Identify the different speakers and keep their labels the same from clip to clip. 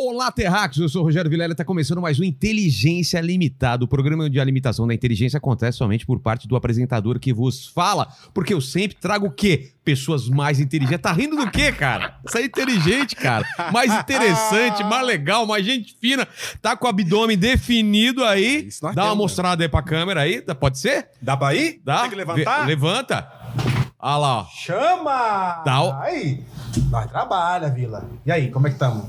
Speaker 1: Olá, Terráqueos! Eu sou o Rogério Vilela e está começando mais um Inteligência Limitada, o programa onde a limitação da inteligência acontece somente por parte do apresentador que vos fala, porque eu sempre trago o quê? Pessoas mais inteligentes. Tá rindo do quê, cara? Você é inteligente, cara. Mais interessante, mais legal, mais gente fina. Tá com o abdômen definido aí.
Speaker 2: É Isso nós
Speaker 1: Dá uma
Speaker 2: temos,
Speaker 1: mostrada aí pra câmera aí, Dá- pode ser?
Speaker 2: Dá pra ir?
Speaker 1: Dá?
Speaker 2: Tem que levantar?
Speaker 1: Vê- levanta. Olha lá, ó.
Speaker 2: Chama!
Speaker 1: Dá o-
Speaker 2: Aí! Nós trabalha, Vila. E aí, como é que estamos?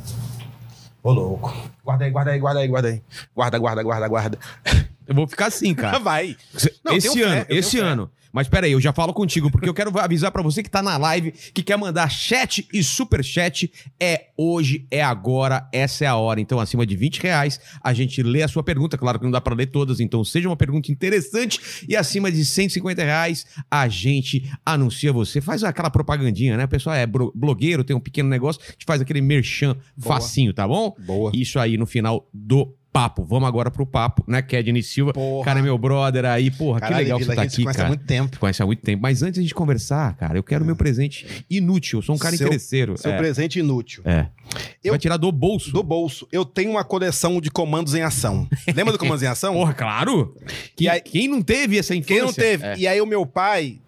Speaker 2: Ô, louco. Guarda aí, guarda aí, guarda aí, guarda aí. Guarda, guarda, guarda, guarda.
Speaker 1: Eu vou ficar assim, cara.
Speaker 2: Vai. Não, eu
Speaker 1: esse
Speaker 2: tenho fé,
Speaker 1: ano,
Speaker 2: eu tenho
Speaker 1: esse
Speaker 2: fé.
Speaker 1: ano. Mas peraí, eu já falo contigo, porque eu quero avisar pra você que tá na live, que quer mandar chat e super chat. É hoje, é agora, essa é a hora. Então, acima de 20 reais, a gente lê a sua pergunta. Claro que não dá pra ler todas, então seja uma pergunta interessante. E acima de 150 reais, a gente anuncia você. Faz aquela propagandinha, né? O pessoal é bro- blogueiro, tem um pequeno negócio, a gente faz aquele merchan
Speaker 2: Boa.
Speaker 1: facinho, tá bom?
Speaker 2: Boa.
Speaker 1: Isso aí no final do papo. Vamos agora pro papo, né, Kedney Silva?
Speaker 2: Porra.
Speaker 1: Cara, é meu brother aí, porra, que
Speaker 2: Caralho,
Speaker 1: legal que
Speaker 2: Vila,
Speaker 1: você tá
Speaker 2: a gente se
Speaker 1: aqui,
Speaker 2: conhece
Speaker 1: cara.
Speaker 2: há muito tempo.
Speaker 1: Te conhece há muito tempo. Mas antes de a gente conversar, cara, eu quero meu presente inútil. Eu sou um cara
Speaker 2: Seu-
Speaker 1: interesseiro.
Speaker 2: Seu
Speaker 1: é.
Speaker 2: presente inútil.
Speaker 1: É.
Speaker 2: Eu-
Speaker 1: Vai tirar do bolso.
Speaker 2: Do bolso, eu tenho uma coleção de comandos em ação. Lembra do comandos em ação?
Speaker 1: Porra, claro. Que,
Speaker 2: um. aí-
Speaker 1: Quem não teve essa infância?
Speaker 2: Quem não teve.
Speaker 1: É.
Speaker 2: E aí o meu pai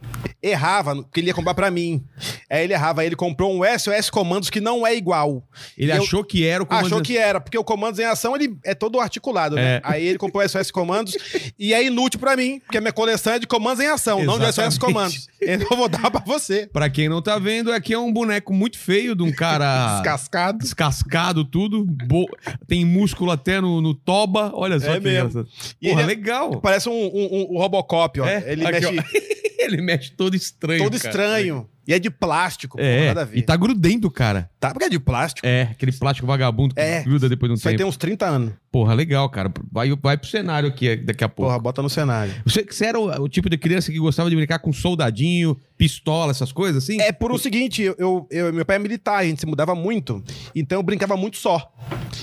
Speaker 2: errava, no- que ele ia comprar pra mim. Aí ele errava, aí ele comprou um SOS Comandos que não é igual.
Speaker 1: Ele
Speaker 2: Eu-
Speaker 1: achou que era o comando.
Speaker 2: Achou que era, porque o comandos em ação ele é todo articulado, né?
Speaker 1: É.
Speaker 2: Aí ele comprou o SOS Comandos e é inútil pra mim, porque a minha coleção é de comandos em ação, não de SOS
Speaker 1: Exatamente.
Speaker 2: Comandos. Então eu vou dar pra você.
Speaker 1: Pra quem não tá vendo, aqui é um boneco muito feio de um cara...
Speaker 2: Descascado.
Speaker 1: Descascado tudo, bo- tem músculo até no, no toba, olha só
Speaker 2: É
Speaker 1: que
Speaker 2: mesmo.
Speaker 1: engraçado.
Speaker 2: E ele
Speaker 1: Porra,
Speaker 2: é-
Speaker 1: legal.
Speaker 2: Parece um, um- um Robocop, ó.
Speaker 1: É,
Speaker 2: ele
Speaker 1: aqui,
Speaker 2: mexe
Speaker 1: ó. Ele mexe todo estranho.
Speaker 2: todo
Speaker 1: cara.
Speaker 2: estranho. E é de plástico, pô,
Speaker 1: É,
Speaker 2: nada a ver.
Speaker 1: e tá grudento, cara.
Speaker 2: Tá, porque é de plástico.
Speaker 1: É, aquele plástico vagabundo que
Speaker 2: É.
Speaker 1: gruda depois de um
Speaker 2: Isso aí
Speaker 1: tempo.
Speaker 2: tem uns 30 anos.
Speaker 1: Porra, legal, cara. Vai, vai pro cenário aqui é, daqui a pouco.
Speaker 2: Porra, bota no cenário.
Speaker 1: Você, você era o, o tipo de criança que gostava de brincar com soldadinho, pistola, essas coisas assim?
Speaker 2: É por o seguinte, eu, eu- eu- meu pai é militar, a gente se mudava muito, então eu brincava muito só.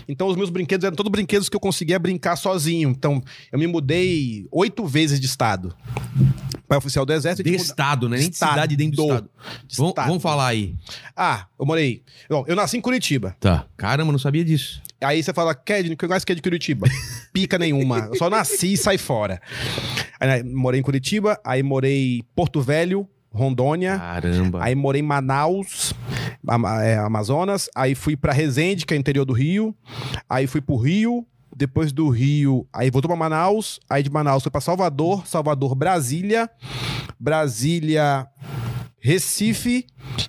Speaker 2: Então os meus brinquedos eram todos brinquedos que eu conseguia brincar sozinho. Então eu me mudei oito vezes de estado. Pai oficial do exército. a
Speaker 1: De
Speaker 2: gente muda-
Speaker 1: estado, né? Nem de
Speaker 2: Estado.
Speaker 1: cidade dentro do estado.
Speaker 2: De
Speaker 1: Vamos,
Speaker 2: estado.
Speaker 1: vamos falar aí.
Speaker 2: Ah, eu morei. Bom, eu nasci em Curitiba.
Speaker 1: Tá. Caramba, não sabia disso.
Speaker 2: Aí você fala, Kedney, que eu gosto que é de Curitiba. Pica nenhuma. Eu só nasci e sai fora. Aí, né, morei em Curitiba, aí morei em Porto Velho, Rondônia.
Speaker 1: Caramba.
Speaker 2: É. Aí morei em Manaus, Ama- é, Amazonas. Aí fui pra Resende, que é interior do Rio. Aí fui pro Rio. Depois do Rio, aí voltou pra Manaus. Aí de Manaus fui pra Salvador. Salvador, Brasília. Brasília, Recife.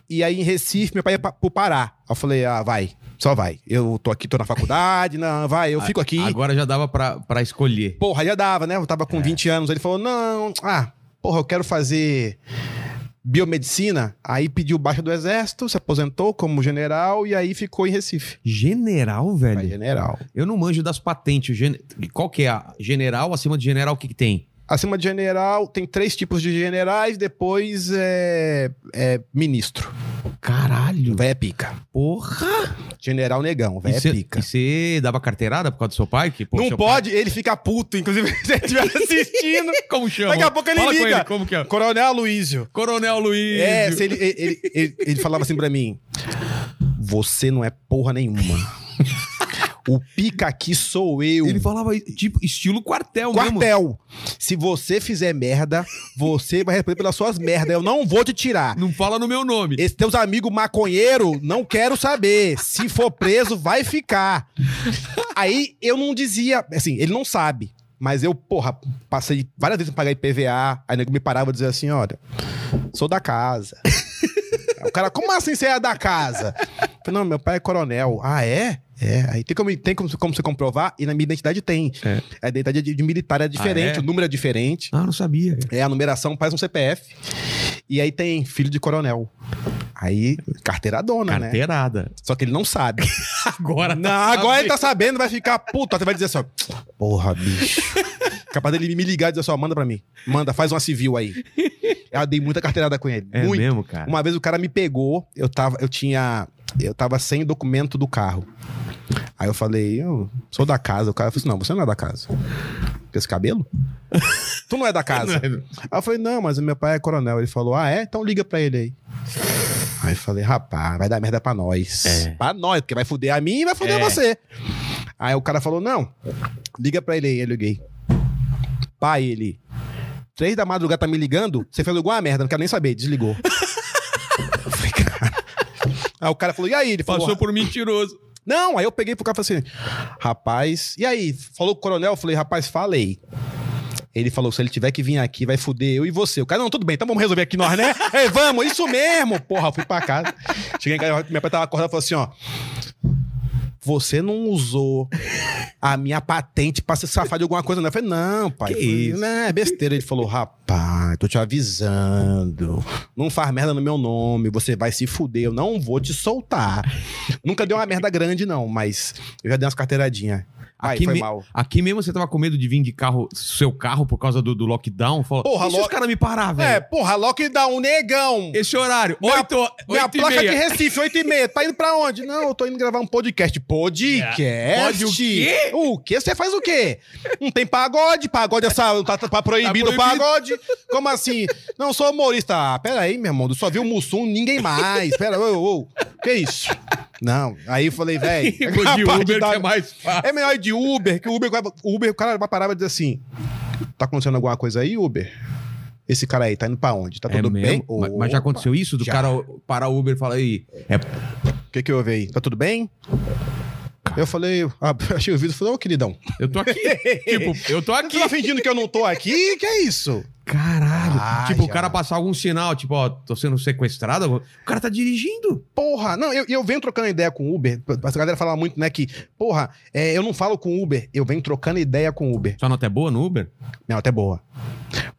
Speaker 2: E aí em Recife, meu pai ia pra, pro Pará. Aí eu falei, ah, vai. Só vai. Eu tô aqui, tô na faculdade. Não, vai, eu fico aqui.
Speaker 1: Ah, Agora já dava pra, pra escolher.
Speaker 2: Porra, já dava, né? Eu tava
Speaker 1: É.
Speaker 2: com 20 anos. Ele falou: não, ah, porra, eu quero fazer biomedicina. Aí pediu baixa do exército, se aposentou como general e aí ficou em Recife.
Speaker 1: General, velho?
Speaker 2: Aí, general.
Speaker 1: Eu não manjo das patentes. Gen- Qual que é? a- General, acima de general, o que, que tem?
Speaker 2: Acima de general, tem três tipos de generais, depois é, é ministro.
Speaker 1: Caralho.
Speaker 2: Véia é pica.
Speaker 1: Porra.
Speaker 2: General negão,
Speaker 1: E
Speaker 2: véia
Speaker 1: cê-
Speaker 2: pica.
Speaker 1: e você é- dava carteirada por causa do seu pai? Que, pô,
Speaker 2: é- Não
Speaker 1: seu
Speaker 2: pode, ele fica puto, inclusive, se ele estiver assistindo.
Speaker 1: pai- Como chama?
Speaker 2: Daqui a pouco ele
Speaker 1: Fala com
Speaker 2: liga.
Speaker 1: ele, como que é?
Speaker 2: Coronel Luísio.
Speaker 1: Coronel Luiz.
Speaker 2: É, se ele, ele, ele, ele- ele falava assim pra mim: Você não é porra nenhuma. O pica aqui sou eu.
Speaker 1: Ele falava, tipo, estilo quartel, mesmo.
Speaker 2: Quartel. Se você fizer merda, você vai responder pelas suas merdas. Eu não vou te tirar.
Speaker 1: Não fala no meu nome.
Speaker 2: Esse teus amigos maconheiro, não quero saber. Se for preso, vai ficar. Aí eu não dizia, assim, ele não sabe. Mas eu, porra, passei várias vezes pra pagar IPVA. Aí nego me parava e dizia assim: olha, sou da casa. o cara, como assim você é da casa? Eu falei, não, meu pai é coronel. Ah, é? É. Aí tem como, tem como, como você comprovar? E na minha identidade tem.
Speaker 1: É.
Speaker 2: A identidade de, de militar é diferente,
Speaker 1: é?
Speaker 2: o número é diferente.
Speaker 1: Ah, não sabia.
Speaker 2: É, a numeração faz um CPF. E aí tem filho de coronel. Aí, carteiradona, né?
Speaker 1: Carteirada.
Speaker 2: Só que ele não sabe.
Speaker 1: Agora
Speaker 2: tá Não, agora ele tá sabendo, vai ficar puto. Até vai dizer assim, ó, porra, bicho. Capaz dele me ligar e dizer assim, ó, manda pra mim. Manda, faz uma civil aí. Eu dei muita carteirada com ele.
Speaker 1: É
Speaker 2: muito.
Speaker 1: mesmo, cara?
Speaker 2: Uma vez o cara me pegou, eu tava, eu tinha, eu tava sem documento do carro. Aí eu falei, eu sou da casa. O cara falou assim, não, você não é da casa. Com esse cabelo? tu não é da casa. Aí eu falei, não, mas o meu pai é coronel. Ele falou, ah, é? Então liga pra ele aí. Aí eu falei, rapaz, vai dar merda pra nós.
Speaker 1: É.
Speaker 2: Pra nós, porque vai fuder a mim e vai fuder
Speaker 1: É.
Speaker 2: você. Aí o cara falou, não, liga pra ele aí. Eu liguei. Pai, ele... Três da madrugada tá me ligando? Você fez igual a merda, não quero nem saber. Desligou. eu falei, cara... Aí o cara falou, e aí? Ele falou,
Speaker 1: Passou por mentiroso.
Speaker 2: não, aí eu peguei pro cara e falei assim: rapaz, e aí? Falou com o coronel? Eu falei: rapaz, falei. Ele falou: se ele tiver que vir aqui, vai fuder eu e você. O cara, não, tudo bem, então vamos resolver aqui nós, né? Ei, vamos, isso mesmo! Porra, eu fui pra casa. Cheguei em casa, minha pai tava acordada e falou assim: ó. Você não usou a minha patente pra se safar de alguma coisa, né? Eu falei, não, pai.
Speaker 1: Que
Speaker 2: Eu falei,
Speaker 1: isso?
Speaker 2: Não, é besteira. Ele falou, rapaz, tô te avisando. Não faz merda no meu nome, você vai se fuder, eu não vou te soltar. Nunca deu uma merda grande, não, mas eu já dei umas carteiradinhas. Ai,
Speaker 1: Aqui
Speaker 2: foi
Speaker 1: me-
Speaker 2: mal.
Speaker 1: Aqui mesmo você tava com medo de vir de carro, seu carro, por causa do, do lockdown? Fala,
Speaker 2: Porra,
Speaker 1: e se
Speaker 2: lo-
Speaker 1: os caras me parar,
Speaker 2: É,
Speaker 1: velho?
Speaker 2: porra, lockdown, negão.
Speaker 1: Esse horário,
Speaker 2: Minha-
Speaker 1: 8 oito,
Speaker 2: Minha
Speaker 1: oito e
Speaker 2: placa
Speaker 1: meia.
Speaker 2: de Recife, 8 e meia. Tá indo pra onde? Não, eu tô indo gravar um podcast. Podcast?
Speaker 1: Pode o quê?
Speaker 2: O quê? Você faz o quê? Não tem pagode. Pagode é sal- tá, tá proibido o
Speaker 1: proibido.
Speaker 2: pagode. Como assim? Não, sou humorista. Ah, pera aí, meu irmão. Eu só vi o Mussum, ninguém mais. Pera, ô, ô. Que isso? Não. Aí eu falei, velho...
Speaker 1: Vou de Uber, que é mais fácil.
Speaker 2: É melhor ir de Uber, que o Uber, vai- o Uber, o cara vai parar e vai dizer assim: tá acontecendo alguma coisa aí, Uber? Esse cara aí tá indo pra onde? Tá
Speaker 1: É
Speaker 2: tudo bem?
Speaker 1: mesmo? Mas, mas já
Speaker 2: Opa.
Speaker 1: aconteceu isso? Do
Speaker 2: já.
Speaker 1: cara parar o Uber e falar aí. É,
Speaker 2: O que que houve aí? Tá tudo bem? Eu falei, ah, achei o vídeo e falei, ô queridão,
Speaker 1: eu tô aqui. tipo, eu tô aqui.
Speaker 2: você tá fingindo que eu não tô aqui? Que é isso?
Speaker 1: Caralho.
Speaker 2: Ah,
Speaker 1: tipo, o
Speaker 2: já.
Speaker 1: cara passar algum sinal, tipo, ó, tô sendo sequestrado. O cara tá dirigindo.
Speaker 2: Porra, não, eu, eu venho trocando ideia com o Uber, essa galera fala muito, né, que, porra, é, eu não falo com o Uber, eu venho trocando ideia com o Uber.
Speaker 1: Sua nota é boa no Uber?
Speaker 2: Não, até boa.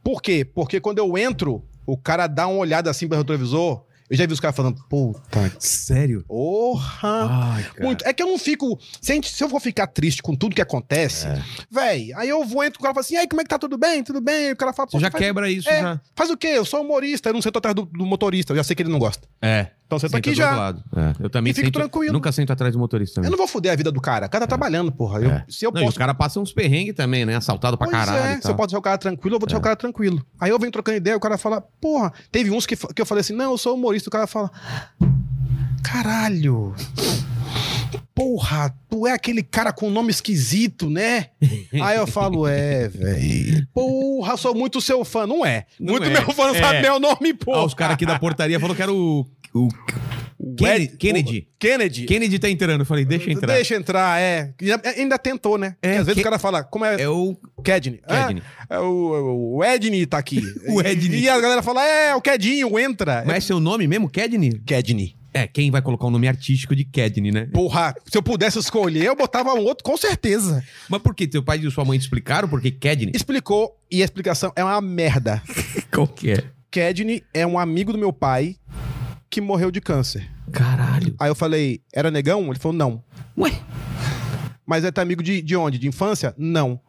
Speaker 2: Por quê? Porque quando eu entro, o cara dá uma olhada assim pro retrovisor, eu já vi os caras falando, puta,
Speaker 1: Sério?
Speaker 2: porra.
Speaker 1: Ai, Ah, cara.
Speaker 2: Muito. É que eu não fico. Se, a gente- se eu for ficar triste com tudo que acontece,
Speaker 1: É.
Speaker 2: véi, aí eu vou, entro com o cara e falo assim: e aí, como é que tá? Tudo bem? Tudo bem? E o cara fala:
Speaker 1: Você
Speaker 2: "Pô,
Speaker 1: já
Speaker 2: faz,
Speaker 1: quebra isso,
Speaker 2: É.
Speaker 1: já.
Speaker 2: faz o quê? Eu sou humorista, eu não sento atrás do, do motorista, eu já sei que ele não gosta.
Speaker 1: É.
Speaker 2: Então senta
Speaker 1: Senta
Speaker 2: aqui
Speaker 1: do
Speaker 2: já.
Speaker 1: outro lado. É, Eu também
Speaker 2: E fico
Speaker 1: sento-
Speaker 2: tranquilo.
Speaker 1: Nunca sento atrás do motorista.
Speaker 2: Eu
Speaker 1: também.
Speaker 2: não vou foder a vida do cara. O cara tá trabalhando, porra. Eu-
Speaker 1: É.
Speaker 2: Se eu
Speaker 1: Não, e os
Speaker 2: posso.
Speaker 1: caras passam uns perrengues também, né? Assaltado pra
Speaker 2: Pois
Speaker 1: caralho.
Speaker 2: é,
Speaker 1: e
Speaker 2: se eu
Speaker 1: tal. É.
Speaker 2: posso deixar o cara tranquilo, eu vou deixar o cara tranquilo. Aí eu venho trocando ideia, o cara fala, porra, teve uns que, fa- que eu falei assim, não, eu sou humorista, o cara fala, caralho, porra, tu é aquele cara com nome esquisito, né? Aí eu falo, é, velho, porra, sou muito seu fã, não é,
Speaker 1: Não
Speaker 2: muito
Speaker 1: é.
Speaker 2: meu fã, não sabe
Speaker 1: É.
Speaker 2: meu nome, porra.
Speaker 1: Ah, os caras aqui da portaria falaram que era o. o Kennedy.
Speaker 2: Ed-
Speaker 1: Kennedy.
Speaker 2: Kennedy.
Speaker 1: Kennedy tá entrando. Eu falei, deixa entrar.
Speaker 2: Deixa entrar, é. E a- Ainda tentou, né? Porque
Speaker 1: É,
Speaker 2: às vezes
Speaker 1: que-
Speaker 2: o cara fala, como é?
Speaker 1: É o.
Speaker 2: Kedney. Ah,
Speaker 1: Kedney.
Speaker 2: é o, é o- o Edney tá aqui.
Speaker 1: O Edney.
Speaker 2: E a galera fala, é, o Kedinho, entra.
Speaker 1: Mas é seu nome mesmo, Kedney?
Speaker 2: Kedney.
Speaker 1: É, quem vai colocar o nome artístico de Kedney, né?
Speaker 2: Porra, se eu pudesse escolher, eu botava um outro, com certeza.
Speaker 1: Mas por que? Teu pai e sua mãe te explicaram por que Kedney?
Speaker 2: Explicou, e a explicação é uma merda.
Speaker 1: Qual que é?
Speaker 2: Kedney é um amigo do meu pai que morreu de câncer.
Speaker 1: Caralho.
Speaker 2: Aí eu falei, era negão? Ele falou, não.
Speaker 1: Ué?
Speaker 2: Mas é teu amigo de, de onde? De infância? Não.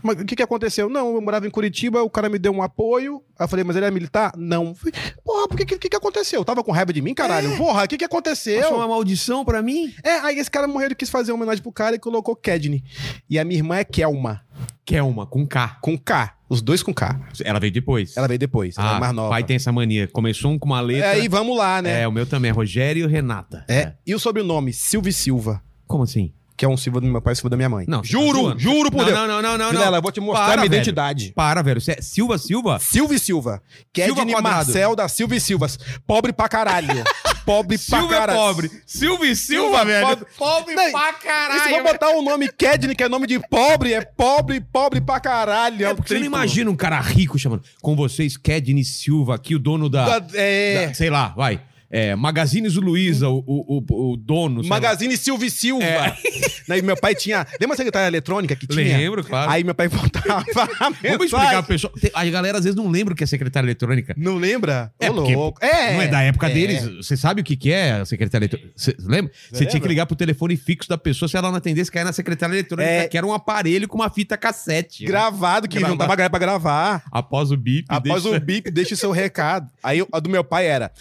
Speaker 2: Mas o que, que aconteceu? Não, eu morava em Curitiba, o cara me deu um apoio. Aí eu falei, mas ele é militar? Não. Eu falei, Porra, por que, que, que aconteceu? Tava com raiva de mim, caralho?
Speaker 1: É.
Speaker 2: Porra, o que, que aconteceu?
Speaker 1: Isso é uma maldição pra mim?
Speaker 2: É, aí esse cara morreu, ele quis fazer uma homenagem pro cara e colocou Kedney. E a minha irmã é Kelma,
Speaker 1: Kelma, com K.
Speaker 2: com K. Os dois com K.
Speaker 1: Ela veio depois. Ah,
Speaker 2: Ela veio depois, ela é mais nova.
Speaker 1: pai tem essa mania. Começou um com uma letra.
Speaker 2: É, e vamos lá, né?
Speaker 1: É, o meu também. é Rogério e Renata.
Speaker 2: É, E o sobrenome, Silvio Silva,
Speaker 1: Como assim?
Speaker 2: que é um Silva do meu pai e Silva da minha mãe.
Speaker 1: Não, você tá
Speaker 2: juro,
Speaker 1: zoando.
Speaker 2: juro por
Speaker 1: não,
Speaker 2: Deus.
Speaker 1: não, não, não, não, não.
Speaker 2: Vilela, eu vou te mostrar
Speaker 1: Para,
Speaker 2: a minha
Speaker 1: velho.
Speaker 2: identidade.
Speaker 1: Para, velho. Você é Silva Silva?
Speaker 2: Silvio Silva. Kedney
Speaker 1: Quadrado.
Speaker 2: Marcel da Silva e Silvas. Pobre pra caralho. Pobre pra
Speaker 1: Silva é
Speaker 2: caralho.
Speaker 1: pobre. Silva e Silva,
Speaker 2: Silva,
Speaker 1: velho.
Speaker 2: pobre.
Speaker 1: Pobre
Speaker 2: Não,
Speaker 1: pra
Speaker 2: E se for
Speaker 1: caralho. velho.
Speaker 2: botar o nome Kedney, que é nome de pobre, é pobre, pobre pra caralho.
Speaker 1: É
Speaker 2: o
Speaker 1: porque você não
Speaker 2: triplo.
Speaker 1: imagina um cara rico chamando. Com vocês, Kedney Silva aqui, o dono da.
Speaker 2: Da- é...
Speaker 1: da- sei lá, vai. é, Magazines do Luiza, o, o, o- o dono. sei lá.
Speaker 2: Magazine Silva e Silva. Aí meu pai tinha. Lembra a secretária eletrônica que tinha?
Speaker 1: É. Lembro, claro.
Speaker 2: Aí meu pai voltava. a
Speaker 1: Vamos
Speaker 2: mensagem.
Speaker 1: explicar pro pessoal. Tem- A galera às vezes não lembra o que é secretária eletrônica.
Speaker 2: Não lembra?
Speaker 1: É,
Speaker 2: Ô,
Speaker 1: porque
Speaker 2: louco. É.
Speaker 1: não é da época
Speaker 2: é.
Speaker 1: deles. Você sabe o que, que é a secretária eletrônica? Você lembra? Você tinha que
Speaker 2: lembra?
Speaker 1: ligar pro telefone fixo da pessoa se ela não atendesse, cair na secretária eletrônica,
Speaker 2: É.
Speaker 1: que era um aparelho com uma fita cassete.
Speaker 2: Gravado, que não
Speaker 1: Gravado.
Speaker 2: tava gra- pra gravar.
Speaker 1: Após o bip.
Speaker 2: Após
Speaker 1: deixa-
Speaker 2: o bip, deixa o seu recado. Aí a do meu pai era: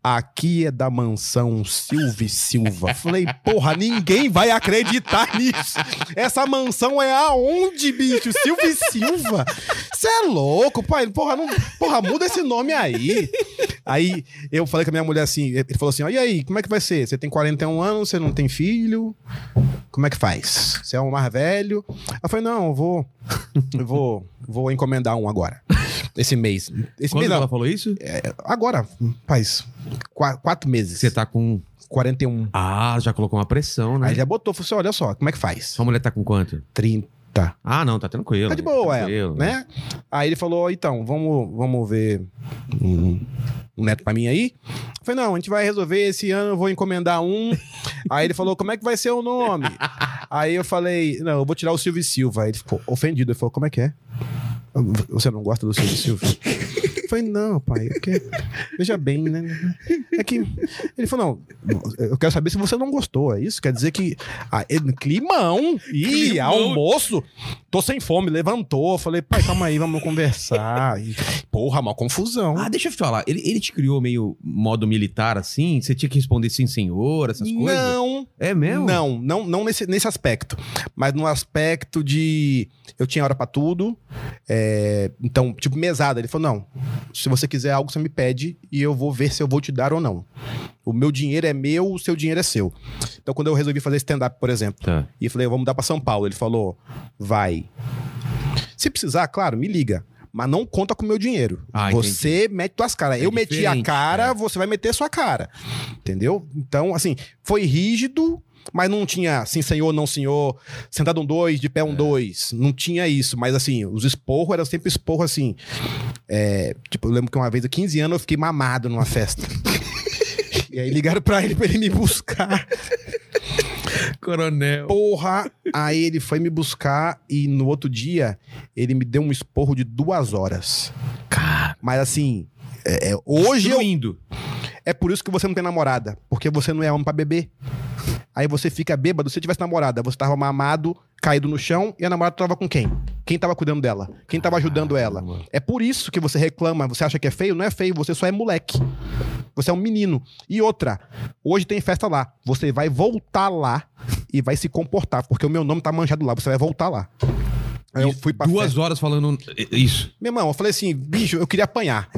Speaker 2: aqui é da mansão Silva e Silva. Falei, porra, ninguém vai acreditar nisso. Essa mansão é aonde, bicho? Silva e Silva. Você é louco, pai. Porra, não, porra, muda esse nome aí. Aí eu falei com a minha mulher assim: ele falou assim: ó, e aí, como é que vai ser? Você tem 41 anos, você não tem filho? Como é que faz? Você é um mais velho? Eu falei, não, eu vou. Eu vou, vou encomendar um agora. Esse mês. Esse
Speaker 1: Quando
Speaker 2: mês não.
Speaker 1: ela falou isso?
Speaker 2: Agora, faz qua- quatro meses.
Speaker 1: Você tá com.
Speaker 2: 41.
Speaker 1: Ah, já colocou uma pressão, né?
Speaker 2: Aí já botou, falou assim: olha só, como é que faz?
Speaker 1: Sua mulher tá com quanto?
Speaker 2: 30.
Speaker 1: Ah, não, tá tranquilo.
Speaker 2: Tá de boa, é.
Speaker 1: Tranquilo.
Speaker 2: Né? Aí ele falou: então, vamos, vamos ver um, um neto pra mim aí. Eu falei: não, a gente vai resolver esse ano, eu vou encomendar um. aí ele falou: como é que vai ser o nome? aí eu falei: não, eu vou tirar o Silvio e Silva. Aí ele ficou ofendido. Ele falou: como é que é? Você não gosta do Silvio e Silva? Eu falei, não, pai, é que- veja bem, né? É que. Ele falou, não, eu quero saber se você não gostou. É isso? Quer dizer que. Ah, ele- climão! Ih,
Speaker 1: Climão.
Speaker 2: almoço! Tô sem fome, levantou. Falei, pai, calma aí, vamos conversar. E, porra, uma confusão.
Speaker 1: Ah, deixa eu te falar. Ele, ele te criou meio modo militar assim? Você tinha que responder sim, senhor, essas coisas?
Speaker 2: não,
Speaker 1: É mesmo?
Speaker 2: não, não, não nesse, nesse aspecto. Mas no aspecto de. Eu tinha hora pra tudo. é, então, tipo, mesada. Ele falou: não, se você quiser algo, você me pede e eu vou ver se eu vou te dar ou não. O meu dinheiro é meu, o seu dinheiro é seu. Então, quando eu resolvi fazer stand-up, por exemplo.
Speaker 1: Tá.
Speaker 2: E eu falei, eu vou mudar pra São Paulo. Ele falou, vai. Se precisar, claro, me liga. Mas não conta com o meu dinheiro.
Speaker 1: Ah,
Speaker 2: você mete tuas caras.
Speaker 1: É
Speaker 2: eu meti a
Speaker 1: diferente,
Speaker 2: cara,
Speaker 1: é.
Speaker 2: você vai meter sua cara. Entendeu? Então, assim, foi rígido, mas não tinha sim senhor, não senhor, sentado um dois, de pé
Speaker 1: É.
Speaker 2: um dois. Não tinha isso. Mas, assim, os esporros eram sempre esporro assim. É, tipo, eu lembro que uma vez, há 15 anos, eu fiquei mamado numa festa. e aí ligaram pra ele pra ele me buscar.
Speaker 1: Coronel.
Speaker 2: Porra! Aí ele foi me buscar e no outro dia ele me deu um esporro de duas horas.
Speaker 1: Cara,
Speaker 2: Mas assim, é- é- hoje eu-
Speaker 1: Destruindo.
Speaker 2: é por isso que você não tem namorada. Porque você não é homem pra beber. Aí você fica bêbado. Se tivesse namorada, você tava mamado, caído no chão e a namorada tava com quem? Quem tava cuidando dela? Quem tava
Speaker 1: Ah,
Speaker 2: ajudando ela?
Speaker 1: Caramba.
Speaker 2: É por isso que você reclama, você acha que é feio? Não é feio, você só é moleque. Você é um menino. E outra, hoje tem festa lá. Você vai voltar lá e vai se comportar, porque o meu nome tá manchado lá, você vai voltar lá. Aí eu
Speaker 1: Isso,
Speaker 2: fui pra
Speaker 1: Duas
Speaker 2: festa.
Speaker 1: horas falando é, isso.
Speaker 2: Meu irmão, eu falei assim, bicho, eu queria apanhar.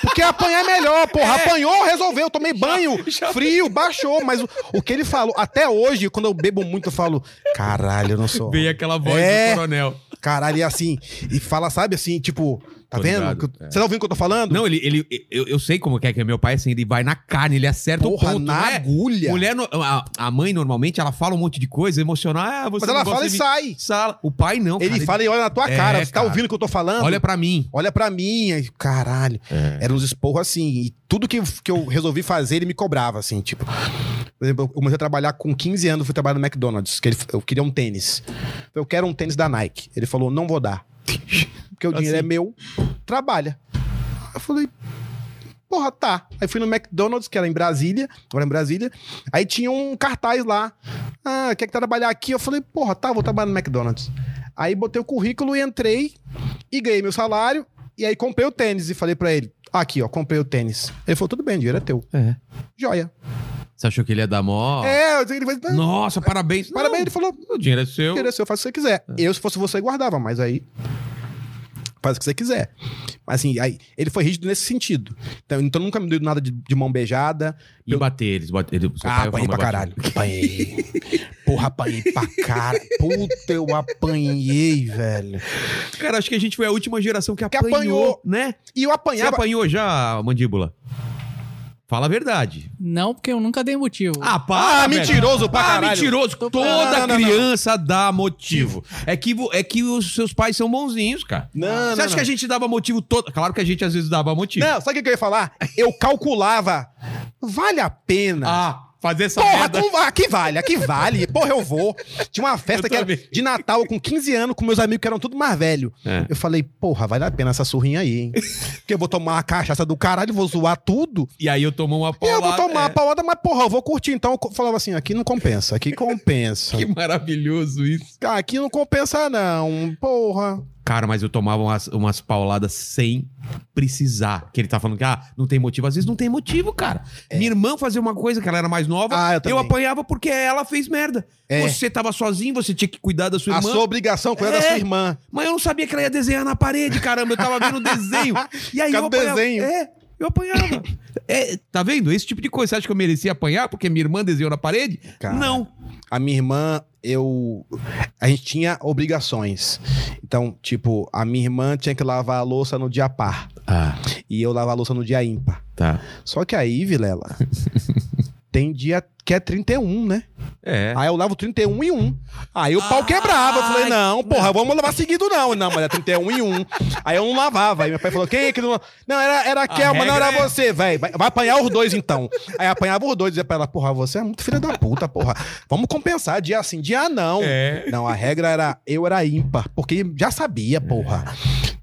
Speaker 2: Porque apanhar é melhor, porra. Apanhou, resolveu, tomei banho, frio, baixou. Mas o, o que ele falou, até hoje, quando eu bebo muito, eu falo, caralho, eu não sou.
Speaker 1: Veio aquela voz
Speaker 2: É.
Speaker 1: do coronel.
Speaker 2: Caralho, e assim, e fala, sabe assim, tipo, tá
Speaker 1: Tô
Speaker 2: vendo?
Speaker 1: ligado,
Speaker 2: Que-
Speaker 1: é.
Speaker 2: Você tá ouvindo o que eu tô falando?
Speaker 1: Não, ele. ele eu, eu sei como que é que é meu pai, assim, ele vai na carne, ele acerta
Speaker 2: Porra,
Speaker 1: o ponto.
Speaker 2: na
Speaker 1: não é?
Speaker 2: agulha.
Speaker 1: Mulher, no- a, a mãe normalmente, ela fala um monte de coisa emocional. Ah, você
Speaker 2: Mas
Speaker 1: não
Speaker 2: ela
Speaker 1: gosta
Speaker 2: fala e
Speaker 1: de mim.
Speaker 2: sai.
Speaker 1: Sala. O pai não.
Speaker 2: Ele
Speaker 1: cara,
Speaker 2: fala e olha na tua
Speaker 1: É,
Speaker 2: cara. Você tá
Speaker 1: cara.
Speaker 2: ouvindo o que eu tô falando?
Speaker 1: Olha pra mim.
Speaker 2: Olha pra mim. Aí, Caralho. Era uns esporros assim. E tudo que, que eu resolvi fazer, ele me cobrava, assim, tipo. Por exemplo, eu comecei a trabalhar com 15 anos, fui trabalhar no McDonald's, que ele, eu queria um tênis. Eu quero um tênis da Nike. Ele falou, não vou dar. Porque o dinheiro
Speaker 1: Assim.
Speaker 2: é meu, trabalha. Eu falei, porra, tá. Aí fui no McDonald's, que era em Brasília, agora em Brasília. Aí tinha um cartaz lá. Ah, quer que trabalhar aqui? Eu falei, porra, tá, vou trabalhar no McDonald's. Aí botei o currículo e entrei e ganhei meu salário. E aí comprei o tênis e falei pra ele: aqui, ó, comprei o tênis. Ele falou: tudo bem, o dinheiro é teu.
Speaker 1: É.
Speaker 2: Joia.
Speaker 1: Você achou que ele ia dar mó?
Speaker 2: É, eu- ele falou: "Ah,
Speaker 1: Nossa, parabéns.
Speaker 2: parabéns. Ele
Speaker 1: Não,
Speaker 2: falou:
Speaker 1: o dinheiro é
Speaker 2: o
Speaker 1: seu.
Speaker 2: dinheiro é seu, faz o que você quiser. Eu, se fosse você, guardava, mas aí. Faz o que você quiser. Mas assim, aí, ele foi rígido nesse sentido. Então, então nunca me deu nada de, de mão beijada.
Speaker 1: E bater eles. Bater, ele, seu
Speaker 2: ah,
Speaker 1: pai é
Speaker 2: apanhei
Speaker 1: foi
Speaker 2: pra
Speaker 1: uma batida.
Speaker 2: caralho. Apanhei. Porra, apanhei pra caralho. Puta, eu apanhei, velho.
Speaker 1: Cara, acho que a gente foi a última geração que
Speaker 2: Que
Speaker 1: apanhou,
Speaker 2: apanhou.
Speaker 1: né?
Speaker 2: E eu
Speaker 1: Você
Speaker 2: apanhava.
Speaker 1: apanhou já, mandíbula? Fala a verdade.
Speaker 3: Não, porque eu nunca dei motivo.
Speaker 2: Ah,
Speaker 1: velho.
Speaker 2: mentiroso pra
Speaker 1: ah,
Speaker 2: caralho.
Speaker 1: mentiroso.
Speaker 3: Tô-
Speaker 1: Toda
Speaker 2: Não, não, não.
Speaker 1: criança dá motivo. É que, vo- é que os seus pais são bonzinhos, cara.
Speaker 2: Não,
Speaker 1: Você
Speaker 2: não,
Speaker 1: acha
Speaker 2: não.
Speaker 1: que é a gente dava motivo todo? Claro que a gente às vezes dava motivo.
Speaker 2: Não, sabe o que eu ia falar? Eu calculava. Vale a pena.
Speaker 1: Ah, fazer essa
Speaker 2: Porra,
Speaker 1: merda.
Speaker 2: como- aqui vale, aqui vale. Porra, eu vou. Tinha uma festa
Speaker 1: Eu
Speaker 2: que era
Speaker 1: também.
Speaker 2: de Natal com 15 anos, com meus amigos que eram tudo mais velho.
Speaker 1: É.
Speaker 2: Eu falei, porra, vale a pena essa surrinha aí, hein? Porque eu vou tomar uma cachaça do caralho, vou zoar tudo.
Speaker 1: E aí eu tomo uma
Speaker 2: E
Speaker 1: paulada.
Speaker 2: eu vou tomar
Speaker 1: é.
Speaker 2: a paulada, mas porra, eu vou curtir. Então eu co- falava assim, aqui não compensa, aqui compensa.
Speaker 1: Que maravilhoso isso.
Speaker 2: Ah, Aqui não compensa não, porra.
Speaker 1: Cara, mas eu tomava umas, umas pauladas sem precisar. Que ele tá falando que, ah, não tem motivo. Às vezes não tem motivo, cara. Minha irmã fazia uma coisa que ela era mais nova.
Speaker 2: É. Ah, eu também.
Speaker 1: apanhava porque ela fez merda.
Speaker 2: É.
Speaker 1: Você tava sozinho, você tinha que cuidar da sua
Speaker 2: A
Speaker 1: irmã.
Speaker 2: sua obrigação com ela é da
Speaker 1: É.
Speaker 2: sua irmã.
Speaker 1: Mas eu não sabia que ela ia desenhar na parede, caramba. Eu tava vendo o desenho. E aí
Speaker 2: Fica
Speaker 1: eu
Speaker 2: no
Speaker 1: apanhava.
Speaker 2: desenho.
Speaker 1: É, eu apanhava. É, tá vendo? Esse tipo de coisa. Você acha que eu merecia apanhar porque minha irmã desenhou na parede?
Speaker 2: Cara.
Speaker 1: Não.
Speaker 2: A minha irmã, eu. A gente tinha obrigações. Então, tipo, a minha irmã tinha que lavar a louça no dia par.
Speaker 1: Ah,
Speaker 2: E eu lavar a louça no dia ímpar.
Speaker 1: tá.
Speaker 2: Só que aí, Vilela, tem dia que é 31, né?
Speaker 1: É.
Speaker 2: Aí eu lavo 31 e 1. Aí o pau quebrava. Eu falei, não, porra, vamos lavar seguido não. Não, mas é 31 e 1. Aí eu não lavava. Aí meu pai falou, quem é que não lava? Não, era, era a Kelma, não
Speaker 1: regra
Speaker 2: era
Speaker 1: é-
Speaker 2: você, velho. Vai, vai apanhar os dois então. Aí apanhava os dois e dizia pra ela, porra, você é muito filha da puta, porra. Vamos compensar, dia sim, dia não.
Speaker 1: É.
Speaker 2: Não, a regra era, eu era ímpar, porque já sabia, porra.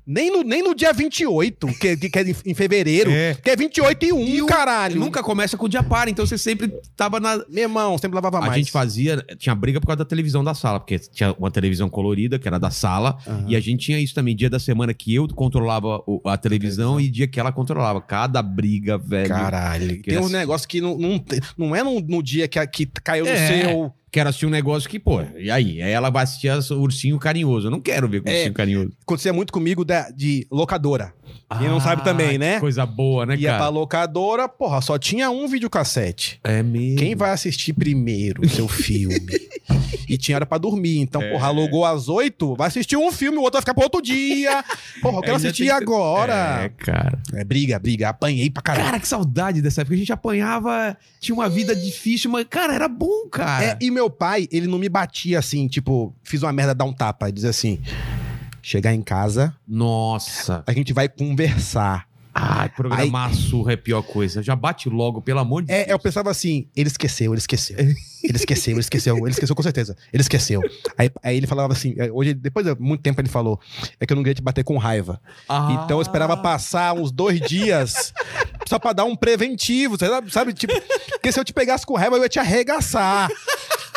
Speaker 2: Nem no, nem no dia 28, que, que, que é em- em fevereiro,
Speaker 1: É.
Speaker 2: que é 28 e 1, caralho.
Speaker 1: Nunca começa com o dia par, então você sempre tava na.
Speaker 2: Meu irmão, sempre lavava
Speaker 1: A
Speaker 2: mais.
Speaker 1: gente fazia. Tinha briga por causa da televisão da sala, porque tinha uma televisão colorida, que era da sala,
Speaker 2: Aham.
Speaker 1: e a gente tinha isso também, dia da semana que eu controlava o- a televisão e dia que ela controlava. Cada briga, velho.
Speaker 2: Caralho. Tem
Speaker 1: era
Speaker 2: um
Speaker 1: É assim.
Speaker 2: negócio que não, não, tem- não é no, no dia que, a- que caiu
Speaker 1: É.
Speaker 2: no seu.
Speaker 1: Quero assistir um negócio que, pô, e aí? Aí ela vai assistir as- o ursinho carinhoso. Eu não quero ver com o
Speaker 2: É.
Speaker 1: ursinho carinhoso.
Speaker 2: Acontecia muito comigo da- de locadora. Quem não sabe também, né?
Speaker 1: Ah, que Coisa boa, né,
Speaker 2: Ia pra
Speaker 1: cara?
Speaker 2: locadora, porra, só tinha um videocassete.
Speaker 1: É mesmo.
Speaker 2: Quem vai assistir primeiro o seu filme? e tinha hora pra dormir. Então,
Speaker 1: É.
Speaker 2: porra, alugou às oito, vai assistir um filme, o outro vai ficar pro outro dia. Porra, eu quero
Speaker 1: Ainda
Speaker 2: assistir
Speaker 1: tem que- É,
Speaker 2: agora.
Speaker 1: cara.
Speaker 2: É, briga, briga. Apanhei pra caralho.
Speaker 1: Cara, que saudade dessa época. A gente apanhava, tinha uma vida difícil, mas, cara, era bom,
Speaker 2: É,
Speaker 1: cara.
Speaker 2: e meu pai, ele não me batia assim, tipo, fiz uma merda, dá um tapa. Ele diz assim: chegar em casa,
Speaker 1: Nossa.
Speaker 2: a gente vai conversar.
Speaker 1: Ai, programar a surra é a pior coisa. Já bate logo, pelo amor de
Speaker 2: É, eu pensava assim, ele esqueceu, ele esqueceu. Ele esqueceu, ele esqueceu, ele esqueceu com certeza. Ele esqueceu. Aí, aí ele falava assim, é, hoje, depois de muito tempo ele falou, é que eu não queria te bater com raiva.
Speaker 1: Ah.
Speaker 2: Então eu esperava passar uns dois dias só pra dar um preventivo, sabe? sabe? Tipo, porque se eu te pegasse com raiva, eu ia te arregaçar.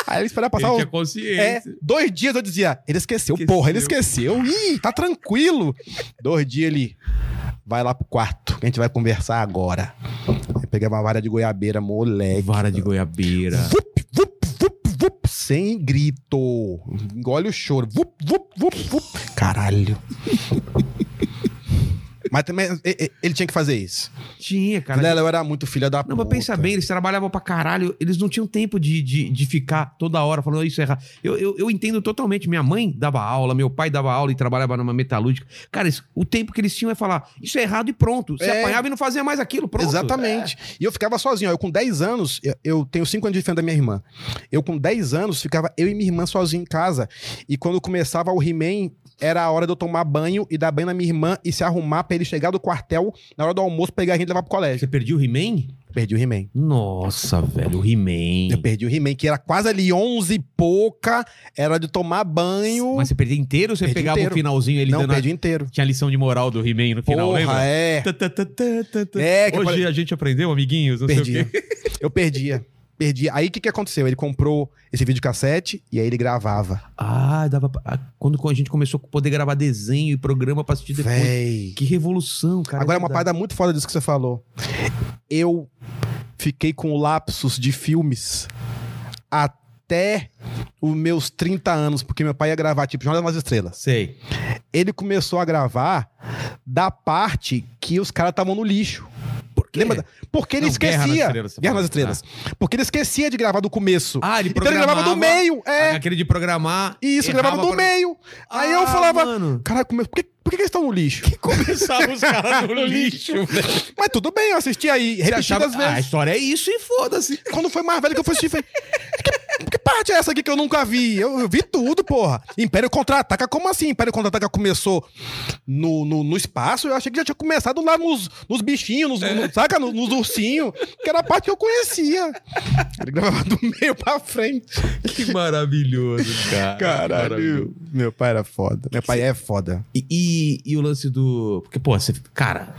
Speaker 2: Aí ele esperava passar
Speaker 1: Ele
Speaker 2: uns
Speaker 1: tinha
Speaker 2: É,
Speaker 1: consciência.
Speaker 2: dois dias eu dizia, ele esqueceu,
Speaker 1: Esqueceu.
Speaker 2: porra, ele esqueceu. Ih, tá tranquilo. dois dias ele vai lá pro quarto, que a gente vai conversar agora. Eu pegava uma vara de goiabeira, moleque.
Speaker 1: Vara de goiabeira.
Speaker 2: Vup, vup, vup, vup, sem grito. Engole o choro. Vup, vup, vup, vup. Caralho. Mas também e- e- ele tinha que fazer isso.
Speaker 1: Tinha, cara.
Speaker 2: Lela, eu era muito filha da
Speaker 1: Não,
Speaker 2: puta.
Speaker 1: mas pensa bem, eles trabalhavam pra caralho, eles não tinham tempo de, de, de ficar toda hora falando "Ah, isso é errado. Eu, eu, eu entendo totalmente. Minha mãe dava aula, meu pai dava aula e trabalhava numa metalúrgica. Cara, isso- o tempo que eles tinham é falar isso é errado e pronto. Você
Speaker 2: É.
Speaker 1: apanhava e não fazia mais aquilo, pronto.
Speaker 2: Exatamente. E eu ficava sozinho. ó. Eu com 10 anos, eu, eu tenho 5 anos de diferença da minha irmã. Eu com 10 anos ficava eu e minha irmã sozinho em casa. E quando começava o He-Man, era a hora de eu tomar banho e dar banho na minha irmã e se arrumar pra ele chegar do quartel na hora do almoço, pegar a gente e levar pro
Speaker 1: É.
Speaker 2: colégio.
Speaker 1: Você perdeu o He-Man?
Speaker 2: Perdi o He-Man.
Speaker 1: Nossa, velho, o He-Man.
Speaker 2: Eu perdi o He-Man, que era quase ali 11 e pouca, era de tomar banho.
Speaker 1: Mas você perdeu inteiro ou você
Speaker 2: Perdi
Speaker 1: pegava
Speaker 2: inteiro.
Speaker 1: o finalzinho ele
Speaker 2: não,
Speaker 1: dando a-
Speaker 2: perdi inteiro.
Speaker 1: Tinha a lição de moral do He-Man no final,
Speaker 2: Porra,
Speaker 1: lembra?
Speaker 2: é.
Speaker 1: Tá, tá, tá, tá, tá, tá.
Speaker 2: É, que eu
Speaker 1: Hoje
Speaker 2: falei- né?
Speaker 1: a gente aprendeu, amiguinhos, não sei o
Speaker 2: Perdia.
Speaker 1: quê.
Speaker 2: Eu perdia. Perdi. Aí o que, que aconteceu? Ele comprou esse videocassete e aí ele gravava.
Speaker 1: Ah, dava pra... ah, quando a gente começou a poder gravar desenho e programa pra assistir depois.
Speaker 2: Véi.
Speaker 1: Que revolução, cara.
Speaker 2: Agora, é uma
Speaker 1: verdade.
Speaker 2: parada muito foda disso que você falou. Eu fiquei com lapsos de filmes até os meus 30 anos, porque meu pai ia gravar, tipo, Jornada nas Estrelas.
Speaker 1: Sei.
Speaker 2: Ele começou a gravar da parte que os caras estavam no lixo. Lembra? da- Porque ele
Speaker 1: Não, Guerra nas
Speaker 2: esquecia.
Speaker 1: Estrelas, você
Speaker 2: Guerra nas
Speaker 1: falou.
Speaker 2: Estrelas. Porque ele esquecia de gravar do começo.
Speaker 1: Ah, ele
Speaker 2: Então ele
Speaker 1: programava. Ah,
Speaker 2: gravava do meio, é.
Speaker 1: Aquele de programar.
Speaker 2: E isso,
Speaker 1: errava
Speaker 2: gravava do
Speaker 1: pro-
Speaker 2: meio. Aí
Speaker 1: Ah,
Speaker 2: eu falava,
Speaker 1: Mano.
Speaker 2: caralho, como é- por que, por que que eles estão no lixo?
Speaker 1: Começava os caras no lixo. velho.
Speaker 2: Mas tudo bem, eu assisti aí
Speaker 1: Você
Speaker 2: repetidas
Speaker 1: achava-
Speaker 2: vezes.
Speaker 1: Ah, a história é isso e foda-se.
Speaker 2: Quando foi mais velho que eu fui assistir, falei, que, que parte é essa aqui que eu nunca vi? Eu, eu vi tudo, porra. Império Contra-Ataca, como assim? Império Contra-Ataca começou no, no, no espaço, eu achei que já tinha começado lá nos, nos bichinhos, nos,
Speaker 1: É.
Speaker 2: no- saca? No- Nos, ursinhos, que era a parte que eu conhecia. Ele gravava do meio pra frente.
Speaker 1: Que maravilhoso, cara.
Speaker 2: Caralho. Meu pai era foda. Meu pai é foda.
Speaker 1: E, e- e o lance do. Porque, pô, você. Cara,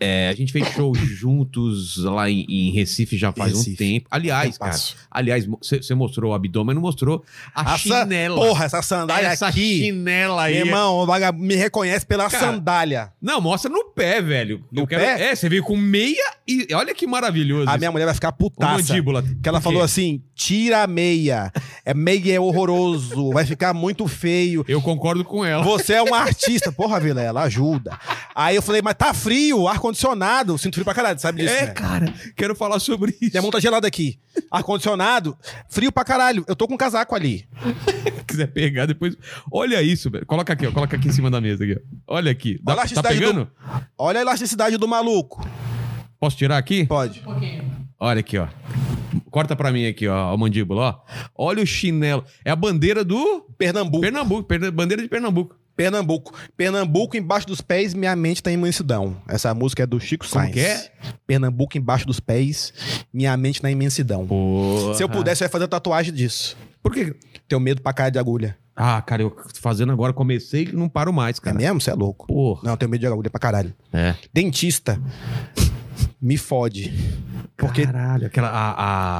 Speaker 1: é, a gente fez show juntos lá em, em Recife já faz um
Speaker 2: Recife. É
Speaker 1: tempo. Aliás, cara.
Speaker 2: Tempasso.
Speaker 1: Aliás, você mostrou o abdômen, não mostrou a
Speaker 2: Essa-
Speaker 1: chinela.
Speaker 2: Porra, essa sandália
Speaker 1: essa
Speaker 2: aqui.
Speaker 1: chinela aí. é-
Speaker 2: Irmão, o vaga- me reconhece pela
Speaker 1: Cara,
Speaker 2: sandália.
Speaker 1: Não, mostra no pé, velho.
Speaker 2: No
Speaker 1: Eu quero-
Speaker 2: pé?
Speaker 1: É, você veio com meia e. Olha que maravilhoso.
Speaker 2: A
Speaker 1: isso.
Speaker 2: minha mulher vai ficar
Speaker 1: Com
Speaker 2: putaça.
Speaker 1: mandíbula.
Speaker 2: Que ela
Speaker 1: Por quê?
Speaker 2: falou assim: tira a meia. É meia é horroroso, vai ficar muito feio.
Speaker 1: Eu concordo com ela.
Speaker 2: Você é um artista. Porra, Vilela, ajuda. Aí eu falei, mas tá frio, ar-condicionado. Eu Sinto frio pra caralho, sabe disso?
Speaker 1: é,
Speaker 2: né?
Speaker 1: cara, quero falar sobre isso.
Speaker 2: Minha mão tá gelada aqui. Ar-condicionado, frio pra caralho. Eu tô com um casaco ali.
Speaker 1: Se quiser pegar depois. Olha isso, velho. Coloca aqui, ó. Coloca aqui em cima da mesa. Aqui, ó. Olha aqui.
Speaker 2: Olha
Speaker 1: Dá,
Speaker 2: a
Speaker 1: tá
Speaker 2: elasticidade
Speaker 1: pegando?
Speaker 2: do- Olha a elasticidade do maluco.
Speaker 1: Posso tirar aqui?
Speaker 2: Pode.
Speaker 1: Olha aqui, ó. Corta pra mim aqui, ó, a mandíbula, ó. Olha o chinelo. É a bandeira do
Speaker 2: Pernambuco.
Speaker 1: Pernambuco, Perna- bandeira de Pernambuco.
Speaker 2: Pernambuco. Pernambuco embaixo dos pés, minha mente tá em imensidão. Essa música é do Chico
Speaker 1: Como
Speaker 2: Sainz.
Speaker 1: que é?
Speaker 2: Pernambuco embaixo dos pés, minha mente na imensidão. Se eu pudesse, eu ia fazer tatuagem disso.
Speaker 1: Por quê?
Speaker 2: Tenho medo pra cara de agulha.
Speaker 1: Ah, cara, eu tô fazendo agora, comecei e não paro mais,
Speaker 2: É
Speaker 1: cara.
Speaker 2: mesmo? Você é louco.
Speaker 1: Porra.
Speaker 2: Não, eu tenho medo de agulha pra caralho.
Speaker 1: É.
Speaker 2: Dentista. Me fode. Porque
Speaker 1: Caralho, aquela. A,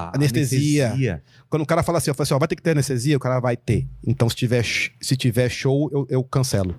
Speaker 1: a-
Speaker 2: Anestesia.
Speaker 1: anestesia.
Speaker 2: quando o cara fala assim, eu falo assim, ó, vai ter que ter anestesia, o cara vai ter. Então, se tiver, sh- se tiver show, eu, eu cancelo.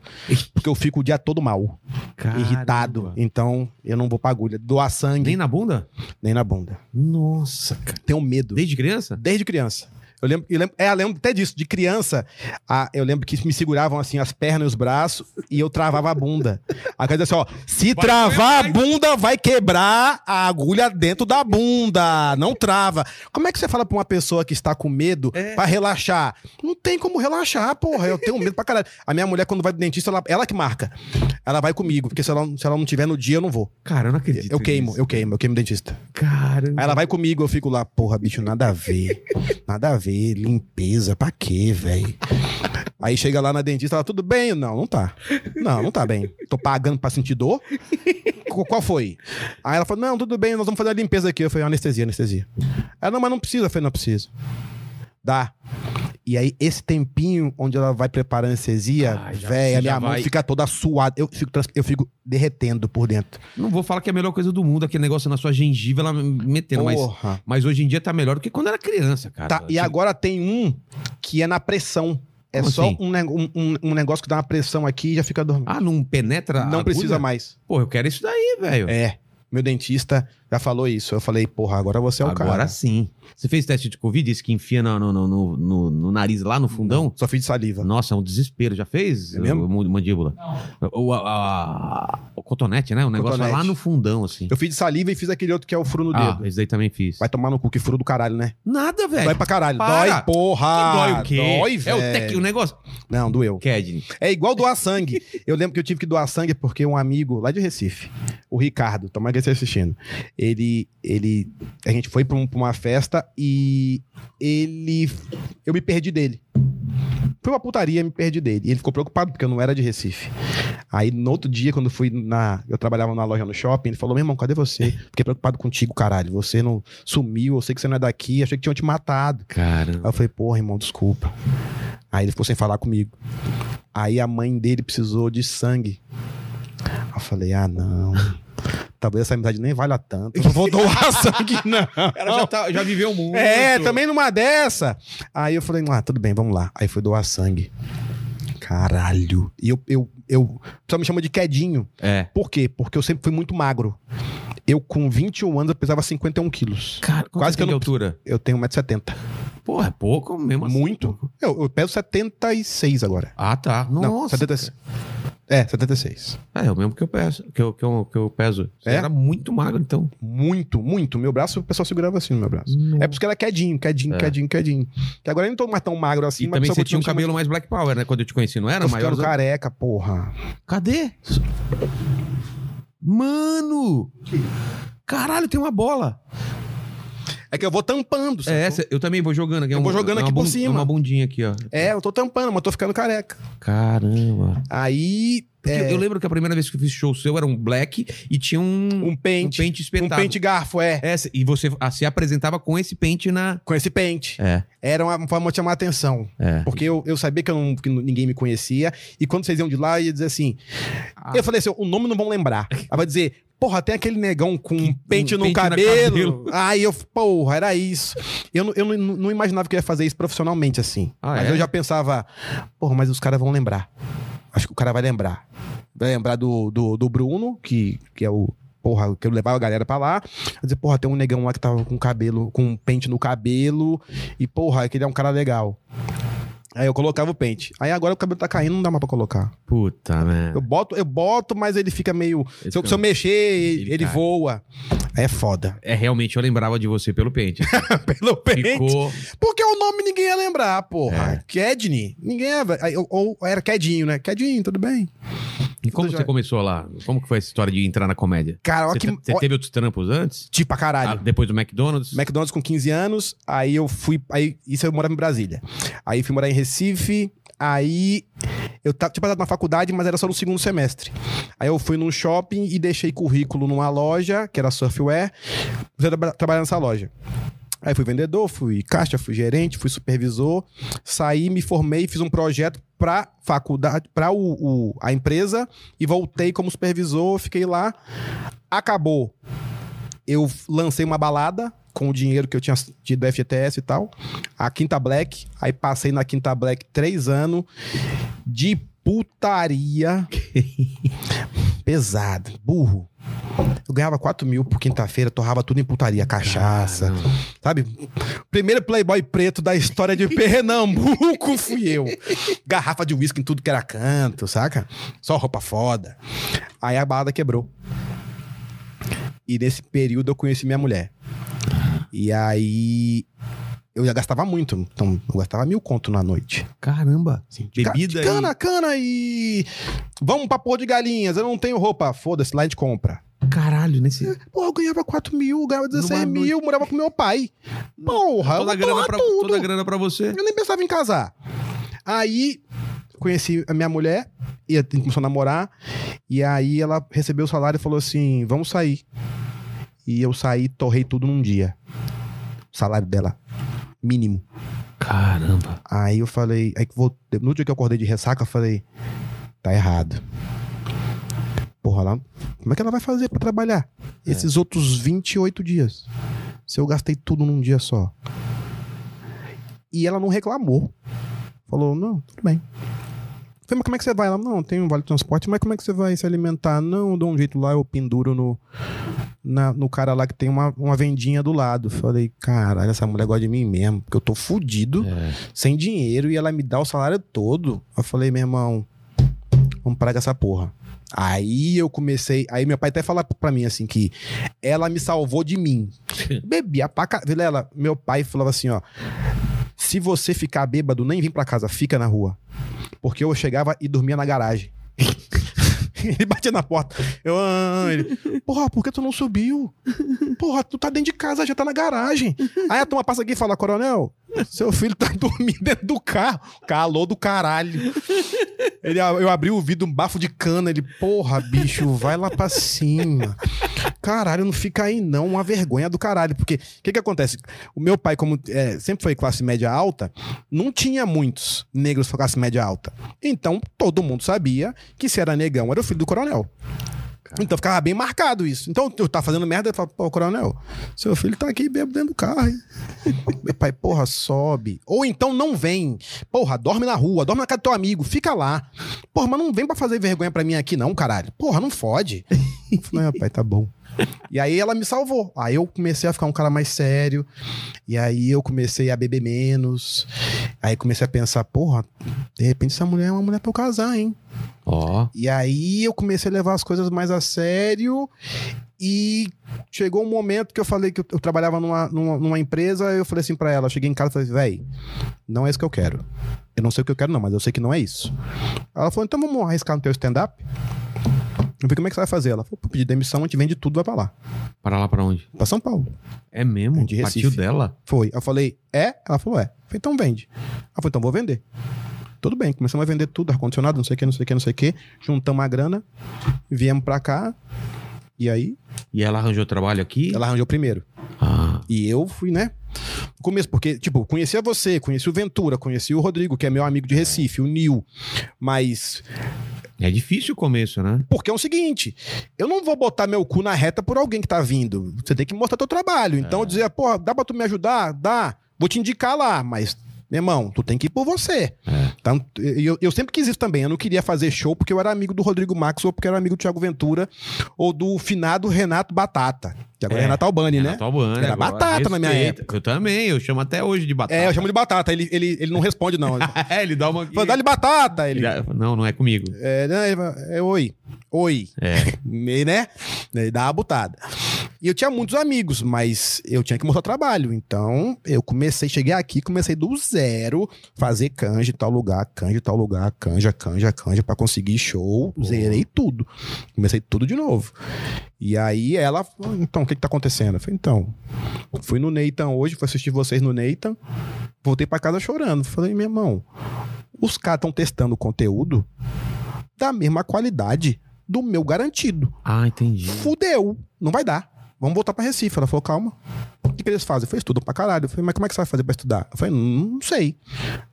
Speaker 2: Porque eu fico o dia todo mal,
Speaker 1: Caramba.
Speaker 2: irritado. Então, eu não vou pra agulha. Doar sangue,
Speaker 1: Nem
Speaker 2: nem,
Speaker 1: na bunda?
Speaker 2: na bunda.
Speaker 1: Nossa, cara.
Speaker 2: Tenho medo.
Speaker 1: Desde criança?
Speaker 2: Desde criança. Eu lembro, eu lembro, é, eu lembro até disso, de criança. a- eu lembro que me seguravam assim as pernas e os braços e eu travava a bunda. A cara dizia assim: ó, se
Speaker 1: Vai
Speaker 2: travar a
Speaker 1: quebrar,
Speaker 2: bunda, vai quebrar a agulha dentro da bunda. Não trava. Como é que você fala pra uma pessoa que está com medo
Speaker 1: É.
Speaker 2: pra relaxar? Não tem como relaxar, porra. Eu tenho medo pra caralho. A minha mulher, quando vai do dentista, ela, ela que marca. Ela vai comigo, porque se ela, se ela não tiver no dia, eu não vou.
Speaker 1: Cara, eu não acredito.
Speaker 2: eu queimo,
Speaker 1: nisso.
Speaker 2: eu queimo, eu queimo o dentista.
Speaker 1: Caramba.
Speaker 2: Aí ela vai comigo, eu fico lá, porra, bicho, nada a ver. Nada a ver, limpeza, pra quê, velho? Aí chega lá na dentista, ela, tudo bem? Eu, Não, não tá. Não, não tá bem. Tô pagando pra sentir dor? Qu- Qual foi? Aí ela falou, não, tudo bem, nós vamos fazer a limpeza aqui. Eu falei, anestesia, anestesia. Ela, não, mas não precisa. Eu falei, não precisa. Dá. E aí, esse tempinho onde ela vai preparar a anestesia,
Speaker 1: Ai, Ah, já-
Speaker 2: velho,
Speaker 1: já
Speaker 2: a minha mão
Speaker 1: vai.
Speaker 2: fica toda suada. Eu fico, trans- eu fico derretendo por dentro.
Speaker 1: Não vou falar que é a melhor coisa do mundo, aquele negócio na sua gengiva, ela me metendo, mas.
Speaker 2: Porra.
Speaker 1: Mas hoje em dia tá melhor do que quando era criança, cara.
Speaker 2: Tá, e
Speaker 1: Tinha-
Speaker 2: agora tem um que é na pressão. É
Speaker 1: Como
Speaker 2: só
Speaker 1: assim?
Speaker 2: um, nego- um- um- um negócio que dá uma pressão aqui e já fica dormindo.
Speaker 1: Ah, não penetra? a
Speaker 2: não
Speaker 1: agulha?
Speaker 2: precisa mais.
Speaker 1: Pô, eu quero isso daí, velho.
Speaker 2: É. Meu dentista já falou isso. Eu falei, porra, agora você é o
Speaker 1: agora
Speaker 2: cara.
Speaker 1: sim. Você fez teste de Covid? Disse que enfia no, no, no, no- no- no nariz lá no fundão?
Speaker 2: Só fiz de saliva.
Speaker 1: Nossa, é um desespero. Já fez?
Speaker 2: É mesmo?
Speaker 1: O mu- mandíbula. Ou a, a- o cotonete, né? O negócio
Speaker 2: Cotonete.
Speaker 1: lá no fundão, assim.
Speaker 2: Eu fiz de saliva e fiz aquele outro que é o furo no
Speaker 1: ah,
Speaker 2: dedo.
Speaker 1: esse daí também fiz.
Speaker 2: Vai tomar no cu, que furo do caralho, né?
Speaker 1: Nada, velho.
Speaker 2: Dói pra caralho.
Speaker 1: Para.
Speaker 2: Dói, porra.
Speaker 1: Que dói o quê?
Speaker 2: Ah, Dói,
Speaker 1: é
Speaker 2: velho.
Speaker 1: o, tec... o negócio.
Speaker 2: Não, doeu.
Speaker 1: Kedney.
Speaker 2: É igual doar sangue. Eu lembro que eu tive que doar sangue porque um amigo lá de Recife, o Ricardo, tomara que ele esteja assistindo, ele, ele, a gente foi pra, um- pra uma festa e ele, eu me perdi dele. Foi uma putaria, me perdi dele. E ele ficou preocupado porque eu não era de Recife. Aí no outro dia, quando eu fui na, eu trabalhava na loja no shopping, ele falou: "Meu irmão, cadê você? Fiquei preocupado contigo, caralho. Você não sumiu, eu sei que você não é daqui, achei que tinham te matado".
Speaker 1: Cara.
Speaker 2: Aí eu falei, porra, irmão, desculpa. Aí ele ficou sem falar comigo. Aí a mãe dele precisou de sangue. Aí eu falei, ah, não. Talvez essa amizade nem valha tanto. Eu não vou doar sangue, não.
Speaker 1: Ela já, tá- já viveu muito.
Speaker 2: É, também numa dessa. Aí eu falei, ah, tudo bem, vamos lá. Aí foi doar sangue. Caralho. E eu, eu, eu. O pessoal me chama de quedinho.
Speaker 1: É.
Speaker 2: Por quê? Porque eu sempre fui muito magro. Eu, com 21 anos, eu pesava 51 quilos.
Speaker 1: Cara, quanto
Speaker 2: Quase que
Speaker 1: Quase que
Speaker 2: eu
Speaker 1: de
Speaker 2: não-
Speaker 1: altura?
Speaker 2: Eu tenho 1,70m.
Speaker 1: Pô, é pouco mesmo assim.
Speaker 2: Muito. Eu, eu peso 76 agora.
Speaker 1: Ah, tá. Nossa.
Speaker 2: Não, 76. É, 76.
Speaker 1: Ah, é o mesmo que eu peso. Que eu, que eu, que eu peso. Você
Speaker 2: É?
Speaker 1: era muito magro, então.
Speaker 2: Muito, muito. Meu braço, o pessoal segurava assim no meu braço. É por isso que ela é quedinho, quedinho,
Speaker 1: Hum. É.
Speaker 2: quedinho, quedinho. Que agora eu não tô mais tão magro assim,
Speaker 1: E
Speaker 2: mas
Speaker 1: também
Speaker 2: o
Speaker 1: você
Speaker 2: pessoal
Speaker 1: tinha um
Speaker 2: continua
Speaker 1: cabelo mais black power, né? Quando eu te conheci, não
Speaker 2: me chamando-
Speaker 1: era?
Speaker 2: Tô ficando
Speaker 1: Maior. né?
Speaker 2: careca, porra.
Speaker 1: Cadê? Mano! Caralho, tem uma bola.
Speaker 2: É É que eu vou tampando.
Speaker 1: É,
Speaker 2: sacou?
Speaker 1: essa- eu também vou jogando aqui. é
Speaker 2: Eu vou jogando
Speaker 1: é
Speaker 2: aqui por
Speaker 1: bun- é
Speaker 2: cima.
Speaker 1: Uma bundinha aqui, ó.
Speaker 2: É, eu tô tampando, mas tô ficando careca.
Speaker 1: Caramba.
Speaker 2: Aí.
Speaker 1: Porque
Speaker 2: é,
Speaker 1: Eu lembro que a primeira vez que eu fiz show seu era um black e tinha um, um
Speaker 2: um pente.
Speaker 1: pente
Speaker 2: Um
Speaker 1: espetado.
Speaker 2: pente garfo, é.
Speaker 1: Essa- e você ah, se apresentava com esse pente na.
Speaker 2: Com esse pente.
Speaker 1: É,
Speaker 2: Era uma forma de chamar a atenção.
Speaker 1: é.
Speaker 2: Porque eu, eu sabia que, eu não- que ninguém me conhecia. E quando vocês iam de lá, eu ia dizer assim.
Speaker 1: Ah.
Speaker 2: Eu falei assim: o nome não vão lembrar. Aí vai dizer. Porra, tem aquele negão com um pente no
Speaker 1: pente no
Speaker 2: cabelo.
Speaker 1: cabelo.
Speaker 2: Aí eu, porra, era isso. Eu, não- eu não, não imaginava que eu ia fazer isso profissionalmente assim.
Speaker 1: Ah,
Speaker 2: mas
Speaker 1: é?
Speaker 2: eu já pensava, porra, mas os caras vão lembrar. Acho que o cara vai lembrar. Vai lembrar do, do, do Bruno, que, que é o. Porra, eu quero levar a galera pra lá. Vai dizer, porra, tem um negão lá que tava com cabelo, com um pente no cabelo. E, porra, aquele é um cara legal. Aí eu colocava o pente. Aí agora o cabelo tá caindo, não dá mais pra colocar.
Speaker 1: Puta, né?
Speaker 2: Eu boto, eu boto, mas ele fica meio. Se eu, se eu mexer, ele,
Speaker 1: Ele
Speaker 2: ele
Speaker 1: cai.
Speaker 2: voa. Aí É foda.
Speaker 1: É, realmente eu lembrava de você pelo pente.
Speaker 2: Pelo pente.
Speaker 1: Ficou.
Speaker 2: Porque o nome ninguém ia lembrar,
Speaker 1: É.
Speaker 2: porra. Kedney. Ninguém ia. aí, Ou, ou era Kedinho, né? Kedinho, tudo bem.
Speaker 1: E como você começou lá? Como que foi essa história de entrar na comédia?
Speaker 2: Cara, olha que.
Speaker 1: Você, te- você
Speaker 2: ó-
Speaker 1: teve outros trampos antes?
Speaker 2: Tipo pra
Speaker 1: Ah,
Speaker 2: caralho.
Speaker 1: depois do McDonald's?
Speaker 2: McDonald's com 15 anos, aí eu fui. Aí, isso eu morava em Brasília. Aí fui morar em Recife. Aí eu ta- tinha passado na faculdade, mas era só no segundo semestre. Aí eu fui num shopping e deixei currículo numa loja, que era Surfware. Comecei a traba- trabalhar nessa loja. Aí fui vendedor, fui caixa, fui gerente, fui supervisor, saí, me formei, fiz um projeto pra faculdade, pra o, o- a empresa e voltei como supervisor, fiquei lá. Acabou. Eu f- lancei uma balada com o dinheiro que eu tinha tido do FGTS e tal, a Quinta Black, aí passei na Quinta Black três anos de putaria pesada, burro. Eu ganhava 4 mil por quinta-feira, torrava tudo em putaria, cachaça,
Speaker 1: Ah,
Speaker 2: Sabe? Primeiro playboy preto da história de Pernambuco fui eu. Garrafa de uísque em tudo que era canto, saca? Só roupa foda. Aí a balada quebrou. E nesse período eu conheci minha mulher. E aí eu já gastava muito. Então eu gastava mil conto na noite.
Speaker 1: Caramba.
Speaker 2: De ca-
Speaker 1: Bebida
Speaker 2: de Cana, cana e... Vamos pra pôr de galinhas. Eu não tenho roupa. Foda-se, lá a gente compra.
Speaker 1: e... Caralho, nesse...
Speaker 2: Pô, eu ganhava 4 mil, ganhava 16
Speaker 1: Numa
Speaker 2: mil, morava com meu pai. Porra,
Speaker 1: toda, a
Speaker 2: eu vou
Speaker 1: grana
Speaker 2: torrar
Speaker 1: pra,
Speaker 2: tudo.
Speaker 1: toda a grana pra você.
Speaker 2: Eu nem pensava em casar. Aí conheci a minha mulher, e a gente começou a namorar, e aí ela recebeu o salário e falou assim: vamos sair. E eu saí, torrei tudo num dia. O salário dela. Mínimo.
Speaker 1: Caramba.
Speaker 2: Aí eu falei, aí que vou- no dia que eu acordei de ressaca, eu falei, tá errado. Porra, lá, como é que ela vai fazer pra trabalhar esses outros 28 dias? Se eu gastei tudo num dia só. E ela não reclamou. Falou, não, tudo bem. Falei, mas como é que você vai? Ela, não, tem um vale transporte, mas como é que você vai se alimentar? Não, eu dou um jeito lá, eu penduro no, na- no cara lá que tem uma, uma vendinha do lado. Falei, caralho, essa mulher gosta de mim mesmo, porque eu tô fudido
Speaker 1: É.
Speaker 2: sem dinheiro e ela me dá o salário todo. Eu falei, meu irmão, vamos parar com essa porra. Aí eu comecei. Aí meu pai até fala pra mim assim que ela me salvou de mim. Bebia pra caralho. Vilela, meu pai falava assim, ó. Se você ficar bêbado, nem vem pra casa, fica na rua. Porque eu chegava e dormia na garagem. ele batia na porta. Eu, ah, ele, porra, por que tu não subiu? Porra, tu tá dentro de casa, já tá na garagem. Aí a turma passa aqui e fala, coronel, seu filho tá dormindo dentro do carro. Calor do caralho. Ele, eu abri o vidro, um bafo de cana. Ele, porra, bicho, vai lá pra cima. Caralho, não fica aí não, uma vergonha do caralho. Porque o que que acontece? O meu pai, como é, sempre foi classe média alta, não tinha muitos negros com classe média alta. Então, todo mundo sabia que se era negão, era o filho do coronel. Então ficava bem marcado isso. Então eu tava fazendo merda, eu falava, pô, coronel, seu filho tá aqui bebo dentro do carro. hein?" Meu pai, porra, sobe. Ou então não vem. Porra, dorme na rua, dorme na casa do teu amigo, fica lá. Porra, mas não vem pra fazer vergonha pra mim aqui, não, caralho. Porra, não fode. Eu falei, "Ah, pai, tá bom. E aí ela me salvou. Aí eu comecei a ficar um cara mais sério. E aí eu comecei a beber menos. Aí comecei a pensar, porra, de repente essa mulher é uma mulher pra eu casar, hein?
Speaker 1: Ó.
Speaker 2: E aí eu comecei a levar as coisas mais a sério e chegou um momento que eu falei que eu, eu trabalhava numa, numa, numa empresa, eu falei assim pra ela, eu cheguei em casa e falei, véi, não é isso que eu quero. Eu não sei o que eu quero não, mas eu sei que não é isso. Ela falou, então vamos arriscar no teu stand-up? Eu falei, como é que você vai fazer? Ela falou, pô, pedir demissão, a gente vende tudo, vai pra lá.
Speaker 1: Para lá pra onde?
Speaker 2: Pra São Paulo.
Speaker 1: É mesmo?
Speaker 2: De Recife.
Speaker 1: Partiu dela?
Speaker 2: Foi. Eu falei, é? Ela falou, é. Eu falei, então vende. Ela falou, então vou vender. Tudo bem, começamos a vender tudo, ar-condicionado, não sei o que, não sei o que, não sei o que. Juntamos a grana, viemos pra cá. E aí,
Speaker 1: E ela arranjou trabalho aqui?
Speaker 2: ela arranjou primeiro.
Speaker 1: Ah,
Speaker 2: E eu fui, né? No começo, porque, tipo, conhecia você, conheci o Ventura, conheci o Rodrigo, que é meu amigo de Recife, o Nil. Mas,
Speaker 1: é difícil o começo, né?
Speaker 2: porque é o seguinte, eu não vou botar meu cu na reta por alguém que tá vindo. Você tem que mostrar teu trabalho. Então, eu
Speaker 1: É.
Speaker 2: dizia, porra, dá pra tu me ajudar? Dá. Vou te indicar lá, mas, meu irmão, tu tem que ir por você.
Speaker 1: É.
Speaker 2: Então, eu, eu sempre quis isso também. Eu não queria fazer show porque eu era amigo do Rodrigo Max, ou porque eu era amigo do Thiago Ventura, ou do finado Renato Batata. Que agora é,
Speaker 1: É,
Speaker 2: Renato Albani, né?
Speaker 1: Renato Albani,
Speaker 2: Era
Speaker 1: agora.
Speaker 2: batata na minha
Speaker 1: Respeita. Eu também, eu chamo até hoje de batata.
Speaker 2: É, eu chamo de batata. Ele, ele, ele não responde, não.
Speaker 1: é, ele dá uma...
Speaker 2: Fala, dá-lhe batata. Ele.
Speaker 1: Ele- Não, não é comigo.
Speaker 2: É, né, ele fala, é, oi. Oi.
Speaker 1: É.
Speaker 2: E, né? Ele dá uma butada. E eu tinha muitos amigos, mas eu tinha que mostrar trabalho. Então, eu comecei, cheguei aqui, comecei do zero, fazer canja em tal lugar, canja em tal lugar, canja, canja, canja, pra conseguir show. Zerei tudo. Comecei tudo de novo. E aí ela, falou, então, o que que tá acontecendo? Eu falei, então, fui no Neitan hoje, fui assistir vocês no Neitan, voltei pra casa chorando. Falei, meu irmão, os caras estão testando o conteúdo da mesma qualidade do meu garantido.
Speaker 1: Ah, entendi.
Speaker 2: Fudeu, não vai dar. Vamos voltar pra Recife. Ela falou, calma. O que, que eles fazem? Eu falei, estudam pra caralho. Eu falei, mas como é que você vai fazer pra estudar? Eu falei, não sei.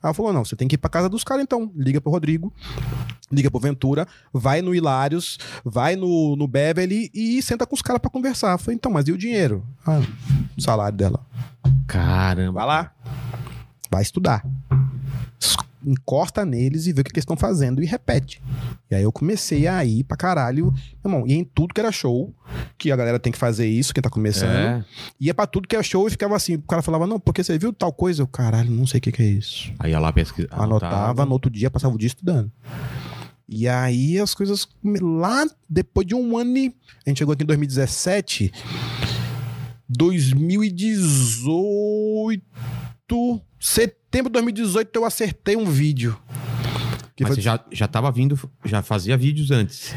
Speaker 2: Ela falou, não, você tem que ir pra casa dos caras então. Liga pro Rodrigo, liga pro Ventura, vai no Hilários, vai no, no Beverly e senta com os caras pra conversar. Eu falei, então, mas e o dinheiro? Ah, o salário dela.
Speaker 1: Caramba.
Speaker 2: Vai lá, vai estudar. Es- Encosta neles e vê o que, que eles estão fazendo e repete. E aí eu comecei a ir pra caralho, meu irmão, ia em tudo que era show, que a galera tem que fazer isso, quem tá começando.
Speaker 1: É.
Speaker 2: Ia pra tudo que era show e ficava assim, o cara falava, não, porque você viu tal coisa? Eu, caralho, não sei o que, que é isso.
Speaker 1: Aí ela pesquisa.
Speaker 2: Anotava, no outro dia passava o dia estudando. E aí as coisas, come- lá depois de um ano, e- a gente chegou aqui em 2017, 2018, setembro de 2018 eu acertei um vídeo. Que
Speaker 1: Mas
Speaker 2: fa-
Speaker 1: você já, já tava vindo, já fazia vídeos antes.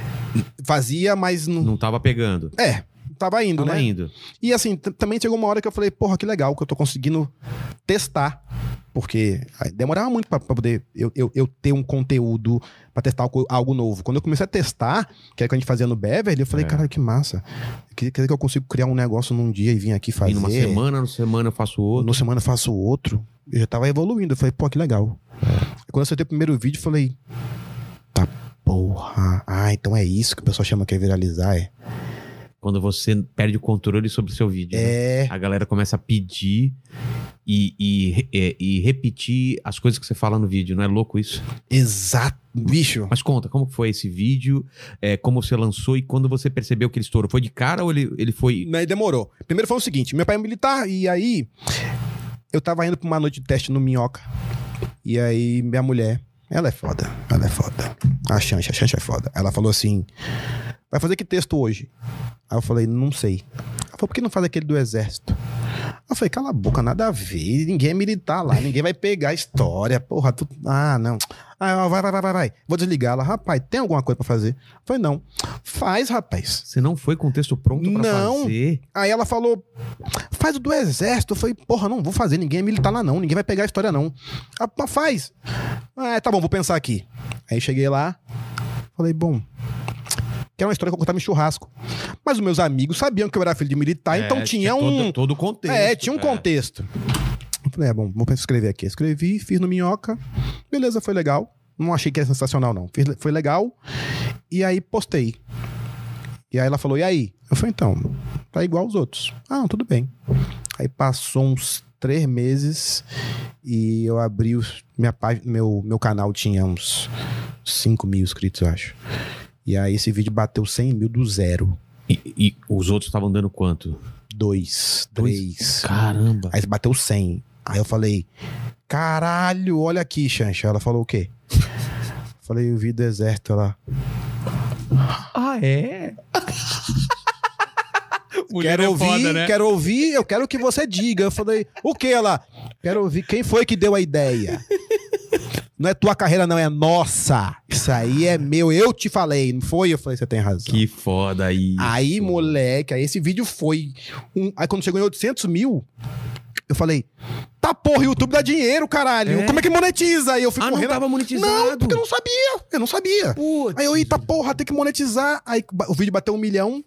Speaker 2: fazia, mas não,
Speaker 1: Não tava pegando.
Speaker 2: é, tava indo,
Speaker 1: Tava
Speaker 2: né?
Speaker 1: indo.
Speaker 2: E assim, t- também chegou uma hora que eu falei, porra, que legal que eu tô conseguindo testar. Porque aí demorava muito pra, pra poder eu, eu, eu ter um conteúdo pra testar algo, algo novo. Quando eu comecei a testar, que é o que a gente fazia no Beverly, eu falei,
Speaker 1: É.
Speaker 2: caralho, que massa. Quer quer dizer que eu consigo criar um negócio num dia e vir aqui fazer.
Speaker 1: E numa semana, no semana eu faço outro.
Speaker 2: Numa semana eu faço outro. Eu já tava evoluindo. Eu falei, pô, que legal.
Speaker 1: É.
Speaker 2: E Quando eu acertei o primeiro vídeo, eu falei, tá porra. Ah, então é isso que o pessoal chama que é viralizar, é?
Speaker 1: Quando você perde o controle sobre o seu vídeo. né?
Speaker 2: É.
Speaker 1: A galera começa a pedir e, e, re- é, e repetir as coisas que você fala no vídeo. Não é louco isso?
Speaker 2: Exato. Bicho.
Speaker 1: Mas conta, como que foi esse vídeo? É, como você lançou e quando você percebeu que ele estourou? Foi de cara ou ele, ele foi.
Speaker 2: Né, e demorou. Primeiro foi o seguinte: meu pai é militar, e aí eu tava indo pra uma noite de teste no Minhoca. E aí minha mulher, ela é foda, ela é foda. A Xancha, a Xancha é foda. Ela falou assim: vai fazer que texto hoje? Aí eu falei: não sei. Ela falou: por que não faz aquele do exército? Eu falei, cala a boca, nada a ver. Ninguém é militar lá, ninguém vai pegar a história. Porra, tu. Ah, não. Ah, vai, vai, vai, vai, vai. Vou desligar ela. Rapaz, tem alguma coisa pra fazer? Eu falei, não. Faz, rapaz.
Speaker 1: Você não foi com o texto pronto pra
Speaker 2: Não.
Speaker 1: fazer?
Speaker 2: Aí ela falou, faz o do exército. Eu falei, porra, não vou fazer, ninguém é militar lá não, ninguém vai pegar a história não. Ah, pá, faz. Ah, tá bom, vou pensar aqui. Aí cheguei lá, falei, bom, que era uma história que eu contava em churrasco. Mas os meus amigos sabiam que eu era filho de militar, então
Speaker 1: É,
Speaker 2: tinha
Speaker 1: todo-
Speaker 2: um...
Speaker 1: Todo o contexto.
Speaker 2: é, tinha um contexto. Eu falei, é, bom, vou escrever aqui. Escrevi, fiz no Minhoca, beleza, foi legal. Não achei que era sensacional não, Fiz- foi legal. E aí postei. E aí ela falou, e aí? Eu falei, então, tá igual aos outros. Ah, tudo bem. Aí passou uns três meses e eu abri os, minha página, meu, meu canal tinha uns 5 mil inscritos, eu acho. E aí esse vídeo bateu 100 mil do zero.
Speaker 1: E, e os outros estavam dando quanto?
Speaker 2: Dois,
Speaker 1: Dois?
Speaker 2: três.
Speaker 1: Caramba.
Speaker 2: Aí bateu 100. Aí eu falei, caralho, olha aqui, Xancha. Ela falou o quê? falei, eu vi do exército. Ela,
Speaker 1: Ah, é? Mulher
Speaker 2: quero
Speaker 1: é
Speaker 2: ouvir,
Speaker 1: foda, né?
Speaker 2: quero ouvir, eu quero que você diga. Eu falei, o que ela? Quero ouvir quem foi que deu a ideia. Não é tua carreira, não, é nossa. Isso aí é meu. Eu te falei, não foi? Eu falei, você tem razão.
Speaker 1: Que foda isso.
Speaker 2: Aí, moleque, aí esse vídeo foi. um- Aí quando chegou em 800 mil, eu falei, tá porra, o YouTube dá dinheiro, caralho.
Speaker 1: É?
Speaker 2: Como é que monetiza? Aí eu fui
Speaker 1: Ah, não
Speaker 2: correndo.
Speaker 1: tava monetizado.
Speaker 2: Não, porque eu não sabia. Eu não sabia.
Speaker 1: Putz.
Speaker 2: Aí eu, eita porra, tem que monetizar. Aí ba- o vídeo bateu um milhão.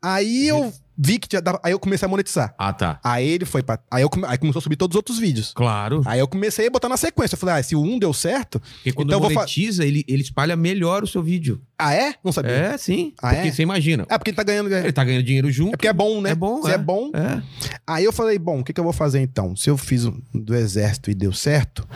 Speaker 2: Aí eu vi que tinha. dava- Aí eu comecei a monetizar.
Speaker 1: Ah, tá.
Speaker 2: Aí ele foi pra. Aí, eu come- aí começou a subir todos os outros vídeos.
Speaker 1: Claro.
Speaker 2: Aí eu comecei a botar na sequência. Eu falei, ah, se o um deu certo.
Speaker 1: Porque quando
Speaker 2: Então eu vou fa-
Speaker 1: monetiza, ele, ele espalha melhor o seu vídeo.
Speaker 2: Ah, é? Não sabia. É,
Speaker 1: É, sim.
Speaker 2: Ah,
Speaker 1: porque
Speaker 2: é?
Speaker 1: você imagina.
Speaker 2: porque ele tá ganhando. É
Speaker 1: Ele tá ganhando dinheiro
Speaker 2: é
Speaker 1: junto.
Speaker 2: porque é bom, né?
Speaker 1: É bom,
Speaker 2: Se é bom,
Speaker 1: É.
Speaker 2: Aí eu falei, bom, o que, que eu vou fazer então? Se eu fiz um do exército e deu certo,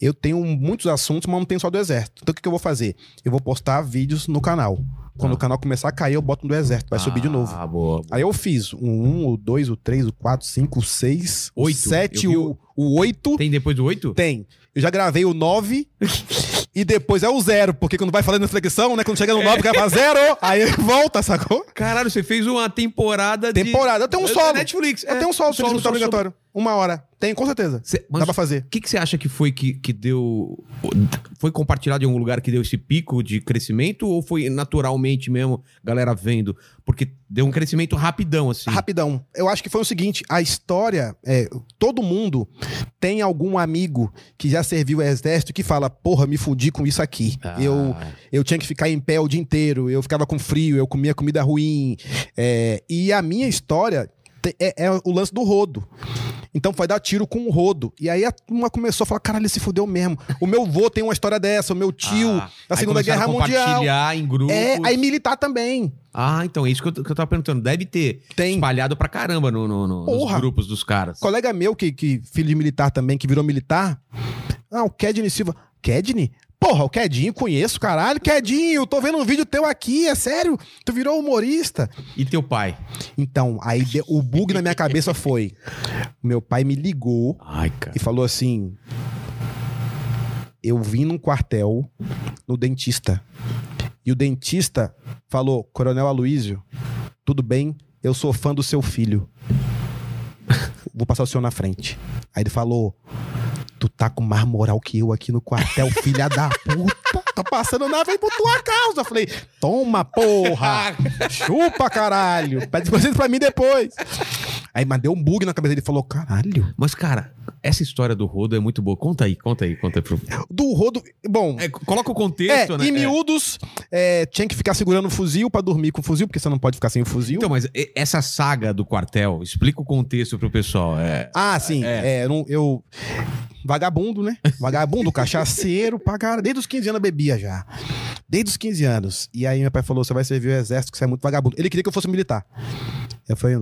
Speaker 2: eu tenho muitos assuntos, mas não tenho só do exército. Então o que, que eu vou fazer? Eu vou postar vídeos no canal. Quando
Speaker 1: Tá.
Speaker 2: o canal começar a cair, eu boto um do exército, vai subir de novo.
Speaker 1: Ah, boa.
Speaker 2: Aí eu fiz o 1, o 2, o 3, o 4, 5, o 6, o
Speaker 1: Oito.
Speaker 2: 7,
Speaker 1: Eu vi
Speaker 2: o, o 8. Tem.
Speaker 1: Tem depois do oito?
Speaker 2: Eu já gravei o 9 e depois é o 0, porque quando vai falando na flexão, né? Quando chega no 9, grava 0, aí volta, sacou?
Speaker 1: Caralho, você fez uma temporada de...
Speaker 2: Temporada. Eu tenho um
Speaker 1: Da
Speaker 2: solo.
Speaker 1: Netflix. é.
Speaker 2: Eu tenho um solo, solo,
Speaker 1: solo
Speaker 2: solo
Speaker 1: só
Speaker 2: obrigatório. Uma hora. Tem, com certeza.
Speaker 1: Cê-
Speaker 2: Dá
Speaker 1: mas
Speaker 2: pra fazer.
Speaker 1: o que, que você acha que foi que, que deu... Foi compartilhado em algum lugar que deu esse pico de crescimento? Ou foi naturalmente mesmo, galera vendo? Porque deu um crescimento rapidão, assim.
Speaker 2: Rapidão. Eu acho que foi o seguinte: a história. É, todo mundo tem algum amigo que já serviu o exército que fala, porra, me fudi com isso aqui.
Speaker 1: Ah,
Speaker 2: Eu, eu tinha que ficar em pé o dia inteiro, eu ficava com frio, eu comia comida ruim. É, e a minha história te- é, é o lance do rodo. Então foi dar tiro com o rodo. E aí a turma começou a falar: caralho, ele se fudeu mesmo. O meu vô tem uma história dessa, o meu tio,
Speaker 1: Ah,
Speaker 2: da
Speaker 1: aí
Speaker 2: Segunda
Speaker 1: começaram a
Speaker 2: Guerra Mundial.
Speaker 1: compartilhar em grupos.
Speaker 2: É, aí militar também.
Speaker 1: Ah, então é isso que eu, t- que eu tava perguntando. Deve ter
Speaker 2: Tem.
Speaker 1: espalhado pra caramba no, no- no- nos
Speaker 2: Porra.
Speaker 1: grupos dos caras.
Speaker 2: Colega meu, que, que filho de militar também, que virou militar. Ah, o Kedney Silva. Kedney? Porra, o Kedinho, conheço, caralho. Kedinho, tô vendo um vídeo teu aqui, é sério? Tu virou humorista.
Speaker 1: E teu pai?
Speaker 2: Então, aí deu- o bug na minha cabeça foi. Meu pai me ligou
Speaker 1: Ai, cara.
Speaker 2: e falou assim: Eu vim num quartel no dentista. E o dentista falou: Coronel Aloísio, tudo bem, eu sou fã do seu filho. Vou passar o senhor na frente. Aí ele falou: Tu tá com mais moral que eu aqui no quartel, filha da puta. Tô passando na frente por tua causa. Eu falei: Toma, porra! Chupa, caralho! Pede vocês pra mim depois. Aí, mas deu um bug na cabeça dele. Ele falou: Caralho.
Speaker 1: Mas, cara, essa história do Rodo é muito boa. Conta aí, conta aí, conta aí. Pro...
Speaker 2: do rodo. Bom, é,
Speaker 1: É, coloca o contexto, né?
Speaker 2: em
Speaker 1: É.
Speaker 2: miúdos, é, tinha que ficar segurando o fuzil pra dormir com o fuzil, porque você não pode ficar sem o fuzil.
Speaker 1: Então, mas e- essa saga do quartel, explica o contexto pro pessoal. É,
Speaker 2: ah, sim. É, não- eu. Vagabundo, né? Vagabundo, cachaceiro, pra cara. Desde os 15 anos eu bebia já. Desde os 15 anos. E aí meu pai falou: você vai servir o exército, que você é muito vagabundo. Ele queria que eu fosse militar. Eu falei,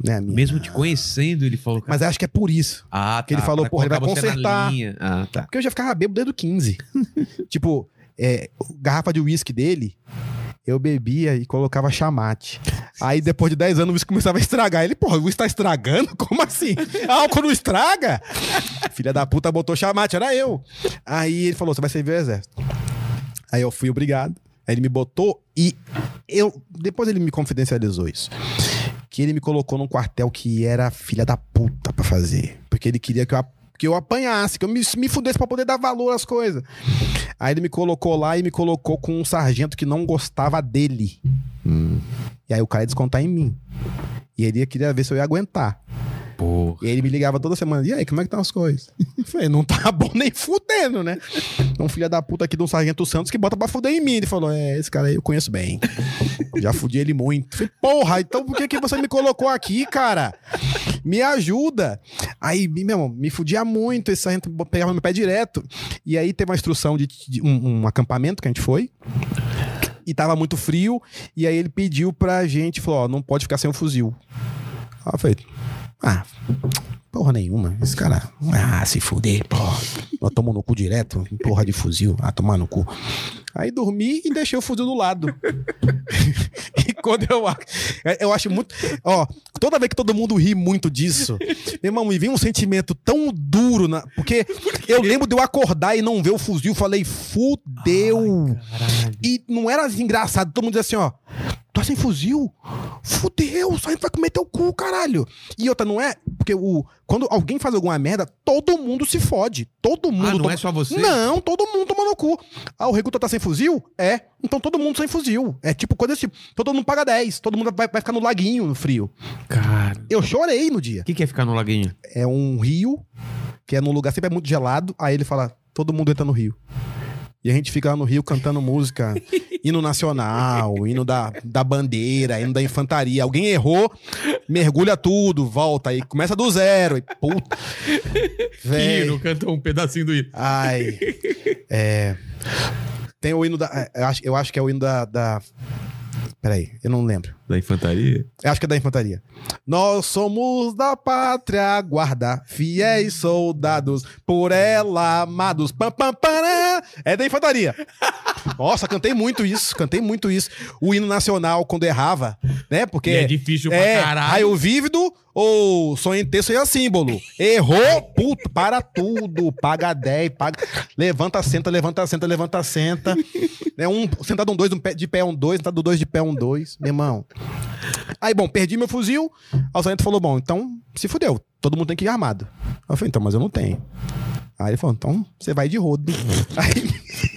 Speaker 2: né, a minha.
Speaker 1: mesmo te conhecendo, ele falou. cara,
Speaker 2: Mas acho que é por isso.
Speaker 1: ah,
Speaker 2: que ele falou,
Speaker 1: pra
Speaker 2: porra, ele vai
Speaker 1: colocar você na
Speaker 2: consertar.
Speaker 1: linha. Ah, tá.
Speaker 2: Porque eu já ficava bêbado desde o 15. tipo, é, garrafa de uísque dele, eu bebia e colocava chamate. Aí depois de 10 anos o uísque começava a estragar. Ele, porra, o uísque tá estragando? Como assim? Álcool não estraga? Filha da puta botou chamate, era eu. Aí ele falou, você vai servir o exército. Aí eu fui, obrigado. Aí ele me botou e eu... Depois ele me confidencializou isso. Que ele me colocou num quartel que era filha da puta pra fazer. Porque ele queria que eu, a- que eu apanhasse, que eu me, me fudesse pra poder dar valor às coisas. Aí ele me colocou lá e me colocou com um sargento que não gostava dele. E aí o cara ia descontar em mim. E ele queria ver se eu ia aguentar.
Speaker 1: Porra.
Speaker 2: E aí ele me ligava toda semana. E aí, como é que estão as coisas? Eu falei, não tá bom nem fudendo, né? Um filho da puta aqui do Sargento Santos que bota pra fuder em mim. Ele falou, é, esse cara aí eu conheço bem. Já fudi ele muito. Eu Falei, porra, então por que, que você me colocou aqui, cara? Me ajuda. Aí, meu irmão, me fudia muito. Esse sargento pegava meu pé direto. E aí teve uma instrução de, de um, um acampamento que a gente foi. E tava muito frio. E aí ele pediu pra gente, falou, ó, não pode ficar sem o fuzil. Aí eu falei, ah, porra nenhuma. Esse cara, ah, se fuder, porra. Nós tomamos no cu direto, porra de fuzil, ah, tomar no cu. Aí dormi e deixei o fuzil do lado. e quando eu. a- Eu acho muito. Ó, toda vez que todo mundo ri muito disso, meu irmão, me vem um sentimento tão duro. Na, porque eu lembro de eu acordar e não ver o fuzil, falei, fudeu.
Speaker 1: Caralho.
Speaker 2: E não era assim engraçado, todo mundo dizia assim, ó. Tá sem fuzil? fudeu, só vai comer teu cu, caralho. E outra, não é. Porque o, quando alguém faz alguma merda, todo mundo se fode. Todo mundo.
Speaker 1: Ah, não
Speaker 2: toma-
Speaker 1: é só você?
Speaker 2: Não, todo mundo toma no cu. Ah, o recruta tá sem fuzil? É. Então todo mundo sem fuzil. É tipo coisa desse tipo. Todo mundo paga 10. Todo mundo vai, vai ficar no laguinho, no frio.
Speaker 1: Cara.
Speaker 2: Eu chorei no dia.
Speaker 1: O que, que é ficar no laguinho?
Speaker 2: É um rio, que é num lugar sempre é muito gelado. Aí ele fala, todo mundo entra no rio. E a gente fica lá no rio cantando música, hino nacional, hino da, da bandeira, hino da infantaria. Alguém errou, mergulha tudo, volta aí, começa do zero. E puta. Véi.
Speaker 1: Hino, cantou um pedacinho do hino.
Speaker 2: Ai. É. Tem o hino da. é, Eu acho, eu acho que é o hino da. da... Peraí, eu não lembro.
Speaker 1: Da infantaria?
Speaker 2: Eu acho que é da infantaria. Nós somos da pátria guarda, fiéis soldados, por ela amados. Pam, pam, pará. É da infantaria. Nossa, cantei muito isso, cantei muito isso. O hino nacional, quando errava, né? Porque.
Speaker 1: Que é difícil
Speaker 2: É,
Speaker 1: pra caralho.
Speaker 2: raio vívido ou sonho intenso e é símbolo. Errou, puto, para tudo, paga 10, paga. Levanta, senta, levanta, senta, levanta, senta. É um, sentado um dois, um pé, de pé um dois, sentado dois de pé um dois, meu irmão. Aí, bom, perdi meu fuzil. Aí o sargento falou: bom, então se fudeu, todo mundo tem que ir armado. Eu falei, então, mas eu não tenho. Aí ele falou, então você vai de rodo. Aí...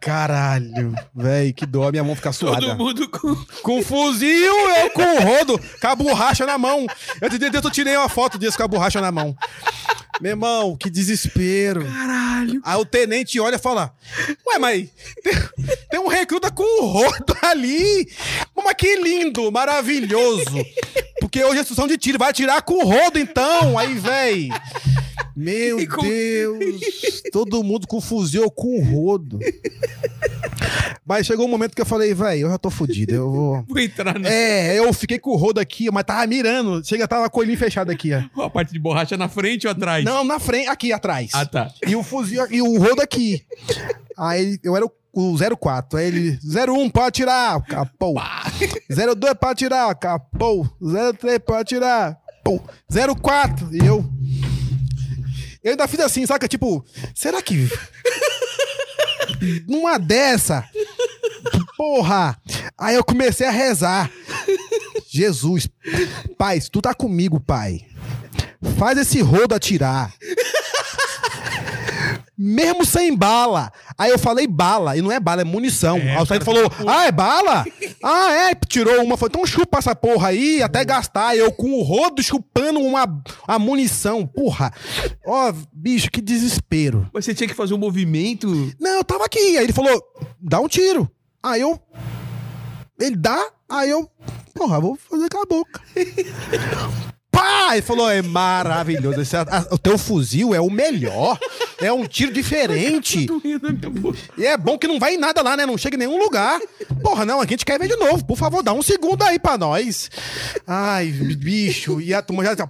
Speaker 2: Caralho, velho, que dó, minha mão fica suada.
Speaker 1: Todo mundo com.
Speaker 2: Com fuzil, eu com o rodo, com a borracha na mão. Eu, te- eu tirei uma foto disso com a borracha na mão. Meu irmão, que desespero.
Speaker 1: Caralho.
Speaker 2: Aí o tenente olha e fala: Ué, mas tem, tem um recruta com o rodo ali. Mas que lindo, maravilhoso. Porque hoje é instrução de tiro, vai atirar com o rodo então. Aí, véi. Meu
Speaker 1: E com-
Speaker 2: Deus, todo mundo com fuzil ou com rodo. Mas chegou um momento que eu falei, véi, eu já tô fudido, eu vou.
Speaker 1: Vou entrar na
Speaker 2: É, eu fiquei com o rodo aqui, mas tava mirando. Chega, tava com o olhinho fechado aqui, ó.
Speaker 1: a parte de borracha na frente ou atrás?
Speaker 2: Não, na frente, aqui atrás.
Speaker 1: Ah, tá.
Speaker 2: E o fuzil e o rodo aqui. Aí eu era o, o 04. Aí ele, 01 pode atirar, capou. 02 pode atirar, capou. 03 pode atirar, pô. 04. E eu. Eu ainda fiz assim, saca? Tipo, será que. Numa dessa. Porra! Aí eu comecei a rezar. Jesus, pai, se tu tá comigo, pai. Faz esse rodo atirar mesmo sem bala. Aí eu falei bala, e não é bala, é munição. aí o Said falou, ah, é bala? ah, é, tirou uma, foi, então chupa essa porra aí até gastar. Eu com o rodo chupando uma, a munição, porra. Ó, bicho, que desespero.
Speaker 1: Mas você tinha que fazer um movimento.
Speaker 2: Não, eu tava aqui. Aí ele falou, dá um tiro. Aí eu. Ele dá, aí eu. Porra, vou fazer com a boca. Pá! Ele falou, é maravilhoso. Esse- a- o teu fuzil é o melhor. É um tiro diferente. E é bom que não vai em nada lá, né? Não chega em nenhum lugar. Porra, não, a gente quer ver de novo. Por favor, dá um segundo aí pra nós. Ai, bicho. E a turma já tá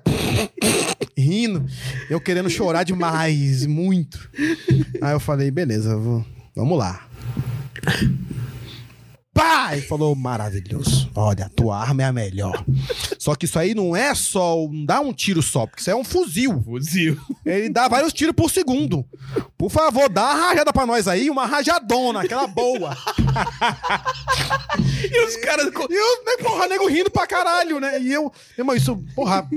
Speaker 2: rindo. Eu querendo chorar demais, muito. Aí eu falei, beleza, vou- vamos lá. Pai! Falou, maravilhoso. Olha, a tua arma é a melhor. Só que isso aí não é só. Não dá um tiro só, porque isso aí é um fuzil.
Speaker 1: Fuzil.
Speaker 2: Ele dá vários tiros por segundo. Por favor, dá uma rajada pra nós aí, uma rajadona, aquela boa.
Speaker 1: E os caras.
Speaker 2: E eu, né, porra, nego rindo pra caralho, né? E eu, meu irmão, isso, porra.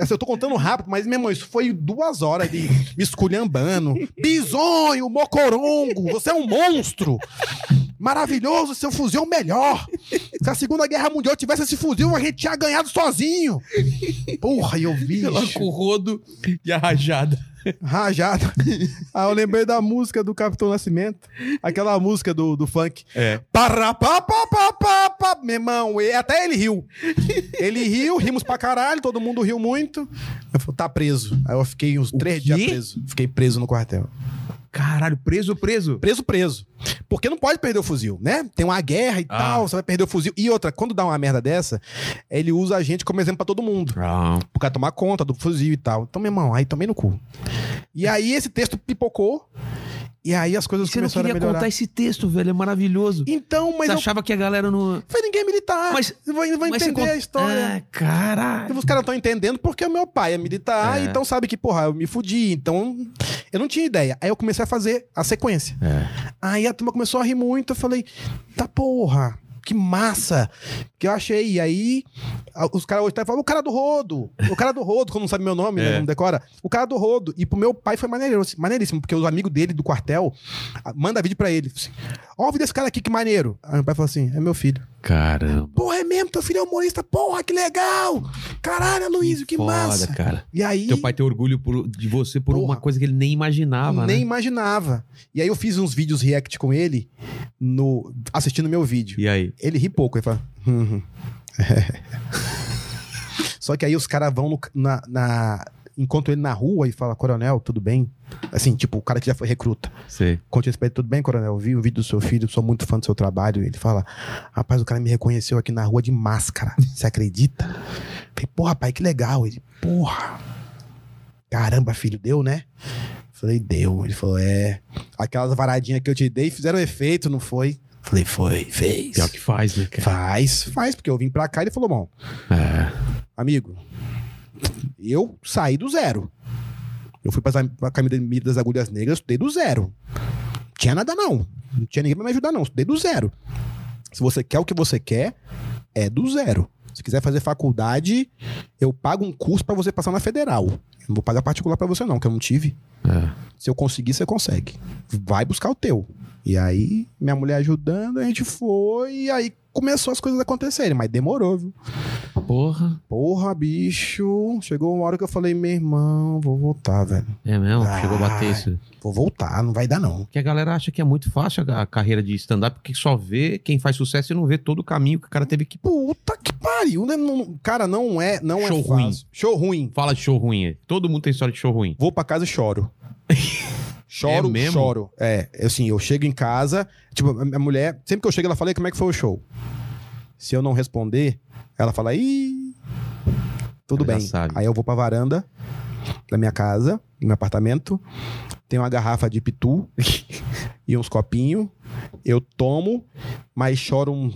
Speaker 2: assim, eu tô contando rápido, mas, meu irmão, isso foi duas horas de me esculhambando. Bisonho, mocorongo, você é um monstro. Maravilhoso, seu fuzil é o melhor. Se a Segunda Guerra Mundial tivesse esse fuzil, a gente tinha ganhado sozinho. Porra, e eu vi.
Speaker 1: Ela com o rodo e a rajada.
Speaker 2: Rajada. Aí Ah, eu lembrei da música do Capitão Nascimento. Aquela música do, do funk.
Speaker 1: É.
Speaker 2: Pará, pá, pá, pá, pá, pá. Meu irmão, e- até ele riu. Ele riu, rimos pra caralho, todo mundo riu muito. Eu falei, tá preso. Aí eu fiquei uns três
Speaker 1: quê?
Speaker 2: dias preso. Fiquei preso no quartel.
Speaker 1: Caralho, preso, preso.
Speaker 2: Preso, preso. Porque não pode perder o fuzil, né? Tem uma guerra e
Speaker 1: Ah.
Speaker 2: tal, você vai perder o fuzil. E outra, quando dá uma merda dessa, ele usa a gente como exemplo pra todo mundo
Speaker 1: Ah.
Speaker 2: pro cara tomar conta do fuzil e tal. Então, meu irmão, aí tomei no cu. E aí esse texto pipocou, e aí as coisas
Speaker 1: Você não
Speaker 2: começaram a
Speaker 1: queria
Speaker 2: melhorar.
Speaker 1: contar esse texto, velho. É maravilhoso.
Speaker 2: Então, mas
Speaker 1: você
Speaker 2: eu...
Speaker 1: achava que a galera não.
Speaker 2: foi ninguém é militar.
Speaker 1: Mas-
Speaker 2: Mas vai, vai
Speaker 1: Mas você
Speaker 2: entender
Speaker 1: cont-
Speaker 2: a história.
Speaker 1: Ah, caralho.
Speaker 2: Os caras estão entendendo porque o meu pai é militar,
Speaker 1: É.
Speaker 2: então sabe que, porra, eu me fudi. Então, eu não tinha ideia. Aí eu
Speaker 1: É.
Speaker 2: comecei a fazer a sequência. Aí a turma começou a rir muito. Eu falei, tá porra. que massa! Que eu achei. E aí, a- os caras hoje tá falando, o cara do rodo, o cara do rodo, como não sabe meu nome,
Speaker 1: É.
Speaker 2: né, não decora. O cara do rodo. E pro meu pai foi maneiríssimo, maneiríssimo porque os amigos dele do quartel ah, manda vídeo pra ele. Assim, Ó, o vídeo desse cara aqui, que maneiro. Aí meu pai falou assim: é meu filho.
Speaker 1: Caramba.
Speaker 2: Porra, é mesmo? Teu filho é humorista? Porra, que legal! Caralho, Luísio, que,
Speaker 1: foda,
Speaker 2: massa!
Speaker 1: cara.
Speaker 2: E aí.
Speaker 1: Teu pai tem orgulho por- de você por
Speaker 2: Porra.
Speaker 1: uma coisa que ele nem imaginava,
Speaker 2: nem
Speaker 1: né?
Speaker 2: imaginava. E aí eu fiz uns vídeos react com ele no assistindo meu vídeo.
Speaker 1: E aí?
Speaker 2: Ele ri pouco, ele fala. "Hum, hum." Só que aí os caras vão no- na, na- Encontram ele na rua e fala, coronel, tudo bem? Assim, tipo, o cara que já foi recruta.
Speaker 1: Sei.
Speaker 2: Com todo respeito, tudo bem, coronel? Vi o vídeo do seu filho, sou muito fã do seu trabalho. Ele fala, rapaz, o cara me reconheceu aqui na rua de máscara. Você acredita? Falei, porra, pai, que legal. Ele, porra. Caramba, filho, deu, né? Falei, deu. Ele falou, é. Aquelas varadinhas que eu te dei fizeram efeito, não foi? Falei, foi, fez.
Speaker 1: Pior que faz, né, cara?
Speaker 2: Faz, faz, porque eu vim pra cá e ele falou, bom,
Speaker 1: É.
Speaker 2: amigo, eu saí do zero. Eu fui pra za- pra Academia das Agulhas Negras, estudei do zero. Tinha nada não. Não tinha ninguém pra me ajudar não, estudei do zero. Se você quer o que você quer, é do zero. Se quiser fazer faculdade, eu pago um curso pra você passar na federal. Eu não vou pagar particular pra você não, que eu não tive.
Speaker 1: é.
Speaker 2: Se eu conseguir, você consegue. Vai buscar o teu. E aí, minha mulher ajudando, a gente foi, e aí começou as coisas acontecerem, mas demorou, viu?
Speaker 1: Porra.
Speaker 2: Porra, bicho. Chegou uma hora que eu falei, meu irmão, vou voltar, velho.
Speaker 1: É mesmo?
Speaker 2: Ah.
Speaker 1: Chegou a bater isso.
Speaker 2: Vou voltar, não vai dar, não.
Speaker 1: Porque a galera acha que é muito fácil a a carreira de stand-up, porque só vê quem faz sucesso e não vê todo o caminho que o cara teve que.
Speaker 2: Puta que pariu, né? Não- cara, não é. Não
Speaker 1: Show
Speaker 2: é
Speaker 1: ruim.
Speaker 2: fácil. Show ruim.
Speaker 1: Fala de show ruim. aí. Todo mundo tem história de show ruim.
Speaker 2: Vou pra casa e choro. choro,
Speaker 1: É mesmo?
Speaker 2: choro. É, assim, eu chego em casa, tipo, a minha mulher, sempre que eu chego, ela fala, "E aí, como é que foi o show? Se eu não responder, ela fala, ih, tudo
Speaker 1: Ela já
Speaker 2: bem.
Speaker 1: sabe.
Speaker 2: Aí eu vou pra varanda da minha casa, do meu apartamento, tem uma garrafa de pitu e uns copinhos, eu tomo, mas choro um-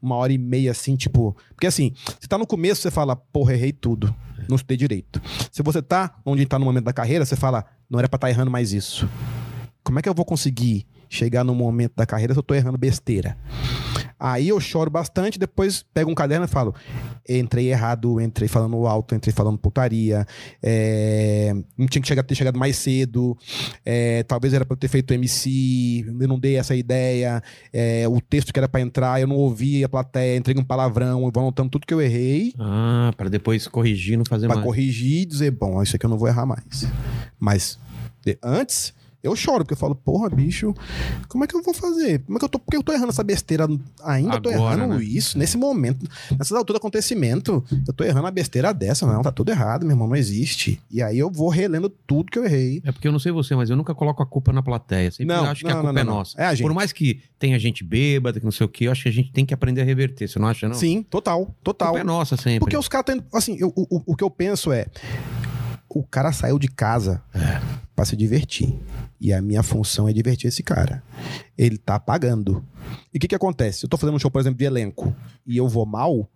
Speaker 2: uma hora e meia, assim, tipo... Porque assim, você tá no começo, você fala, porra, errei tudo, não estudei direito. Se você tá onde tá no momento da carreira, você fala, não era pra tá errando mais isso. Como é que eu vou conseguir chegar no momento da carreira se eu tô errando besteira? Aí eu choro bastante, depois pego um caderno e falo, entrei errado, entrei falando alto, entrei falando putaria, é, não tinha que chegar, ter chegado mais cedo, é, talvez era pra eu ter feito MC, eu não dei essa ideia, é, o texto que era pra entrar, eu não ouvi a plateia, entrei um palavrão, eu vou anotando tudo que eu errei,
Speaker 1: Ah, pra depois corrigir, não fazer
Speaker 2: Pra
Speaker 1: mais.
Speaker 2: corrigir e dizer, bom, isso aqui eu não vou errar mais. Mas de- antes, eu choro, porque eu falo, porra, bicho, como é que eu vou fazer? Como é que eu tô, por que eu tô errando essa besteira ainda? eu tô
Speaker 1: Agora,
Speaker 2: errando
Speaker 1: né?
Speaker 2: isso, nesse momento, nessas alturas do acontecimento, eu tô errando a besteira dessa, não, tá tudo errado, meu irmão, não existe. E aí eu vou relendo tudo que eu errei.
Speaker 1: É porque eu não sei você, mas eu nunca coloco a culpa na plateia. Sempre
Speaker 2: Não,
Speaker 1: acho que
Speaker 2: não,
Speaker 1: a culpa
Speaker 2: não,
Speaker 1: é
Speaker 2: não, não.
Speaker 1: nossa.
Speaker 2: É a gente.
Speaker 1: Por mais que tenha gente bêbada, que não sei o quê, eu acho que a gente tem que aprender a reverter. Você não acha, não?
Speaker 2: Sim, total,
Speaker 1: A
Speaker 2: total.
Speaker 1: culpa é nossa sempre.
Speaker 2: Porque os caras têm. Assim, eu- o, o- o que eu penso é. O cara saiu de casa
Speaker 1: É.
Speaker 2: pra se divertir. E a minha função é divertir esse cara. Ele tá pagando. E o que que acontece? Eu tô fazendo um show, por exemplo, de elenco. E eu vou mal.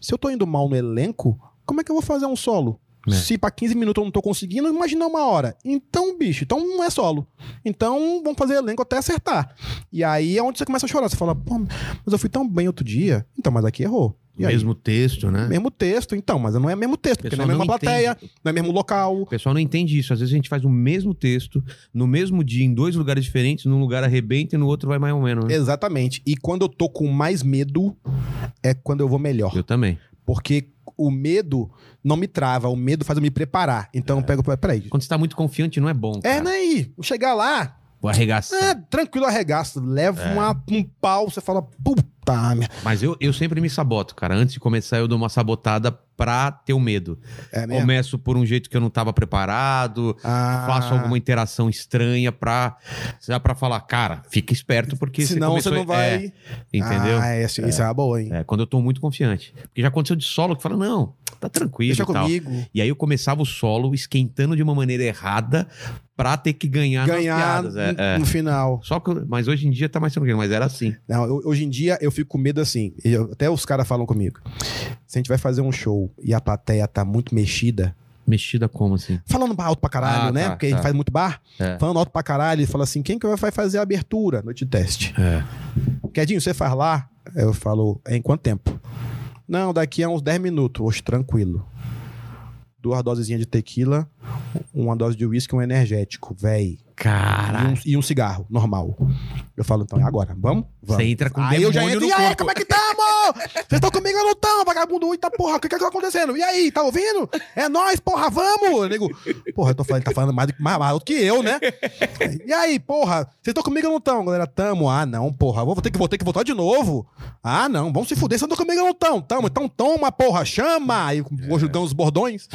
Speaker 2: Se eu tô indo mal no elenco, como é que eu vou fazer um solo?
Speaker 1: É.
Speaker 2: Se pra 15 minutos eu não tô conseguindo, imagina uma hora. Então, bicho, então não é solo. Então, vamos fazer elenco até acertar. E aí é onde você começa a chorar. Você fala, pô, mas eu fui tão bem outro dia. Então, mas aqui errou. E aí?
Speaker 1: Mesmo texto, né?
Speaker 2: Mesmo texto, então, mas não é mesmo texto, porque não é a mesma plateia,
Speaker 1: entende. Hum.
Speaker 2: não é mesmo local.
Speaker 1: O pessoal não entende isso. Às vezes a gente faz o mesmo texto, no mesmo dia, em dois lugares diferentes, num lugar arrebenta e no outro vai mais ou menos. né?
Speaker 2: Exatamente. E quando eu tô com mais medo, é quando eu vou melhor.
Speaker 1: Eu também.
Speaker 2: Porque o medo não me trava, o medo faz eu me preparar. Então eu pego. Peraí.
Speaker 1: Quando você tá muito confiante, não é bom.
Speaker 2: É,
Speaker 1: cara.
Speaker 2: né? aí? Chegar lá,
Speaker 1: Vou arregaçar.
Speaker 2: é, tranquilo, arregaço. Leva
Speaker 1: É.
Speaker 2: uma- um pau, você fala, puta minha.
Speaker 1: Mas eu, eu sempre me saboto, cara. Antes de começar, eu dou uma sabotada pra ter o medo.
Speaker 2: É mesmo?
Speaker 1: Começo por um jeito que eu não tava preparado,
Speaker 2: Ah,
Speaker 1: faço alguma interação estranha pra, já pra falar, cara, fica esperto porque
Speaker 2: Senão você,
Speaker 1: começou-
Speaker 2: não
Speaker 1: É,
Speaker 2: vai.
Speaker 1: entendeu?
Speaker 2: Ah, é, isso isso é uma boa, hein?
Speaker 1: É, quando eu tô muito confiante. Porque já aconteceu de solo que fala, não, tá tranquilo
Speaker 2: Deixa
Speaker 1: e tal. É,
Speaker 2: comigo.
Speaker 1: E aí eu começava o solo esquentando de uma maneira errada pra ter que ganhar,
Speaker 2: Ganhar
Speaker 1: nas piadas. É,
Speaker 2: no-
Speaker 1: é.
Speaker 2: no final.
Speaker 1: Só que, eu- mas hoje em dia tá mais tranquilo, mas era assim.
Speaker 2: Não, eu- hoje em dia eu fico com medo assim. eu- até os caras falam comigo. Se a gente vai fazer um show e a plateia tá muito mexida,
Speaker 1: Mexida como assim?
Speaker 2: falando alto pra caralho,
Speaker 1: Ah,
Speaker 2: né?
Speaker 1: tá,
Speaker 2: Porque a
Speaker 1: tá.
Speaker 2: gente faz muito bar,
Speaker 1: É.
Speaker 2: falando alto pra caralho, e fala assim: quem que vai fazer a abertura? Noite de teste.
Speaker 1: É.
Speaker 2: Quedinho, você faz lá? Aí eu falo, "É, em quanto tempo? Não, daqui a uns 10 minutos. Oxe, tranquilo. Duas dosezinhas de tequila, uma dose de uísque e um energético, véi.
Speaker 1: Caralho.
Speaker 2: E um, e um cigarro, normal. Eu falo, então, é agora? Vamos? Vamos.
Speaker 1: Você entra com
Speaker 2: aí eu já
Speaker 1: demônio
Speaker 2: entro,
Speaker 1: no
Speaker 2: e aí,
Speaker 1: corpo.
Speaker 2: como é que tamo? Vocês estão comigo ou não tão, vagabundo? Eita porra, o que que tá acontecendo? E aí, tá ouvindo? É nóis, porra, vamos! Eu digo, porra, eu tô falando, ele tá falando mais do que, mais, mais do que eu, né? E aí, porra, vocês estão comigo ou não tão, galera? Tamo, ah não, porra, vou ter que, vou ter que voltar de novo. Ah não, vamos se fuder, vocês não estão comigo ou não tão? Tamo, então toma, porra, chama! Aí hoje dão os bordões.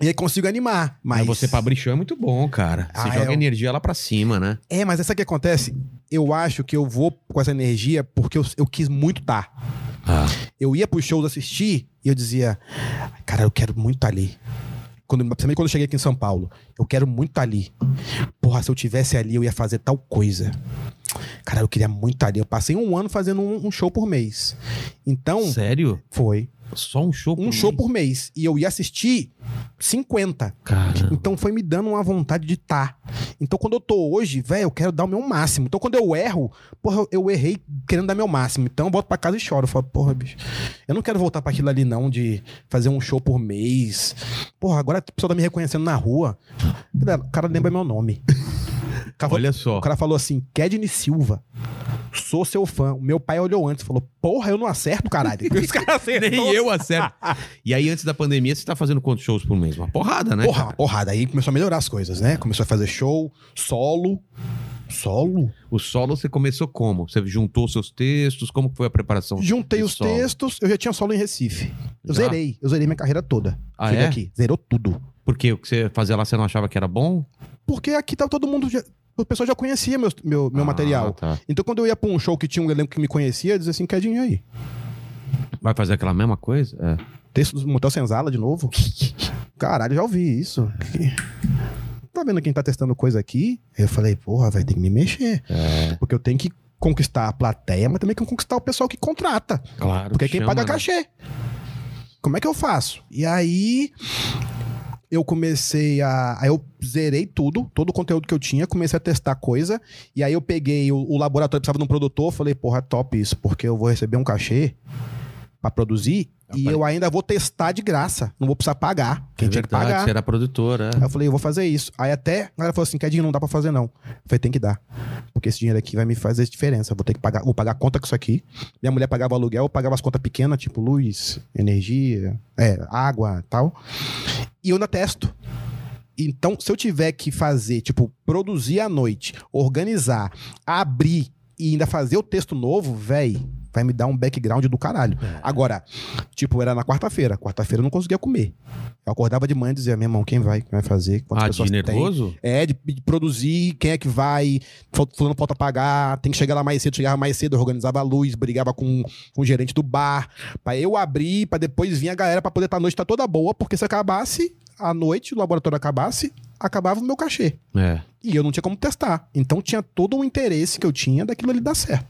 Speaker 2: E aí consigo animar, mas...
Speaker 1: Mas É. você pra abrir chão é muito bom, cara. Você
Speaker 2: Ah,
Speaker 1: joga
Speaker 2: eu-
Speaker 1: energia lá pra cima, né?
Speaker 2: É, mas essa que acontece, eu acho que eu vou com essa energia porque eu, eu quis muito tá. estar.
Speaker 1: Ah.
Speaker 2: Eu ia pros shows assistir e eu dizia, cara, eu quero muito estar ali. Quando, principalmente quando eu cheguei aqui em São Paulo, eu quero muito estar ali. Porra, se eu tivesse ali, eu ia fazer tal coisa. Cara, eu queria muito estar ali. Eu passei um ano fazendo um, um show por mês. Então,
Speaker 1: Um. Sério?
Speaker 2: foi.
Speaker 1: Só um show?
Speaker 2: Um show por mês. E eu ia assistir 50.
Speaker 1: Cara.
Speaker 2: Então foi me dando uma vontade de tá. Então quando eu tô hoje, velho, eu quero dar o meu máximo. Então quando eu erro, porra, eu- eu errei querendo dar meu máximo. Então eu volto pra casa e choro. Eu falo, porra, bicho, eu não quero voltar pra aquilo ali não, de fazer um show por mês. Porra, agora a pessoa tá me reconhecendo na rua. O cara lembra meu nome. O cara falou-
Speaker 1: Olha só.
Speaker 2: o cara falou assim, Kedney Silva. Sou seu fã. O meu pai olhou antes e falou, porra, eu não acerto, caralho. Os caras acertou.
Speaker 1: Nem eu acerto. e aí, antes da pandemia, você tá fazendo quantos shows por mês? Uma porrada, né?
Speaker 2: Porra,
Speaker 1: cara?
Speaker 2: porrada. Aí começou a melhorar as coisas, né? Começou a fazer show, solo. Solo?
Speaker 1: O solo você começou como? Você juntou seus textos? Como que foi a preparação?
Speaker 2: Juntei
Speaker 1: de
Speaker 2: os
Speaker 1: solo?
Speaker 2: textos, eu já tinha solo em Recife. Eu
Speaker 1: Já?
Speaker 2: zerei, eu zerei minha carreira toda.
Speaker 1: Ah,
Speaker 2: Cheguei
Speaker 1: é?
Speaker 2: aqui, zerou tudo.
Speaker 1: Porque o que você fazia lá, você não achava que era bom?
Speaker 2: Porque aqui tava todo mundo. Já, o pessoal já conhecia meus- meu, meu
Speaker 1: Ah,
Speaker 2: material.
Speaker 1: tá.
Speaker 2: Então quando eu ia pra um show que tinha um elenco que me conhecia, eu dizia assim: Cadinho, e aí?
Speaker 1: Vai fazer aquela mesma coisa? É.
Speaker 2: Texto do Motel Senzala de novo? Caralho, já ouvi isso. Tá vendo quem tá testando coisa aqui? Eu falei, porra, vai ter que me mexer. Porque eu tenho que conquistar a plateia, mas também que conquistar o pessoal que contrata.
Speaker 1: Claro.
Speaker 2: Porque é quem
Speaker 1: chama,
Speaker 2: paga
Speaker 1: né?
Speaker 2: cachê. Como é que eu faço? E aí eu comecei a. Aí eu zerei tudo, todo o conteúdo que eu tinha, comecei a testar coisa. E aí eu peguei o, o laboratório, precisava de um produtor, falei, porra, top isso, porque eu vou receber um cachê pra produzir e eu ainda vou testar de graça. Não vou precisar pagar. Quem
Speaker 1: É
Speaker 2: tinha que
Speaker 1: verdade,
Speaker 2: pagar. É,
Speaker 1: você era é. produtora.
Speaker 2: Aí eu falei, eu vou fazer isso. Aí até a galera falou assim, Cadinho, não dá pra fazer não. Eu falei, tem que dar. Porque esse dinheiro aqui vai me fazer diferença. Eu Vou ter que pagar, vou pagar conta com isso aqui. Minha mulher pagava aluguel, eu pagava as contas pequenas, tipo luz, energia, é, água tal. E eu ainda testo. Então, se eu tiver que fazer, tipo, produzir à noite, organizar, abrir e ainda fazer o texto novo, véi, vai me dar um background do caralho.
Speaker 1: É.
Speaker 2: Agora, tipo, era na quarta-feira. Quarta-feira eu não conseguia comer. Eu acordava de manhã e dizia, meu irmão, quem vai? Quem vai fazer? Quantas
Speaker 1: Ah,
Speaker 2: pessoas
Speaker 1: de
Speaker 2: tem?
Speaker 1: nervoso?
Speaker 2: É, de, de produzir, quem é que vai, fal- fulano falta pagar, tem que chegar lá mais cedo, chegava mais cedo, eu organizava a luz, brigava com, com o gerente do bar, pra eu abrir, pra depois vir a galera pra poder estar a noite tá toda boa, porque se acabasse a noite, o laboratório acabasse, acabava o meu cachê.
Speaker 1: É.
Speaker 2: E eu não tinha como testar. Então tinha todo o interesse que eu tinha daquilo ali dar certo.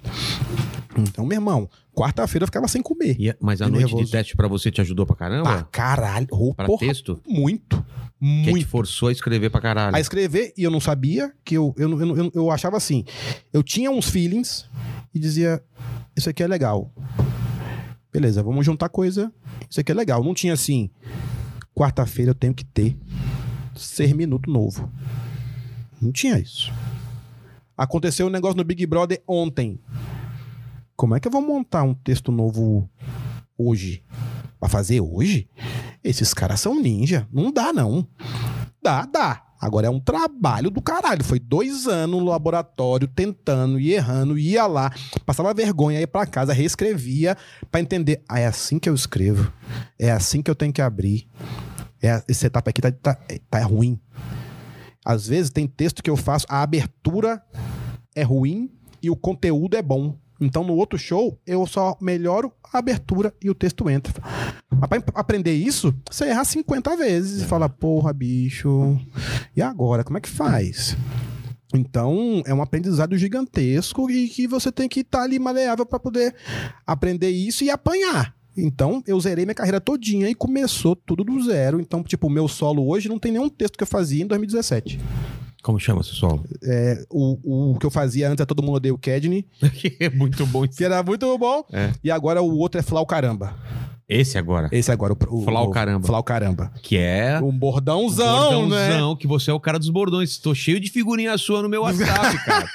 Speaker 2: Então, meu irmão, quarta-feira eu ficava sem comer.
Speaker 1: E- mas a
Speaker 2: E
Speaker 1: noite
Speaker 2: nervoso.
Speaker 1: de teste pra você te ajudou pra
Speaker 2: Pra
Speaker 1: caramba?
Speaker 2: caralho, oh,
Speaker 1: Pra
Speaker 2: porra,
Speaker 1: texto?
Speaker 2: muito,
Speaker 1: Que
Speaker 2: muito.
Speaker 1: te forçou a escrever pra caralho.
Speaker 2: a escrever e eu não sabia que eu eu, não- eu, não- eu, não- eu achava assim eu tinha uns feelings e dizia isso aqui é legal beleza vamos juntar coisa isso aqui é legal não tinha assim quarta-feira eu tenho que ter seis minutos novo não tinha isso aconteceu um negócio no Big Brother ontem como é que eu vou montar um texto novo hoje Pra fazer hoje esses caras são ninja não dá não Dá, dá. Agora é um trabalho do caralho. Foi dois anos no laboratório, tentando e errando, ia lá, passava vergonha, ia pra casa, reescrevia pra entender. Ah, é assim que eu escrevo. É assim que eu tenho que abrir. É, a- esse etapa aqui tá, tá, é- tá ruim. Às vezes tem texto que eu faço, a abertura é ruim e o conteúdo é bom. Então no outro show eu só melhoro a abertura e o texto entra. Mas pra em- aprender isso, você erra 50 vezes
Speaker 1: É.
Speaker 2: e fala, porra, bicho, e agora? Como é que faz? Então, é um aprendizado gigantesco e que você tem que estar ali maleável para poder aprender isso e apanhar. Então, eu zerei minha carreira todinha e começou tudo do zero. Então, tipo, o meu solo hoje não tem nenhum texto que eu fazia em 2017.
Speaker 1: Como chama esse solo?
Speaker 2: O, o que eu fazia antes é Todo Mundo Odeia o Kedney,
Speaker 1: é muito bom esse.
Speaker 2: que era muito bom.
Speaker 1: É.
Speaker 2: E agora o outro é Flau Caramba.
Speaker 1: Esse agora.
Speaker 2: Esse agora, o... o
Speaker 1: Flau
Speaker 2: o-
Speaker 1: Caramba.
Speaker 2: Flau Caramba.
Speaker 1: Que é.
Speaker 2: Um bordãozão, né?
Speaker 1: Bordãozão, que você é o cara dos bordões. Tô cheio de figurinha sua no meu WhatsApp, cara.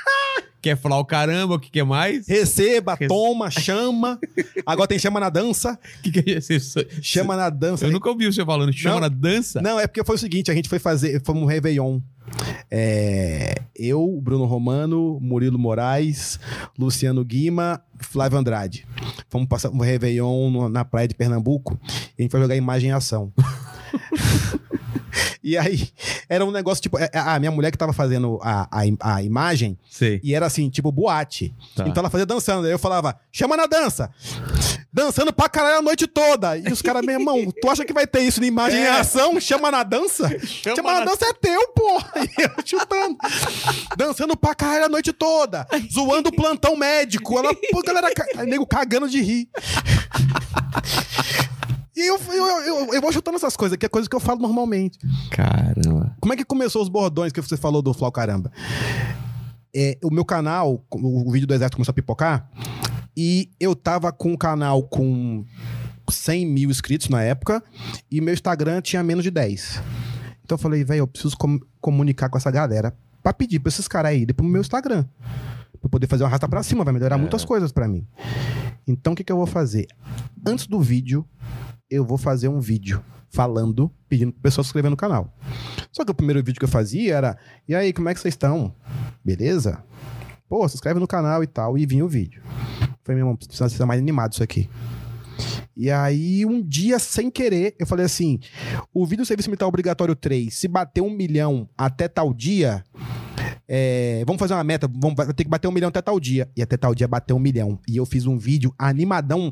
Speaker 1: Quer falar o caramba, o que quer mais?
Speaker 2: Receba,
Speaker 1: Rece-
Speaker 2: toma, chama. Agora tem chama na dança.
Speaker 1: Que que é isso?
Speaker 2: Chama na dança.
Speaker 1: Eu nunca ouvi você falando. Chama
Speaker 2: Não.
Speaker 1: na dança?
Speaker 2: Não, é porque foi o seguinte, a gente foi fazer, foi um Réveillon. É, eu, Bruno Romano, Murilo Moraes, Luciano Guima, Flávio Andrade. Fomos passar um Réveillon no- na praia de Pernambuco e a gente foi jogar imagem e ação. e aí, era um negócio tipo. é, A minha mulher que tava fazendo a, a, im- a imagem
Speaker 1: Sei.
Speaker 2: e era assim, tipo boate.
Speaker 1: Tá.
Speaker 2: Então ela fazia dançando. Aí eu falava, chama na dança! Dançando pra caralho a noite toda. E os caras, meu irmão, tu acha que vai ter isso de imagem e
Speaker 1: É.
Speaker 2: ação? Chama na dança? Chama, na dança é teu, porra! E eu chutando. Dançando pra caralho a noite toda. Zoando o plantão médico. Ela, pô, galera, ca- aí nego cagando de rir. E eu, eu, eu, eu vou chutando essas coisas, que é coisa que eu falo normalmente.
Speaker 1: Caramba.
Speaker 2: Como é que começou os bordões que você falou do Flau Caramba? É, o meu canal, o o vídeo do Exército começou a pipocar, e eu tava com um canal com 100 mil inscritos na época, e meu Instagram tinha menos de 10. Então eu falei, velho, eu preciso com- comunicar com essa galera pra pedir pra esses caras aí, irem pro meu Instagram. Pra eu poder fazer uma rasta pra cima, vai melhorar muitas coisas pra mim. Então o que, que eu vou fazer? Antes do vídeo, eu vou fazer um vídeo falando, pedindo pro pessoal se inscrever no canal. Só que o primeiro vídeo que eu fazia era: e aí, como é que vocês estão? Beleza? Pô, se inscreve no canal e tal. E vinha o vídeo. Falei, meu irmão, precisa ser mais animado isso aqui. E aí, um dia, sem querer, eu falei assim: o vídeo do serviço militar obrigatório 3, se bater um milhão até tal dia. é, vamos fazer uma meta, vamos vai ter que bater um milhão até tal dia. E até tal dia bateu um milhão. E eu fiz um vídeo animadão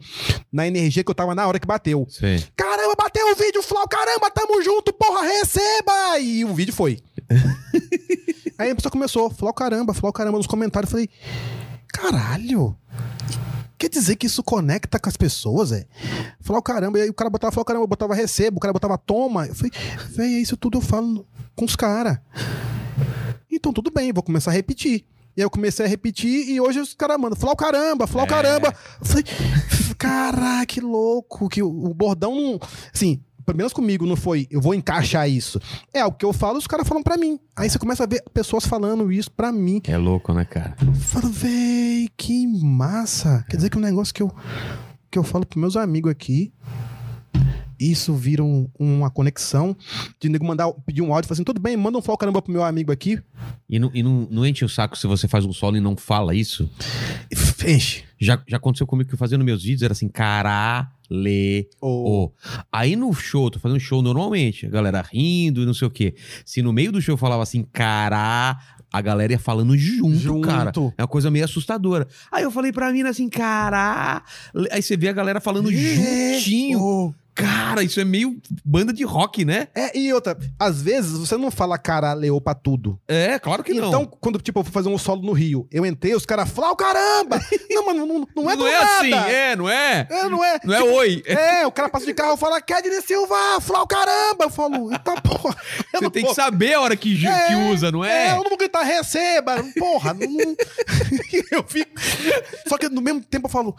Speaker 2: na energia que eu tava na hora que bateu.
Speaker 1: Sei.
Speaker 2: Caramba, bateu o vídeo, Flau, caramba, tamo junto, porra, receba! E o vídeo foi. Aí a pessoa começou, Flau, caramba, Flau, caramba, nos comentários. Eu falei, caralho, quer dizer que isso conecta com as pessoas, é? Flau, caramba, e aí o cara botava Flau, caramba, eu botava receba, o cara botava toma. Eu falei, véi, é isso tudo eu falo com os caras. Então tudo bem, vou começar a repetir. E aí eu comecei a repetir e hoje os caras mandam, Flau, caramba, Flau,
Speaker 1: É.
Speaker 2: caramba. Eu falei, Caraca, que louco! Que o, o bordão não. Assim, pelo menos comigo não foi, eu vou encaixar isso. É, o que eu falo, os caras falam pra mim. Aí você começa a ver pessoas falando isso pra mim.
Speaker 1: É louco, né, cara?
Speaker 2: Eu falo, véi, que massa! Quer dizer que um negócio que eu, que eu falo pros meus amigos aqui. Isso vira um- uma conexão de nego mandar pedir um áudio e falar assim: tudo bem, manda um flau caramba pro meu amigo aqui.
Speaker 1: E, não, e não, não enche o saco se você faz um solo e não fala isso?
Speaker 2: E Feche.
Speaker 1: Já, já aconteceu comigo que eu fazia nos meus vídeos, era assim, caralho.
Speaker 2: Ou
Speaker 1: Ô, Aí no show, tô fazendo show normalmente, a galera rindo e não sei o quê. Se no meio do show eu falava assim, cará, a galera ia falando junto,
Speaker 2: Junto.
Speaker 1: cara. É uma coisa meio assustadora. Aí eu falei pra mina assim, cará. Aí você vê a galera falando
Speaker 2: É.
Speaker 1: juntinho.
Speaker 2: Ô.
Speaker 1: Cara, isso é meio banda de rock, né?
Speaker 2: É, e outra, às vezes você não fala caralho pra tudo.
Speaker 1: É, claro que não.
Speaker 2: Então, quando, tipo, eu fui fazer um solo no Rio, eu entrei, os caras falaram, caramba! Não, mano, não, não é do nada.
Speaker 1: assim, é, não é?
Speaker 2: É, não é.
Speaker 1: Não é oi.
Speaker 2: É, o cara passa de carro e fala, Kedney Silva, Flau, caramba! Eu falo, eita porra! eu
Speaker 1: Você
Speaker 2: não
Speaker 1: tem
Speaker 2: vou-
Speaker 1: que saber a hora que, ju- que
Speaker 2: É,
Speaker 1: usa, não
Speaker 2: É,
Speaker 1: é?
Speaker 2: eu não vou gritar, receba! Porra, não- não... eu fico... Só que no mesmo tempo eu falo,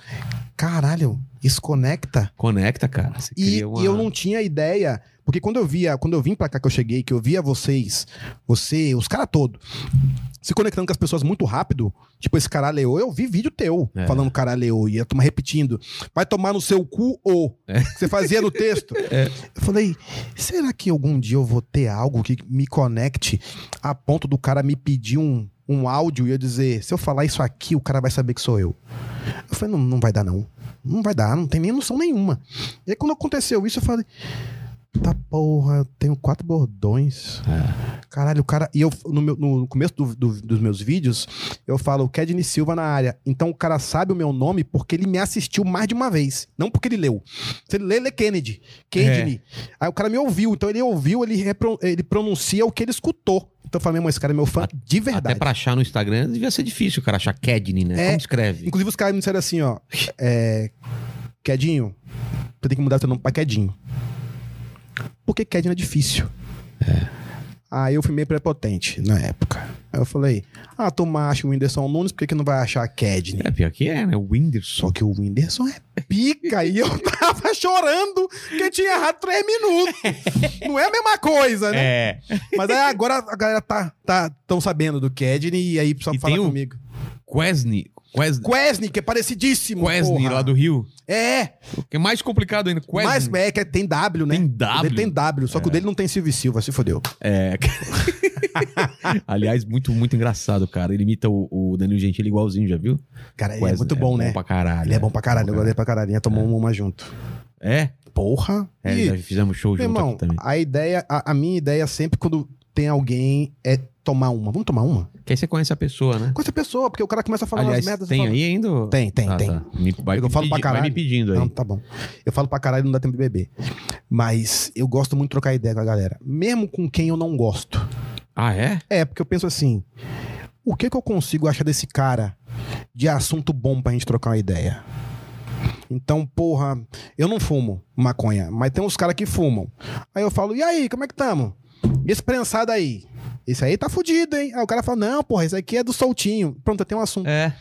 Speaker 2: caralho, isso conecta
Speaker 1: Conecta, cara. Você
Speaker 2: E,
Speaker 1: cria uma...
Speaker 2: e eu não tinha ideia, porque quando eu via, quando eu vim pra cá que eu cheguei, que eu via vocês, você, os caras todos, se conectando com as pessoas muito rápido, tipo esse caralho, eu vi vídeo teu
Speaker 1: É.
Speaker 2: falando caralho, e a turma repetindo, vai tomar no seu cu ô",
Speaker 1: É.
Speaker 2: que você fazia no texto. Eu falei, será que algum dia eu vou ter algo que me conecte a ponto do cara me pedir um, um áudio e eu dizer, se eu falar isso aqui, o cara vai saber que sou eu? Eu falei, não, não vai dar não. Não vai dar, não tem nem noção nenhuma. E aí quando aconteceu isso, eu falei. Tá porra, eu tenho quatro bordões. Caralho, o cara. E eu, no, meu- no começo do- do- dos meus vídeos, eu falo Kedney Silva na área. Então o cara sabe o meu nome porque ele me assistiu mais de uma vez. Não porque ele leu. Se ele lê, lê Kennedy. Kennedy. Aí o cara me ouviu. Então ele ouviu, ele, repro- ele pronuncia o que ele escutou. Então eu falei, meu irmão, esse cara é meu fã de verdade.
Speaker 1: Até pra achar no Instagram devia ser difícil, cara, achar Kedney, né?
Speaker 2: É.
Speaker 1: Como escreve?
Speaker 2: Inclusive, os caras me disseram assim, ó. É, Quedinho, você tem que mudar seu nome pra Quedinho. Porque Quedinho é difícil. Aí eu fui meio prepotente na época. Aí eu falei, ah, tu acha o Whindersson Nunes, por que, que não vai achar a Kedney?
Speaker 1: É, pior que é, né? O Whindersson.
Speaker 2: Só que o Whindersson é pica e eu tava chorando porque tinha errado três minutos. Não é a mesma coisa, né?
Speaker 1: É.
Speaker 2: Mas aí agora a galera tá, tá tão sabendo do Kedney e aí precisa
Speaker 1: E
Speaker 2: falar
Speaker 1: tem um o-
Speaker 2: comigo.
Speaker 1: Quesney. Quesney.
Speaker 2: Quesney, que é parecidíssimo.
Speaker 1: Quesney
Speaker 2: porra.
Speaker 1: lá do Rio.
Speaker 2: É,
Speaker 1: Que é mais complicado ainda. Quesney.
Speaker 2: mas é que tem W, né?
Speaker 1: Tem
Speaker 2: O
Speaker 1: W.
Speaker 2: dele tem W, só que o dele não tem Silvio e Silva, se fodeu.
Speaker 1: É. Aliás, muito, muito engraçado, cara. Ele imita o, o Danilo Gentili igualzinho, já viu?
Speaker 2: Cara, ele é
Speaker 1: Quesney.
Speaker 2: muito bom, né?
Speaker 1: pra caralho.
Speaker 2: Ele é bom pra caralho, eu
Speaker 1: É.
Speaker 2: gosto dele pra caralho. Já tomou uma junto.
Speaker 1: É?
Speaker 2: Porra.
Speaker 1: É,
Speaker 2: E-
Speaker 1: já fizemos show
Speaker 2: Meu
Speaker 1: junto
Speaker 2: irmão,
Speaker 1: aqui também.
Speaker 2: a ideia, a, a minha ideia sempre quando tem alguém é tomar uma. Vamos tomar uma?
Speaker 1: Que aí você conhece a pessoa, né?
Speaker 2: Com essa pessoa, porque o cara começa a falar
Speaker 1: Aliás,
Speaker 2: umas merdas.
Speaker 1: tem
Speaker 2: eu falo,
Speaker 1: aí ainda? ou-
Speaker 2: Tem, tem,
Speaker 1: Ah,
Speaker 2: tem.
Speaker 1: tá. Me- vai
Speaker 2: Eu falo
Speaker 1: me
Speaker 2: pra
Speaker 1: pedi- vai
Speaker 2: caralho.
Speaker 1: me pedindo aí.
Speaker 2: Não, tá bom. Eu falo pra caralho, não dá tempo de beber. Mas eu gosto muito de trocar ideia com a galera. Mesmo com quem eu não gosto.
Speaker 1: Ah, é?
Speaker 2: É, porque eu penso assim: o que, que eu consigo achar desse cara de assunto bom pra gente trocar uma ideia? Então, porra, eu não fumo maconha, mas tem uns caras que fumam. Aí eu falo, e aí, como é que tamo? E esse prensado aí? Esse aí tá fudido, hein? Aí o cara fala, não, porra, esse aqui é do soltinho. Pronto, eu tenho um assunto.
Speaker 1: É.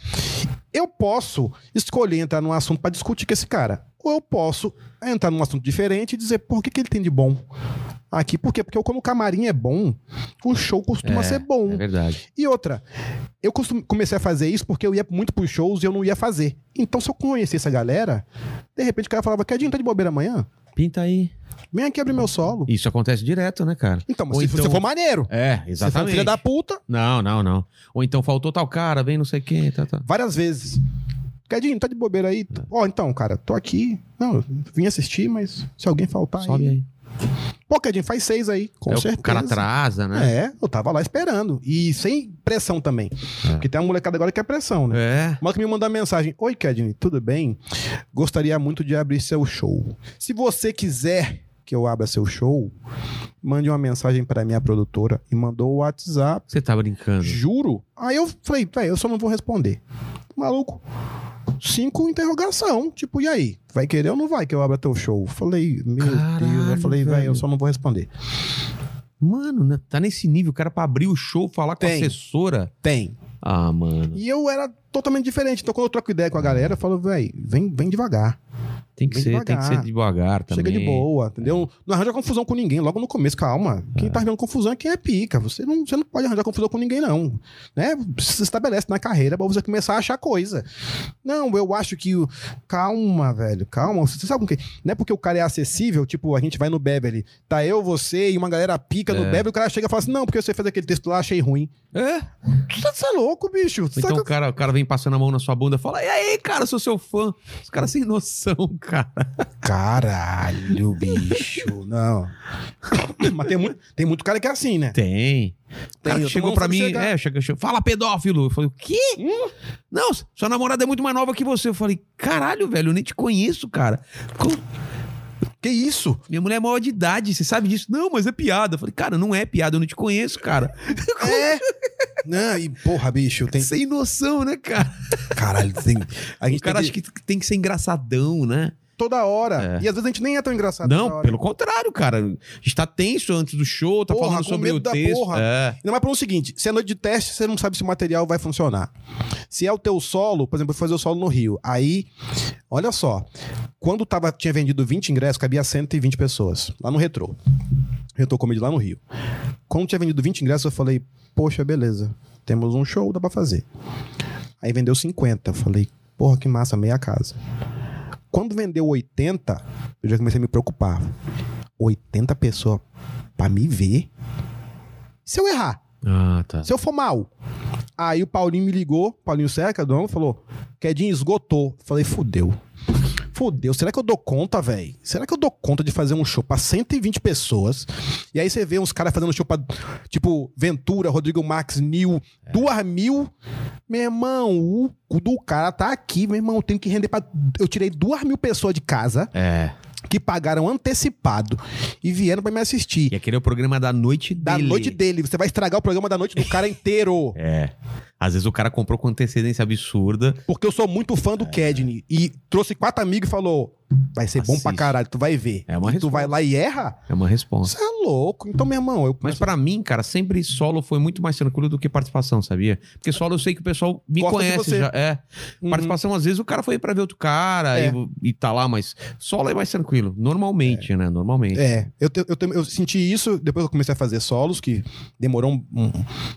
Speaker 2: Eu posso escolher entrar num assunto pra discutir com esse cara. Ou eu posso entrar num assunto diferente e dizer por que, que ele tem de bom aqui. Por quê? Porque quando o camarim é bom, o show costuma
Speaker 1: É,
Speaker 2: ser bom.
Speaker 1: É verdade.
Speaker 2: E outra, eu costum- comecei a fazer isso porque eu ia muito pros shows e eu não ia fazer. Então, se eu conhecesse a galera, de repente o cara falava, quer tá de bobeira amanhã?
Speaker 1: Pinta aí.
Speaker 2: Vem aqui abrir meu solo.
Speaker 1: Isso acontece direto, né, cara?
Speaker 2: Então, mas
Speaker 1: Ou
Speaker 2: se
Speaker 1: então-
Speaker 2: você for maneiro, se
Speaker 1: É,
Speaker 2: você for um
Speaker 1: exatamente.
Speaker 2: filho da puta,
Speaker 1: Não, não, não. Ou então faltou tal cara, vem não sei quem, tá, tá.
Speaker 2: várias vezes. Cadinho, tá de bobeira aí?
Speaker 1: É.
Speaker 2: Ó, então, cara, tô aqui. Não, eu vim assistir, mas se alguém faltar
Speaker 1: Sobe
Speaker 2: aí.
Speaker 1: aí.
Speaker 2: Pô, Cadinho, faz seis aí. Com
Speaker 1: É,
Speaker 2: certeza.
Speaker 1: O cara atrasa, né?
Speaker 2: É, eu tava lá esperando. E sem pressão também.
Speaker 1: É.
Speaker 2: Porque tem uma molecada agora que é pressão, né?
Speaker 1: É.
Speaker 2: O maluco me mandou uma mensagem. Oi, Kedney, tudo bem? Gostaria muito de abrir seu show. Se você quiser que eu abra seu show, mande uma mensagem para minha produtora e mandou o WhatsApp.
Speaker 1: Você tá brincando.
Speaker 2: Juro. Aí eu falei, velho, eu só não vou responder. Maluco, cinco interrogação. Tipo, e aí? Vai querer ou não vai que eu abra teu show? Falei, meu Deus. Eu
Speaker 1: Caralho,
Speaker 2: falei, velho,
Speaker 1: velho.
Speaker 2: eu só não vou responder.
Speaker 1: Mano, né? tá nesse nível, o cara pra abrir o show, falar com
Speaker 2: Tem.
Speaker 1: a assessora.
Speaker 2: Tem.
Speaker 1: Ah, mano.
Speaker 2: E eu era totalmente diferente. Então, quando eu troco ideia com a galera, eu falo, velho, vem, vem devagar.
Speaker 1: Tem que,
Speaker 2: Vem
Speaker 1: ser, tem que
Speaker 2: devagar.
Speaker 1: ser devagar também.
Speaker 2: Chega de boa, entendeu? Não arranja confusão com ninguém. Logo no começo, calma. Quem tá arranjando confusão é quem é pica. Você não, você não pode arranjar confusão com ninguém, não. Né? Se estabelece na carreira pra você começar a achar coisa. Não, eu acho que. o- Calma, velho, calma. Você sabe o que? Não é porque o cara é acessível, tipo, a gente vai no Beverly. Tá eu, você e uma galera pica no Beverly, o cara chega e fala assim: não, porque você fez aquele texto lá, achei ruim.
Speaker 1: É?
Speaker 2: Você você é louco, bicho. Você
Speaker 1: Então
Speaker 2: tá-
Speaker 1: o cara, o cara vem passando a mão na sua bunda e fala: E aí, cara, sou seu fã. Os caras sem noção, cara.
Speaker 2: Caralho, bicho. Não. Mas tem muito, tem muito cara que é assim, né?
Speaker 1: Tem. O
Speaker 2: Tem,
Speaker 1: cara
Speaker 2: eu
Speaker 1: chegou
Speaker 2: tô
Speaker 1: pra mim,
Speaker 2: falando que chega-
Speaker 1: é, chega, chega, fala pedófilo. Eu falei, o quê?
Speaker 2: Hum?
Speaker 1: Não, sua namorada é muito mais nova que você. Eu falei, caralho, velho, eu nem te conheço, cara. Como-
Speaker 2: Que isso?
Speaker 1: Minha mulher é maior de idade, você sabe disso? Não, mas é piada. Eu falei, cara, não é piada, eu não te conheço, cara.
Speaker 2: É. Não, e porra, bicho, tem.
Speaker 1: Sem noção, né, cara?
Speaker 2: Caralho, tem. A gente
Speaker 1: o cara
Speaker 2: tem
Speaker 1: acha que tem que ser engraçadão, né?
Speaker 2: toda hora. E às vezes a gente nem é tão engraçado. toda
Speaker 1: não,
Speaker 2: hora.
Speaker 1: pelo contrário, cara. A gente tá tenso antes do show, tá
Speaker 2: Porra,
Speaker 1: falando
Speaker 2: com
Speaker 1: sobre
Speaker 2: medo
Speaker 1: o
Speaker 2: da
Speaker 1: texto.
Speaker 2: porra.
Speaker 1: É.
Speaker 2: Ainda mais pelo seguinte: se é noite de teste, você não sabe se o material vai funcionar. Se é o teu solo, por exemplo, eu fui fazer o solo no Rio. Aí, olha só. Quando tava, tinha vendido 20 ingressos, cabia 120 pessoas. Lá no Retrô. Retrô Comedy lá no Rio. Quando tinha vendido 20 ingressos, eu falei: Poxa, beleza. Temos um show, dá pra fazer. Aí vendeu 50. Eu falei: Porra, que massa, meia casa. Quando vendeu 80, eu já comecei a me preocupar. 80 pessoas pra me ver. Se eu errar,
Speaker 1: Ah, tá.
Speaker 2: se eu for mal. Aí o Paulinho me ligou, Paulinho Cerca, dono, falou: Quedinho esgotou. Falei: fudeu. Fudeu, será que eu dou conta, velho? Será que eu dou conta de fazer um show pra 120 pessoas? E aí você vê uns caras fazendo show pra, tipo, Ventura, Rodrigo Max, Nil, duas mil. Meu irmão, o cu do cara tá aqui, meu irmão. Eu tenho que render pra. Eu tirei duas mil pessoas de casa
Speaker 1: É.
Speaker 2: que pagaram antecipado e vieram pra me assistir.
Speaker 1: E aquele é o programa da noite
Speaker 2: Da
Speaker 1: dele.
Speaker 2: noite dele, você vai estragar o programa da noite do cara inteiro.
Speaker 1: É. Às vezes o cara comprou com antecedência absurda. É.
Speaker 2: Porque eu sou muito fã do Kedney. E trouxe quatro amigos e falou: Vai ser bom pra
Speaker 1: Assiste.
Speaker 2: caralho, tu vai ver.
Speaker 1: É uma
Speaker 2: E tu
Speaker 1: resposta.
Speaker 2: vai lá e erra?
Speaker 1: É uma resposta.
Speaker 2: Você é louco. Então, meu irmão, eu
Speaker 1: Mas pra mim, cara, sempre solo foi muito mais tranquilo do que participação, sabia? Porque solo eu sei que o pessoal me
Speaker 2: Gosta de
Speaker 1: conhece
Speaker 2: você.
Speaker 1: já. É.
Speaker 2: Uhum.
Speaker 1: Participação, às vezes, o cara foi pra ver outro cara
Speaker 2: É.
Speaker 1: e, e tá lá, mas solo é mais tranquilo. Normalmente, né? Normalmente.
Speaker 2: É, eu, te- eu, te- eu senti isso depois eu comecei a fazer solos, que demorou um- um-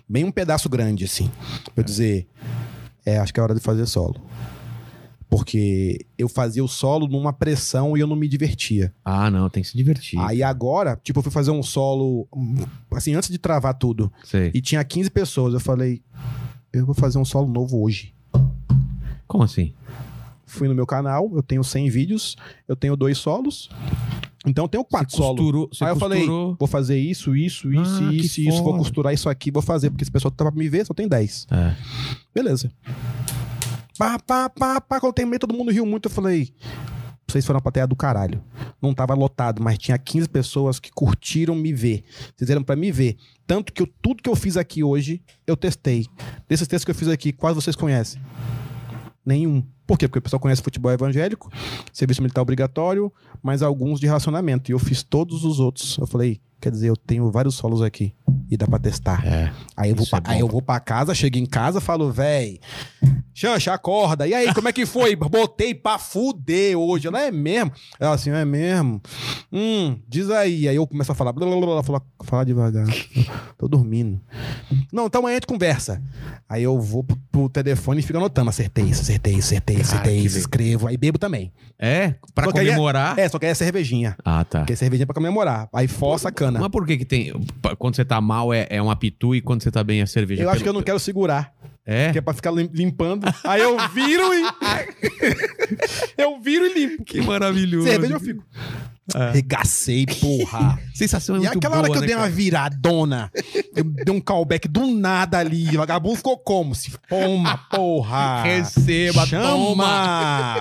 Speaker 2: bem um pedaço grande, assim, pra eu dizer, é, acho que é hora de fazer solo. Porque eu fazia o solo numa pressão e eu não me divertia.
Speaker 1: Ah, não, tem que se divertir.
Speaker 2: Aí agora, tipo, eu fui fazer um solo, um, assim, antes de travar tudo,
Speaker 1: Sei.
Speaker 2: e tinha 15 pessoas, eu falei, eu vou fazer um solo novo hoje.
Speaker 1: Como assim?
Speaker 2: Fui no meu canal, eu tenho 100 vídeos, eu tenho dois solos, então eu tenho quatro solos.
Speaker 1: Costurou, você
Speaker 2: Aí eu falei,
Speaker 1: costurou.
Speaker 2: vou fazer isso, isso, isso,
Speaker 1: Ah, que
Speaker 2: isso, isso, vou
Speaker 1: foda.
Speaker 2: costurar isso aqui, vou fazer, porque esse pessoal que tá pra me ver só tem 10.
Speaker 1: É.
Speaker 2: Beleza. Pá, pá, pá, pá, quando eu terminei, todo mundo riu muito, eu falei, vocês foram pra terra do caralho. Não tava lotado, mas tinha 15 pessoas que curtiram me ver. Vocês eram pra me ver. Tanto que eu, tudo que eu fiz aqui hoje, eu testei. Desses textos que eu fiz aqui, quais vocês conhecem? Nenhum. Por quê? Porque o pessoal conhece futebol evangélico, serviço militar obrigatório, mas alguns de relacionamento. E eu fiz todos os outros. Eu falei, quer dizer, eu tenho vários solos aqui e dá pra testar.
Speaker 1: É.
Speaker 2: Aí eu, vou
Speaker 1: Isso é
Speaker 2: pra, aí
Speaker 1: bom.
Speaker 2: eu vou pra casa, chego em casa, falo, véi, Xanxa, acorda. E aí, como é que foi? Botei pra fuder hoje. Ela é mesmo. Ela assim, é mesmo. Hum, diz aí. Aí eu começo a falar, blá, blá, blá, blá, falar, falar devagar. Tô dormindo. Não, então amanhã a gente conversa. Aí eu vou pro, pro telefone e fico anotando. Acertei isso, acertei isso, acertei isso,
Speaker 1: Cara,
Speaker 2: acertei
Speaker 1: que
Speaker 2: isso.
Speaker 1: legal.
Speaker 2: Escrevo. Aí bebo também.
Speaker 1: É? Pra
Speaker 2: Só que aí é-
Speaker 1: comemorar.
Speaker 2: É, só que aí é cervejinha.
Speaker 1: Ah, tá.
Speaker 2: Porque é cervejinha pra comemorar. Aí força a cana.
Speaker 1: Mas por que que tem. pa- Quando você tá mal é, é um apitu e quando você tá bem é cerveja?
Speaker 2: Eu acho que eu
Speaker 1: Pelo-
Speaker 2: não quero segurar.
Speaker 1: É?
Speaker 2: Que é pra ficar lim- limpando. Aí eu viro e. eu viro e limpo.
Speaker 1: Que maravilhoso.
Speaker 2: Cerveja eu fico. Regacei, porra.
Speaker 1: Sensação é
Speaker 2: e
Speaker 1: muito
Speaker 2: aquela hora
Speaker 1: boa,
Speaker 2: que eu
Speaker 1: né,
Speaker 2: dei uma
Speaker 1: cara?
Speaker 2: viradona, eu dei um callback do nada ali. O vagabundo ficou como? Se toma, porra.
Speaker 1: Receba, toma.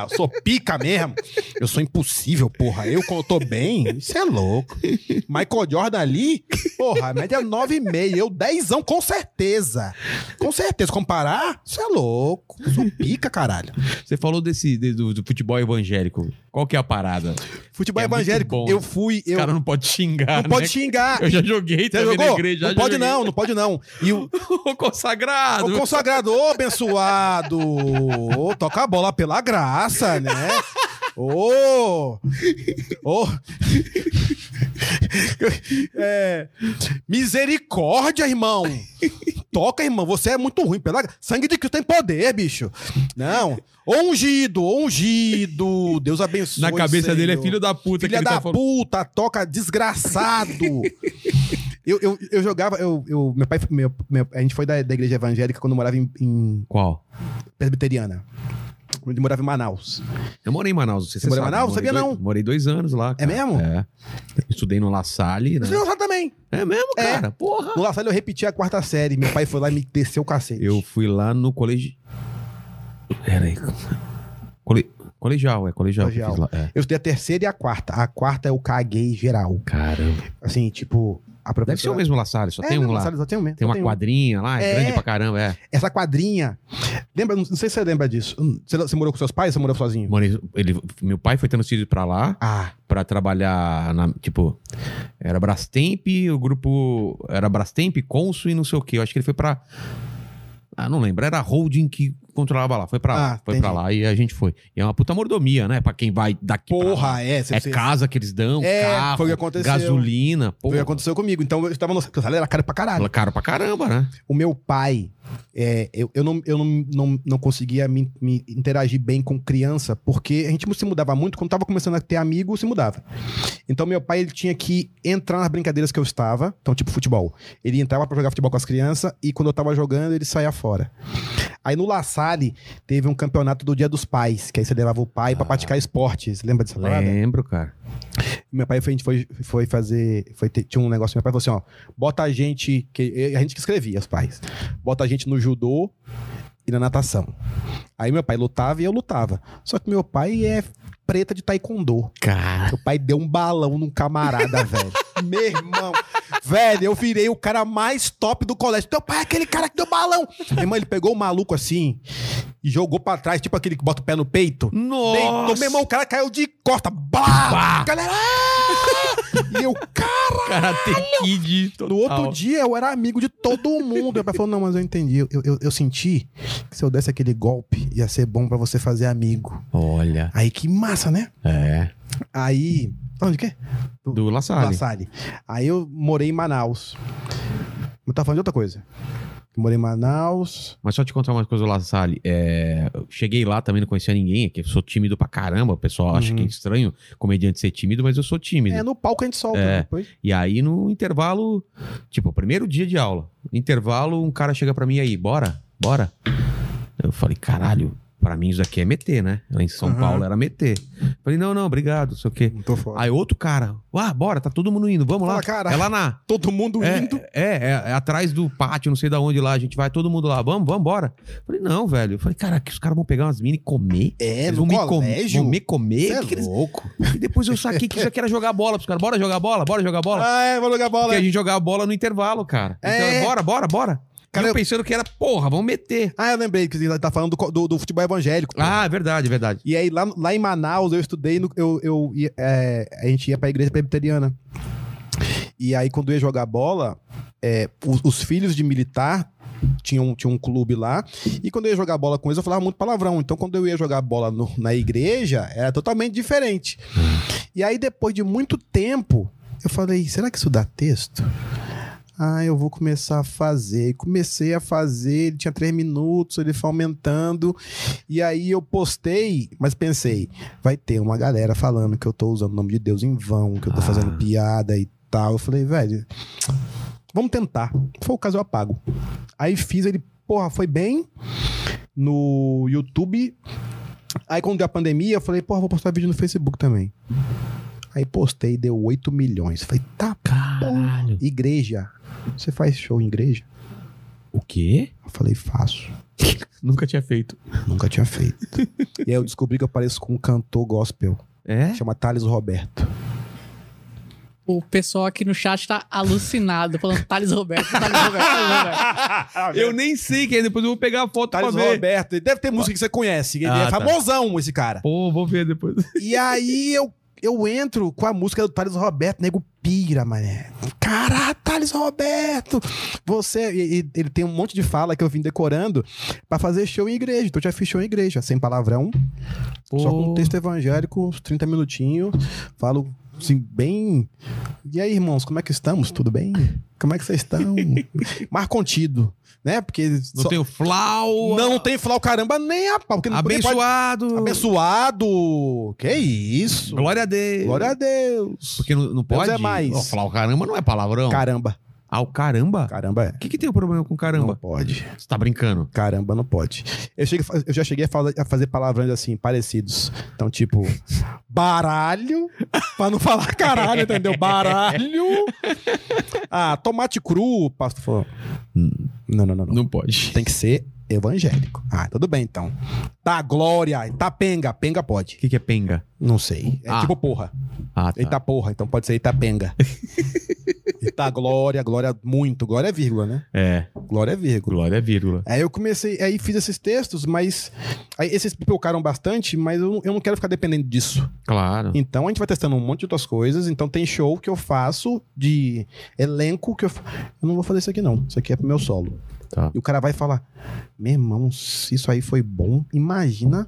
Speaker 2: Chama! Eu sou pica mesmo. Eu sou impossível, porra. Eu, quando eu tô bem, isso é louco. Michael Jordan ali, porra, a média é 9,5. Eu, 10, com certeza. Com certeza. Comparar, isso é louco. Eu sou pica, caralho.
Speaker 1: Você falou desse de- do, do futebol evangélico. Qual que é a parada?
Speaker 2: Futebol
Speaker 1: É muito
Speaker 2: evangélico,
Speaker 1: bom.
Speaker 2: eu fui.
Speaker 1: O
Speaker 2: Eu,
Speaker 1: cara não pode xingar,
Speaker 2: não pode
Speaker 1: né?
Speaker 2: xingar.
Speaker 1: Eu já joguei
Speaker 2: Você
Speaker 1: também na
Speaker 2: jogou?
Speaker 1: igreja.
Speaker 2: não
Speaker 1: já
Speaker 2: pode
Speaker 1: joguei.
Speaker 2: não, não pode não. E o,
Speaker 1: Ô, consagrado.
Speaker 2: o consagrado, ô abençoado, ô, toca a bola pela graça, né? Ô! Ô! É, misericórdia, irmão! Toca, irmão, você é muito ruim. Pela... gra- Sangue de Cristo tem poder, bicho. Não. Ô ungido, ô ungido. Deus abençoe.
Speaker 1: Na cabeça dele é
Speaker 2: Senhor.
Speaker 1: filho da puta. que
Speaker 2: Filha
Speaker 1: ele
Speaker 2: da
Speaker 1: tá falando.
Speaker 2: puta, toca desgraçado. eu, eu, eu jogava, eu, eu, meu pai, meu- meu- a gente foi da, da igreja evangélica quando eu morava em, em
Speaker 1: Qual?
Speaker 2: presbiteriana. Onde morava em Manaus.
Speaker 1: Eu morei em Manaus. Você,
Speaker 2: Você morou em
Speaker 1: sabe,
Speaker 2: Manaus?
Speaker 1: morei
Speaker 2: Sabia
Speaker 1: dois-
Speaker 2: não.
Speaker 1: Morei dois anos lá. cara.
Speaker 2: mesmo?
Speaker 1: É. Estudei no La Salle, né?
Speaker 2: Você jogou lá também.
Speaker 1: É mesmo,
Speaker 2: É.
Speaker 1: cara? Porra.
Speaker 2: No La Salle eu repeti a quarta série. Meu pai foi lá e me desceu o cacete.
Speaker 1: Eu fui lá no colégio. Peraí. Cole... Colegial, é colegial. que eu
Speaker 2: Colegial.
Speaker 1: fiz lá, é.
Speaker 2: Eu estudei a terceira e a quarta. A quarta eu caguei geral.
Speaker 1: Caramba.
Speaker 2: Assim, tipo, a professora...
Speaker 1: Deve ser o mesmo La Salle, só
Speaker 2: É,
Speaker 1: tem um
Speaker 2: não, La
Speaker 1: lá.
Speaker 2: Salle só tem um mesmo.
Speaker 1: Tem
Speaker 2: só
Speaker 1: uma
Speaker 2: um.
Speaker 1: quadrinha lá, é
Speaker 2: É.
Speaker 1: grande pra caramba, é.
Speaker 2: Essa quadrinha. Lembra, não sei se você lembra disso. Você, você morou com seus pais ou você morou sozinho?
Speaker 1: Morei, ele, meu pai foi transferido pra lá
Speaker 2: Ah,
Speaker 1: pra trabalhar na, tipo, era Brastemp, o grupo era Brastemp, Consul e não sei o quê. Eu acho que ele foi pra Ah, não lembro, era a holding que controlava lá, foi pra lá,
Speaker 2: Ah,
Speaker 1: foi
Speaker 2: entendi.
Speaker 1: pra lá e a gente foi. E é uma puta mordomia, né, Pra quem vai daqui pra lá.
Speaker 2: porra, é. você-
Speaker 1: É
Speaker 2: você-
Speaker 1: casa que eles dão,
Speaker 2: É,
Speaker 1: carro,
Speaker 2: foi o que aconteceu.
Speaker 1: gasolina,
Speaker 2: Foi
Speaker 1: pô.
Speaker 2: o que aconteceu comigo. Então eu estava no. Porque o salário era caro pra caralho.
Speaker 1: Caro pra caramba, né?
Speaker 2: O meu pai, é, eu, eu, não, eu não, não, não conseguia me, me interagir bem com criança, porque a gente se mudava muito. Quando tava começando a ter amigo, se mudava. Então meu pai, ele tinha que entrar nas brincadeiras que eu estava. Então, tipo futebol. Ele entrava pra jogar futebol com as crianças e quando eu tava jogando, ele saía fora. Aí no La Salle, teve um campeonato do Dia dos Pais, que aí você levava o pai pra praticar esportes. Lembra dessa parada?
Speaker 1: Lembro, cara.
Speaker 2: Meu pai, foi- a gente foi, foi fazer. Foi ter- tinha um negócio. Meu pai falou assim: ó, bota a gente. Que, a gente que escrevia, os pais. Bota a gente no judô e na natação. Aí meu pai lutava e eu lutava. Só que meu pai é preta de taekwondo.
Speaker 1: Cara.
Speaker 2: Meu pai deu um balão num camarada, velho. Meu irmão. Velho, eu virei o cara mais top do colégio. Teu pai é aquele cara que deu balão. Meu irmão, ele pegou o maluco assim e jogou pra trás, tipo aquele que bota o pé no peito. Deitou, meu irmão, o cara caiu de costa. Bah! Galera! ah! E eu, cara.
Speaker 1: Karate Kid.
Speaker 2: No outro dia eu era amigo de todo mundo. Meu pai falou: Não, mas eu entendi. Eu, eu, eu senti que se eu desse aquele golpe, ia ser bom pra você fazer amigo.
Speaker 1: Olha.
Speaker 2: Aí que massa, né?
Speaker 1: É.
Speaker 2: Aí. Onde que é?
Speaker 1: Do La Salle.
Speaker 2: La Salle. Aí eu morei em Manaus. Eu tava falando de outra coisa. Eu morei em Manaus.
Speaker 1: Mas só te contar uma coisa do La Salle. É, eu cheguei lá também, não conhecia ninguém. Aqui eu sou tímido pra caramba. O pessoal acha
Speaker 2: Uhum.
Speaker 1: que é estranho comediante ser tímido, mas eu sou tímido.
Speaker 2: É no palco a gente solta
Speaker 1: É.
Speaker 2: depois.
Speaker 1: E aí, no intervalo, tipo, primeiro dia de aula, intervalo, um cara chega pra mim aí, bora, bora. Eu falei, caralho, pra mim isso aqui é meter, né? Lá em São
Speaker 2: Aham.
Speaker 1: Paulo era meter. Falei, não, não, obrigado, não sei o quê.
Speaker 2: Não tô fora.
Speaker 1: Aí outro cara, ah, bora, tá todo mundo indo, vamos lá.
Speaker 2: Fala, cara.
Speaker 1: É lá na.
Speaker 2: Todo mundo
Speaker 1: É,
Speaker 2: indo.
Speaker 1: é, é, é atrás do pátio, não sei da onde lá, a gente vai, todo mundo lá, vamos, vamos, bora. Falei, não, velho. Eu falei, cara, que os caras vão pegar umas minas e comer?
Speaker 2: É,
Speaker 1: Eles
Speaker 2: no
Speaker 1: vão me comer?
Speaker 2: colégio.
Speaker 1: Vão me comer?
Speaker 2: Cê é
Speaker 1: Que que eles-
Speaker 2: louco.
Speaker 1: E depois eu saquei que isso aqui era jogar bola pros caras. Bora jogar bola, bora jogar bola.
Speaker 2: Ah, é, vou jogar bola.
Speaker 1: Porque a gente jogava bola no intervalo, cara. Então,
Speaker 2: É.
Speaker 1: bora, bora, bora.
Speaker 2: Cara,
Speaker 1: Cara, eu
Speaker 2: eu-
Speaker 1: pensando que era, porra, vamos meter.
Speaker 2: Ah, eu lembrei que você tá falando do, co- do- do futebol evangélico. pô.
Speaker 1: Ah, é verdade, é verdade.
Speaker 2: E aí, lá, lá em Manaus, eu estudei, no, eu, eu, ia- é, a gente ia pra igreja presbiteriana. E aí, quando eu ia jogar bola, é, os, os filhos de militar tinham, tinham um clube lá. E quando eu ia jogar bola com eles, eu falava muito palavrão. Então, quando eu ia jogar bola no- na igreja, era totalmente diferente. E aí, depois de muito tempo, eu falei: será que isso dá texto? Ah, eu vou começar a fazer. E comecei a fazer, ele tinha três minutos, ele foi aumentando. E aí eu postei, mas pensei, vai ter uma galera falando que eu tô usando o nome de Deus em vão, que eu tô
Speaker 1: Ah.
Speaker 2: fazendo piada e tal. Eu falei, velho, vamos tentar. Se for o caso, eu apago. Aí fiz, ele, porra, foi bem no YouTube. Aí quando deu a pandemia, eu falei, porra, vou postar vídeo no Facebook também. Aí postei, deu 8 milhões. Falei, tá,
Speaker 1: Caralho.
Speaker 2: igreja. Você faz show em igreja?
Speaker 1: O quê?
Speaker 2: Eu falei, faço.
Speaker 1: Nunca tinha feito.
Speaker 2: Nunca tinha feito. e aí eu descobri que eu pareço com um cantor gospel.
Speaker 1: É?
Speaker 2: Chama Thales Roberto.
Speaker 3: O pessoal aqui no chat tá alucinado, falando Thales Roberto, Thales Roberto, Thales Roberto.
Speaker 1: Eu nem sei quem é, depois eu vou pegar a foto
Speaker 2: Thales
Speaker 1: pra ver.
Speaker 2: Roberto. Ele deve ter música que você conhece. Ele
Speaker 1: Ah,
Speaker 2: é
Speaker 1: tá.
Speaker 2: famosão, esse cara.
Speaker 1: Pô, vou ver depois.
Speaker 2: E aí eu, eu entro com a música do Thales Roberto, nego pira, mané. Cara, Thales Roberto! Você. e- e- ele tem um monte de fala que eu vim decorando pra fazer show em igreja. Então eu já fiz show em igreja, sem palavrão, só com
Speaker 1: Pô.
Speaker 2: texto evangélico, uns 30 minutinhos. Falo assim, bem. E aí, irmãos, como é que estamos? Tudo bem? Como é que vocês estão? Mar contido, né? Porque.
Speaker 1: Não
Speaker 2: só-
Speaker 1: tem o Flau.
Speaker 2: não tem flau caramba nem a pau. Porque não porque pode-
Speaker 1: Abençoado.
Speaker 2: Abençoado! Que isso?
Speaker 1: Glória a Deus.
Speaker 2: Glória a Deus.
Speaker 1: Porque não, não
Speaker 2: Deus
Speaker 1: pode.
Speaker 2: é mais.
Speaker 1: Ó, Flau, caramba não é palavrão.
Speaker 2: Caramba.
Speaker 1: Ah, o caramba?
Speaker 2: Caramba é.
Speaker 1: O que, que tem o problema com
Speaker 2: Não
Speaker 1: caramba?
Speaker 2: pode.
Speaker 1: Você tá brincando?
Speaker 2: Caramba, não pode. Eu, chego a fa- eu já cheguei a, fala- a fazer palavrões assim, parecidos. Então, tipo, baralho, pra não falar caralho, entendeu? Baralho. Ah, tomate cru, pastor falou. Não, não, não, não.
Speaker 1: pode.
Speaker 2: Tem que ser evangélico. Ah, tudo bem então. Tá glória, tá penga, penga
Speaker 1: O
Speaker 2: pode.
Speaker 1: que, que é penga?
Speaker 2: Não sei. É
Speaker 1: Ah.
Speaker 2: tipo porra.
Speaker 1: Ah, tá.
Speaker 2: Eita porra, então pode ser Itapenga. Eita glória, glória muito. Glória é vírgula, né?
Speaker 1: É.
Speaker 2: Glória é vírgula.
Speaker 1: Glória é vírgula.
Speaker 2: Aí eu comecei, aí fiz esses textos, mas. Aí esses pipocaram bastante, mas eu, não- eu não quero ficar dependendo disso.
Speaker 1: Claro.
Speaker 2: Então a gente vai testando um monte de outras coisas. Então tem show que eu faço de elenco que eu. fa- Eu não vou fazer isso aqui, não. Isso aqui é pro meu solo.
Speaker 1: Tá.
Speaker 2: E o cara vai falar: Meu irmão, se isso aí foi bom, imagina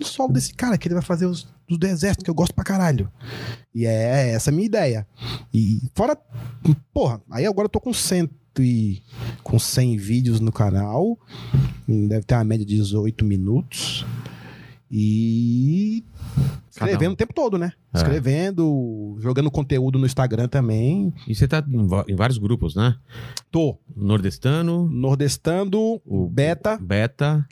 Speaker 2: o solo desse cara que ele vai fazer os do deserto, que eu gosto pra caralho. E é essa a minha ideia. E fora. Porra, aí agora eu tô com cento e. com 100 vídeos no canal. Deve ter uma média de 18 minutos. E.
Speaker 1: Cada um.
Speaker 2: Escrevendo o tempo todo, né?
Speaker 1: É.
Speaker 2: Escrevendo, jogando conteúdo no Instagram também.
Speaker 1: E você tá em, va- em vários grupos, né?
Speaker 2: Tô
Speaker 1: Nordestano,
Speaker 2: nordestando,
Speaker 1: o
Speaker 2: beta,
Speaker 1: Beta.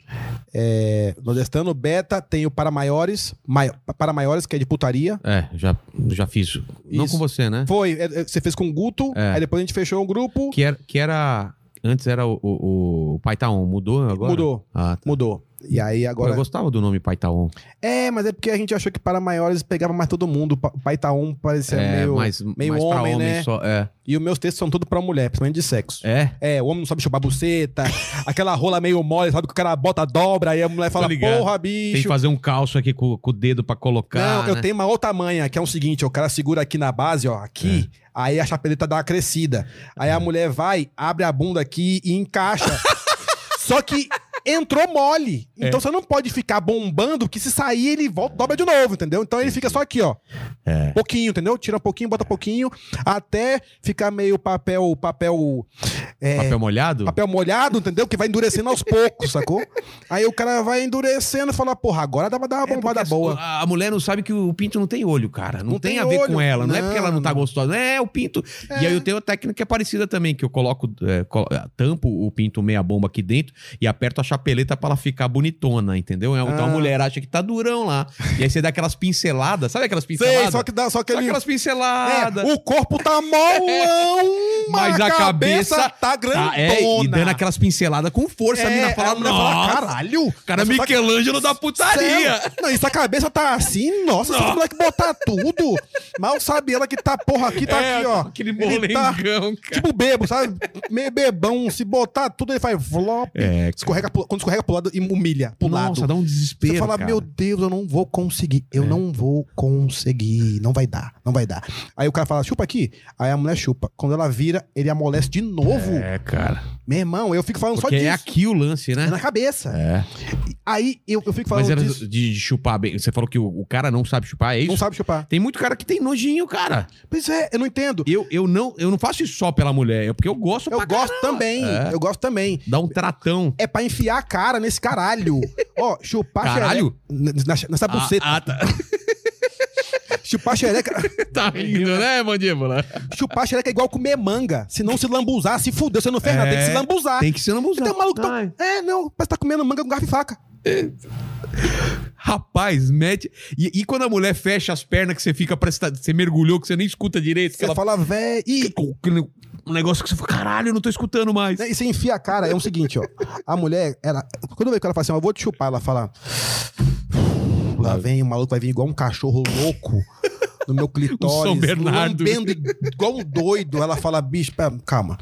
Speaker 2: é, nordestando, beta, tem o para maiores, mai- para maiores que é de putaria.
Speaker 1: É, já, já fiz. Não
Speaker 2: Isso.
Speaker 1: com você, né?
Speaker 2: Foi, é, é, você fez com o Guto,
Speaker 1: É.
Speaker 2: aí depois a gente fechou o grupo,
Speaker 1: Que era. Que era antes era o, o, o Pai Taon. Mudou agora?
Speaker 2: mudou,
Speaker 1: Ah, tá.
Speaker 2: mudou. E aí
Speaker 1: Pô, eu
Speaker 2: agora.
Speaker 1: gostava do nome Paitaon.
Speaker 2: É, mas é porque a gente achou que para maiores pegava mais todo mundo. Pa- Pai Taon parecia
Speaker 1: É,
Speaker 2: meio.
Speaker 1: mais,
Speaker 2: meio
Speaker 1: mais pra
Speaker 2: homem,
Speaker 1: homem
Speaker 2: né?
Speaker 1: só. É.
Speaker 2: E os meus textos são tudo pra mulher, principalmente de sexo.
Speaker 1: É?
Speaker 2: É, o homem não sabe chupar buceta, aquela rola meio mole, sabe? Que o cara bota dobra, aí a mulher fala,
Speaker 1: ligado.
Speaker 2: porra,
Speaker 1: Tem que
Speaker 2: bicho.
Speaker 1: fazer um calço aqui com, com o dedo pra colocar.
Speaker 2: Não, eu
Speaker 1: né?
Speaker 2: tenho uma outra manha, que é o seguinte: o cara segura aqui na base, ó, aqui, aí a chapeleta dá uma crescida. Aí a mulher vai, abre a bunda aqui e encaixa. Só que entrou mole. Então você não pode ficar bombando, que se sair ele volta, dobra de novo, entendeu? Então ele fica só aqui, ó.
Speaker 1: É.
Speaker 2: Pouquinho, entendeu? Tira um pouquinho, bota pouquinho, até ficar meio papel, papel
Speaker 1: Papel molhado?
Speaker 2: É. papel molhado, entendeu? Que vai endurecendo aos poucos, sacou? Aí o cara vai endurecendo e fala, porra, agora dá pra dar uma
Speaker 1: É
Speaker 2: bombada
Speaker 1: porque
Speaker 2: boa.
Speaker 1: A a mulher não sabe que o pinto não tem olho, cara. Não,
Speaker 2: Não
Speaker 1: tem,
Speaker 2: tem
Speaker 1: a ver
Speaker 2: olho.
Speaker 1: com ela. Não, é porque ela não tá
Speaker 2: Não.
Speaker 1: gostosa. É, o pinto. E aí eu tenho a técnica que é parecida também, que eu coloco, é, colo- tampo o pinto meia bomba aqui dentro e aperto a chapeleta pra ela ficar bonitona, entendeu? Então a
Speaker 2: Ah.
Speaker 1: mulher acha que tá durão lá. E aí você dá aquelas pinceladas. Sabe aquelas pinceladas?
Speaker 2: Sei, só que dá, só que
Speaker 1: Só
Speaker 2: ele...
Speaker 1: aquelas pinceladas.
Speaker 2: É, o corpo tá molão,
Speaker 1: Mas a cabeça
Speaker 2: tá grandona. É,
Speaker 1: Tá, é, e dando aquelas pinceladas com força. a mina fala,
Speaker 2: a mulher fala,
Speaker 1: nossa,
Speaker 2: caralho.
Speaker 1: cara,
Speaker 2: nossa, tá-
Speaker 1: Michelangelo da putaria.
Speaker 2: Céu. Não, e se a cabeça tá assim, nossa, se o moleque botar tudo, mal sabe ela que tá, porra, aqui tá
Speaker 1: É,
Speaker 2: aqui, ó.
Speaker 1: Aquele
Speaker 2: Ele tá
Speaker 1: molengão, cara.
Speaker 2: Tipo bebo, sabe? Meio bebão. Se botar tudo, ele faz flop.
Speaker 1: É,
Speaker 2: Escorrega pro- quando escorrega pro lado, e humilha pro lado.
Speaker 1: dá um desespero.
Speaker 2: Você fala,
Speaker 1: cara. É.
Speaker 2: meu Deus, eu não vou conseguir. Eu não vou conseguir. Não vai dar, não vai dar. Aí o cara fala, chupa aqui. Aí a mulher chupa. Quando ela vira, ele amolece de novo.
Speaker 1: É, cara.
Speaker 2: Meu irmão, eu fico falando
Speaker 1: Porque
Speaker 2: só
Speaker 1: é
Speaker 2: disso.
Speaker 1: aqui o lance,
Speaker 2: É,
Speaker 1: né?
Speaker 2: na cabeça.
Speaker 1: É.
Speaker 2: Aí eu, eu fico
Speaker 1: Mas
Speaker 2: falando
Speaker 1: era
Speaker 2: disso.
Speaker 1: de, de chupar bem. Você falou que o, o cara não sabe chupar, é isso?
Speaker 2: Não sabe chupar.
Speaker 1: Tem muito cara que tem nojinho, cara.
Speaker 2: Pois é, eu não entendo.
Speaker 1: Eu, eu, não, eu não faço isso só pela mulher, é porque eu gosto
Speaker 2: Eu
Speaker 1: pra
Speaker 2: gosto também.
Speaker 1: É.
Speaker 2: Eu gosto também.
Speaker 1: Dá um tratão.
Speaker 2: É pra enfiar a cara nesse caralho. Ó, chupar
Speaker 1: Caralho?
Speaker 2: xereca- n- na- Nessa buceta.
Speaker 1: Ah, ah, tá,
Speaker 2: Chupar xereca.
Speaker 1: tá rindo, né, mandíbula?
Speaker 2: chupar xereca é igual comer manga. Se não se lambuzar, se fudeu, você não fez nada, tem que se lambuzar.
Speaker 1: É, Tem que ser lambuzar.
Speaker 2: Então o maluco tá.
Speaker 1: Ai.
Speaker 2: É, não, parece que tá comendo manga com garfo e faca.
Speaker 1: Rapaz, mete. E, e quando a mulher fecha as pernas que você fica prestado, você mergulhou, que você nem escuta direito, que
Speaker 2: Você
Speaker 1: ela
Speaker 2: fala, véi. E,
Speaker 1: aquele- um negócio que você fala, caralho, eu não tô escutando mais.
Speaker 2: né, e você enfia a cara. É o seguinte, ó. A mulher, ela. Quando vem que ela fala assim, ó, eu vou te chupar, ela fala. Lá vem o maluco, vai vir igual um cachorro louco. No meu clitóris,
Speaker 1: São Bernardo.
Speaker 2: lambendo igual um doido. Ela fala, bicho, pera, calma.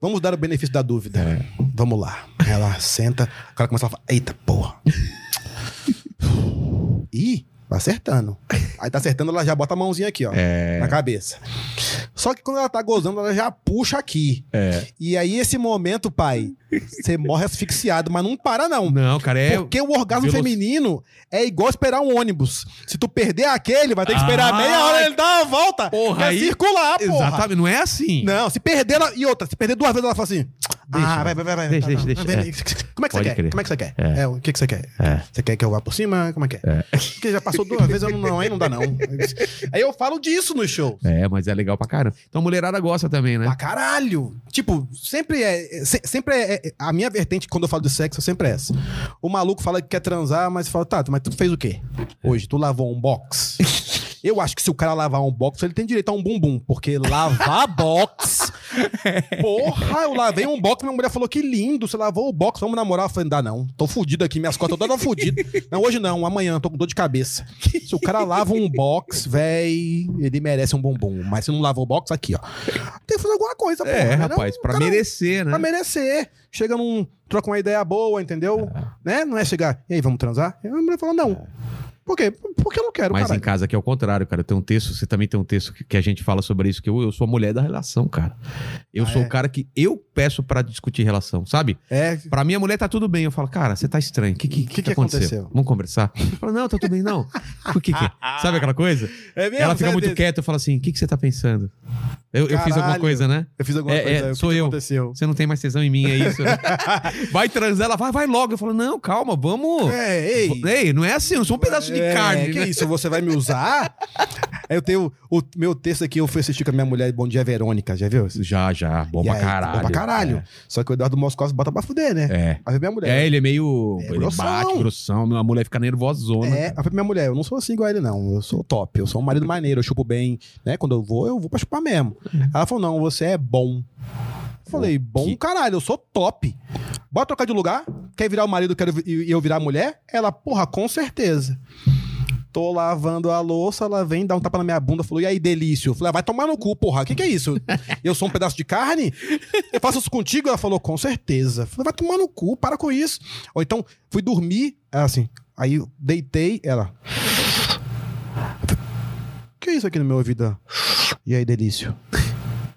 Speaker 2: Vamos dar o benefício da dúvida.
Speaker 1: É.
Speaker 2: Vamos lá. Ela senta, o cara começa a falar, eita porra. Ih, tá acertando. Aí tá acertando, ela já bota a mãozinha aqui, ó.
Speaker 1: É.
Speaker 2: Na cabeça. Só que quando ela tá gozando, ela já puxa aqui.
Speaker 1: É.
Speaker 2: E aí, esse momento, pai, você morre asfixiado, mas não para, não.
Speaker 1: Não, cara, é.
Speaker 2: Porque o orgasmo
Speaker 1: Veloc-
Speaker 2: feminino é igual esperar um ônibus. Se tu perder aquele, vai ter que esperar
Speaker 1: Ah,
Speaker 2: meia hora, ele dá uma volta.
Speaker 1: porra,
Speaker 2: vai
Speaker 1: aí-
Speaker 2: circular, porra.
Speaker 1: Exatamente, não é assim.
Speaker 2: Não, se perder ela... E outra, se perder duas vezes, ela fala assim...
Speaker 1: Deixa.
Speaker 2: ah, vai, vai, vai. vai
Speaker 1: Deixa,
Speaker 2: tá, tá,
Speaker 1: deixa, deixa.
Speaker 2: vai, Como é que você
Speaker 1: Pode
Speaker 2: quer?
Speaker 1: crer.
Speaker 2: Como é que você quer? É. o que, que você quer? Você quer que eu vá por cima? Como é que é? Porque já passou duas vezes, eu não, não, aí não dá não. Aí eu falo disso no show.
Speaker 1: É, mas é legal pra caramba. Então a mulherada gosta também, né?
Speaker 2: Pra caralho! Tipo, sempre é. é, se- sempre é, é- A minha vertente quando eu falo de sexo é sempre essa. O maluco fala que quer transar, mas fala, tá, mas tu fez o quê? Hoje, tu lavou um box? Eu acho que se o cara lavar um box, ele tem direito a um bumbum. Porque lavar box. Porra, eu lavei um box, minha mulher falou que lindo, você lavou o box, vamos namorar. Eu falei, dá não, tô fudido aqui, minhas costas todas fodidas. Não, hoje não, amanhã, tô com dor de cabeça. Se o cara lava um box, véi, ele merece um bumbum. Mas se não lavou o box, aqui, ó. Tem que fazer alguma coisa, porra.
Speaker 1: É,
Speaker 2: né?
Speaker 1: rapaz,
Speaker 2: Não,
Speaker 1: pra
Speaker 2: o cara-
Speaker 1: merecer, né?
Speaker 2: Pra merecer. Chega num. Troca uma ideia boa, entendeu? Né? Não é chegar, e aí, vamos transar? E a mulher fala, não. Por quê? Porque eu não quero,
Speaker 1: É. Mas
Speaker 2: cara.
Speaker 1: em casa aqui é o contrário, cara. Tem um texto, você também tem um texto que, que a gente fala sobre isso, que eu, eu sou a mulher da relação, cara. Eu
Speaker 2: Ah,
Speaker 1: sou
Speaker 2: é?
Speaker 1: o cara que eu peço pra discutir relação, sabe?
Speaker 2: É,
Speaker 1: Pra minha mulher tá tudo bem. Eu falo, cara, você tá estranho. O que, que, que,
Speaker 2: que
Speaker 1: que aconteceu?
Speaker 2: aconteceu?
Speaker 1: Vamos conversar? Ela fala, não, tá tudo bem, não. O que que é? Sabe aquela coisa?
Speaker 2: é mesmo,
Speaker 1: Ela fica
Speaker 2: sério
Speaker 1: muito
Speaker 2: desse.
Speaker 1: quieta, eu falo assim, o que, que você tá pensando? Eu, eu fiz alguma
Speaker 2: Caralho.
Speaker 1: coisa, né?
Speaker 2: Eu fiz alguma
Speaker 1: É,
Speaker 2: coisa.
Speaker 1: é,
Speaker 2: o que
Speaker 1: sou
Speaker 2: que
Speaker 1: eu.
Speaker 2: Aconteceu?
Speaker 1: Você não tem mais tesão em mim, é isso? né? vai transar, ela vai, vai logo. Eu falo, não, calma, vamos.
Speaker 2: É, ei.
Speaker 1: Ei, não é assim, não sou um pedaço de
Speaker 2: É,
Speaker 1: carne.
Speaker 2: Que
Speaker 1: né?
Speaker 2: isso, você vai me usar? Aí eu tenho o meu texto aqui, eu fui assistir com a minha mulher Bom Dia Verônica, já viu?
Speaker 1: Já, já, bom
Speaker 2: E
Speaker 1: pra
Speaker 2: aí,
Speaker 1: caralho.
Speaker 2: Bom pra caralho. Só que o Eduardo Moscoso bota pra fuder, né?
Speaker 1: É.
Speaker 2: Aí foi minha
Speaker 1: É,
Speaker 2: mulher.
Speaker 1: ele é meio.
Speaker 2: É
Speaker 1: ele
Speaker 2: grossão.
Speaker 1: bate, grossão, a mulher fica nervosona.
Speaker 2: É, aí foi minha mulher, eu não sou assim igual a ele, não. Eu sou top, eu sou um marido maneiro, eu chupo bem, né? Quando eu vou, eu vou pra chupar mesmo. Ela falou: não, você é bom. Eu falei, bom
Speaker 1: que-
Speaker 2: caralho, eu sou top. Bora trocar de lugar? quer virar o marido quero vi- e eu virar a mulher? Ela, porra, com certeza. Tô lavando a louça, ela vem, dá um tapa na minha bunda, falou, e aí, delício? Eu falei, ah, vai tomar no cu, porra, o que, que é isso? Eu sou um pedaço de carne? Eu faço isso contigo? Ela falou, com certeza. Eu falei, vai tomar no cu, para com isso. Ou então, fui dormir, ela assim, aí eu deitei, ela... O que é isso aqui no meu ouvido? E aí, delício?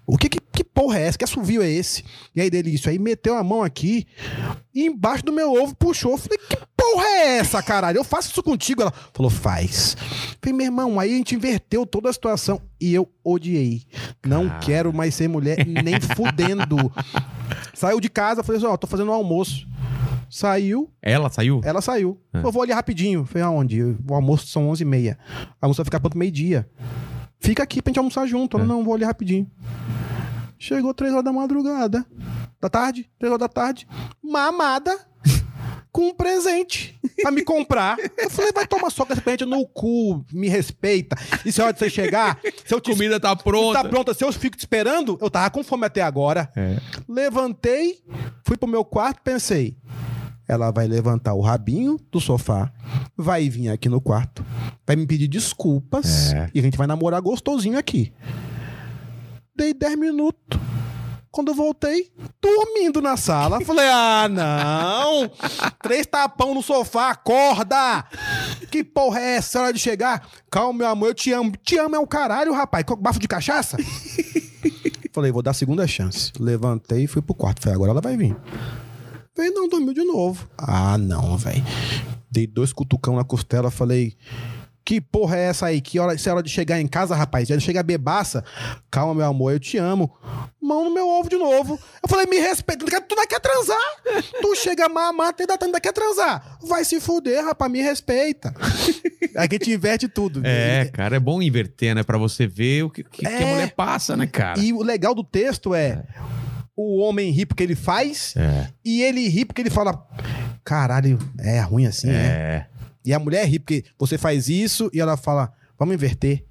Speaker 2: O que, que, que porra é essa? Que assovio é esse? E aí, delício? Aí meteu a mão aqui e embaixo do meu ovo puxou. Eu Falei, que porra é essa, caralho? Eu faço isso contigo. Ela falou, faz. Eu Falei, meu irmão, aí a gente inverteu toda a situação e eu odiei. Não quero mais ser mulher nem fudendo. Saiu de casa, falei assim, ó, tô fazendo um almoço. Saiu,
Speaker 1: Ela saiu?
Speaker 2: ela saiu. Eu vou ali rapidinho. Eu Falei, aonde? Eu- O almoço são 11h30. A moça vai ficar pronto meio-dia. Fica aqui pra gente almoçar junto. Ela, não, vou ali rapidinho. Chegou 3 horas da madrugada. Da tarde? 3 horas da tarde. Mamada. Com um presente pra me comprar. Eu falei, vai tomar só com esse presente no cu, me respeita. E se a hora de você chegar, se eu te
Speaker 1: Comida tá pronta.
Speaker 2: Tá pronta. Se eu fico te esperando, eu tava com fome até agora.
Speaker 1: É.
Speaker 2: Levantei, fui pro meu quarto, pensei. Ela vai levantar o rabinho do sofá, vai vir aqui no quarto, vai me pedir desculpas
Speaker 1: É.
Speaker 2: e a gente vai namorar gostosinho aqui. Dei 10 minutos. Quando eu voltei, dormindo na sala, falei: ah, não! Três tapão no sofá, acorda! Que porra é essa hora de chegar? Calma, meu amor, eu te amo. Te amo é o caralho, rapaz. Co- Bafo de cachaça? Falei, vou dar a segunda chance. Levantei e fui pro quarto. Falei, agora ela vai vir. Falei, não, dormiu de novo. Ah, não, velho. Dei dois cutucão na costela, falei. Que porra é essa aí? Que hora, isso é hora de chegar em casa, rapaz? Já chega bebaça. Calma, meu amor, eu te amo. Mão no meu ovo de novo. Eu falei, me respeita. Tu não quer- Tu não quer transar? Tu chega mamata e dá tu não quer transar. Vai se fuder, rapaz, me respeita. Aí que te inverte tudo. né?
Speaker 1: É, cara, é bom inverter, né? Pra você ver o que, que- que a
Speaker 2: É.
Speaker 1: mulher passa, né, cara?
Speaker 2: E o legal do texto é o homem ri porque ele faz
Speaker 1: É,
Speaker 2: e ele ri porque ele fala caralho, é ruim assim, né?
Speaker 1: é.
Speaker 2: E a mulher ri porque você faz isso e ela fala, vamos inverter.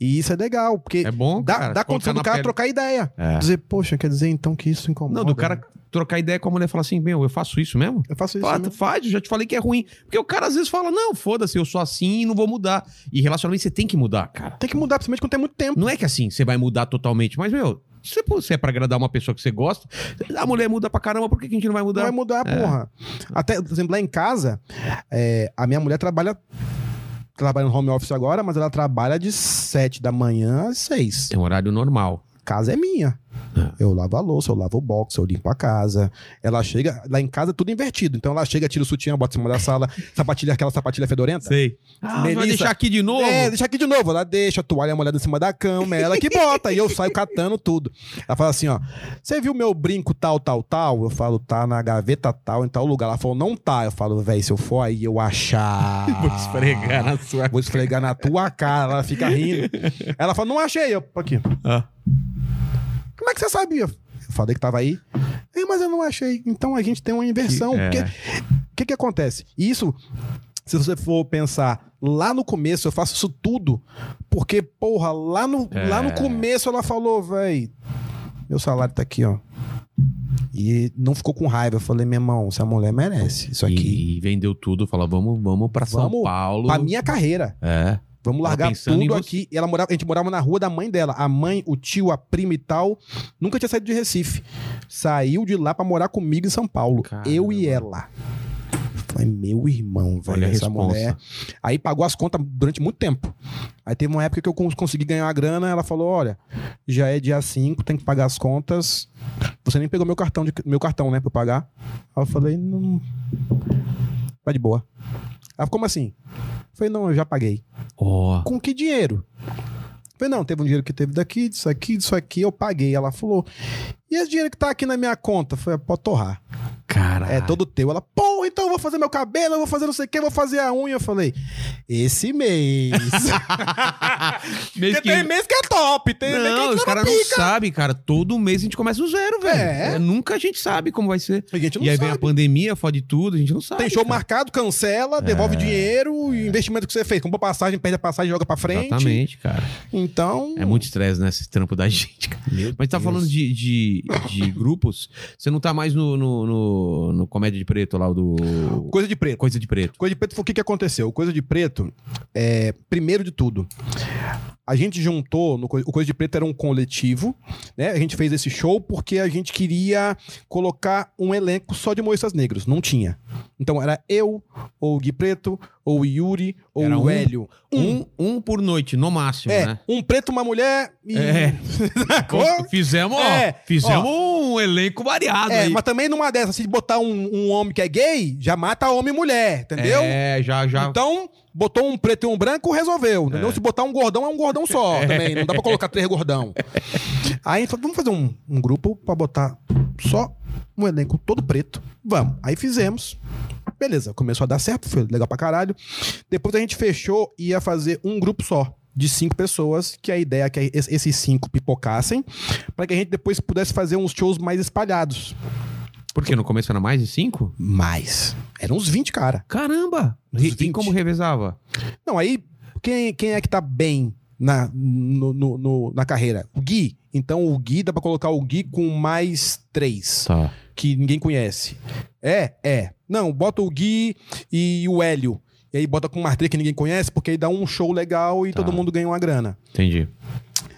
Speaker 2: E isso é legal, porque
Speaker 1: É bom,
Speaker 2: dá,
Speaker 1: cara.
Speaker 2: dá
Speaker 1: colocar
Speaker 2: condição do
Speaker 1: na
Speaker 2: cara
Speaker 1: pele.
Speaker 2: trocar ideia.
Speaker 1: É.
Speaker 2: Dizer, poxa, quer dizer então que isso incomoda.
Speaker 1: Não, do cara
Speaker 2: né?
Speaker 1: trocar ideia com a mulher e falar assim, meu, eu faço isso mesmo?
Speaker 2: Eu faço isso né?
Speaker 1: Fala,
Speaker 2: mesmo.
Speaker 1: faz, eu já te falei que é ruim. Porque o cara às vezes fala, não, foda-se, eu sou assim e não vou mudar. E relacionamento você tem que mudar, cara.
Speaker 2: Tem que mudar, principalmente quando tem muito tempo.
Speaker 1: Não é que assim você vai mudar totalmente, mas, meu, se você é pra agradar uma pessoa que você gosta, a mulher muda pra caramba, por que que a gente não vai mudar?
Speaker 2: Vai mudar,
Speaker 1: É.
Speaker 2: porra. Até, por exemplo, lá em casa, é, a minha mulher trabalha. Trabalha no home office agora, mas ela trabalha de 7 da manhã às 6.
Speaker 1: É um horário normal.
Speaker 2: Casa é minha. Eu lavo a louça, eu lavo o box, eu limpo a casa. Ela chega. Lá em casa é tudo invertido. Então ela chega, tira o sutiã, bota em cima da sala, sapatilha, aquela sapatilha fedorenta.
Speaker 1: Sei. Ah, vai
Speaker 2: Melissa.
Speaker 1: deixar aqui de novo?
Speaker 2: É, deixa aqui de novo. Ela deixa a toalha molhada em cima da cama, é ela que bota. e eu saio catando tudo. Ela fala assim, ó. Você viu meu brinco tal, tal, tal? Eu falo, tá na gaveta tal, em tal lugar. Ela falou, não tá. Eu falo, véi, se eu for aí eu achar...
Speaker 1: Vou esfregar na sua...
Speaker 2: Vou esfregar na tua cara. Ela fica rindo. Ela fala, não achei. Eu, aqui.
Speaker 1: Ah.
Speaker 2: Como é que você sabia? Eu falei que tava aí. É, mas eu não achei. Então a gente tem uma inversão.
Speaker 1: Que-
Speaker 2: Porque-
Speaker 1: é.
Speaker 2: O que, que acontece? E Isso, se você for pensar lá no começo, eu faço isso tudo. Porque, porra, lá no,
Speaker 1: É.
Speaker 2: lá no começo ela falou, véi, meu salário tá aqui, ó. E não ficou com raiva. Eu falei, meu irmão, essa mulher merece isso aqui.
Speaker 1: E, e vendeu tudo, falou, vamos, vamos pra São
Speaker 2: Vamos
Speaker 1: Paulo.
Speaker 2: Pra minha carreira.
Speaker 1: É.
Speaker 2: Vamos
Speaker 1: Tava
Speaker 2: largar
Speaker 1: pensando em
Speaker 2: tudo
Speaker 1: você.
Speaker 2: aqui. E ela morava, a gente morava na rua da mãe dela. A mãe, o tio, a prima e tal. Nunca tinha saído de Recife. Saiu de lá pra morar comigo em São Paulo.
Speaker 1: Caramba.
Speaker 2: Eu e ela. Falei, meu irmão, velho,
Speaker 1: Olha a
Speaker 2: essa
Speaker 1: responsa.
Speaker 2: mulher. Aí pagou as contas durante muito tempo. Aí teve uma época que eu cons- consegui ganhar uma grana. Ela falou: olha, já é dia 5, tem que pagar as contas. Você nem pegou meu cartão, de- meu cartão né, pra eu pagar. Aí eu falei: não. Tá de boa. Ela, como assim? Eu falei: não, eu já paguei.
Speaker 1: Ó.
Speaker 2: Com que dinheiro? Falei, não, teve um dinheiro que teve daqui, disso aqui, disso aqui, eu paguei. Ela falou, e esse dinheiro que tá aqui na minha conta? Foi, pode torrar.
Speaker 1: Cara.
Speaker 2: É todo teu. Ela, pô, então eu vou fazer meu cabelo, eu vou fazer não sei o que, eu vou fazer a unha. Eu falei, esse mês.
Speaker 1: Mês
Speaker 2: Porque
Speaker 1: que-
Speaker 2: tem mês que é top, tem mês que a
Speaker 1: Não,
Speaker 2: gente
Speaker 1: os
Speaker 2: tá na
Speaker 1: caras não
Speaker 2: pica.
Speaker 1: sabem, cara. Todo mês a gente começa do zero, velho.
Speaker 2: É.
Speaker 1: É, Nunca a gente sabe como vai ser.
Speaker 2: A gente não
Speaker 1: E aí
Speaker 2: sabe.
Speaker 1: vem a pandemia, fode tudo, a É. gente não sabe.
Speaker 2: Tem show
Speaker 1: cara.
Speaker 2: marcado, cancela, devolve dinheiro, e o investimento que você fez, comprou passagem, perde a passagem, joga pra frente.
Speaker 1: Exatamente, cara.
Speaker 2: Então,
Speaker 1: É muito estresse, né? Esse trampo da gente, cara. Mas tá
Speaker 2: Deus.
Speaker 1: falando de, de, de grupos, você não tá mais no, no, no- no, no Comédia de Preto lá, o do.
Speaker 2: Coisa de preto.
Speaker 1: Coisa de Preto.
Speaker 2: Coisa de Preto, foi o que, que aconteceu? O Coisa de Preto, é, primeiro de tudo, a gente juntou, no, Co- o Coisa de Preto era um coletivo, né? A gente fez esse show porque a gente queria colocar um elenco só de moças negros, não tinha. Então era eu, ou o Gui Preto, ou o Yuri, ou
Speaker 1: Era
Speaker 2: o
Speaker 1: um-
Speaker 2: Hélio. Um,
Speaker 1: Um, um por noite, no máximo,
Speaker 2: é,
Speaker 1: né? É.
Speaker 2: um preto, uma mulher e...
Speaker 1: Pô, Fizemos,
Speaker 2: É,
Speaker 1: ó, fizemos um elenco variado
Speaker 2: É,
Speaker 1: aí.
Speaker 2: mas também numa dessas, se botar um, um homem que é gay, já mata homem e mulher, entendeu?
Speaker 1: É, já, já.
Speaker 2: Então, botou um preto e um branco, resolveu. Entendeu? Se botar um gordão, é um gordão só também. Não dá pra colocar três gordão. Aí a gente falou, vamos fazer um, um grupo pra botar só um elenco todo preto. Vamos. Aí fizemos. Beleza, começou a dar certo, foi legal pra caralho. Depois a gente fechou e ia fazer um grupo só. De cinco pessoas, que a ideia é que es- esses cinco pipocassem, pra que a gente depois pudesse fazer uns shows mais espalhados.
Speaker 1: Porque no começo era mais de cinco?
Speaker 2: Mas, eram uns 20, cara.
Speaker 1: Caramba!
Speaker 2: Uns
Speaker 1: E- E
Speaker 2: 20.
Speaker 1: como revezava?
Speaker 2: Não, aí quem, quem é que tá bem na, no- no- no- na carreira? O Gui. Então o Gui dá pra colocar o Gui com mais três,
Speaker 1: Só.
Speaker 2: que ninguém conhece. É, é. Não, bota o Gui e o Hélio. E aí bota com mais três que ninguém conhece, porque aí dá um show legal e
Speaker 1: Tá.
Speaker 2: todo mundo ganha uma grana.
Speaker 1: Entendi.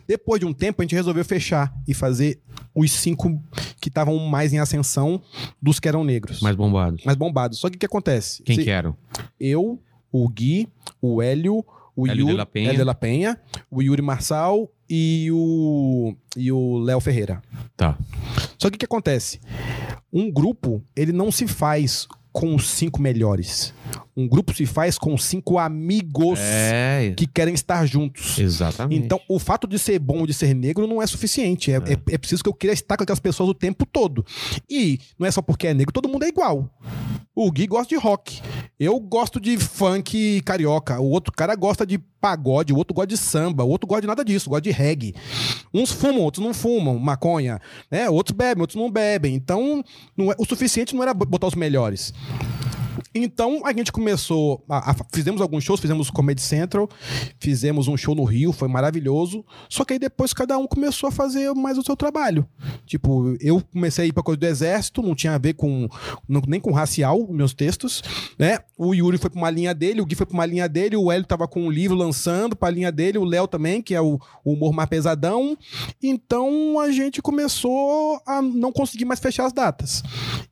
Speaker 2: Depois de um tempo, a gente resolveu fechar e fazer os cinco que estavam mais em ascensão dos que eram negros.
Speaker 1: Mais bombado.
Speaker 2: mais bombados. Só que o que acontece?
Speaker 1: Quem
Speaker 2: Se-
Speaker 1: que era?
Speaker 2: eu, o Gui, o Hélio, o
Speaker 1: Hélio
Speaker 2: Yuri,
Speaker 1: de la Penha.
Speaker 2: Hélio de la Penha, o Yuri Marçal e o e o Léo Ferreira.
Speaker 1: Tá.
Speaker 2: Só que o que acontece? Um grupo, ele não se faz com os cinco melhores. Um grupo se faz com cinco amigos
Speaker 1: É,
Speaker 2: que querem estar juntos.
Speaker 1: exatamente.
Speaker 2: Então, o fato de ser bom ou de ser negro não é suficiente. É, é- é preciso que eu queira estar com aquelas pessoas o tempo todo. E não é só porque é negro, todo mundo é igual. O Gui gosta de rock. Eu gosto de funk carioca. O outro cara gosta de pagode. O outro gosta de samba. O outro gosta de nada disso. Gosta de reggae. Uns fumam, outros não fumam. Maconha. Né? Outros bebem, outros não bebem. Então, não é- o suficiente não era botar os melhores. Então a gente começou, a- a- fizemos alguns shows, fizemos o Comedy Central, fizemos um show no Rio, foi maravilhoso. Só que aí depois cada um começou a fazer mais o seu trabalho. Tipo, eu comecei a ir pra coisa do exército, não tinha a ver com não- nem com racial meus textos, né? O Yuri foi pra uma linha dele, o Gui foi pra uma linha dele, o Hélio tava com um livro lançando pra linha dele, o Léo também, que é o, o humor mais pesadão. Então a gente começou a não conseguir mais fechar as datas.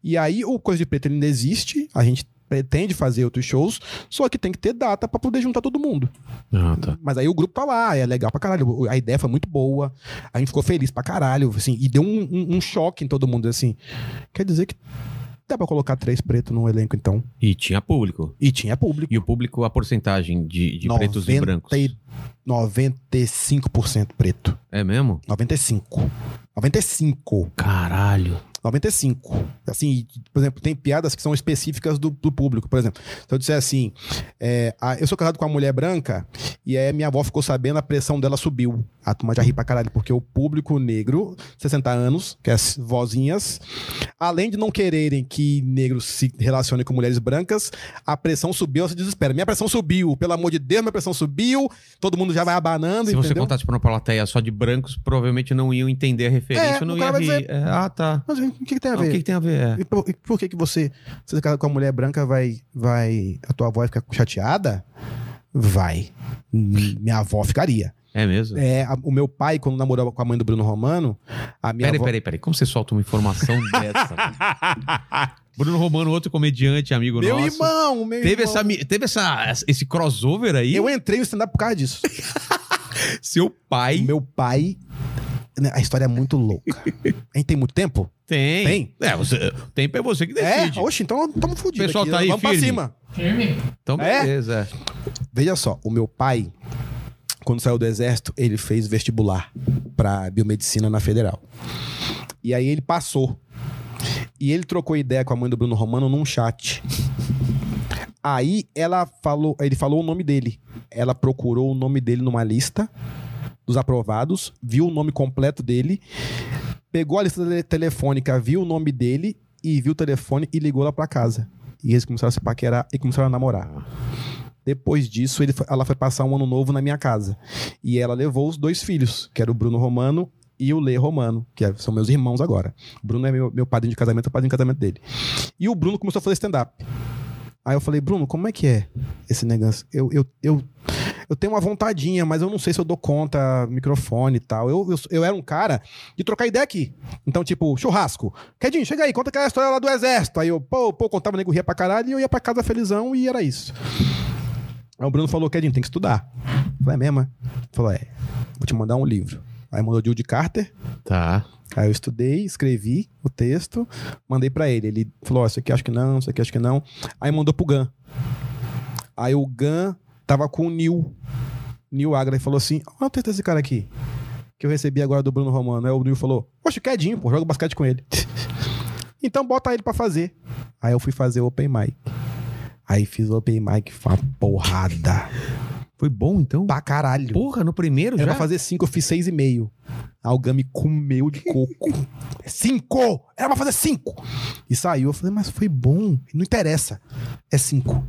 Speaker 2: E aí o Coisa de Preto ele ainda existe, a gente pretende fazer outros shows, só que tem que ter data pra poder juntar todo mundo.
Speaker 1: Ah, tá.
Speaker 2: Mas aí o grupo tá lá, é legal pra caralho. A ideia foi muito boa, a gente ficou feliz pra caralho, assim, e deu um, um- um choque em todo mundo, assim. Quer dizer que dá pra colocar três pretos no elenco, então.
Speaker 1: E tinha público.
Speaker 2: E tinha público.
Speaker 1: E o público, a porcentagem de, de pretos e
Speaker 2: 90
Speaker 1: brancos.
Speaker 2: 95% preto.
Speaker 1: É mesmo?
Speaker 2: 95. 95.
Speaker 1: Caralho.
Speaker 2: 95. Assim, por exemplo, tem piadas que são específicas do, do público. Por exemplo, se eu disser assim, é, a- eu sou casado com uma mulher branca, e aí minha avó ficou sabendo, a pressão dela subiu. A turma já ri pra caralho, porque o público negro, 60 anos, que é as vozinhas, além de não quererem que negros se relacionem com mulheres brancas, a pressão subiu, ela se desespera. Minha pressão subiu, pelo amor de Deus, minha pressão subiu, todo mundo já vai abanando,
Speaker 1: Se você
Speaker 2: entendeu?
Speaker 1: contasse pra uma plateia só de brancos, provavelmente não iam entender a referência,
Speaker 2: É,
Speaker 1: não
Speaker 2: o
Speaker 1: ia
Speaker 2: cara vai
Speaker 1: rir.
Speaker 2: dizer-
Speaker 1: É, ah, tá.
Speaker 2: Mas o que, que tem a
Speaker 1: Ah, o
Speaker 2: ver?
Speaker 1: que, que tem a ver? É.
Speaker 2: E por, e por que que você, se você casar com uma mulher branca, vai, vai, a tua avó vai ficar chateada? Vai. Hum, Minha avó ficaria.
Speaker 1: É mesmo?
Speaker 2: É, a- o meu pai, quando namorou com a mãe do Bruno Romano, a minha
Speaker 1: Peraí,
Speaker 2: avó...
Speaker 1: peraí, peraí. Como você solta uma informação dessa? Bruno Romano, outro comediante, amigo
Speaker 2: Meu
Speaker 1: nosso.
Speaker 2: irmão, meu
Speaker 1: Teve,
Speaker 2: irmão.
Speaker 1: essa, mi- teve essa, esse crossover aí.
Speaker 2: Eu entrei no stand-up por causa disso.
Speaker 1: Seu
Speaker 2: O
Speaker 1: pai
Speaker 2: meu pai... A história é muito louca. A gente tem muito tempo?
Speaker 1: tem. É, você, o tempo é você que decide.
Speaker 2: É? Oxe, então estamos fodidos
Speaker 1: Pessoal
Speaker 2: aqui.
Speaker 1: tá aí
Speaker 2: Vamos
Speaker 1: firme?
Speaker 2: pra cima.
Speaker 1: então,
Speaker 2: É?
Speaker 1: beleza.
Speaker 2: Veja só, o meu pai, quando saiu do exército, ele fez vestibular pra biomedicina na federal. E aí ele passou. E ele trocou ideia com a mãe do Bruno Romano num chat. Aí ela falou, ele falou o nome dele. Ela procurou o nome dele numa lista dos aprovados, viu o nome completo dele, pegou a lista tele- telefônica, viu o nome dele e viu o telefone e ligou lá pra casa. E eles começaram a se paquerar e começaram a namorar. Depois disso, ele foi- ela foi passar um ano novo na minha casa. E ela levou os dois filhos, que era o Bruno Romano e e o Lê Romano, que é- são meus irmãos agora. O Bruno é meu, meu padrinho de casamento, é o padrinho de casamento dele. E o Bruno começou a fazer stand-up. Aí eu falei, Bruno, como é que é esse negócio? Eu, eu, eu, eu tenho uma vontadinha, mas eu não sei se eu dou conta, microfone e tal. Eu, eu, eu era um cara de trocar ideia aqui. Então, tipo, churrasco. Quedinho, chega aí, conta aquela história lá do exército. Aí eu, pô, pô, contava, o nego ria pra caralho e eu ia pra casa felizão e era isso. Aí o Bruno falou, Quedinho, tem que estudar. Eu falei, é mesmo? é?" Ele falou, é, vou te mandar um livro. Aí mandou o Jill de Carter,
Speaker 1: Tá.
Speaker 2: Aí eu estudei, escrevi o texto, mandei pra ele. Ele falou: ó, isso aqui acho que não, isso aqui acho que não. Aí mandou pro Gan. Aí o Gan tava com o Nil. Nil Agra e falou assim: olha o texto desse cara aqui, que eu recebi agora do Bruno Romano. Aí o Nil falou: Poxa, quedinho, pô, joga basquete com ele. então bota ele pra fazer. Aí eu fui fazer o Open Mic. Aí fiz o Open Mic, foi uma porrada.
Speaker 1: Foi bom, então? É
Speaker 2: Pra caralho.
Speaker 1: Porra, no primeiro
Speaker 2: Era
Speaker 1: já?
Speaker 2: pra fazer cinco, eu fiz seis e meio. A Algami comeu de coco. cinco! Era pra fazer cinco! E saiu, eu falei, mas foi bom. Não interessa. É cinco.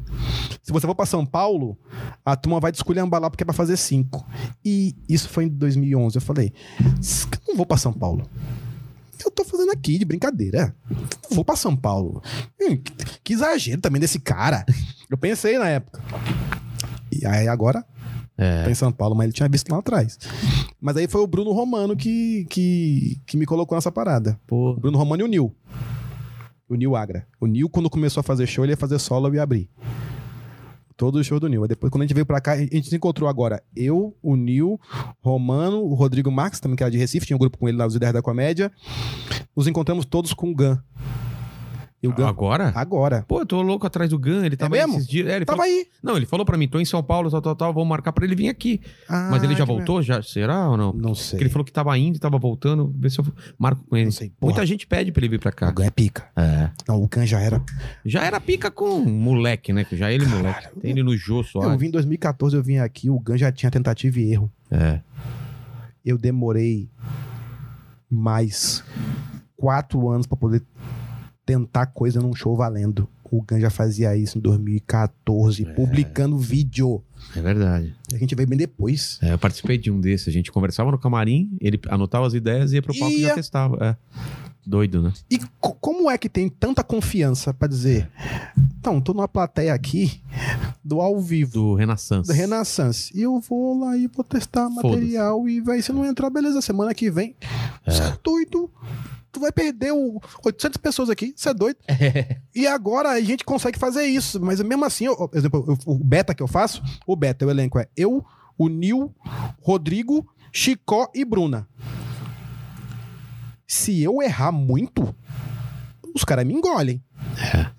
Speaker 2: Se você for pra São Paulo, a turma vai desculhambar lá porque é pra fazer cinco. E isso foi em 2011. Eu falei, "S- eu não vou pra São Paulo. Eu tô fazendo aqui de brincadeira. Eu Vou pra São Paulo. Hum, que- que exagero também desse cara. Eu pensei na época. E aí agora
Speaker 1: É.
Speaker 2: tá em São Paulo, mas ele tinha visto lá atrás. Mas aí foi o Bruno Romano que, que, que me colocou nessa parada. O
Speaker 1: Pô.
Speaker 2: Bruno Romano e o Nil. O Nil Agra. O Nil, quando começou a fazer show, ele ia fazer solo e abrir. Todo o show do Nil. Aí depois, quando a gente veio pra cá, a gente se encontrou agora. Eu, o Nil, Romano, o Rodrigo Marques, também que era de Recife, tinha um grupo com ele lá, os Ideias da Comédia. Nos encontramos todos com o Gan. E o Gan,
Speaker 1: Agora?
Speaker 2: agora.
Speaker 1: Pô, eu tô louco atrás do Gun, ele tava aí
Speaker 2: mesmo?
Speaker 1: esses dias. É, ele
Speaker 2: Tava
Speaker 1: falou-
Speaker 2: aí.
Speaker 1: Não, ele falou pra mim, tô em São Paulo, tal, tal, tal, vou marcar pra ele vir aqui. Mas ele
Speaker 2: Ah,
Speaker 1: já
Speaker 2: que
Speaker 1: voltou? Já? Será ou não?
Speaker 2: merda. Não sei.
Speaker 1: Porque ele falou que tava indo, tava voltando. Vê se eu marco com ele.
Speaker 2: Não sei, porra.
Speaker 1: Muita gente pede pra ele vir pra cá.
Speaker 2: O Gan é pica.
Speaker 1: É.
Speaker 2: Não, o Gan já era.
Speaker 1: Já era pica com moleque, né? Que já ele moleque. Tem ele no Jô só.
Speaker 2: Eu vim em 2014, eu vim aqui, o Gan já tinha tentativa e erro.
Speaker 1: É.
Speaker 2: Eu demorei mais quatro anos pra poder tentar coisa num show valendo. O Gan já fazia isso em 2014, publicando vídeo.
Speaker 1: É verdade.
Speaker 2: A gente veio bem depois.
Speaker 1: É, eu participei de um desses. A gente conversava no camarim, ele anotava as ideias e ia pro palco e já
Speaker 2: Ia.
Speaker 1: testava. É. Doido, né?
Speaker 2: E co- como é que tem tanta confiança pra dizer? Então, tô numa plateia aqui do ao vivo.
Speaker 1: Do Renaissance.
Speaker 2: Da Renaissance. E eu vou lá e vou testar
Speaker 1: Foda-se.
Speaker 2: material. E vai, se não entrar, beleza, semana que vem. Você é. doido. Tu vai perder o 800 pessoas aqui. Você é doido. E agora a gente consegue fazer isso. Mas mesmo assim, eu- por exemplo, eu- o beta que eu faço, o beta, o elenco é eu, o Nil, Rodrigo, Chicó e Bruna. Se eu errar muito, os caras me engolem.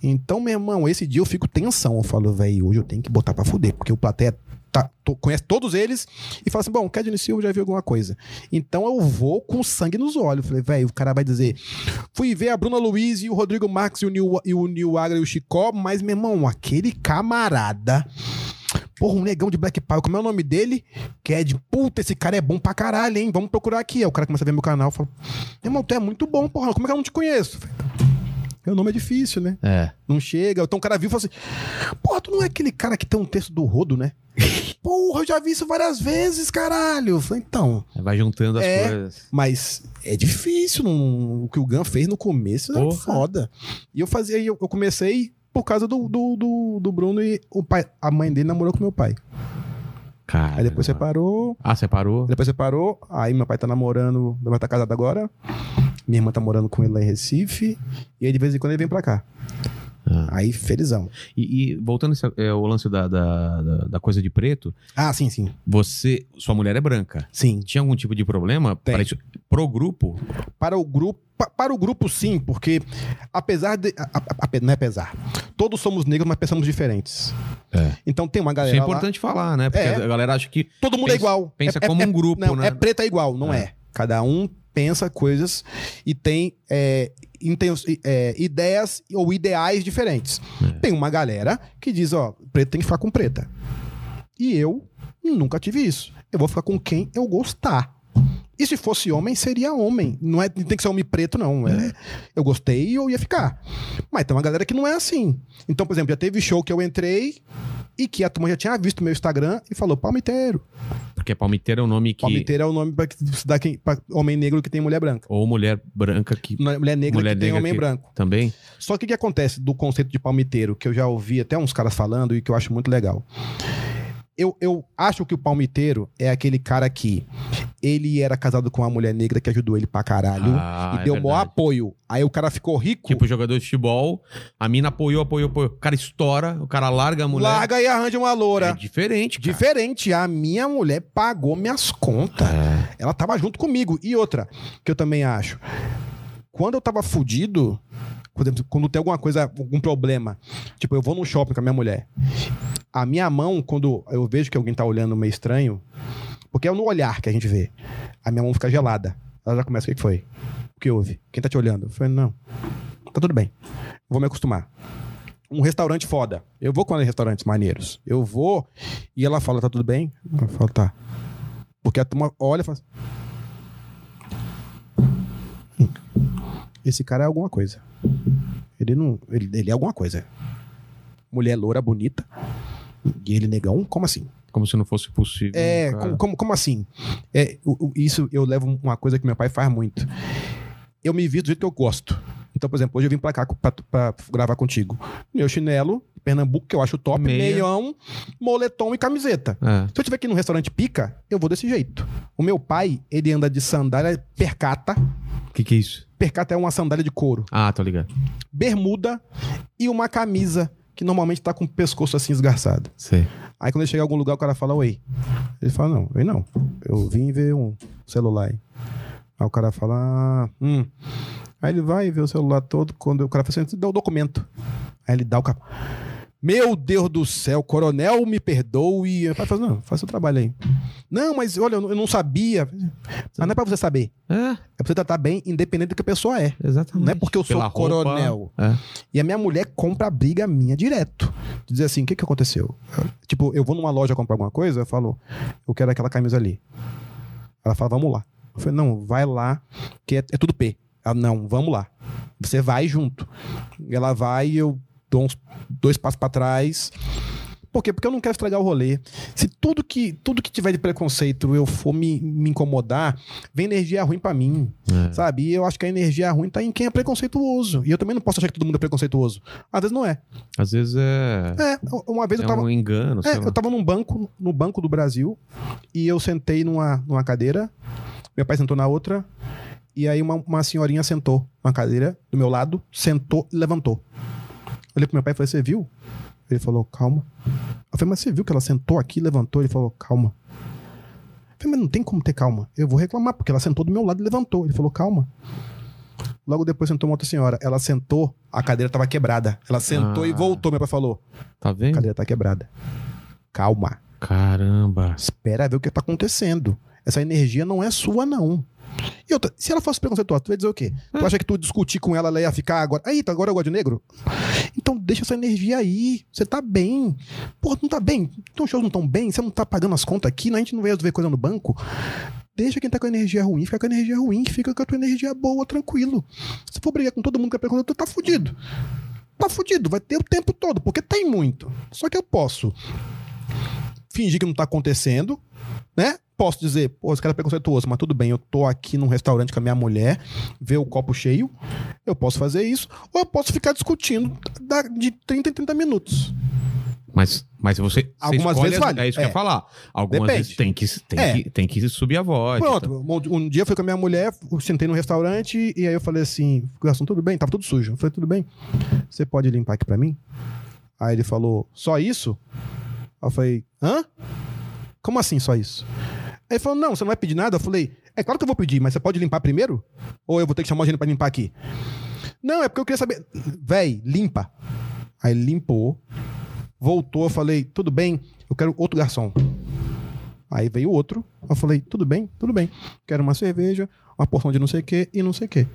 Speaker 2: Então, meu irmão, esse dia eu fico tensão. Eu falo, velho, hoje eu tenho que botar pra fuder, porque o plateia tá- to- conhece todos eles e fala assim: bom, o Cadney Silva já viu alguma coisa. Então eu vou com sangue nos olhos. Eu Falei, velho, o cara vai dizer: fui ver a Bruna Luiz e o Rodrigo Marques e o Nil, e o Nil Agra e o Chicó, mas, meu irmão, aquele camarada. Porra, um negão de Black Power, como é o nome dele? Que é de puta, esse cara é bom pra caralho, hein? Vamos procurar aqui. Aí o cara começa a ver meu canal e fala: meu irmão, tu é muito bom, porra, como é que eu não te conheço? Eu falei, Meu nome é difícil, né?
Speaker 1: É.
Speaker 2: Não chega. Então o cara viu e falou assim: Porra, tu não é aquele cara que tem um texto do rodo, né? Porra, eu já vi isso várias vezes, caralho. Eu falei, então.
Speaker 1: Vai juntando as
Speaker 2: É.
Speaker 1: coisas.
Speaker 2: Mas é difícil. não- o que o Gun fez no começo é
Speaker 1: Porra.
Speaker 2: foda. E eu fazia, eu, eu comecei por causa do, do, do, do Bruno e o pai. A mãe dele namorou com meu pai.
Speaker 1: Cara.
Speaker 2: Aí depois separou.
Speaker 1: Ah, separou?
Speaker 2: Depois separou. Aí meu pai tá namorando. Meu pai tá casado agora. Minha irmã tá morando com ele lá em Recife. E aí de vez em quando ele vem pra cá.
Speaker 1: Ah.
Speaker 2: Aí, felizão.
Speaker 1: E, e voltando esse, é, o lance da, da, da- da coisa de preto,
Speaker 2: Ah, sim, sim.
Speaker 1: você. Sua mulher é branca.
Speaker 2: Sim.
Speaker 1: Tinha algum tipo de problema?
Speaker 2: Tem.
Speaker 1: Para isso, pro grupo?
Speaker 2: para o grupo pa- para o grupo sim porque apesar de a- a- ape- não é apesar todos somos negros mas pensamos diferentes
Speaker 1: É.
Speaker 2: então tem uma
Speaker 1: Isso é
Speaker 2: galera lá,
Speaker 1: importante falar, né? Porque
Speaker 2: É.
Speaker 1: a galera acha que
Speaker 2: todo mundo
Speaker 1: Pensa-
Speaker 2: é igual
Speaker 1: pensa
Speaker 2: É- é-
Speaker 1: como um grupo,
Speaker 2: não,
Speaker 1: né?
Speaker 2: é preta igual, não
Speaker 1: É.
Speaker 2: é. Cada um pensa coisas e tem é, inten- é, ideias ou ideais diferentes.
Speaker 1: É.
Speaker 2: Tem uma galera que diz, ó, preto tem que ficar com preta. E eu nunca tive isso. Eu vou ficar com quem eu gostar. E se fosse homem, seria homem. Não é, não tem que ser homem preto, não. É, Eu gostei e eu ia ficar. Mas tem uma galera que não é assim. Então, por exemplo, já teve show que eu entrei e que a turma já tinha visto meu Instagram e falou palmiteiro.
Speaker 1: Porque palmiteiro é um nome que.
Speaker 2: Palmiteiro é o nome pra, que se dá quem, pra homem negro que tem mulher branca. é,
Speaker 1: Ou mulher branca que.
Speaker 2: Mulher negra
Speaker 1: Mulher
Speaker 2: que tem
Speaker 1: negra
Speaker 2: homem
Speaker 1: que-
Speaker 2: branco.
Speaker 1: Também?
Speaker 2: Só que o que acontece do conceito de palmiteiro, que eu já ouvi até uns caras falando e que eu acho muito legal. Eu, eu acho que o palmiteiro é aquele cara que ele era casado com uma mulher negra que ajudou ele pra caralho
Speaker 1: Ah,
Speaker 2: e
Speaker 1: é
Speaker 2: deu maior
Speaker 1: verdade.
Speaker 2: apoio. Aí o cara ficou rico,
Speaker 1: Tipo, jogador de futebol, a mina apoiou, apoiou, apoiou. O cara estoura, o cara larga a mulher.
Speaker 2: larga e arranja uma
Speaker 1: É
Speaker 2: loura.
Speaker 1: diferente, cara.
Speaker 2: Diferente, a minha mulher pagou minhas contas. Ela tava junto comigo. E outra, que eu também acho. Quando eu tava fudido, por exemplo, quando tem alguma coisa, algum problema, tipo, eu vou num shopping com a minha mulher. A minha mão, quando eu vejo que alguém tá olhando meio estranho, porque é no olhar que a gente vê, a minha mão fica gelada. Ela já começa, o que que foi? O que houve? Quem tá te olhando? Eu falei, não. Tá tudo bem. Vou me acostumar. Um restaurante foda. Eu vou com ela em restaurantes maneiros. Eu vou e ela fala, tá tudo bem? Eu falo, tá. Porque a turma olha e fala. assim, Esse cara é alguma coisa. Ele não. Ele, ele é alguma coisa. Mulher loura, bonita. E ele negão? Como assim?
Speaker 1: Como se não fosse possível. né,
Speaker 2: É,
Speaker 1: Hum, cara.
Speaker 2: como, como, como assim? É, o- o- isso eu levo uma coisa que meu pai faz muito. Eu me visto do jeito que eu gosto. Então, por exemplo, hoje eu vim pra cá co- pra, pra gravar contigo. Meu chinelo, Pernambuco, que eu acho top,
Speaker 1: Meia.
Speaker 2: meião, moletom e camiseta.
Speaker 1: É.
Speaker 2: Se eu tiver aqui num restaurante pica, eu vou desse jeito. O meu pai, ele anda de sandália percata.
Speaker 1: O que, que é isso?
Speaker 2: Percata é uma sandália de couro.
Speaker 1: Ah, tô ligado.
Speaker 2: Bermuda e uma camisa que normalmente tá com o pescoço assim esgarçado.
Speaker 1: Sei.
Speaker 2: Aí quando ele chega em algum lugar, o cara fala, oi. Ele fala, não, oi não. Eu vim ver um celular aí. Aí o cara fala, ah, hum. Aí ele vai ver o celular todo, quando o cara fala assim, dá o documento. Aí ele dá o cap... Meu Deus do céu, coronel, me perdoe. Aí o pai fala, não, faz seu trabalho aí. Não, mas olha, eu não- eu não sabia. Mas não é pra você saber.
Speaker 1: É,
Speaker 2: É pra você tratar bem, independente do que a pessoa é.
Speaker 1: exatamente.
Speaker 2: Não é porque eu sou
Speaker 1: Pela roupa,
Speaker 2: coronel.
Speaker 1: É.
Speaker 2: E a minha mulher compra a briga minha direto. De Dizer assim, o que, que aconteceu? Tipo, eu vou numa loja comprar alguma coisa, eu falo, eu quero aquela camisa ali. Ela fala, vamos lá. Eu falei, não, vai lá, que é, é tudo P. Ela, não, vamos lá. Você vai junto. Ela vai e eu dou uns dois passos pra trás. Por quê? Porque eu não quero estragar o rolê. Se tudo que tudo que tiver de preconceito eu for me, me incomodar, vem energia ruim pra mim.
Speaker 1: É.
Speaker 2: Sabe? E eu acho que a energia ruim tá em quem é preconceituoso. E eu também não posso achar que todo mundo é preconceituoso. Às vezes não é.
Speaker 1: Às vezes é.
Speaker 2: É, uma vez
Speaker 1: É
Speaker 2: eu tava.
Speaker 1: um engano, sei
Speaker 2: É,
Speaker 1: lá.
Speaker 2: eu tava num banco, no Banco do Brasil, e eu sentei numa, numa cadeira, meu pai sentou na outra, e aí uma, uma senhorinha sentou numa cadeira do meu lado, sentou e levantou. Olhei pro meu pai e falei, você viu? Ele falou, calma. Eu falei, mas você viu que ela sentou aqui, levantou? Ele falou, calma. Eu falei, mas não tem como ter calma. Eu vou reclamar, porque ela sentou do meu lado e levantou. Ele falou, calma. Logo depois sentou uma outra senhora. Ela sentou, a cadeira tava quebrada. Ela sentou e
Speaker 1: Ah.
Speaker 2: voltou. Meu pai falou,
Speaker 1: Tá
Speaker 2: a
Speaker 1: vendo?
Speaker 2: cadeira tá quebrada. Calma.
Speaker 1: Caramba.
Speaker 2: Espera ver o que tá acontecendo. Essa energia não é sua, não. E outra, se ela fosse preconceituosa, tu ia dizer o quê? Tu acha que tu discutir com ela, ela ia ficar agora. Aí, agora eu gosto de negro? Então deixa essa energia aí. Você tá bem. Porra, não tá bem? Teus shows não tão bem? Você não tá pagando as contas aqui? né? A gente não veio resolver coisa no banco? Deixa quem tá com a energia ruim, fica com a energia ruim, fica com a tua energia boa, tranquilo. Se for brigar com todo mundo que é preconceituoso, tu tá fudido. Tá fudido, vai ter o tempo todo, porque tem muito. Só que eu posso fingir que não tá acontecendo, né? Posso dizer, pô, esse cara é preconceituoso, mas tudo bem, eu tô aqui num restaurante com a minha mulher, ver o copo cheio, eu posso fazer isso, ou eu posso ficar discutindo da- de 30 em 30 minutos.
Speaker 1: Mas, mas você. você
Speaker 2: Algumas
Speaker 1: escolhe
Speaker 2: vezes
Speaker 1: as-
Speaker 2: vale.
Speaker 1: É isso que eu
Speaker 2: É.
Speaker 1: ia falar. Algumas
Speaker 2: Depende.
Speaker 1: vezes tem que, tem,
Speaker 2: É.
Speaker 1: que, tem que subir a voz. tá?
Speaker 2: Pronto, um, um dia eu fui com a minha mulher, eu sentei num restaurante, e aí eu falei assim, garçom, tudo bem? Tava tudo sujo. Eu falei, tudo bem, você pode limpar aqui pra mim? Aí ele falou, só isso? Aí eu falei, hã? Como assim só isso? Aí ele falou, não, você não vai pedir nada? Eu falei, é claro que eu vou pedir, mas você pode limpar primeiro? Ou eu vou ter que chamar a gente pra limpar aqui? Não, é porque eu queria saber. Véi, limpa. Aí ele limpou, voltou, eu falei, tudo bem, eu quero outro garçom. Aí veio outro, eu falei, tudo bem, tudo bem. Quero uma cerveja, uma porção de não sei o que e não sei o que.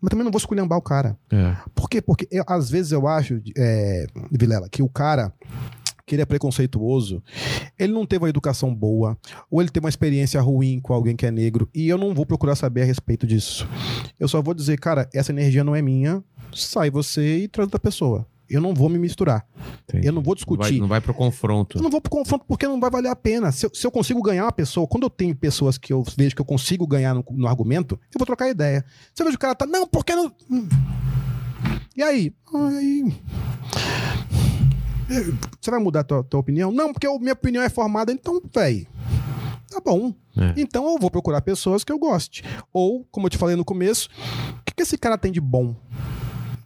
Speaker 2: Mas também não vou esculhambar o cara.
Speaker 1: É.
Speaker 2: Por quê? Porque eu- às vezes eu acho, é, Vilela, que o cara que ele é preconceituoso, ele não teve uma educação boa, ou ele teve uma experiência ruim com alguém que é negro, e eu não vou procurar saber a respeito disso. Eu só vou dizer, cara, essa energia não é minha, sai você e traz outra pessoa. eu não vou me misturar.
Speaker 1: Entendi.
Speaker 2: Eu não vou
Speaker 1: Não vai,
Speaker 2: discutir.
Speaker 1: não vai pro confronto.
Speaker 2: Eu não vou pro confronto porque não vai valer a pena. Se eu, se eu consigo ganhar uma pessoa, quando eu tenho pessoas que eu vejo que eu consigo ganhar no, no argumento, eu vou trocar ideia. Se eu vejo que o cara tá, não, porque não. Hum. E aí? Aí. Você vai mudar a tua, tua opinião? Não, porque a minha opinião é formada, então, véi. Tá bom.
Speaker 1: É.
Speaker 2: Então eu vou procurar pessoas que eu goste. Ou, como eu te falei no começo, o que, que esse cara tem de bom?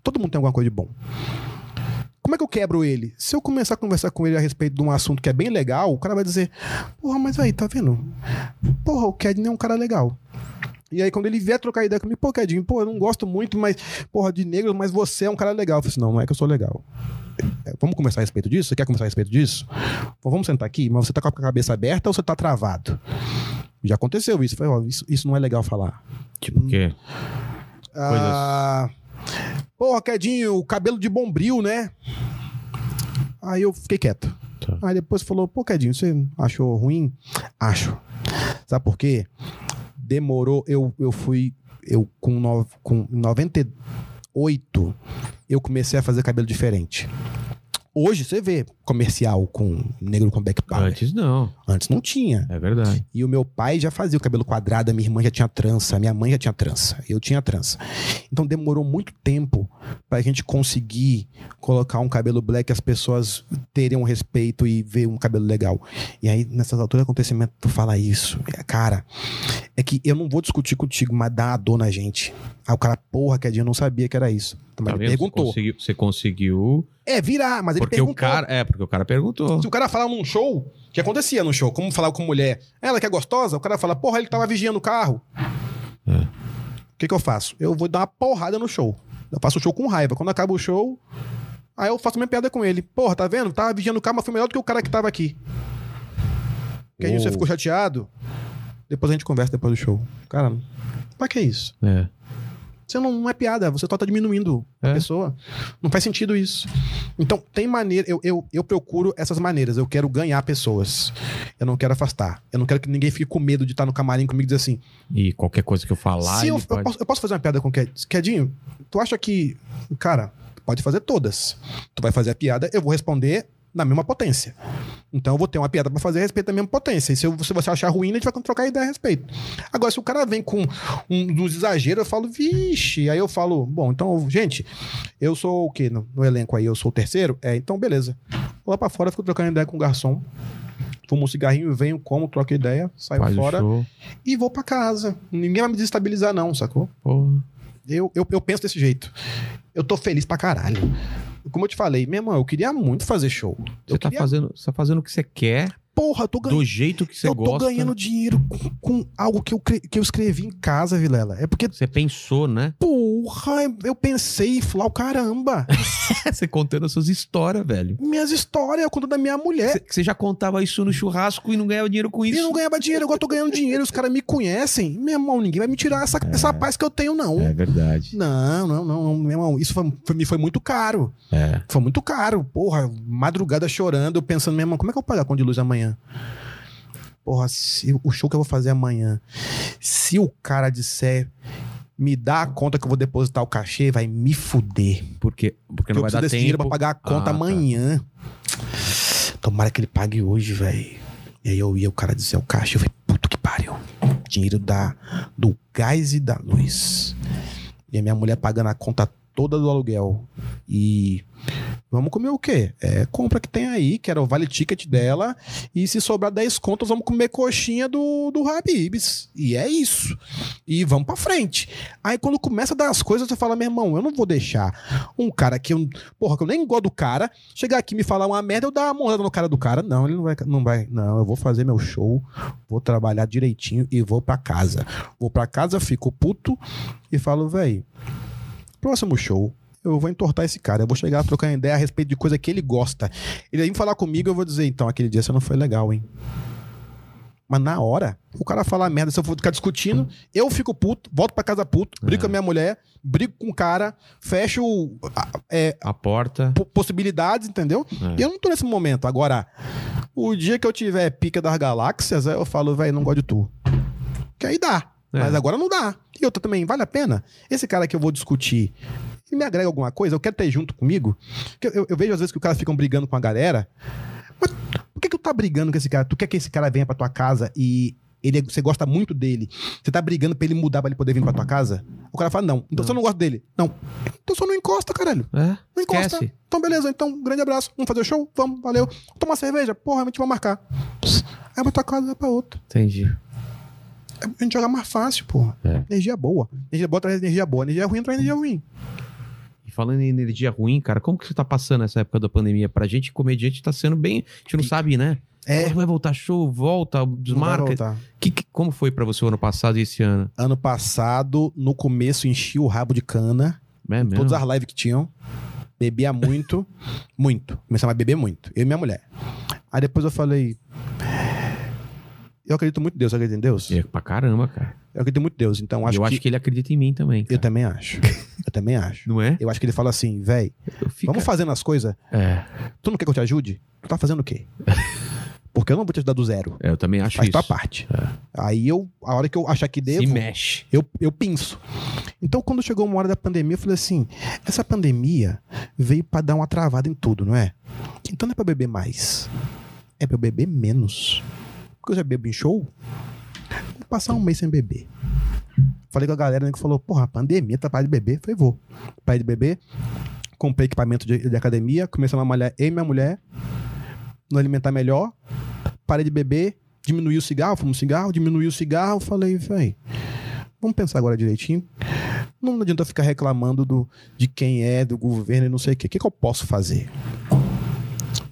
Speaker 2: Todo mundo tem alguma coisa de bom. Como é que eu quebro ele? Se eu começar a conversar com ele a respeito de um assunto que é bem legal, o cara vai dizer: Porra, mas aí, tá vendo? Porra, o Kedney é um cara legal. E aí, quando ele vier trocar ideia comigo, pô, Kedinho, pô, eu não gosto muito, mas, porra, de negro, mas você é um cara legal. Eu falei assim: Não, não é que eu sou legal. É, Vamos conversar a respeito disso? Você quer conversar a respeito disso? Pô, vamos sentar aqui, mas você tá com a cabeça aberta ou você tá travado? Já aconteceu isso. Eu Falei, ó, isso, isso não é legal falar.
Speaker 1: Tipo o quê? é.
Speaker 2: Ah, porra, Quedinho, o cabelo de bombril, né? Aí eu fiquei quieto.
Speaker 1: Tá.
Speaker 2: Aí depois falou, pô, Quedinho, você achou ruim? Acho. Sabe por quê? Demorou, eu, eu fui, eu com, no, com 98, eu comecei a fazer cabelo diferente. Hoje você vê comercial com negro com black power.
Speaker 1: Antes não.
Speaker 2: Antes não tinha.
Speaker 1: É verdade.
Speaker 2: E o meu pai já fazia o cabelo quadrado, a minha irmã já tinha trança, a minha mãe já tinha trança, eu tinha trança. Então demorou muito tempo pra gente conseguir colocar um cabelo black, as pessoas terem um respeito e ver um cabelo legal. E aí, nessas alturas do acontecimento, tu fala isso. É, Cara, é que eu não vou discutir contigo, mas dá uma dor na gente. Aí o cara, porra, que eu não sabia que era isso. Mas
Speaker 1: Tá
Speaker 2: ele
Speaker 1: vendo? Você
Speaker 2: perguntou.
Speaker 1: conseguiu. Você conseguiu
Speaker 2: É, virar, mas ele
Speaker 1: porque o
Speaker 2: perguntou.
Speaker 1: cara. É, porque o cara perguntou.
Speaker 2: Se o cara falar num show, que acontecia no show, como falava com mulher, ela que é gostosa, o cara fala, porra, ele tava vigiando o carro.
Speaker 1: É.
Speaker 2: O que que eu faço? Eu vou dar uma porrada no show. Eu faço o show com raiva. Quando acaba o show, aí eu faço a minha piada com ele. Porra, tá vendo? Tava vigiando o carro, mas foi melhor do que o cara que tava aqui. Que aí
Speaker 1: Uou.
Speaker 2: você ficou chateado. Depois a gente conversa depois do show. Cara, pra que isso?
Speaker 1: É.
Speaker 2: Você não, não é piada, você só tá diminuindo
Speaker 1: É.
Speaker 2: a pessoa. Não faz sentido isso. Então, tem maneira. Eu, eu, eu procuro essas maneiras. Eu quero ganhar pessoas. Eu não quero afastar. Eu não quero que ninguém fique com medo de estar no camarim comigo e dizer assim.
Speaker 1: E qualquer coisa que eu falar.
Speaker 2: se eu,
Speaker 1: ele
Speaker 2: eu
Speaker 1: pode-
Speaker 2: posso, eu posso fazer uma piada com o Ked, Kedinho, tu acha que. Cara, pode fazer todas. Tu vai fazer a piada, eu vou responder na mesma potência. Então eu vou ter uma piada pra fazer a respeito da mesma potência. E se, eu- se você achar ruim, a gente vai trocar ideia a respeito. Agora, se o cara vem com um, uns exageros, eu falo, vixe. Aí eu falo, bom, então, gente, eu sou o quê no, no elenco aí? Eu sou o terceiro? É, então beleza. Vou lá pra fora, fico trocando ideia com o garçom. Fumo um cigarrinho, venho, como, troco ideia, saio
Speaker 1: Faz
Speaker 2: fora
Speaker 1: o show.
Speaker 2: e vou pra casa. Ninguém vai me desestabilizar, não, sacou?
Speaker 1: Porra.
Speaker 2: Eu, eu, eu penso desse jeito. Eu tô feliz pra caralho. Como eu te falei, meu irmão, eu queria muito fazer show.
Speaker 1: Você
Speaker 2: eu
Speaker 1: tá,
Speaker 2: queria...
Speaker 1: fazendo, você tá fazendo o que você quer,
Speaker 2: Porra, eu tô ganhando.
Speaker 1: do jeito que você
Speaker 2: Eu tô
Speaker 1: gosta.
Speaker 2: ganhando dinheiro com, com algo que eu, cre- que eu escrevi em casa, Vilela. É porque,
Speaker 1: Você pensou, né?
Speaker 2: porra, eu pensei, falar o caramba.
Speaker 1: você contando as suas histórias, velho.
Speaker 2: Minhas histórias, eu conto da minha mulher.
Speaker 1: Você- Você já contava isso no churrasco e não ganhava dinheiro com
Speaker 2: É. E
Speaker 1: isso.
Speaker 2: eu não ganhava dinheiro, agora eu tô ganhando dinheiro, os caras me conhecem. Meu irmão, ninguém vai me tirar essa,
Speaker 1: É.
Speaker 2: essa paz que eu tenho, não.
Speaker 1: verdade.
Speaker 2: Não, não, não, meu irmão, isso foi- foi- me foi muito caro.
Speaker 1: É.
Speaker 2: Foi muito caro, porra. Madrugada chorando, eu pensando, meu irmão, como é que eu vou pagar a conta de luz amanhã? Porra, se- o show que eu vou fazer amanhã, se o cara disser, me dá a conta que eu vou depositar o cachê, vai me fuder.
Speaker 1: Porque, porque
Speaker 2: Porque
Speaker 1: não
Speaker 2: eu
Speaker 1: vai
Speaker 2: preciso
Speaker 1: dar
Speaker 2: desse
Speaker 1: tempo.
Speaker 2: dinheiro pra pagar a
Speaker 1: Ah,
Speaker 2: conta
Speaker 1: tá.
Speaker 2: amanhã. Tomara que ele pague hoje, velho. E aí eu ia o cara dizer o caixa, eu falei, puto que pariu. Dinheiro da, do gás e da luz. E a minha mulher pagando a conta toda do aluguel. E vamos comer o quê? É compra que tem aí, que era o vale ticket dela. E se sobrar 10 contas, vamos comer coxinha do, do Habibs. E é isso. E vamos pra frente. Aí quando começa a dar as coisas, você fala, meu irmão, eu não vou deixar um cara que eu, porra, que eu nem gosto do cara, chegar aqui e me falar uma merda, eu dar uma montada no cara do cara. Não, ele não vai, não vai, não, eu vou fazer meu show, vou trabalhar direitinho e vou pra casa. Vou pra casa, fico puto e falo, véi, próximo show. Eu vou entortar esse cara, eu vou chegar a trocar ideia a respeito de coisa que ele gosta. Ele vem falar comigo, eu vou dizer, então, aquele dia você não foi legal, hein? Mas na hora, o cara falar merda, se eu for ficar discutindo, eu fico puto, volto pra casa puto, brigo
Speaker 1: É.
Speaker 2: com a minha mulher, brigo com o cara, fecho a-
Speaker 1: A porta.
Speaker 2: po- possibilidades, entendeu?
Speaker 1: É.
Speaker 2: E eu não tô nesse momento. Agora, o dia que eu tiver pica das galáxias, aí eu falo, velho, não gosto de tu. Que aí dá.
Speaker 1: É.
Speaker 2: Mas agora não dá. E outra também, vale a pena? Esse cara que eu vou discutir, Ele me agrega alguma coisa, eu quero ter junto comigo. Porque Eu, eu vejo às vezes que os caras ficam brigando com a galera. Mas por que, que tu tá brigando com esse cara? Tu quer que esse cara venha pra tua casa e ele, é- você gosta muito dele? Você tá brigando pra ele mudar pra ele poder vir pra tua casa? O cara fala, não. Então você não gosta dele? Não. Então só não encosta, caralho.
Speaker 1: É?
Speaker 2: Não encosta.
Speaker 1: Esquece.
Speaker 2: Então, beleza. Então, um grande abraço. Vamos fazer o show? Vamos, valeu. Tomar uma cerveja? Porra, a gente vai marcar. Aí pra tua casa, vai pra outra.
Speaker 1: Entendi.
Speaker 2: A gente joga mais fácil, porra.
Speaker 1: É.
Speaker 2: Energia boa. Energia boa traz energia boa. Energia ruim traz energia ruim.
Speaker 1: E falando em energia ruim, cara, como que você tá passando essa época da pandemia? Pra gente, comediante, tá sendo bem. A gente não sabe, né?
Speaker 2: É.
Speaker 1: Quando vai voltar show, volta,
Speaker 2: Não vai
Speaker 1: desmarca.
Speaker 2: voltar.
Speaker 1: Que- que- como foi pra você o ano passado e esse ano?
Speaker 2: Ano passado, no começo, enchi o rabo de cana.
Speaker 1: É mesmo?
Speaker 2: Todas as lives que tinham. Bebia muito. muito. Começava a beber muito. Eu e minha mulher. Aí depois eu falei... Eu acredito muito em Deus. Você acredita em Deus?
Speaker 1: É, pra caramba, cara.
Speaker 2: Eu acredito muito em Deus. Então,
Speaker 1: E
Speaker 2: acho
Speaker 1: eu
Speaker 2: que...
Speaker 1: acho é. que ele acredita em mim também.
Speaker 2: Eu
Speaker 1: cara.
Speaker 2: também acho. Eu também acho.
Speaker 1: Não é?
Speaker 2: Eu acho que ele fala assim, véi,
Speaker 1: Eu fico-
Speaker 2: vamos fazendo as coisas.
Speaker 1: É,
Speaker 2: Tu não quer que eu te ajude? Tu tá fazendo o quê? Porque eu não vou te ajudar do zero.
Speaker 1: é, eu também acho
Speaker 2: Faz
Speaker 1: isso.
Speaker 2: tua parte. Aí eu, a hora que eu achar que
Speaker 1: Se
Speaker 2: devo,
Speaker 1: mexe.
Speaker 2: eu, eu pinço. Então, quando chegou uma hora da pandemia, eu falei assim: essa pandemia veio pra dar uma travada em tudo, não é? Então não é pra eu beber mais. É pra eu beber menos. Porque eu já bebo em show. Vou passar um mês sem beber. Falei com a galera né, que falou: porra, a pandemia tá de beber. Eu Falei, vou. Parei de beber. Comprei equipamento de, de academia. Começamos a malhar eu e minha mulher. Nos alimentar melhor. Parei de beber. Diminuí o cigarro, fumo cigarro, diminuí o cigarro. Falei, véi. Vamos pensar agora direitinho. Não adianta ficar reclamando do, de quem é, do governo e não sei o quê. O que, que eu posso fazer?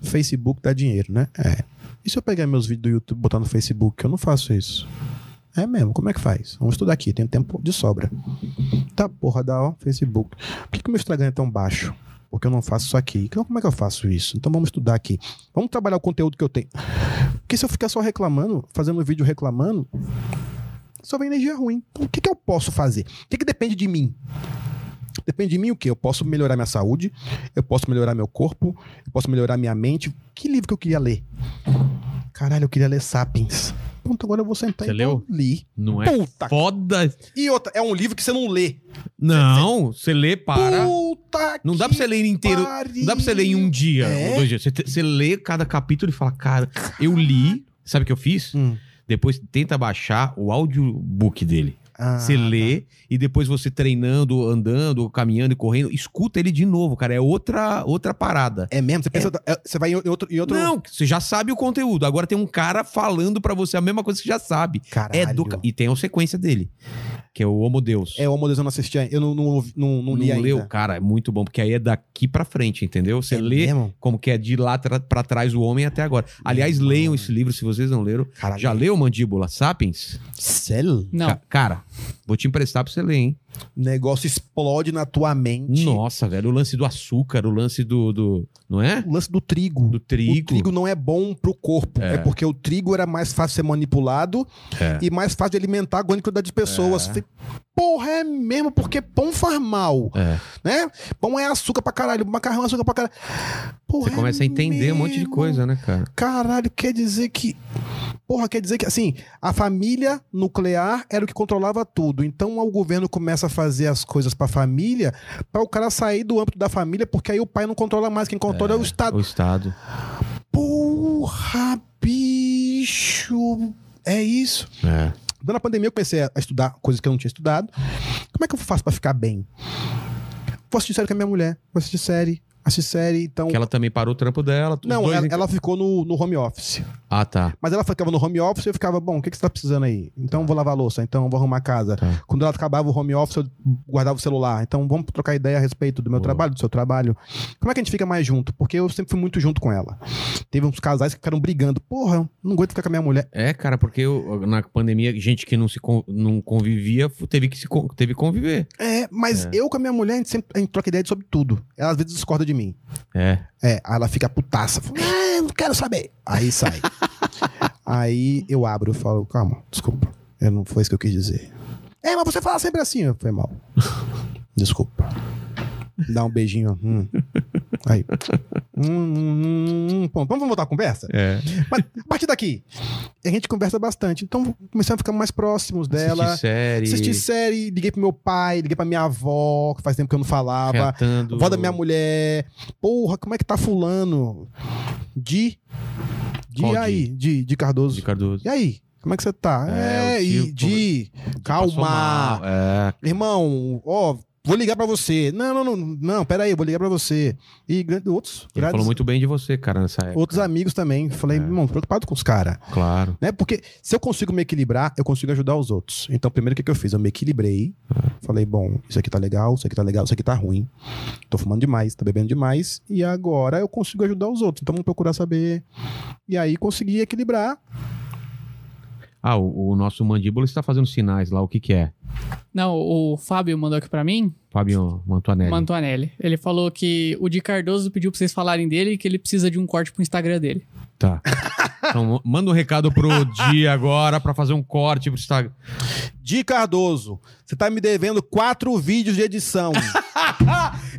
Speaker 2: Facebook dá dinheiro, né? É. E se eu pegar meus vídeos do YouTube e botar no Facebook? Eu não faço isso. É mesmo, como é que faz? Vamos estudar aqui, tenho tempo de sobra. Tá porra da ó, Facebook. Por que, que meu Instagram é tão baixo? Porque eu não faço isso aqui. Então, como é que eu faço isso? Então vamos estudar aqui. Vamos trabalhar o conteúdo que eu tenho. Porque se eu ficar só reclamando, fazendo vídeo reclamando, só vem energia ruim. Então, o que, que eu posso fazer? O que, que depende de mim? Depende de mim o quê? Eu posso melhorar minha saúde, eu posso melhorar meu corpo, eu posso melhorar minha mente. Que livro que eu queria ler? Caralho, eu queria ler Sapiens. Pronto, agora eu vou sentar
Speaker 1: Você
Speaker 2: e vou
Speaker 1: leu?
Speaker 2: li.
Speaker 1: Não é?
Speaker 2: Puta
Speaker 1: Foda.
Speaker 2: e outra, é um livro que você não lê.
Speaker 1: Não, você lê, para.
Speaker 2: Puta
Speaker 1: Não dá pra você ler ele inteiro. Não dá pra você ler em um dia
Speaker 2: É?
Speaker 1: ou dois dias. Você, te- você lê cada capítulo e fala, cara, eu li. Sabe o que eu fiz?
Speaker 2: Hum.
Speaker 1: Depois tenta baixar o audiobook dele.
Speaker 2: Ah,
Speaker 1: você lê e depois você treinando, andando, caminhando e correndo, escuta ele de novo, cara. É outra outra parada.
Speaker 2: É mesmo? Você, pensa, é, você vai em outro. Em outro...
Speaker 1: Não, você já sabe o conteúdo. Agora tem um cara falando pra você a mesma coisa que você já sabe.
Speaker 2: Caralho.
Speaker 1: É do ca- E tem a sequência dele, que é o Homo Deus.
Speaker 2: É, o Homo Deus eu não assisti ainda. Eu não, não, ouvi- não, não li ainda.
Speaker 1: leu, cara, é muito bom, porque aí é daqui pra frente, entendeu? Você
Speaker 2: É
Speaker 1: lê
Speaker 2: mesmo?
Speaker 1: como que é de lá tra- pra trás o homem até agora. Aliás, leiam esse livro se vocês não leram.
Speaker 2: Caralho.
Speaker 1: Já leu Mandíbula Sapiens?
Speaker 2: Céu.
Speaker 3: Não.
Speaker 1: Ca- cara, vou te emprestar pra você ler, hein?
Speaker 2: O negócio explode na tua mente.
Speaker 1: Nossa, velho, o lance do açúcar, o lance do. do- não é?
Speaker 2: O lance do trigo.
Speaker 1: Do trigo.
Speaker 2: O trigo não é bom pro corpo. É, porque o trigo era mais fácil de ser manipulado
Speaker 1: É.
Speaker 2: e mais fácil de alimentar a grande quantidade de pessoas. Falei, Porra, é mesmo, porque pão faz mal.
Speaker 1: É.
Speaker 2: Né? Pão é açúcar pra caralho, macarrão é açúcar pra caralho. Porra,
Speaker 1: Você começa a
Speaker 2: é
Speaker 1: entender um monte de
Speaker 2: mesmo.
Speaker 1: coisa, né, cara?
Speaker 2: Caralho, quer dizer que. Porra, quer dizer que assim, a família nuclear era o que controlava tudo. Então o governo começa a fazer as coisas pra família pra o cara sair do âmbito da família, porque aí o pai não controla mais, quem controla é o Estado.
Speaker 1: O Estado.
Speaker 2: Porra, bicho! É isso.
Speaker 1: É.
Speaker 2: Durante a pandemia eu comecei a estudar coisas que eu não tinha estudado. Como é que eu faço pra ficar bem? Vou assistir série com a minha mulher, vou assistir série, assistir série, então.
Speaker 1: Que ela também parou o trampo dela. os
Speaker 2: Não,
Speaker 1: dois né?
Speaker 2: ela,
Speaker 1: em-
Speaker 2: ela ficou no, no home office.
Speaker 1: Ah, tá.
Speaker 2: Mas ela ficava no home office e eu ficava, bom, o que, que você tá precisando aí? Então eu vou lavar a louça, então eu vou arrumar a casa.
Speaker 1: Tá.
Speaker 2: Quando ela acabava o home office, eu guardava o celular. Então vamos trocar ideia a respeito do meu
Speaker 1: Boa.
Speaker 2: trabalho, do seu trabalho. Como é que a gente fica mais junto? Porque eu sempre fui muito junto com ela. Teve uns casais que ficaram brigando. Porra, eu não aguento ficar com a minha mulher.
Speaker 1: É, cara, porque eu- na pandemia, gente que não se con- não convivia fu- teve que se con- teve que conviver.
Speaker 2: É, mas
Speaker 1: É.
Speaker 2: eu com a minha mulher, a gente sempre a gente troca ideia sobre tudo. Ela às vezes discorda de mim.
Speaker 1: É.
Speaker 2: É, aí ela fica putaça. Fala, ah, eu não quero saber. Aí sai. aí eu abro, eu falo, calma, desculpa. Eu não foi isso que eu quis dizer. É, mas você fala sempre assim. Eu, Foi mal. Desculpa. Dá um beijinho. hum. Aí. Hum, hum, hum, hum, pronto. Vamos voltar a conversa?
Speaker 1: É.
Speaker 2: Mas, a partir daqui, a gente conversa bastante. Então, começamos a ficar mais próximos dela.
Speaker 1: Assistir série.
Speaker 2: Assisti série, liguei pro meu pai, liguei pra minha avó, que faz tempo que eu não falava.
Speaker 1: Reatando.
Speaker 2: Vó da minha mulher. Porra, como é que tá fulano? De. De
Speaker 1: Qual
Speaker 2: aí, de, de Cardoso.
Speaker 1: De Cardoso.
Speaker 2: E aí? Como é que você tá?
Speaker 1: É,
Speaker 2: É,
Speaker 1: o
Speaker 2: e
Speaker 1: tio,
Speaker 2: de.
Speaker 1: Passou
Speaker 2: Calma.
Speaker 1: mal, É.
Speaker 2: Irmão, ó, vou ligar pra você. Não, não, não, não, peraí, eu vou ligar pra você. E gran- outros,
Speaker 1: Ele
Speaker 2: grandes-
Speaker 1: falou muito bem de você, cara, É. nessa época.
Speaker 2: outros amigos também. Falei, irmão, preocupado com os caras.
Speaker 1: Claro.
Speaker 2: Né? Porque se eu consigo me equilibrar, eu consigo ajudar os outros. Então, primeiro o que, que eu fiz? Eu me equilibrei. Falei, bom, isso aqui tá legal, isso aqui tá legal, isso aqui tá ruim. Tô fumando demais, tô bebendo demais. E agora eu consigo ajudar os outros. Então vamos procurar saber. E aí consegui equilibrar.
Speaker 1: Ah, o, o nosso mandíbula está fazendo sinais lá. O que que é?
Speaker 3: Não, o Fábio mandou aqui pra mim,
Speaker 1: Fabio Mantuanelli.
Speaker 3: Mantuanelli. Ele falou que o de Cardoso pediu pra vocês falarem dele e que ele precisa de um corte pro Instagram dele.
Speaker 1: Tá. Então, ma- manda um recado pro Di agora pra fazer um corte pro Instagram.
Speaker 2: Di Cardoso, você tá me devendo quatro vídeos de edição.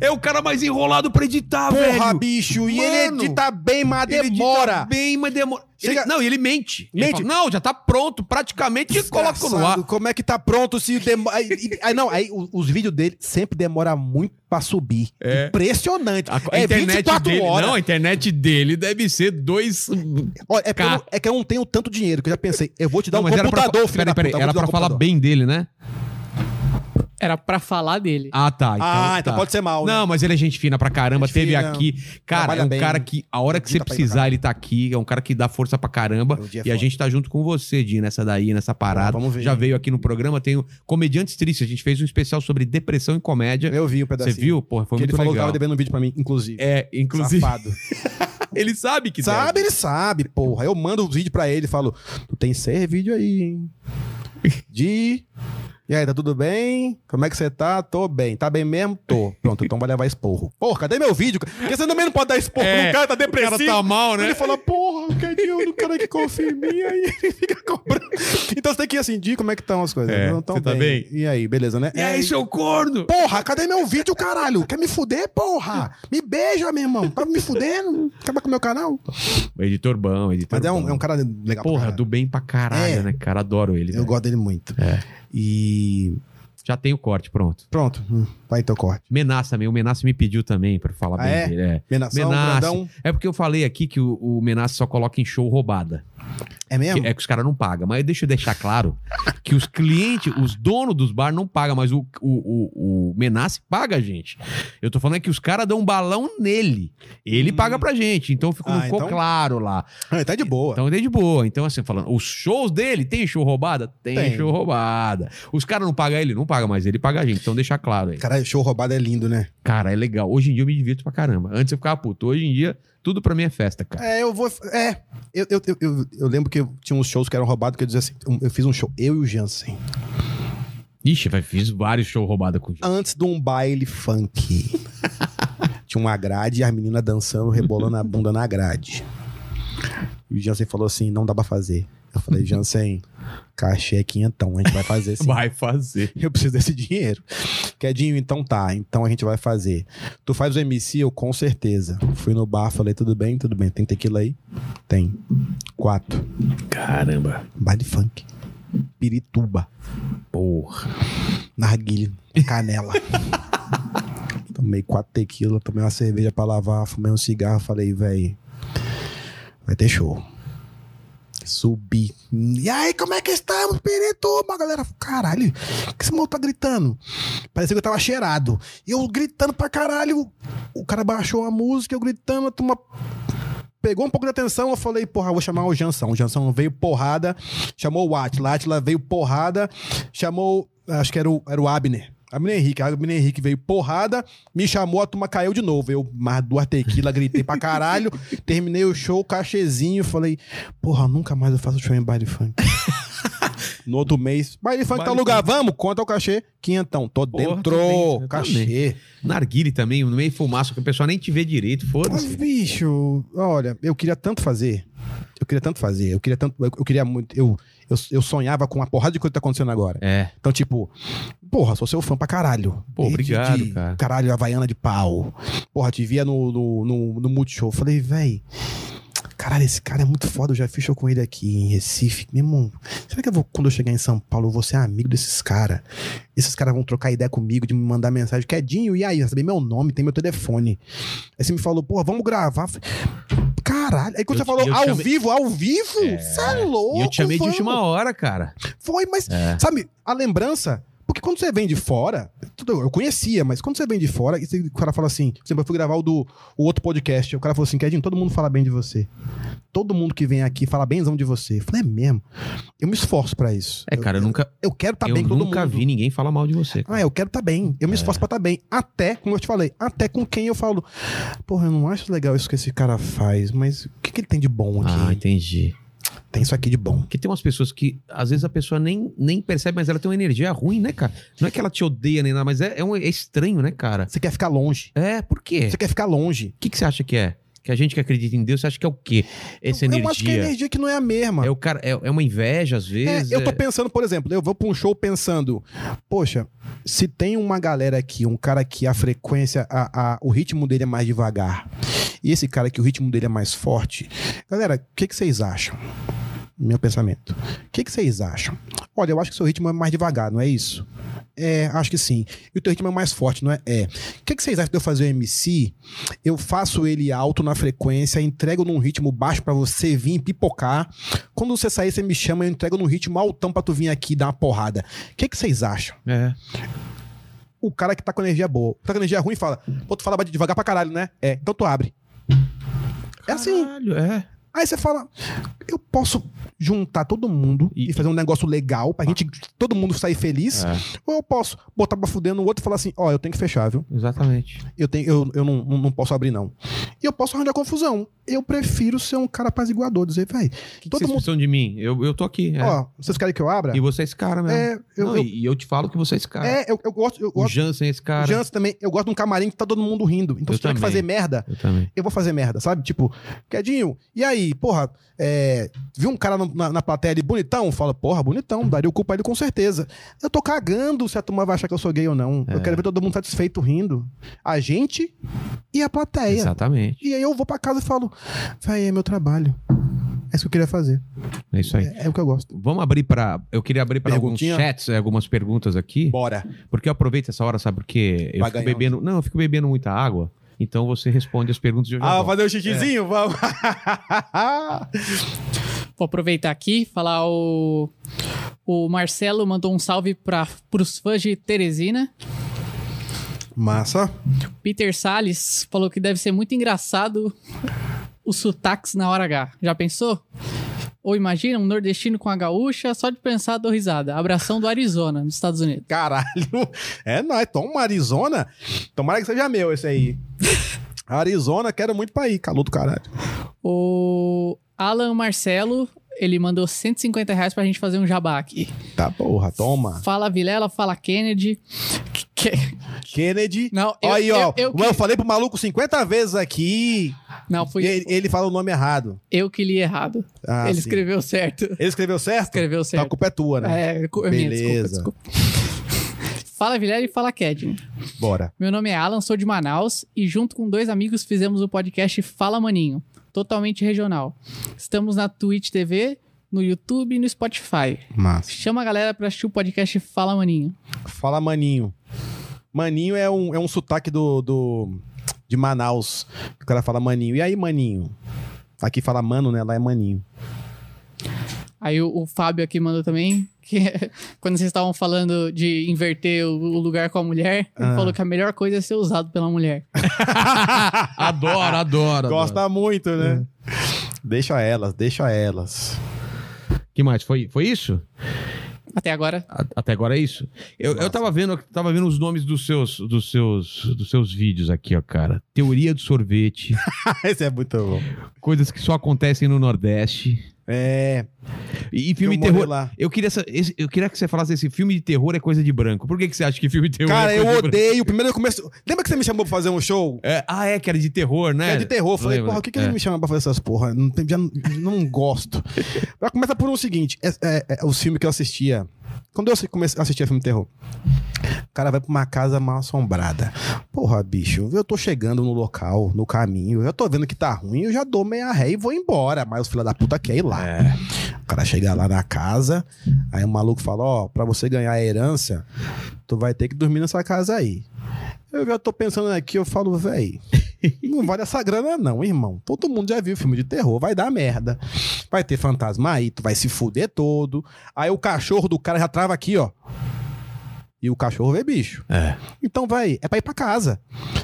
Speaker 1: É o cara mais enrolado pra editar,
Speaker 2: Porra, bicho. E ele
Speaker 1: Ah, Mano.
Speaker 2: edita bem, mas demora.
Speaker 1: bem, mas demora.
Speaker 2: Chega-
Speaker 1: Ele- não, e ele mente. Ele
Speaker 2: Mente.
Speaker 1: fala, não, já tá pronto, praticamente, e coloca no ar.
Speaker 2: Desgraçado, Como é que tá pronto se demora. aí, e- aí não, aí o- os vídeos dele sempre demora muito pra subir.
Speaker 1: É.
Speaker 2: Impressionante.
Speaker 1: A, a
Speaker 2: é
Speaker 1: internet
Speaker 2: 24
Speaker 1: dele,
Speaker 2: horas.
Speaker 1: não, a internet dele deve ser dois...
Speaker 2: Olha, é,
Speaker 1: Cá.
Speaker 2: pelo- é que eu não tenho tanto dinheiro, que eu já pensei, eu vou te dar
Speaker 1: Não,
Speaker 2: um
Speaker 1: mas era pra-
Speaker 2: computador, filho
Speaker 1: peraí,
Speaker 2: da
Speaker 1: peraí,
Speaker 2: puta. eu
Speaker 1: Era
Speaker 2: vou te dar
Speaker 1: pra
Speaker 2: um
Speaker 1: falar
Speaker 2: computador.
Speaker 1: bem dele, né?
Speaker 3: Era pra falar dele.
Speaker 1: Ah, tá.
Speaker 2: ah, então
Speaker 1: tá.
Speaker 2: pode ser mal, né?
Speaker 1: Não, mas ele é gente fina pra caramba,
Speaker 2: Gente
Speaker 1: teve
Speaker 2: fina,
Speaker 1: aqui. Cara,
Speaker 2: trabalha
Speaker 1: é um
Speaker 2: bem.
Speaker 1: cara que a hora que você
Speaker 2: Acredita pra ir pra
Speaker 1: precisar, ele tá aqui. É um cara que dá força pra caramba.
Speaker 2: O dia é
Speaker 1: e a
Speaker 2: foda. Ah,
Speaker 1: gente tá junto com você, Di, nessa daí, nessa parada.
Speaker 2: Vamos ver.
Speaker 1: Já veio aqui no programa, tem o Comediantes Tristes. A gente fez um especial sobre depressão e comédia.
Speaker 2: Eu vi o
Speaker 1: Você
Speaker 2: pedacinho.
Speaker 1: viu? Porra, foi
Speaker 2: Que ele
Speaker 1: muito
Speaker 2: falou que
Speaker 1: legal.
Speaker 2: tava devendo um vídeo pra mim, inclusive.
Speaker 1: É, inclusive,
Speaker 2: Safado.
Speaker 1: ele sabe que deve.
Speaker 2: Sabe, ele sabe, porra. Eu mando os vídeos pra ele e falo: Tu tem seis vídeos aí, hein? De. E aí, tá tudo bem? Como é que você tá? Tô bem. Tá bem mesmo? Tô. Pronto, então vai levar esporro. Porra, cadê meu vídeo? Porque você também não pode dar esporro
Speaker 1: É,
Speaker 2: no cara, tá
Speaker 1: O cara
Speaker 2: depressivo.
Speaker 1: tá mal,
Speaker 2: Ele
Speaker 1: né?
Speaker 2: fala, porra, eu quero ir, no cara que confia em mim, aí ele fica cobrando. Então você tem que ir assim, Di, como é que estão as coisas?
Speaker 1: É,
Speaker 2: não tão
Speaker 1: você tá bem?
Speaker 2: E aí, beleza, né?
Speaker 1: E aí, seu é corno?
Speaker 2: Porra, cadê meu vídeo, caralho? Quer me fuder, porra? Me beija, meu irmão. Tá me fudendo? Acaba com o meu canal.
Speaker 1: Editor bom, editor
Speaker 2: Mas é um,
Speaker 1: bom.
Speaker 2: é um cara legal pra
Speaker 1: Porra,
Speaker 2: caralho.
Speaker 1: do bem pra caralho,
Speaker 2: É.
Speaker 1: né, cara? Adoro ele.
Speaker 2: Eu
Speaker 1: velho.
Speaker 2: gosto dele muito.
Speaker 1: É.
Speaker 2: E.
Speaker 1: Já tem o corte, pronto.
Speaker 2: Pronto, hum, vai teu corte.
Speaker 1: Menas também, o Menas me pediu também pra falar
Speaker 2: Ah,
Speaker 1: bem
Speaker 2: é?
Speaker 1: dele. É.
Speaker 2: Menação,
Speaker 1: Menace.
Speaker 2: Brandão.
Speaker 1: É porque eu falei aqui que o, o Menace só coloca em show roubada.
Speaker 2: É
Speaker 1: Que-
Speaker 2: mesmo?
Speaker 1: é que os caras não pagam. Mas deixa eu deixar claro que os clientes, os donos dos bar não pagam, mas o, o, o, o Menace paga a gente. Eu tô falando é que os caras dão um balão nele. Ele
Speaker 2: Hum.
Speaker 1: paga pra gente. Então ficou, não
Speaker 2: Ah,
Speaker 1: ficou
Speaker 2: então-
Speaker 1: claro lá.
Speaker 2: Ah, ele tá de boa.
Speaker 1: Então é de boa. Então, assim, falando, os shows dele tem show roubada? Tem,
Speaker 2: Tem.
Speaker 1: show roubada. Os caras não pagam ele? Não paga, mas ele paga a gente. Então deixar claro aí.
Speaker 2: Caralho, show roubado é lindo, né?
Speaker 1: Cara, é legal. Hoje em dia eu me divirto pra caramba. Antes eu ficava puto. Hoje em dia, tudo pra mim é festa, cara.
Speaker 2: É, eu vou. É. Eu, eu, eu, eu, eu lembro que eu tinha uns shows que eram roubados, que eu dizia assim: eu- eu fiz um show, eu e o Jansen,
Speaker 1: Ixi, vai, fiz vários shows roubada com gente.
Speaker 2: antes de um baile funk. tinha uma grade e as meninas dançando, rebolando a bunda na grade. E o Jansen falou assim: não dá pra fazer. Eu falei, Jansen, cachê é quinhentão, a gente vai fazer sim.
Speaker 1: Vai fazer.
Speaker 2: Eu preciso desse dinheiro. Quedinho, então tá. Então a gente vai fazer. Tu faz o MC, eu com certeza. Fui no bar, falei, tudo bem, tudo bem. Tem tequila aí? Tem. Quatro.
Speaker 1: Caramba.
Speaker 2: Baile funk. Pirituba.
Speaker 1: Porra.
Speaker 2: Narguilha. Canela. tomei quatro tequila, tomei uma cerveja pra lavar, fumei um cigarro, falei, véi, vai ter show. Subi. E aí, como é que estamos, Pirituba? A galera, falou, caralho, o que esse maluco tá gritando? Parecia que eu tava cheirado. E eu gritando pra caralho. O cara baixou a música, eu gritando, a turma pegou um pouco de atenção, eu falei, porra, vou chamar o Jansão. O Jansão veio porrada, chamou o Atila, Atila veio porrada, chamou, acho que era o, era o Abner. Abner Henrique, Abner Henrique veio porrada, me chamou, a turma caiu de novo. Eu, mais duas tequila, gritei pra caralho, terminei o show, cachezinho, falei, porra, nunca mais eu faço show em baile funk. No outro mês, baile funk tá
Speaker 1: Baile
Speaker 2: no lugar, vamos, conta o cachê, quinhentão, tô
Speaker 1: Porra,
Speaker 2: dentro,
Speaker 1: tô dentro, eu
Speaker 2: cachê.
Speaker 1: Narguile também, no meio fumaça, que o pessoal nem te vê direito,
Speaker 2: Mas,
Speaker 1: foda-se.
Speaker 2: bicho, olha, eu queria tanto fazer, Eu queria tanto fazer, eu queria tanto. Eu, eu queria muito. Eu, eu, eu sonhava com uma porrada de coisa que tá acontecendo agora.
Speaker 1: É.
Speaker 2: Então, tipo, porra, sou seu fã pra caralho.
Speaker 1: Pô, obrigado,
Speaker 2: de, de,
Speaker 1: cara.
Speaker 2: Caralho, Havaiana de pau. Porra, te via no, no, no, no Multishow. Falei, véi. Caralho, esse cara é muito foda. Eu já fiz show com ele aqui em Recife. Meu irmão, será que eu vou, quando eu chegar em São Paulo, eu vou ser amigo desses caras? Esses caras vão trocar ideia comigo, de me mandar mensagem. Quedinho, e aí? Vai saber meu nome, tem meu telefone. Aí você me falou, porra, vamos gravar. Caralho. Aí quando
Speaker 1: Eu
Speaker 2: você
Speaker 1: te-
Speaker 2: falou
Speaker 1: eu
Speaker 2: ao
Speaker 1: chamei-
Speaker 2: vivo, ao vivo? Você é, louco,
Speaker 1: E eu te chamei de
Speaker 2: vamos.
Speaker 1: última hora, cara.
Speaker 2: Foi, mas,
Speaker 1: É.
Speaker 2: sabe, a lembrança. Porque quando você vem de fora, tudo, eu conhecia, mas quando você vem de fora, e você- o cara fala assim, por exemplo, eu fui gravar o do o outro podcast, o cara falou assim, Kedinho, todo mundo fala bem de você. Todo mundo que vem aqui fala benzão de você. Eu falei, é mesmo. Eu me esforço pra isso.
Speaker 1: É, cara, eu nunca,
Speaker 2: Eu, eu quero estar
Speaker 1: eu
Speaker 2: bem com todo
Speaker 1: nunca
Speaker 2: mundo.
Speaker 1: vi É. ninguém falar mal de você. cara.
Speaker 2: Ah, eu quero estar bem. Eu me esforço pra estar bem. Até, como eu te falei, até com quem eu falo, porra, eu não acho legal isso que esse cara faz, mas o que, que ele tem de bom aqui?
Speaker 1: Ah, entendi.
Speaker 2: Tem isso aqui de bom.
Speaker 1: Porque tem umas pessoas que, às vezes, a pessoa nem, nem percebe, mas ela tem uma energia ruim, né, cara? Não é que ela te odeia nem nada, mas é, é, um- é estranho, né, cara?
Speaker 2: Você quer ficar longe.
Speaker 1: É, por quê?
Speaker 2: Você quer ficar longe.
Speaker 1: O que, que você acha que é? Que a gente que acredita em Deus, você acha que é o quê? Essa
Speaker 2: eu
Speaker 1: energia.
Speaker 2: acho que é energia que não é a mesma.
Speaker 1: É o cara, é, é uma inveja, às
Speaker 2: É,
Speaker 1: vezes.
Speaker 2: eu tô
Speaker 1: é-
Speaker 2: pensando, por exemplo, eu vou pra um show pensando, poxa, se tem uma galera aqui, um cara que a frequência, a, a- o ritmo dele é mais devagar, e esse cara que o ritmo dele é mais forte, galera, o que, que vocês acham? Meu pensamento. O que, que vocês acham? Olha, eu acho que seu ritmo é mais devagar, não é isso? É, acho que sim. E o teu ritmo é mais forte, não é? É. O que, que vocês acham de eu fazer o MC? Eu faço ele alto na frequência, entrego num ritmo baixo pra você vir pipocar. Quando você sair, você me chama, eu entrego num ritmo altão pra tu vir aqui dar uma porrada. O que, que vocês acham?
Speaker 1: É.
Speaker 2: O cara que tá com energia boa, tá com energia ruim, fala: Pô, tu fala devagar pra caralho, né? É, então tu abre. É assim.
Speaker 1: Caralho, é.
Speaker 2: Aí você fala: Eu posso juntar todo mundo e,
Speaker 1: E-
Speaker 2: fazer um negócio legal pra gente todo mundo sair feliz.
Speaker 1: É,
Speaker 2: Ou eu posso botar pra fuder no outro e falar assim: Ó, eu tenho que fechar, viu?
Speaker 1: exatamente.
Speaker 2: Eu, tenho, eu, eu não, não- não posso abrir, não. E eu posso arranjar confusão. Eu prefiro ser um cara apaziguador, dizer, véi,
Speaker 1: O que, que
Speaker 2: Todo
Speaker 1: vocês
Speaker 2: mundo-
Speaker 1: precisam de mim? Eu, eu tô aqui. é.
Speaker 2: ó, vocês querem que eu abra?
Speaker 1: E você é esse cara mesmo.
Speaker 2: É, eu,
Speaker 1: Não,
Speaker 2: eu-
Speaker 1: E e eu te falo que você é esse cara.
Speaker 2: é, eu, eu gosto. Eu
Speaker 1: O
Speaker 2: gosto
Speaker 1: Jansen é esse cara.
Speaker 2: Jans também, eu gosto de um camarim que tá todo mundo rindo. Então,
Speaker 1: Eu
Speaker 2: se tiver que
Speaker 1: também.
Speaker 2: fazer merda,
Speaker 1: Eu também.
Speaker 2: eu vou fazer merda, sabe? Tipo, Quedinho, e aí, porra, é, viu um cara no- na, na plateia ali bonitão? Fala, porra, bonitão, daria o cu pra ele com certeza. Eu tô cagando se a turma vai achar que eu sou gay ou não.
Speaker 1: É.
Speaker 2: Eu quero ver todo mundo satisfeito rindo. A gente e a plateia.
Speaker 1: Exatamente.
Speaker 2: E aí eu vou pra casa e falo, véi, é meu trabalho. É isso que eu queria fazer.
Speaker 1: É isso aí.
Speaker 2: É, é o que eu gosto.
Speaker 1: Vamos abrir pra. Eu queria abrir pra alguns
Speaker 2: Perguntinha?
Speaker 1: chats, é, algumas perguntas aqui.
Speaker 2: Bora.
Speaker 1: Porque eu aproveito essa hora, sabe? Porque eu
Speaker 2: Vai
Speaker 1: fico
Speaker 2: ganhar
Speaker 1: bebendo. Não, eu fico bebendo muita água. Então você responde as perguntas de hoje.
Speaker 2: Ah, fazer o xixizinho? Vamos. Ah.
Speaker 3: Vou aproveitar aqui falar o. O Marcelo mandou um salve para os fãs de Teresina.
Speaker 2: Massa.
Speaker 3: Peter Salles falou que deve ser muito engraçado os sotaques na hora H. Já pensou? Ou imagina um nordestino com a gaúcha, só de pensar dou risada. Abração do Arizona, nos Estados Unidos.
Speaker 2: Caralho. É nóis. Toma Arizona. Tomara que seja meu esse aí. Arizona, quero muito pra ir. Calor do caralho.
Speaker 3: O Alan Marcelo, ele mandou 150 reais pra gente fazer um jabá aqui.
Speaker 2: Tá porra, toma.
Speaker 3: Fala Vilela, fala Kennedy. Que- que-
Speaker 2: Kennedy.
Speaker 3: Não, eu,
Speaker 2: Olha aí, ó.
Speaker 3: eu, eu,
Speaker 2: Mas eu falei pro maluco 50 vezes aqui.
Speaker 3: que, não,
Speaker 2: E
Speaker 3: fui
Speaker 2: ele, ele fala o nome errado.
Speaker 3: eu que li errado.
Speaker 2: Ah,
Speaker 3: ele
Speaker 2: sim.
Speaker 3: escreveu certo.
Speaker 2: Ele escreveu certo?
Speaker 3: Escreveu
Speaker 2: Então a
Speaker 3: certo.
Speaker 2: culpa é tua, né?
Speaker 3: É, cu- minha,
Speaker 2: Beleza.
Speaker 3: desculpa, desculpa. Fala Vilela e fala Kedney.
Speaker 2: Bora.
Speaker 3: Meu nome é Alan, sou de Manaus e junto com dois amigos fizemos o podcast Fala Maninho, totalmente regional. Estamos na Twitch TV, no YouTube e no Spotify.
Speaker 2: Massa.
Speaker 3: Chama a galera pra assistir o podcast Fala Maninho.
Speaker 2: Fala maninho. Maninho é um, é um sotaque do, do de Manaus. O cara fala maninho. E aí, maninho? Aqui fala mano, né? Lá é maninho.
Speaker 3: Aí o, o Fábio aqui mandou também que quando vocês estavam falando de inverter o, o lugar com a mulher, ele
Speaker 2: Ah.
Speaker 3: falou que a melhor coisa é ser usado pela mulher.
Speaker 1: Adoro, adoro. adoro.
Speaker 2: Gosta muito, né?
Speaker 1: É.
Speaker 2: Deixa elas, deixa elas.
Speaker 1: que mais? Foi, foi isso?
Speaker 3: Até agora,
Speaker 1: A- Até agora é isso? Eu, eu tava vendo, tava vendo os nomes dos seus, dos seus, dos seus vídeos aqui, ó, cara. Teoria do sorvete,
Speaker 2: Esse é muito bom.
Speaker 1: coisas que só acontecem no Nordeste.
Speaker 2: É.
Speaker 1: E, e filme
Speaker 2: eu
Speaker 1: de
Speaker 2: morei
Speaker 1: terror.
Speaker 2: lá.
Speaker 1: Eu queria, essa- esse- eu queria que você falasse assim: filme de terror é coisa de branco. Por que, que você acha que filme de terror
Speaker 2: Cara,
Speaker 1: é
Speaker 2: eu
Speaker 1: coisa de branco?
Speaker 2: odeio. Primeiro eu começo. Lembra que você me chamou pra fazer um show?
Speaker 1: É, ah, é, que era de terror, né?
Speaker 2: É de terror. Eu Falei,
Speaker 1: Lembra?
Speaker 2: porra, o que, que
Speaker 1: É.
Speaker 2: ele me chama pra fazer essas porra? Não, tem- já não, não gosto. Mas começa por um seguinte: é, é, é, os filmes que eu assistia. Quando eu comecei a assistir filme de terror, o cara vai pra uma casa mal assombrada. Porra, bicho, eu tô chegando no local, no caminho, eu tô vendo que tá ruim, eu já dou meia ré e vou embora. Mas os filha da puta quer ir lá.
Speaker 1: É.
Speaker 2: O cara chega lá na casa, aí o maluco fala: Ó, pra você ganhar a herança, tu vai ter que dormir nessa casa aí. Eu já tô pensando aqui, eu falo, véi, não vale essa grana não, irmão. Todo mundo já viu filme de terror, vai dar merda. Vai ter fantasma aí, tu vai se fuder todo. Aí o cachorro do cara já trava aqui, ó. E o cachorro vê bicho.
Speaker 1: É.
Speaker 2: Então, véi, é pra ir pra casa.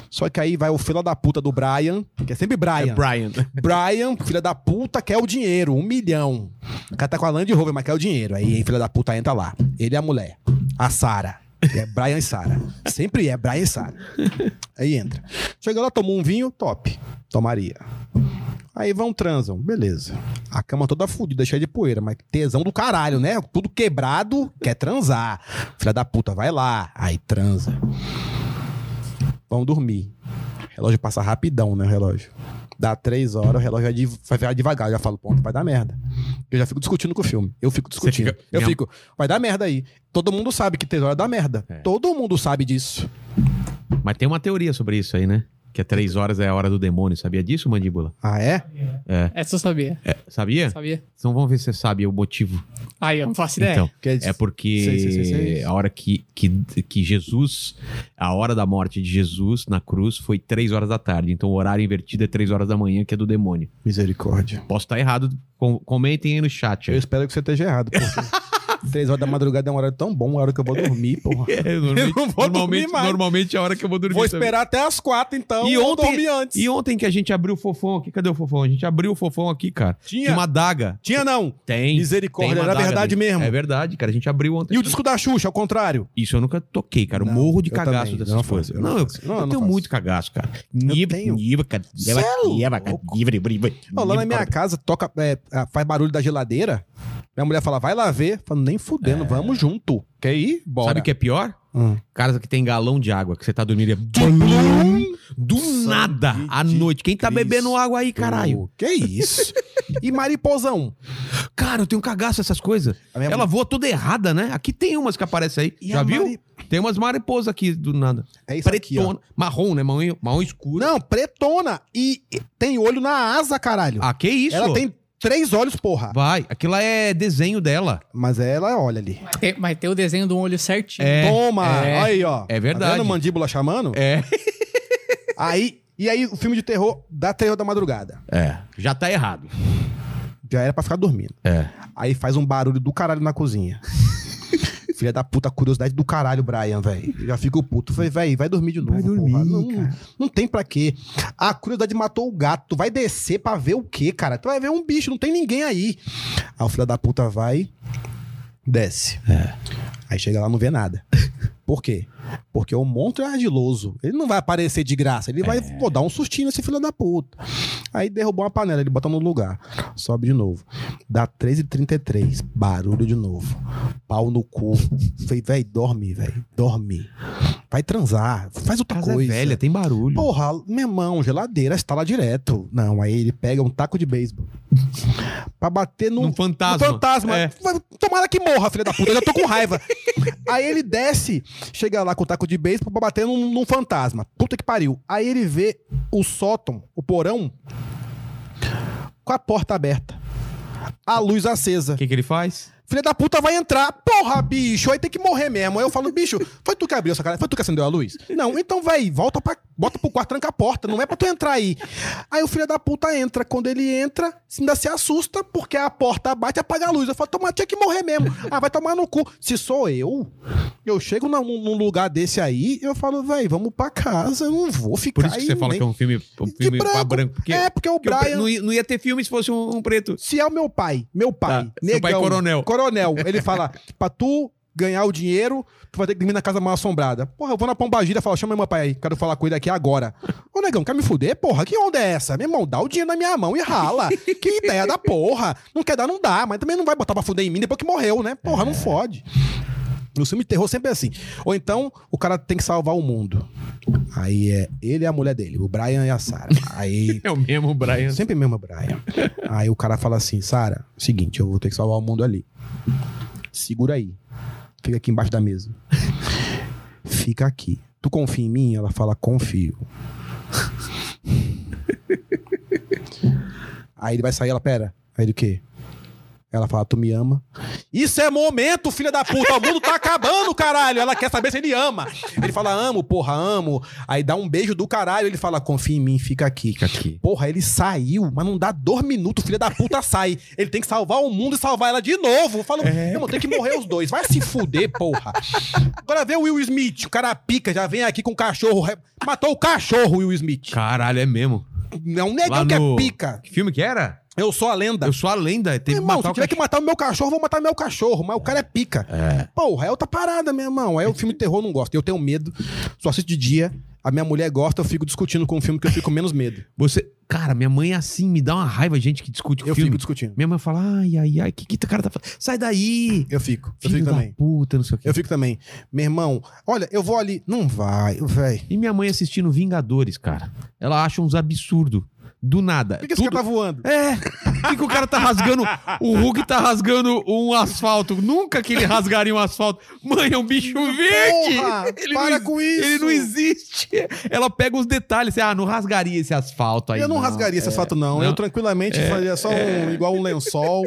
Speaker 2: Só que aí vai o filho da puta do Brian, que é sempre Brian.
Speaker 1: É Brian.
Speaker 2: Brian, filha da puta, quer o dinheiro, um milhão. O cara tá com a Land Rover, mas quer o dinheiro. Aí, filha da puta, entra lá. Ele é a mulher. A Sara. É Brian e Sara. Sempre é Brian e Sara. Aí entra. Chega lá, tomou um vinho, top. Tomaria. Aí vão, transam, beleza. A cama toda fudida, cheia de poeira, mas tesão do caralho, né? Tudo quebrado, quer transar. Filha da puta, vai lá. Aí transa. Vão dormir. Relógio passa rapidão, né? O relógio. Dá três horas, o relógio vai, de- vai virar devagar. Eu já falo, ponto, vai dar merda. Eu já fico discutindo com o filme. Eu fico discutindo.
Speaker 1: fica-
Speaker 2: Eu
Speaker 1: minha-
Speaker 2: fico, vai dar merda aí. Todo mundo sabe que três horas dá merda.
Speaker 1: É.
Speaker 2: Todo mundo sabe disso.
Speaker 1: Mas tem uma teoria sobre isso aí, né? Que é três horas é a hora do demônio. Sabia disso, mandíbula?
Speaker 2: Ah, é?
Speaker 3: Essa eu sabia.
Speaker 1: É. Sabia?
Speaker 3: Sabia?
Speaker 1: Então vamos ver se você sabe o motivo.
Speaker 3: Aí, eu não faço ideia.
Speaker 1: Então,
Speaker 2: Que
Speaker 1: é porque
Speaker 2: Sei, sei, sei, sei.
Speaker 1: a hora que, que, que Jesus, a hora da morte de Jesus na cruz foi três horas da tarde. Então o horário invertido é três horas da manhã, que é do demônio.
Speaker 2: Misericórdia.
Speaker 1: Posso estar errado, com- comentem aí no chat. é.
Speaker 2: Eu espero que você esteja errado, porque três horas da madrugada é um horário tão bom, é a hora que eu vou dormir, porra.
Speaker 1: É,
Speaker 2: Eu
Speaker 1: normalmente,
Speaker 2: não vou dormir
Speaker 1: normalmente,
Speaker 2: mais.
Speaker 1: normalmente é a hora que eu vou dormir.
Speaker 2: Vou
Speaker 1: também.
Speaker 2: esperar até as quatro, então.
Speaker 1: E
Speaker 2: eu
Speaker 1: ontem-
Speaker 2: dormi antes.
Speaker 1: E ontem que a gente abriu o fofão aqui, cadê o fofão? A gente abriu o fofão aqui, cara. Tinha
Speaker 2: Tinha,
Speaker 1: uma daga.
Speaker 2: tinha não.
Speaker 1: Tem.
Speaker 2: Misericórdia,
Speaker 1: Tem uma
Speaker 2: era
Speaker 1: daga
Speaker 2: verdade
Speaker 1: dentro.
Speaker 2: mesmo.
Speaker 1: É verdade, cara. A gente abriu ontem.
Speaker 2: E o disco da Xuxa, ao contrário.
Speaker 1: Isso eu nunca toquei, cara. Eu
Speaker 2: Não,
Speaker 1: morro de
Speaker 2: eu
Speaker 1: cagaço
Speaker 2: também.
Speaker 1: dessas
Speaker 2: Eu não
Speaker 1: coisas.
Speaker 2: faço, eu
Speaker 1: não,
Speaker 2: não
Speaker 1: eu,
Speaker 2: faço. Não,
Speaker 1: eu
Speaker 2: eu não
Speaker 1: tenho
Speaker 2: faço.
Speaker 1: muito cagaço, cara.
Speaker 2: tenho.
Speaker 1: Niva, cara.
Speaker 2: Cê é louco. Ó, lá na minha casa, toca, é, ah, faz barulho da geladeira. Minha mulher fala, vai lá ver. Falando, nem fudendo, vamos junto. Quer ir? Bora.
Speaker 1: Sabe o que é pior?
Speaker 2: Hum.
Speaker 1: Cara que tem galão de água, que você tá dormindo e é
Speaker 2: Hum,
Speaker 1: do
Speaker 2: Sangue
Speaker 1: nada à
Speaker 2: de
Speaker 1: noite. Quem tá
Speaker 2: Cristo.
Speaker 1: bebendo água aí, caralho?
Speaker 2: Que isso? e mariposão?
Speaker 1: Cara, eu tenho cagaço essas coisas.
Speaker 2: A minha
Speaker 1: Ela voa toda errada, né? Aqui tem umas que aparecem aí.
Speaker 2: É um E
Speaker 1: Já
Speaker 2: a
Speaker 1: viu?
Speaker 2: mari-
Speaker 1: Tem umas mariposas aqui do nada.
Speaker 2: É isso aqui, ó.
Speaker 1: Pretona. marrom, né? Marrom, marrom escuro.
Speaker 2: Não, pretona. E e tem olho na asa, caralho.
Speaker 1: Ah, que isso?
Speaker 2: Ela tem três olhos, porra.
Speaker 1: Vai, aquilo lá é desenho dela.
Speaker 2: Mas ela olha ali.
Speaker 3: Tem- mas tem o desenho de um olho certinho.
Speaker 1: É,
Speaker 2: Toma!
Speaker 1: é.
Speaker 2: Olha aí, ó.
Speaker 1: É verdade.
Speaker 2: Tá vendo a mandíbula chamando?
Speaker 1: É.
Speaker 2: Aí, e aí, o filme de terror dá terror da madrugada.
Speaker 1: É. Já tá errado.
Speaker 2: Já era pra ficar dormindo.
Speaker 1: É.
Speaker 2: Aí faz um barulho do caralho na cozinha. Filha da puta, curiosidade do caralho, Brian, velho. Já fico puto. Falei, velho, vai dormir de novo,
Speaker 1: Vai dormir,
Speaker 2: porra. Não,
Speaker 1: cara.
Speaker 2: não tem pra quê. A curiosidade matou o gato. Tu vai descer pra ver o quê, cara? Tu vai ver um bicho, não tem ninguém aí. Aí o filho da puta vai, desce.
Speaker 1: É.
Speaker 2: Aí chega lá não vê nada. Por quê? Porque o monstro é ardiloso. Ele não vai aparecer de graça. Ele
Speaker 1: É.
Speaker 2: vai pô, dar um sustinho nesse filho da puta. Aí derrubou uma panela, ele bota no lugar. Sobe de novo. Dá 13h33. Barulho de novo. Pau no cu. Falei, velho, dorme, velho. Dorme. Vai transar. Faz outra
Speaker 1: Casa
Speaker 2: coisa.
Speaker 1: é velha, tem barulho.
Speaker 2: Porra, meu irmão, geladeira instala direto. Não, aí ele pega um taco de beisebol. pra bater num,
Speaker 1: Num fantasma.
Speaker 2: num fantasma.
Speaker 1: É.
Speaker 2: Vai- Tomara que morra, filha da puta. Eu já tô com raiva. aí ele desce, chega lá com o taco de beisebol pra bater num, num fantasma. Puta que pariu. Aí ele vê o sótão, o porão, com a porta aberta. A luz acesa.
Speaker 1: O que, que ele faz?
Speaker 2: Filha da puta vai entrar. Porra, bicho, aí tem que morrer mesmo. Aí eu falo, bicho, foi tu que abriu essa cara? Foi tu que acendeu a luz? Não, então vai, volta pra. Bota pro quarto, tranca a porta. Não é pra tu entrar aí. Aí o filho da puta entra. Quando ele entra, ainda se assusta, porque a porta bate e apaga a luz. Eu falo, toma, tinha que morrer mesmo. Ah, vai tomar no cu. Se sou eu, eu chego num, num lugar desse aí, eu falo, véi, vamos pra casa, eu não vou ficar
Speaker 1: Por isso que
Speaker 2: aí,
Speaker 1: você fala
Speaker 2: nem-
Speaker 1: que é um filme, um
Speaker 2: De
Speaker 1: filme
Speaker 2: branco.
Speaker 1: pra branco. Porque,
Speaker 2: É, porque o
Speaker 1: porque o pre-
Speaker 2: Brian.
Speaker 1: não, ia, não ia ter filme se fosse um, um preto.
Speaker 2: Se é o meu pai, meu pai,
Speaker 1: Tá, seu
Speaker 2: negão,
Speaker 1: pai é coronel.
Speaker 2: coronel, ele fala, pra tu ganhar o dinheiro, tu vai ter que dormir na casa mal assombrada. Porra, eu vou na Pombagira e falo, chama meu pai aí, quero falar com ele aqui agora. Ô, negão, quer me fuder? Porra, que onda é essa? Meu irmão, dá o dinheiro na minha mão e rala. Que ideia da porra. Não quer dar, não dá, mas também não vai botar pra fuder em mim depois que morreu, né? Porra,
Speaker 1: É.
Speaker 2: não fode. No filme de terror sempre é assim. Ou então, o cara tem que salvar o mundo. Aí é ele e a mulher dele, o Brian e a Sarah. Aí
Speaker 1: É o mesmo, Brian.
Speaker 2: Sempre mesmo, Brian. Aí o cara fala assim, Sara, seguinte, eu vou ter que salvar o mundo ali. Segura aí. Fica aqui embaixo da mesa. Fica aqui. Tu confia em mim? Ela fala, confio. Aí ele vai sair, ela, pera. Aí ele o quê? Ela fala, tu me ama? Isso é momento, filha da puta. O mundo tá acabando, caralho. Ela quer saber se ele ama. Ele fala, amo, porra, amo. Aí dá um beijo do caralho. Ele fala, confia em mim, fica aqui.
Speaker 1: Fica aqui.
Speaker 2: Porra, ele saiu, mas não dá dois minutos, filha da puta sai. Ele tem que salvar o mundo e salvar ela de novo. Eu falo, meu irmão, tem que morrer os dois. Vai se fuder, porra. Agora vê o Will Smith, o cara pica, já vem aqui com o cachorro. re- Matou o cachorro, Will Smith.
Speaker 1: Caralho, é mesmo.
Speaker 2: Não, um negão que é pica.
Speaker 1: Que filme que era?
Speaker 2: Eu sou a lenda.
Speaker 1: Eu sou a lenda. é, Teve
Speaker 2: Meu irmão, se
Speaker 1: que matar o
Speaker 2: tiver que matar o meu cachorro, eu vou matar meu cachorro. Mas o cara é pica. Porra, é outra parada, meu irmão. Aí o filme de terror eu não gosto. Eu tenho medo. Só assisto de dia. A minha mulher gosta, eu fico discutindo com o filme que eu fico com menos medo.
Speaker 1: Você. Cara, minha mãe é assim, me dá uma raiva, gente, que discute
Speaker 2: Eu
Speaker 1: filme.
Speaker 2: fico discutindo.
Speaker 1: Minha mãe fala, ai, ai, ai, que que o cara tá falando? Sai daí!
Speaker 2: Eu fico. Eu
Speaker 1: Filho
Speaker 2: fico
Speaker 1: da
Speaker 2: também.
Speaker 1: puta, não sei o quê.
Speaker 2: Eu fico também. Meu irmão, olha, eu vou ali. Não vai, velho.
Speaker 1: E minha mãe assistindo Vingadores, cara. Ela acha uns absurdos. Do nada.
Speaker 2: Por que esse
Speaker 1: Tudo-
Speaker 2: cara tá voando?
Speaker 1: É, por que, que o cara tá rasgando? O Hulk tá rasgando um asfalto. Nunca que ele rasgaria um asfalto. Mãe, é um bicho verde!
Speaker 2: Porra,
Speaker 1: Ele
Speaker 2: para
Speaker 1: não ex-
Speaker 2: com isso!
Speaker 1: Ele não existe. Ela pega os detalhes. Ah, não rasgaria esse asfalto aí. É.
Speaker 2: Eu não, rasgaria esse asfalto, não.
Speaker 1: não. É.
Speaker 2: Eu tranquilamente faria só um, igual um lençol.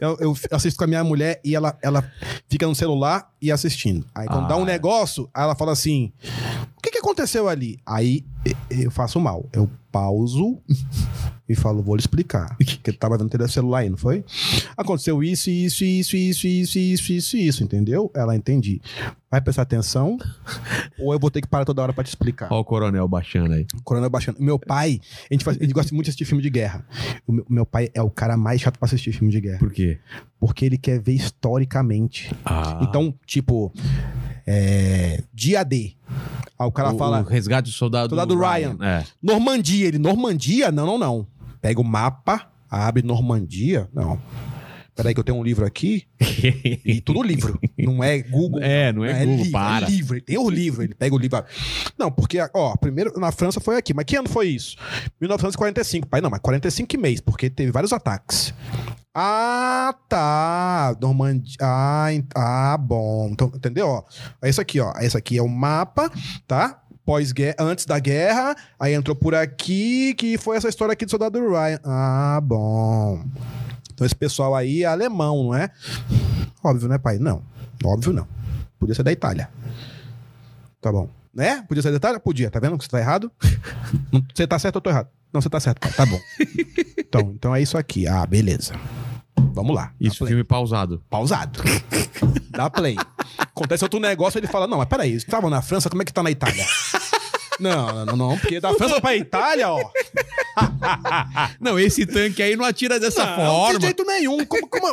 Speaker 2: eu, eu f- assisto com a minha mulher e ela, ela fica no celular e assistindo. Aí quando
Speaker 1: Ah.
Speaker 2: dá um negócio, aí ela fala assim: o que, que aconteceu ali? Aí e- eu faço mal. Eu pauso e falo, vou lhe explicar. Porque tava dando telefone é celular aí, não foi? Aconteceu isso, isso, isso, isso, isso, isso, isso, isso, entendeu? Ela entendi. Vai prestar atenção, ou eu vou ter que parar toda hora pra te explicar.
Speaker 1: Olha o coronel baixando aí.
Speaker 2: Coronel baixando. Meu pai, a gente faz- ele gosta muito de assistir filme de guerra. O meu, meu pai é o cara mais chato pra assistir filme de guerra.
Speaker 1: Por quê?
Speaker 2: Porque ele quer ver historicamente.
Speaker 1: Ah,
Speaker 2: Então, tipo, é, dia D. Aí o cara
Speaker 1: o,
Speaker 2: fala,
Speaker 1: o resgate do soldado,
Speaker 2: Soldado Ryan.
Speaker 1: É.
Speaker 2: Normandia. Ele, Normandia? Não, não, não. Pega o mapa, abre Normandia. Não. Peraí que eu tenho um livro aqui. e tudo livro. Não é Google.
Speaker 1: É, não é, Google,
Speaker 2: livro,
Speaker 1: para.
Speaker 2: É livro, ele tem o livro, ele pega o livro. Não, porque, ó, primeiro na França foi aqui, mas que ano foi isso? 1945. Pai, não, mas 45 que mês, porque teve vários ataques. Ah, tá. Normandia. Ah, en- ah, bom. Então, entendeu? Ó, é isso aqui, ó. Esse aqui é o mapa, tá? Pós-guerra, antes da guerra, aí entrou por aqui, que foi essa história aqui do soldado Ryan. Ah, bom. Então esse pessoal aí é alemão, não é? Óbvio, né, pai? Não. Óbvio não. Podia ser da Itália. Tá bom. Né? Podia ser da Itália? Podia. Tá vendo que você tá errado? Não, Você tá certo ou eu tô errado? Não, você tá certo, pai. Tá bom. Então, então é isso aqui. Ah, beleza. Vamos lá. Dá
Speaker 1: Isso,
Speaker 2: play.
Speaker 1: filme pausado.
Speaker 2: Pausado. Dá play. Acontece outro negócio, ele fala: Não, mas peraí, você tava na França, como é que tá na Itália? Não, não, não, não, porque da França pra Itália, ó.
Speaker 1: Não, esse tanque aí não atira dessa
Speaker 2: Não, de jeito nenhum. Como, como-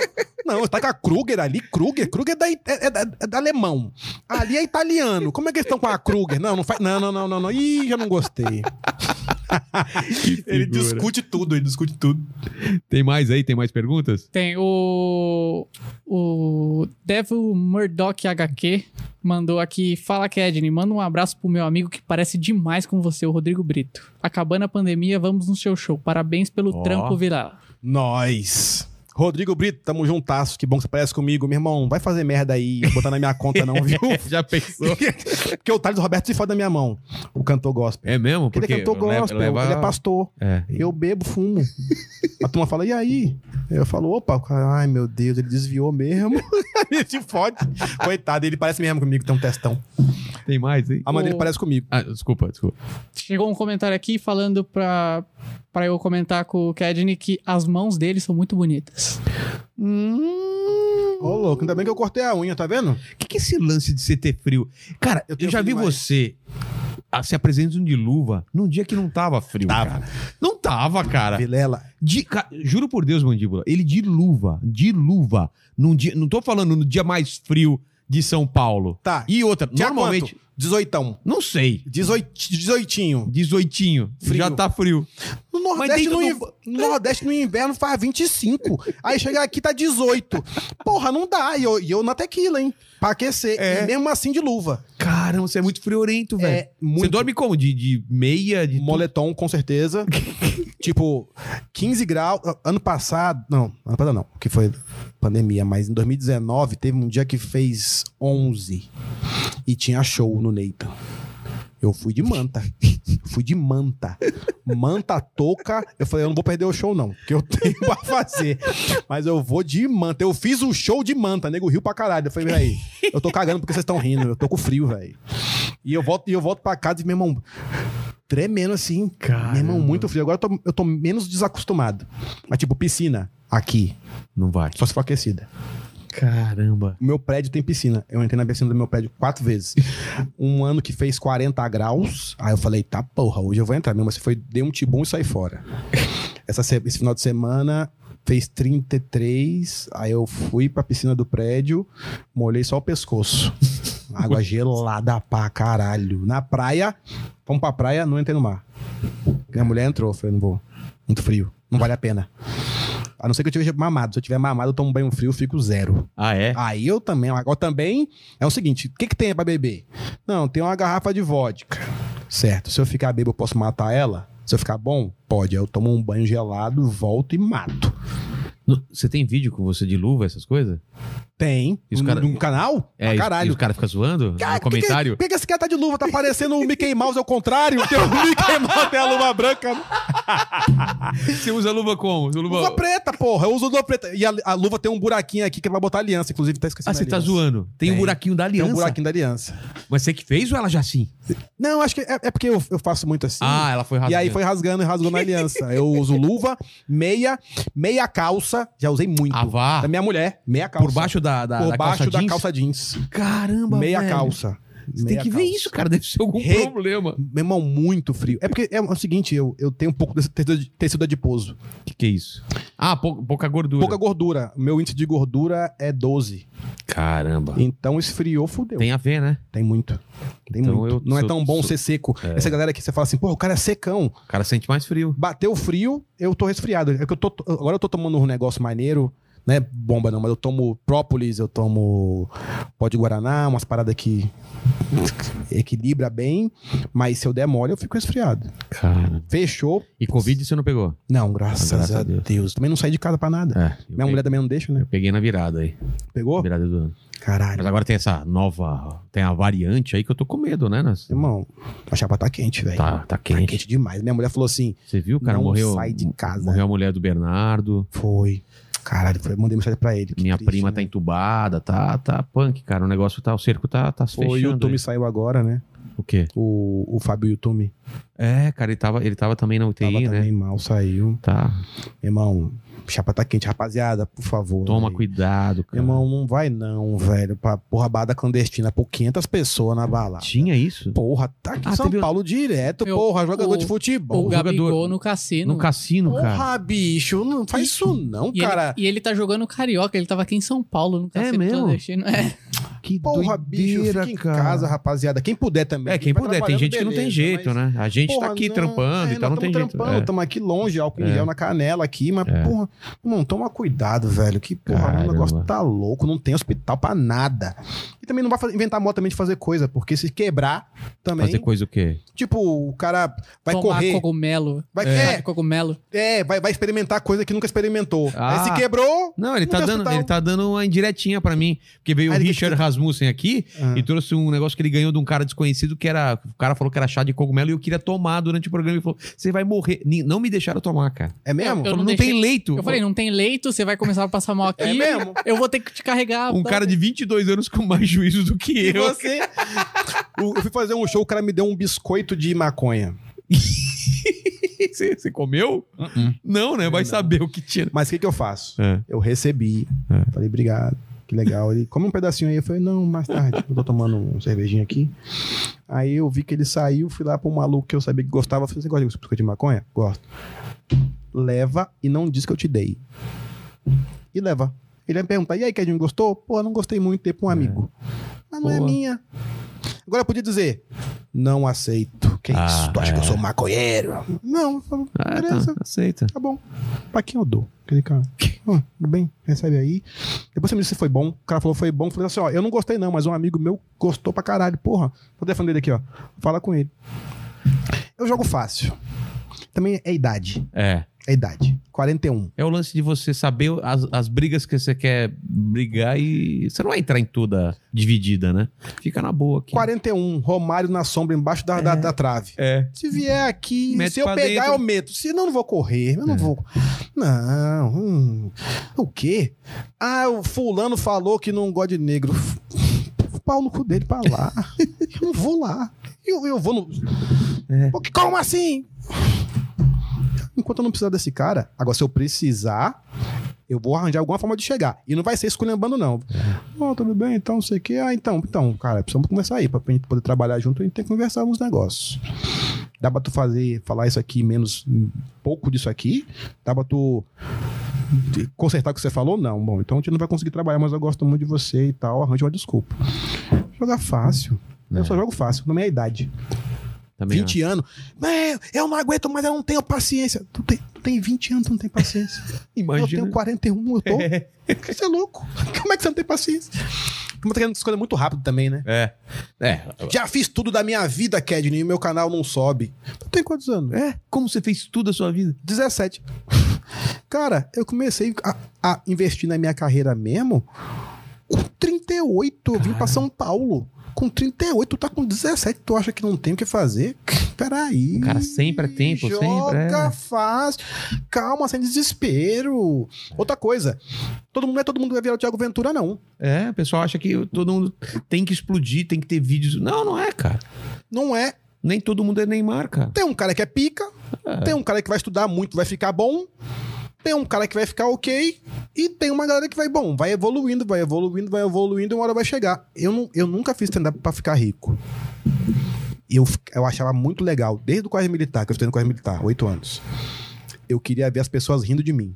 Speaker 2: Não, você tá com a Kruger ali. Kruger, Kruger é, da, é, é da- é da alemão. Ali é italiano. Como é que eles estão com a Kruger? Não, não faz. Não, não, não, não, não. Ih, já não gostei.
Speaker 1: Ele discute.
Speaker 2: tudo, ele discute tudo.
Speaker 1: Tem mais aí? Tem mais perguntas?
Speaker 3: Tem o. O Devil Murdoch HQ mandou aqui. Fala, Kedney. Manda um abraço pro meu amigo que parece demais com você, o Rodrigo Brito. Acabando a pandemia, vamos no seu show. Parabéns pelo
Speaker 1: Ó.
Speaker 3: trampo, Vilela.
Speaker 2: Nós. Rodrigo Brito, tamo juntasso. Que bom que você parece comigo. Meu irmão, não vai fazer merda aí, botar na minha conta, não, viu?
Speaker 1: Já pensou?
Speaker 2: Porque o Thales Roberto se foda da minha mão. O cantor gospel.
Speaker 1: É mesmo?
Speaker 2: Porque, ele é cantor
Speaker 1: leva-
Speaker 2: gospel,
Speaker 1: leva-
Speaker 2: ele é pastor.
Speaker 1: É.
Speaker 2: Eu bebo, fumo. A turma fala, e aí? Eu falo, opa, o cara, ai meu Deus, ele desviou mesmo. ele se fode. Coitado, ele parece mesmo comigo, tem um testão.
Speaker 1: Tem mais aí?
Speaker 2: A maneira
Speaker 3: O-
Speaker 2: ele parece comigo.
Speaker 1: Ah, desculpa, desculpa.
Speaker 3: Chegou um comentário aqui falando pra, pra eu comentar com o Kedney que as mãos dele são muito bonitas.
Speaker 1: Hum,
Speaker 2: Ô, louco, ainda bem que eu cortei a unha, tá vendo?
Speaker 1: o que, que é esse lance de você ter frio? Cara, eu,
Speaker 2: Eu tenho
Speaker 1: já vi
Speaker 2: frio demais.
Speaker 1: você ah, se apresentando de luva num dia que não tava frio,
Speaker 2: Tava.
Speaker 1: cara. Não tava, cara.
Speaker 2: Vilela,
Speaker 1: De- ca- Juro por Deus, mandíbula. Ele de luva, de luva. Num dia, não tô falando no dia mais frio de São Paulo.
Speaker 2: Tá.
Speaker 1: E outra,
Speaker 2: Tinha
Speaker 1: normalmente.
Speaker 2: quanto? Dezoitão.
Speaker 1: Não sei.
Speaker 2: Dezoit- Dezoitinho.
Speaker 1: Dezoitinho.
Speaker 2: Frio.
Speaker 1: Já tá frio.
Speaker 2: No
Speaker 1: Mas
Speaker 2: Nordeste no,
Speaker 1: dentro do-
Speaker 2: inv- no Nordeste, no inverno, faz 25. Aí chega aqui, tá 18. Porra, não dá. E eu, e eu na tequila, hein? Pra aquecer.
Speaker 1: É.
Speaker 2: E mesmo assim de luva.
Speaker 1: Caramba, você é muito friorento, velho. É, Você
Speaker 2: muito.
Speaker 1: dorme como? De, de meia? De
Speaker 2: Moletom, com certeza. tipo, 15 graus. Ah, Ano passado. Não, ano passado não, que foi pandemia, mas em 2019 teve um dia que fez 11 e tinha show no Neita. Eu fui de manta. fui de manta. Manta touca. Eu falei, eu não vou perder o show, não. Que eu tenho pra fazer. Mas eu vou de manta. Eu fiz o show de manta, nego riu pra caralho. Eu falei, peraí, eu tô cagando porque vocês estão rindo. Eu tô com frio, velho. E eu volto, e eu volto pra casa e meu irmão. Tremendo assim.
Speaker 1: Caramba.
Speaker 2: Meu irmão, muito frio. Agora eu tô, eu tô menos desacostumado. Mas, tipo, piscina. Aqui.
Speaker 1: Não vai.
Speaker 2: Só se for aquecida.
Speaker 1: Caramba.
Speaker 2: O meu prédio tem piscina. Eu entrei na piscina do meu prédio quatro vezes. Um ano que fez 40 graus. Aí eu falei, tá porra, hoje eu vou entrar mesmo. Mas foi, dei um tibum e saí fora. Essa, se- esse final de semana fez 33. Aí eu fui pra piscina do prédio, molhei só o pescoço. Água gelada pra caralho. Na praia, vamos pra praia, não entrei no mar. Minha mulher entrou, eu falei, não vou. Muito frio, não vale a pena. A não ser que eu tivesse mamado. Se eu tiver mamado, eu tomo banho frio, eu fico zero.
Speaker 1: Ah, é?
Speaker 2: Aí eu também. Agora também é o seguinte: o que, que tem pra beber? Não, tem uma garrafa de vodka. Certo. Se eu ficar bêbado, eu posso matar ela? Se eu ficar bom? Pode. Aí eu tomo um banho gelado, volto e mato.
Speaker 1: No- Você tem vídeo com você de luva, essas coisas?
Speaker 2: Tem.
Speaker 1: Isso, cara-
Speaker 2: Num canal?
Speaker 1: É,
Speaker 2: Ah,
Speaker 1: e- E
Speaker 2: caralho.
Speaker 1: os caras ficam zoando?
Speaker 2: Cara,
Speaker 1: no comentário?
Speaker 2: Por que, é que esse cara tá de luva? Tá parecendo o Mickey Mouse ao contrário? Tem o Mickey Mouse, tem a luva branca.
Speaker 1: Você usa luva como? Usa luva-
Speaker 2: Luva preta, porra. Eu uso luva preta. E a, a luva tem um buraquinho aqui que é pra botar aliança, inclusive. Tá esquecendo
Speaker 1: Ah,
Speaker 2: da
Speaker 1: você tá
Speaker 2: aliança.
Speaker 1: zoando. Tem, um
Speaker 2: Tem.
Speaker 1: buraquinho da
Speaker 2: Tem
Speaker 1: aliança.
Speaker 2: um buraquinho da aliança.
Speaker 1: Mas você que fez ou ela já sim?
Speaker 2: Não, acho que é, é porque eu, eu faço muito assim.
Speaker 1: Ah, ela foi rasgando.
Speaker 2: E aí foi rasgando e rasgou na aliança. Eu uso luva, meia, meia calça. Já usei muito.
Speaker 1: Ah, vá.
Speaker 2: Da minha mulher, meia calça.
Speaker 1: Por baixo da, da,
Speaker 2: Por
Speaker 1: da
Speaker 2: baixo
Speaker 1: calça
Speaker 2: da
Speaker 1: jeans?
Speaker 2: calça jeans.
Speaker 1: Caramba,
Speaker 2: meia
Speaker 1: velho.
Speaker 2: calça.
Speaker 1: Você tem
Speaker 2: Meia
Speaker 1: que ver
Speaker 2: calça.
Speaker 1: isso, cara. Deve ser algum
Speaker 2: Re-
Speaker 1: problema.
Speaker 2: Meu irmão, muito frio. É porque é o seguinte, eu, eu tenho um pouco desse tecido- tecido adiposo.
Speaker 1: O que, que é isso? Ah, pou- pouca gordura.
Speaker 2: Pouca gordura. Meu índice de gordura é 12.
Speaker 1: Caramba.
Speaker 2: Então esfriou, fudeu.
Speaker 1: Tá. Tem a ver, né?
Speaker 2: Tem muito. Tem
Speaker 1: Então
Speaker 2: muito.
Speaker 1: eu
Speaker 2: Não é
Speaker 1: sou-
Speaker 2: tão bom
Speaker 1: sou- É.
Speaker 2: ser seco. Essa galera aqui, você fala assim, pô, o cara é secão.
Speaker 1: O cara sente mais frio.
Speaker 2: Bateu frio, eu tô resfriado. É que eu tô, agora eu tô tomando um negócio maneiro, né? Bomba não, mas eu tomo própolis, eu tomo pó de guaraná, umas paradas que equilibra bem, mas se eu der mole, eu fico resfriado.
Speaker 1: Cara.
Speaker 2: Fechou?
Speaker 1: E Covid você não pegou?
Speaker 2: Não, graças,
Speaker 1: Graças
Speaker 2: a,
Speaker 1: a Deus.
Speaker 2: Deus. Também não saí de casa pra nada.
Speaker 1: É.
Speaker 2: Minha mulher também não deixa, né?
Speaker 1: Eu peguei na virada aí.
Speaker 2: Pegou?
Speaker 1: Virada do ano.
Speaker 2: Caralho.
Speaker 1: Mas agora tem essa nova. Tem a variante aí que eu tô com medo, né? Nas-
Speaker 2: Irmão, a chapa tá quente, velho.
Speaker 1: Tá, tá
Speaker 2: Tá
Speaker 1: quente.
Speaker 2: quente demais. Minha mulher falou assim:
Speaker 1: Você viu, cara?
Speaker 2: não
Speaker 1: morreu. um,
Speaker 2: sai de casa.
Speaker 1: Morreu a mulher do Bernardo.
Speaker 2: Foi. Caralho, foi. Mandei mensagem pra ele. que
Speaker 1: Minha
Speaker 2: triste,
Speaker 1: prima
Speaker 2: né?
Speaker 1: tá entubada, tá, tá punk, cara. O negócio tá, o cerco tá, tá se
Speaker 2: Foi, o
Speaker 1: fechando.
Speaker 2: YouTube
Speaker 1: aí.
Speaker 2: saiu agora, né?
Speaker 1: O quê?
Speaker 2: O, o Fábio Yutume
Speaker 1: É, cara, ele tava, ele tava também na
Speaker 2: tava
Speaker 1: UTI, né?
Speaker 2: também mal, saiu.
Speaker 1: Tá.
Speaker 2: Irmão, chapa tá quente, rapaziada, por favor.
Speaker 1: Toma
Speaker 2: velho.
Speaker 1: cuidado, cara.
Speaker 2: Irmão, não vai não, velho, pra porra bada clandestina, por 500 pessoas na balada.
Speaker 1: Tinha isso?
Speaker 2: Porra, tá aqui em
Speaker 1: Ah,
Speaker 2: São
Speaker 1: teve-
Speaker 2: Paulo direto,
Speaker 3: Eu-
Speaker 2: porra, jogador
Speaker 3: o-
Speaker 2: de
Speaker 3: O
Speaker 2: futebol.
Speaker 1: o
Speaker 3: Gabigol
Speaker 1: jogador-
Speaker 3: no cassino.
Speaker 1: No cassino, cara.
Speaker 2: Porra, bicho, não faz isso não,
Speaker 3: E
Speaker 2: cara.
Speaker 3: ele, e ele tá jogando no Carioca, ele tava aqui em São Paulo, no Cassino
Speaker 1: mesmo?
Speaker 3: Clandestino. É.
Speaker 1: Que
Speaker 2: Porra, bicho,
Speaker 1: doideira,
Speaker 2: fica em
Speaker 1: cara.
Speaker 2: casa, rapaziada. Quem puder também.
Speaker 1: É, quem
Speaker 2: vai
Speaker 1: puder. Tem
Speaker 2: trabalhando,
Speaker 1: gente que não tem
Speaker 2: beleza,
Speaker 1: jeito,
Speaker 2: mas-
Speaker 1: né? A gente tá
Speaker 2: Porra,
Speaker 1: aqui
Speaker 2: não,
Speaker 1: trampando
Speaker 2: é,
Speaker 1: e tal, não
Speaker 2: nós
Speaker 1: tem
Speaker 2: tamo
Speaker 1: jeito.
Speaker 2: trampando,
Speaker 1: É.
Speaker 2: Tamo aqui longe, álcool
Speaker 1: É.
Speaker 2: em gel na canela aqui, mas,
Speaker 1: É.
Speaker 2: porra, irmão, toma cuidado, velho. Que porra,
Speaker 1: Caramba.
Speaker 2: o negócio tá louco, não tem hospital pra nada. E também não vai fa- inventar moda também de fazer coisa, porque se quebrar também.
Speaker 1: É, Fazer coisa o quê?
Speaker 2: Tipo, o cara vai
Speaker 3: Tomar
Speaker 2: correr.
Speaker 3: cogumelo.
Speaker 2: Vai-
Speaker 3: chá
Speaker 2: é.
Speaker 3: de cogumelo.
Speaker 2: É, vai, vai experimentar coisa que nunca experimentou.
Speaker 1: Ah.
Speaker 2: Aí se quebrou.
Speaker 1: Não, ele
Speaker 2: Não
Speaker 1: tá,
Speaker 2: tem
Speaker 1: dando,
Speaker 2: hospital.
Speaker 1: ele tá dando uma indiretinha pra mim. Porque veio
Speaker 2: Ah,
Speaker 1: o
Speaker 2: ele quer
Speaker 1: Richard Rasmussen aqui
Speaker 2: Ah.
Speaker 1: e trouxe um negócio que ele ganhou de um cara desconhecido que era. O cara falou que era chá de cogumelo e eu queria tomar durante o programa. Ele falou: você vai morrer. Ni- Não me deixaram tomar, cara.
Speaker 2: É mesmo?
Speaker 3: Eu
Speaker 1: Falou,
Speaker 3: não
Speaker 1: não
Speaker 3: deixei-
Speaker 1: tem leito.
Speaker 3: Eu falei, não tem leito, você vai começar a passar mal aqui.
Speaker 2: É mesmo?
Speaker 3: Eu vou ter que te carregar.
Speaker 1: um cara de 22 anos com mais juízo do que
Speaker 2: E
Speaker 1: eu.
Speaker 2: você? O- eu fui fazer um show, o cara me deu um biscoito de maconha.
Speaker 1: Você, você comeu? Não,
Speaker 2: É,
Speaker 1: né? Vai saber o que tinha.
Speaker 2: Mas o que, que eu faço?
Speaker 1: É.
Speaker 2: Eu recebi. Falei, obrigado, que legal. Ele come um pedacinho aí. Eu falei, não, mais tarde, eu tô tomando uma cervejinha aqui. Aí eu vi que ele saiu, fui lá pro maluco que eu sabia que gostava. Eu Falei, você gosta de biscoito de maconha? Gosto. Leva e não diz que eu te dei. E leva. Ele vai me perguntar, e aí, Kedinho, gostou? Pô, não gostei muito, dei pra
Speaker 1: É.
Speaker 2: um amigo. Mas não é
Speaker 1: Pô.
Speaker 2: minha. Agora eu podia dizer, não aceito. Que
Speaker 1: Ah,
Speaker 2: isso? Tu acha que eu
Speaker 1: é.
Speaker 2: sou maconheiro? Não, eu falo,
Speaker 1: Ah,
Speaker 2: beleza.
Speaker 1: tá, aceita.
Speaker 2: Tá bom. Pra quem eu dou? Aquele cara, "Ah, tudo bem, recebe aí. Depois você me disse se foi bom. O cara falou foi bom. Eu Falei assim, ó, eu não gostei não, mas um amigo meu gostou pra caralho. Porra, vou defender dele aqui, ó. Fala com ele. Eu jogo fácil. Também é idade.
Speaker 1: É.
Speaker 2: É idade. 41.
Speaker 1: É o lance de você saber as, as brigas que você quer brigar e você não vai entrar em toda dividida, né? Fica na boa aqui.
Speaker 2: 41. Romário na sombra, embaixo da, da, da trave.
Speaker 1: É.
Speaker 2: Se vier aqui,
Speaker 1: Mete
Speaker 2: se eu
Speaker 1: pra
Speaker 2: pegar,
Speaker 1: dentro.
Speaker 2: eu meto. Se não, eu não vou correr. Eu não
Speaker 1: É.
Speaker 2: vou. Não. hum. O quê? Ah, o fulano falou que não gosta de negro. Pau no cu dele pra lá. eu não vou lá. Eu, eu vou no.
Speaker 1: É.
Speaker 2: Pô, que- Como assim? Enquanto eu não precisar desse cara, agora se eu precisar, eu vou arranjar alguma forma de chegar. E não vai ser esculhambando, não.
Speaker 1: É.
Speaker 2: Ó, tudo bem, então, não sei o quê. Ah, então, então, cara, precisamos conversar aí. Pra gente poder trabalhar junto, a gente tem que conversar uns negócios. Dá pra tu fazer, falar isso aqui menos um pouco disso aqui? Dá pra tu de- consertar o que você falou? Não. Bom, então a gente não vai conseguir trabalhar, mas eu gosto muito de você e tal. Arranja uma desculpa. Jogar fácil.
Speaker 1: É.
Speaker 2: Eu só jogo fácil, na minha idade.
Speaker 1: Também
Speaker 2: 20 anos. Mas eu não aguento, mas eu não tenho paciência. Tu tem, tu tem 20 anos, tu não tem paciência. Eu tenho 41, eu tô. Você é louco. Como é que você não tem paciência? Estamos querendo escolher muito rápido também, né?
Speaker 1: É. É.
Speaker 2: Já fiz tudo da minha vida, Kedney, e meu canal não sobe. Tu tem quantos anos? É,
Speaker 1: Como você fez tudo a sua vida?
Speaker 2: 17. Cara, eu comecei a, a investir na minha carreira mesmo com 38. Eu vim pra São Paulo. Com 38, tu tá com 17, tu acha que não tem o que fazer? Peraí.
Speaker 1: Cara, sempre é tempo,
Speaker 2: Joga,
Speaker 1: sempre é.
Speaker 2: faz. Calma, sem desespero. Outra coisa, todo mundo não é todo mundo que vai virar o Thiago Ventura, não.
Speaker 1: É, o pessoal acha que todo mundo tem que explodir, tem que ter vídeos. Não, não é, cara.
Speaker 2: Não é.
Speaker 1: Nem todo mundo é Neymar, cara.
Speaker 2: Tem um cara que é pica,
Speaker 1: É.
Speaker 2: tem um cara que vai estudar muito, vai ficar bom. Tem um cara que vai ficar ok e tem uma galera que vai bom, vai evoluindo, vai evoluindo, vai evoluindo, e uma hora vai chegar. Eu, não, eu nunca fiz stand-up pra ficar rico. Eu, fi- eu achava muito legal, desde o Correio Militar, que eu estudei no Correio Militar, oito anos. Eu queria ver as pessoas rindo de mim.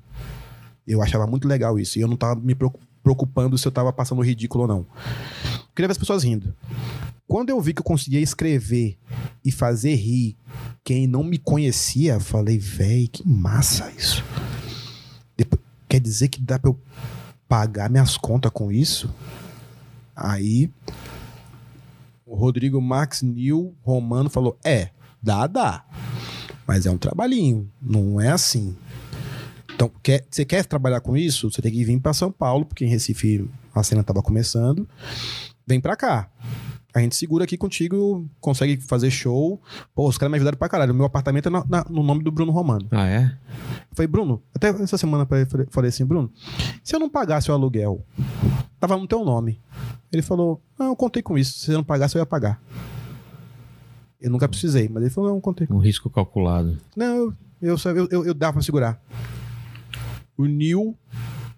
Speaker 2: Eu achava muito legal isso. E eu não tava me preocu- preocupando se eu tava passando ridículo ou não. Eu queria ver as pessoas rindo. Quando eu vi que eu conseguia escrever e fazer rir quem não me conhecia, eu falei, véi, que massa isso. Depois- quer dizer que dá pra eu pagar minhas contas com isso? Aí o Rodrigo Max Nil Romano falou: é, dá, dá. Mas é um trabalhinho, não é assim. Então, quer, você quer trabalhar com isso? Você tem que vir para São Paulo, porque em Recife a cena estava começando. Vem para cá. A gente segura aqui contigo, consegue fazer show. Pô, os caras me ajudaram pra caralho. O meu apartamento é na- na- no nome do Bruno Romano.
Speaker 1: Ah, é?
Speaker 2: Eu falei, Bruno, até essa semana pra ele, falei- falei assim, Bruno, se eu não pagasse o aluguel, tava no teu nome. Ele falou, não, eu contei com isso. Se você não pagasse, eu ia pagar. Eu nunca precisei, mas ele falou, não, eu contei.
Speaker 1: Um risco calculado.
Speaker 2: Não, eu, eu, só- eu, eu, eu dava pra segurar. O Nil,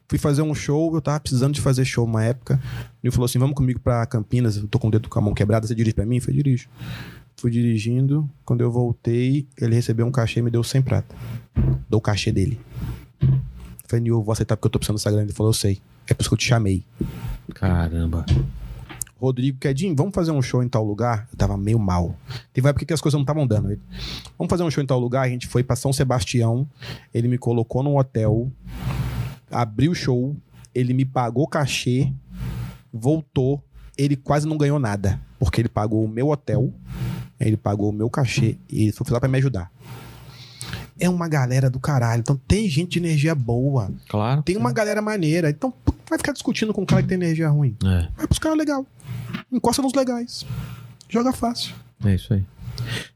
Speaker 2: fui fazer um show, eu tava precisando de fazer show uma época. O Nil falou assim: vamos comigo pra Campinas, eu tô com o dedo com a mão quebrada, você dirige pra mim? Eu falei, dirijo. Fui dirigindo, quando eu voltei, ele recebeu um cachê e me deu 100 prata. Dou o cachê dele. Eu Falei, Nil, eu vou aceitar porque eu tô precisando dessa grana. Ele falou, eu sei. É por isso que eu te chamei.
Speaker 1: Caramba.
Speaker 2: Rodrigo Quedinho, vamos fazer um show em tal lugar? Eu tava meio mal. Teve uma época que as coisas não estavam dando. Ele, Vamos fazer um show em tal lugar? A gente foi pra São Sebastião. Ele me colocou num hotel, abriu o show, ele me pagou cachê, voltou. Ele quase não ganhou nada, porque ele pagou o meu hotel, ele pagou o meu cachê e ele só foi lá pra me ajudar. É uma galera do caralho. Então tem gente de energia boa,
Speaker 1: Claro.
Speaker 2: tem uma galera maneira. Então pô, vai ficar discutindo com um cara que tem energia ruim.
Speaker 1: É,
Speaker 2: Vai pros caras legal. Encosta nos legais. Joga fácil.
Speaker 1: é isso aí.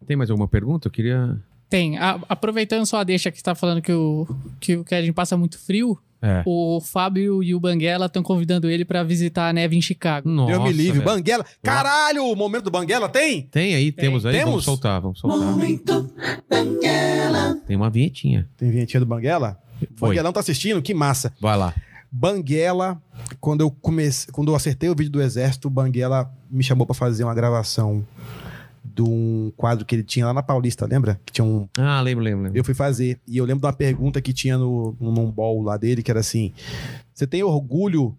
Speaker 1: Tem mais alguma pergunta? Eu queria.
Speaker 3: Tem. A- aproveitando só a deixa que você tá falando que o, que o Kedin passa muito frio,
Speaker 1: É.
Speaker 3: o Fábio e o Banguela estão convidando ele pra visitar a neve em Chicago.
Speaker 1: Nossa,
Speaker 2: Deus me livre.
Speaker 1: velho.
Speaker 2: Banguela. Caralho, o momento do Banguela tem?
Speaker 1: Tem aí,
Speaker 3: Tem.
Speaker 1: temos aí. Vamos
Speaker 2: Temos?
Speaker 1: soltar, vamos soltar. Tem uma vinhetinha.
Speaker 2: Tem vinhetinha do Banguela?
Speaker 1: Foi.
Speaker 2: Banguelão tá assistindo? Que massa.
Speaker 1: Vai lá.
Speaker 2: Banguela, quando eu comecei, quando eu acertei o vídeo do Exército, o Banguela me chamou pra fazer uma gravação de um quadro que ele tinha lá na Paulista, lembra? Que tinha um
Speaker 1: Ah, lembro, lembro, lembro.
Speaker 2: eu fui fazer. E eu lembro de uma pergunta que tinha no, no, num bol lá dele, que era assim: Você tem orgulho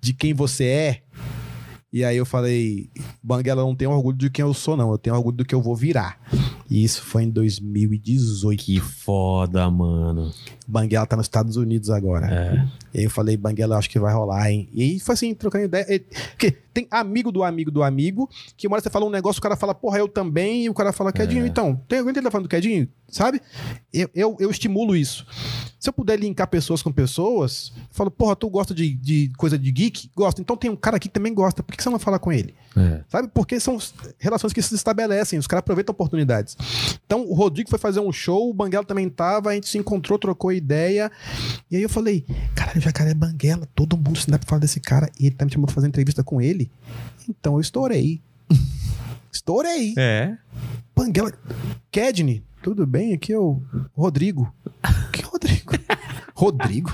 Speaker 2: de quem você é? E aí eu falei, Banguela, eu não tenho orgulho de quem eu sou, não. Eu tenho orgulho do que eu vou virar. E isso foi em 2018.
Speaker 1: Que foda, mano. É.
Speaker 2: Banguela tá nos Estados Unidos agora. E aí eu falei, Banguela, acho que vai rolar, hein? E aí foi assim, trocando ideia. E- Porque tem amigo do amigo do amigo, que uma hora você fala um negócio, o cara fala, porra, eu também, e o cara fala, Quedinho, então, tem alguém que tá falando do Quedinho? Sabe? Eu, eu, eu estimulo isso. Se eu puder linkar pessoas com pessoas, eu falo, porra, tu gosta de, de coisa de geek? Gosta. Então tem um cara aqui que também gosta, por que que você não fala com ele?
Speaker 1: É.
Speaker 2: Sabe? Porque são relações que se estabelecem, os caras aproveitam oportunidades. Então, o Rodrigo foi fazer um show, o Banguela também tava, a gente se encontrou, trocou ideia. E aí eu falei, caralho, o jacaré é Banguela, todo mundo se dá pra falar desse cara, e ele tá me chamando pra fazer entrevista com ele. Então eu estourei. estourei.
Speaker 1: É.
Speaker 2: Banguela. Kedney, tudo bem? Aqui é o Rodrigo. Que Rodrigo? Rodrigo?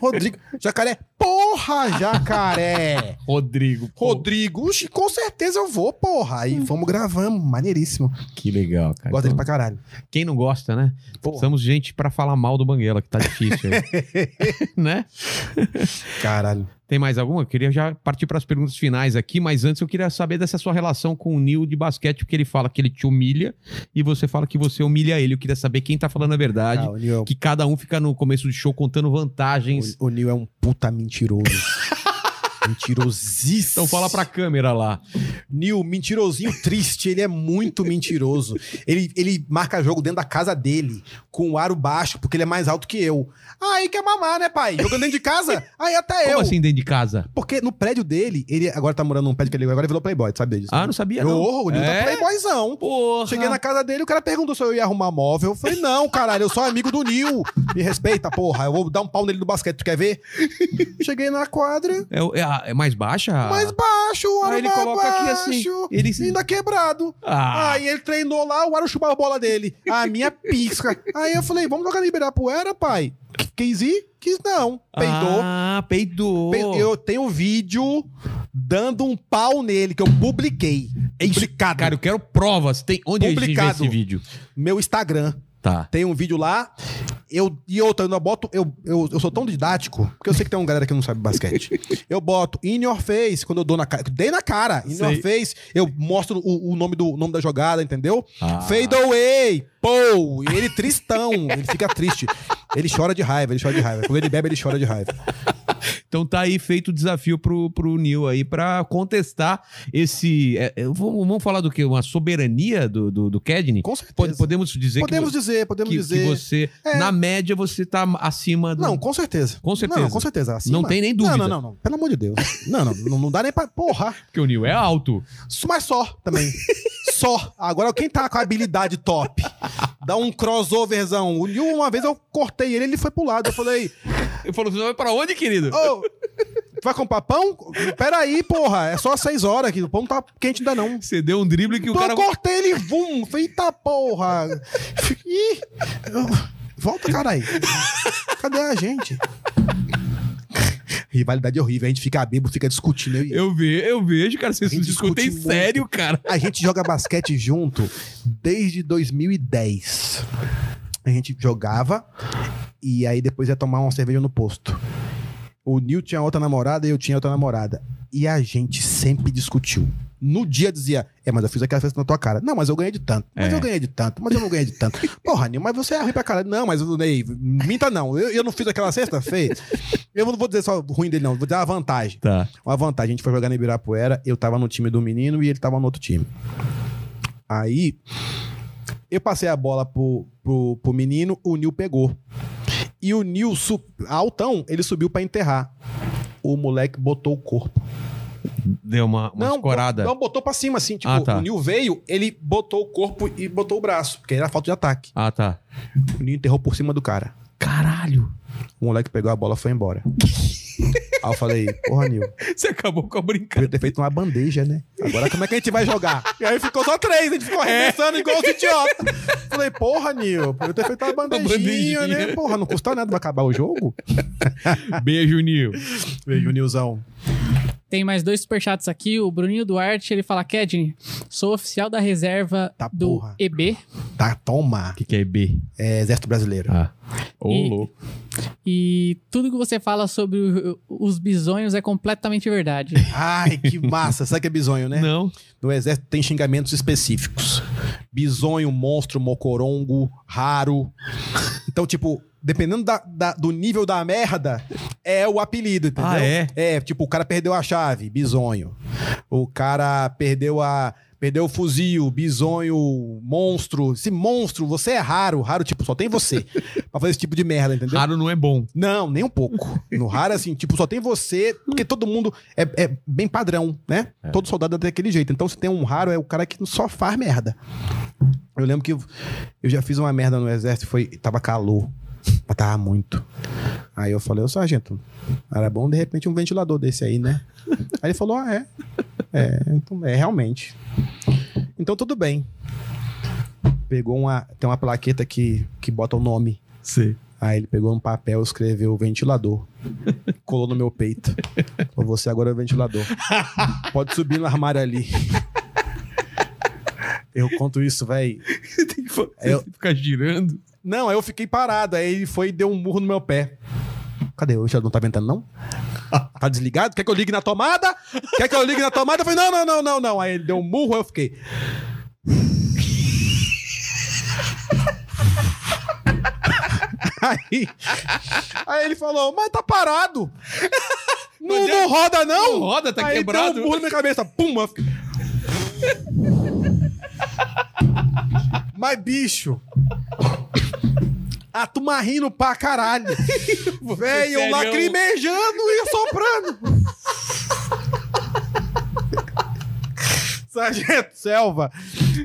Speaker 2: Rodrigo. Jacaré. Porra, jacaré!
Speaker 1: Rodrigo.
Speaker 2: Rodrigo, oxi, com certeza eu vou, porra. Aí vamos gravamos, maneiríssimo.
Speaker 1: Que legal, cara.
Speaker 2: Gosto dele
Speaker 1: Então,
Speaker 2: pra caralho.
Speaker 1: Quem não gosta, né?
Speaker 2: Porra,
Speaker 1: Precisamos de gente pra falar mal do Banguela, que tá difícil aí. né?
Speaker 2: caralho.
Speaker 1: Tem mais alguma? Eu queria já partir pras perguntas finais aqui, mas antes eu queria saber dessa sua relação com o Nil de basquete, porque ele fala que ele te humilha e você fala que você humilha ele. Eu queria saber quem tá falando a verdade,
Speaker 2: Ah, o Nil é um-
Speaker 1: que cada um fica no começo do show contando vantagens.
Speaker 2: o, o Nil é um puta mentiroso. Mentirosíssimo.
Speaker 1: Então fala pra câmera lá.
Speaker 2: Nil, mentirosinho triste, ele é muito mentiroso. Ele, ele marca jogo dentro da casa dele, com o aro baixo, porque ele é mais alto que eu. Aí quer mamar, né, pai? Jogando dentro de casa, aí até eu.
Speaker 1: Como assim dentro de casa?
Speaker 2: Porque no prédio dele, ele agora tá morando num prédio que ele agora virou playboy, tu sabe disso?
Speaker 1: Ah, não sabia
Speaker 2: Ô,
Speaker 1: não.
Speaker 2: o Nil
Speaker 1: É?
Speaker 2: tá playboyzão.
Speaker 1: Porra.
Speaker 2: Cheguei na casa dele, o cara perguntou se eu ia arrumar móvel. Eu falei, não, caralho, eu sou amigo do Nil. Me respeita, porra. Eu vou dar um pau nele no basquete, tu quer ver? Cheguei na quadra,
Speaker 1: É, o- é a- é mais baixa?
Speaker 2: mais baixo, o aro
Speaker 1: Aí ele
Speaker 2: mais
Speaker 1: coloca aqui
Speaker 2: baixo,
Speaker 1: assim, ele-
Speaker 2: ainda quebrado.
Speaker 1: Ah.
Speaker 2: Aí ele treinou lá, o aro chupava a bola dele. A minha pisca. Aí eu falei, vamos jogar liberar poeira, pai? Qu- Quis ir? Quis não. Peidou.
Speaker 1: Ah, peidou.
Speaker 2: Pe- Eu tenho um vídeo dando um pau nele que eu publiquei.
Speaker 1: É isso,
Speaker 2: Publicado.
Speaker 1: Cara, eu quero provas. Tem onde a gente
Speaker 2: Publicado.
Speaker 1: vê esse vídeo?
Speaker 2: Meu Instagram.
Speaker 1: Tá.
Speaker 2: Tem um vídeo lá. Eu, e outra, eu não boto. Eu, eu, eu sou tão didático, porque eu sei que tem uma galera que não sabe basquete. Eu boto in your face, quando eu dou na cara. Dei na cara, in
Speaker 1: Sei.
Speaker 2: your face. Eu mostro o, o nome do o nome da jogada, entendeu?
Speaker 1: Ah.
Speaker 2: Fade away, pou! E ele tristão, ele fica triste. Ele chora de raiva, ele chora de raiva. Quando ele bebe, ele chora de raiva.
Speaker 1: Então tá aí feito o desafio pro, pro Nil aí pra contestar esse. é, é, vamos, vamos falar do quê? Uma soberania do, do, do Kedney?
Speaker 2: Com certeza.
Speaker 1: Pode- podemos dizer
Speaker 2: podemos
Speaker 1: que, vo-
Speaker 2: dizer, podemos
Speaker 1: que-
Speaker 2: dizer.
Speaker 1: que você,
Speaker 2: É.
Speaker 1: na média, você tá acima do.
Speaker 2: Não, com certeza.
Speaker 1: Com certeza.
Speaker 2: Não, com certeza. Acima-
Speaker 1: Não tem nem dúvida.
Speaker 2: Não, não, não, não. Pelo amor de Deus. Não, não, não, não dá nem pra. Porra.
Speaker 1: Porque o Nil é alto.
Speaker 2: Mas só também. só. Agora, quem tá com a habilidade top? Dá um crossoverzão. O Nil, uma vez eu cortei ele, ele foi pro lado. Eu falei,
Speaker 1: Eu falo, você vai pra onde, querido?
Speaker 2: ô, vai comprar pão? Peraí, porra, é só seis horas aqui. O pão tá quente ainda não.
Speaker 1: Você deu um drible que o
Speaker 2: Então
Speaker 1: cara.
Speaker 2: Eu cortei ele, vum. Falei, eita porra. Ih, eu- volta, caralho. Cadê a gente? Rivalidade é horrível. A gente fica bêbado, fica discutindo. Eu, e-
Speaker 1: Eu, ve eu vejo, cara, vocês
Speaker 2: A gente
Speaker 1: discutem
Speaker 2: discute muito.
Speaker 1: sério, cara.
Speaker 2: A gente joga basquete junto desde 2010. A gente jogava e aí depois ia tomar uma cerveja no posto. O Nil tinha outra namorada e eu tinha outra namorada. E a gente sempre discutiu. No dia dizia, é, mas eu fiz aquela festa na tua cara. Não, mas eu ganhei de tanto. Mas
Speaker 1: É.
Speaker 2: eu ganhei de tanto. Mas eu não ganhei de tanto. Porra, Nil, mas você é ruim pra caralho. Não, mas eu Ney, minta não. Eu, eu não fiz aquela sexta? Fez. Eu não vou dizer só o ruim dele, não. Vou dizer a vantagem
Speaker 1: Tá.
Speaker 2: uma vantagem. A gente foi jogar no Ibirapuera, eu tava no time do menino e ele tava no outro time. Aí, eu passei a bola pro, pro, pro menino, o Nil pegou. E o Nil, su- altão, ele subiu pra enterrar. O moleque botou o corpo.
Speaker 1: Deu uma, uma escorada.
Speaker 2: bo- não, botou pra cima, assim. Tipo,
Speaker 1: Ah, tá.
Speaker 2: o Nil veio, ele botou o corpo e botou o braço, porque era falta de ataque.
Speaker 1: Ah, tá.
Speaker 2: O Nil enterrou por cima do cara.
Speaker 1: Caralho.
Speaker 2: O moleque pegou a bola e foi embora. Aí eu falei, porra, Nil,
Speaker 1: Você acabou com a brincadeira.
Speaker 2: Podia ter feito uma bandeja, né? Agora como é que a gente vai jogar? É. E aí ficou só três, a gente ficou arremessando igual os idiota. Falei, porra, Nil, podia ter feito uma bandejinha,
Speaker 1: bandejinha.
Speaker 2: né? Porra, não custa nada pra acabar o jogo.
Speaker 1: Beijo, Nil.
Speaker 2: Veio o Nilzão.
Speaker 3: Tem mais dois superchats aqui. O Bruninho Duarte, ele fala: Kedney, sou oficial da reserva
Speaker 2: Tá
Speaker 3: do
Speaker 2: porra.
Speaker 3: EB
Speaker 2: Tá, toma.
Speaker 1: O que, que é EB?
Speaker 2: É, Exército Brasileiro.
Speaker 1: Ah. Ô,
Speaker 3: E-
Speaker 1: louco.
Speaker 3: e tudo que você fala sobre o- os bisonhos é completamente verdade.
Speaker 2: Ai, que massa. Sabe que é bisonho, né?
Speaker 1: Não.
Speaker 2: No exército tem xingamentos específicos. Bisonho, monstro, mocorongo, raro. Então, tipo, dependendo da- da- do nível da merda, é o apelido, entendeu?
Speaker 1: Ah, é?
Speaker 2: É, tipo, o cara perdeu a chave, bisonho. O cara perdeu a. Perdeu o fuzil, bisonho, monstro. Esse monstro, você é raro, raro, tipo, só tem você. pra fazer esse tipo de merda, entendeu?
Speaker 1: Raro não é bom.
Speaker 2: Não, nem um pouco. No raro, assim, tipo, só tem você, porque todo mundo é, é bem padrão, né? Todo soldado é daquele jeito. Então, se tem um raro, é o cara que só faz merda. Eu lembro que eu, eu já fiz uma merda no exército, foi, tava calor. Mas tava muito. Aí eu falei, ô sargento, era bom de repente um ventilador desse aí, né? Aí ele falou, ah, é. É, então, é realmente. Então tudo bem. Pegou uma. Tem uma plaqueta que, que bota o nome.
Speaker 1: Sim.
Speaker 2: Aí ele pegou um papel, escreveu ventilador. colou no meu peito. Falou, você agora é o ventilador. Pode subir no armário ali. Eu conto isso, véi.
Speaker 1: Tem que fa-
Speaker 2: Eu-
Speaker 1: tem que ficar girando.
Speaker 2: Não, aí eu fiquei parado. Aí ele foi e deu um murro no meu pé. Cadê? O ventilador não tá ventando, não? Tá desligado? Quer que eu ligue na tomada? Quer que eu ligue na tomada? Eu falei, não, não, não, não, não. Aí ele deu um murro, aí eu fiquei. Aí, aí ele falou, mas tá parado. Não,
Speaker 1: Mas é-
Speaker 2: não roda, não?
Speaker 1: não roda, tá
Speaker 2: aí
Speaker 1: quebrado.
Speaker 2: Deu um murro na minha cabeça. Pum! eu fiquei- Mas, bicho, a turma Ah, tá rindo pra caralho. Véi, eu
Speaker 1: Sério? é um
Speaker 2: lacrimejando e soprando. Sargento Selva.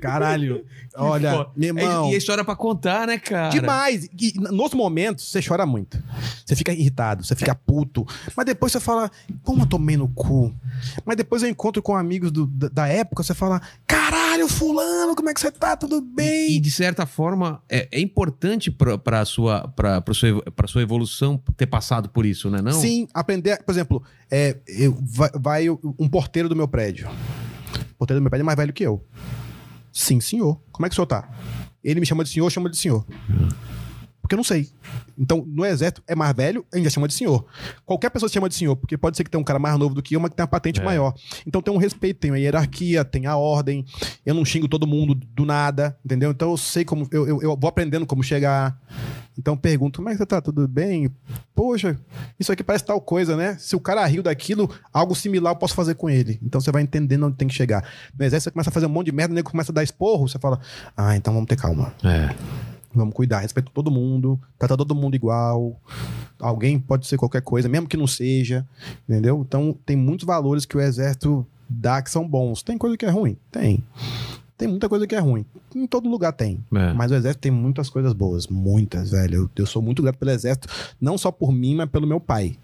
Speaker 2: Caralho. Olha,
Speaker 1: Pô,
Speaker 2: meu irmão.
Speaker 1: é- E a história pra contar, né, cara?
Speaker 2: Demais. E n- nos momentos, você chora muito. Você fica irritado, você fica puto. Mas depois você fala, como eu tomei no cu. Mas depois eu encontro com amigos do- da, da época, você fala, caralho, fulano, como é que você tá? Tudo bem?
Speaker 1: E, e, de certa forma, é, é importante pra, pra, sua, pra, pra, sua, evo- pra sua evolução ter passado por isso, né? Não?
Speaker 2: Sim, aprender. Por exemplo, é, eu, vai, vai um porteiro do meu prédio. O porteiro do meu prédio é mais velho que eu. Sim, senhor. Como é que o senhor tá? Ele me chama de senhor, eu chamo de senhor. Porque eu não sei. Então, no exército, é mais velho, ainda chama de senhor. Qualquer pessoa se chama de senhor, porque pode ser que tenha um cara mais novo do que eu, mas que tenha uma patente
Speaker 1: É.
Speaker 2: maior. Então tem um respeito, tem a hierarquia, tem a ordem. Eu não xingo todo mundo do nada, entendeu? Então eu sei como. Eu, eu, eu vou aprendendo como chegar. Então eu pergunto, como é que você tá? Tudo bem? Poxa, isso aqui parece tal coisa, né? Se o cara riu daquilo, algo similar eu posso fazer com ele. Então você vai entendendo onde tem que chegar. No exército você começa a fazer um monte de merda, o nego começa a dar esporro, você fala, ah, então vamos ter calma.
Speaker 1: É.
Speaker 2: Vamos cuidar, respeito todo mundo, trata todo mundo igual. Alguém pode ser qualquer coisa, mesmo que não seja, entendeu? Então tem muitos valores que o exército dá que são bons. Tem coisa que é ruim? Tem. Tem muita coisa que é ruim. Em todo lugar tem.
Speaker 1: é.
Speaker 2: Mas o exército tem muitas coisas boas, muitas, velho. Eu, eu sou muito grato pelo exército, não só por mim, mas pelo meu pai.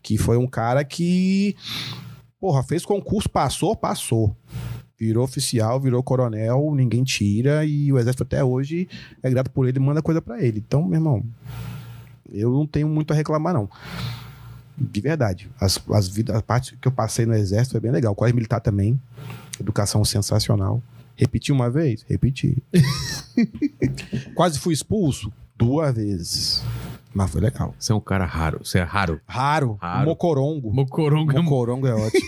Speaker 2: Que foi um cara que, porra, fez concurso, passou, passou. Virou oficial, virou coronel, ninguém tira, e o exército até hoje é grato por ele e manda coisa pra ele. Então, meu irmão, eu não tenho muito a reclamar, não. De verdade. As, as vidas, a parte que eu passei no exército foi bem legal. Colégio militar também. Educação sensacional. Repeti uma vez? Repeti. Quase fui expulso duas vezes. Mas foi legal.
Speaker 1: Você é um cara raro. Você é raro.
Speaker 2: Raro.
Speaker 1: Raro.
Speaker 2: Mocorongo.
Speaker 1: Mocoronga,
Speaker 2: Mocorongo é ótimo.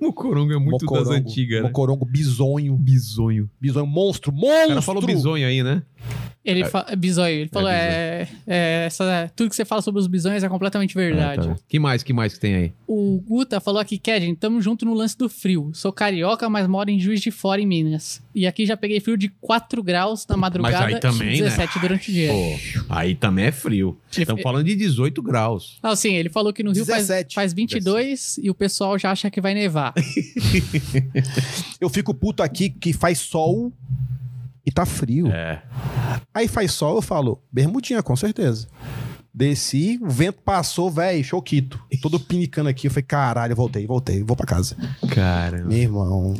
Speaker 1: Mocoronga é muito
Speaker 2: Mocorongo.
Speaker 1: das antigas, né?
Speaker 2: Mocorongo, bisonho.
Speaker 1: Bisonho.
Speaker 2: Bisonho, monstro,
Speaker 1: O
Speaker 2: monstro!
Speaker 1: cara falou bisonho aí, né?
Speaker 3: Ele fa... é Bisonho, ele falou: é, é, essa... tudo que você fala sobre os bisonhos é completamente verdade.
Speaker 1: Ah, tá. Que mais, que mais que tem aí?
Speaker 3: O Guta falou aqui, Kedin, tamo junto no lance do frio. Sou carioca, mas moro em Juiz de Fora, em Minas. E aqui já peguei frio de 4 graus na madrugada
Speaker 1: aí também, né?"
Speaker 3: e 17 durante o dia. Tipo,
Speaker 1: Pô, aí também é frio. Estamos falando de 18 graus.
Speaker 3: Não, sim, ele falou que no Rio faz,
Speaker 2: 17.
Speaker 3: faz 22 e o pessoal já acha que vai nevar.
Speaker 2: Eu fico puto aqui que faz sol e tá frio.
Speaker 1: É.
Speaker 2: Aí faz sol, eu falo, bermudinha, com certeza. Desci, o vento passou, velho, choquito. Todo pinicando aqui. Eu falei, caralho, voltei, voltei, vou pra casa.
Speaker 1: Caramba.
Speaker 2: Meu irmão.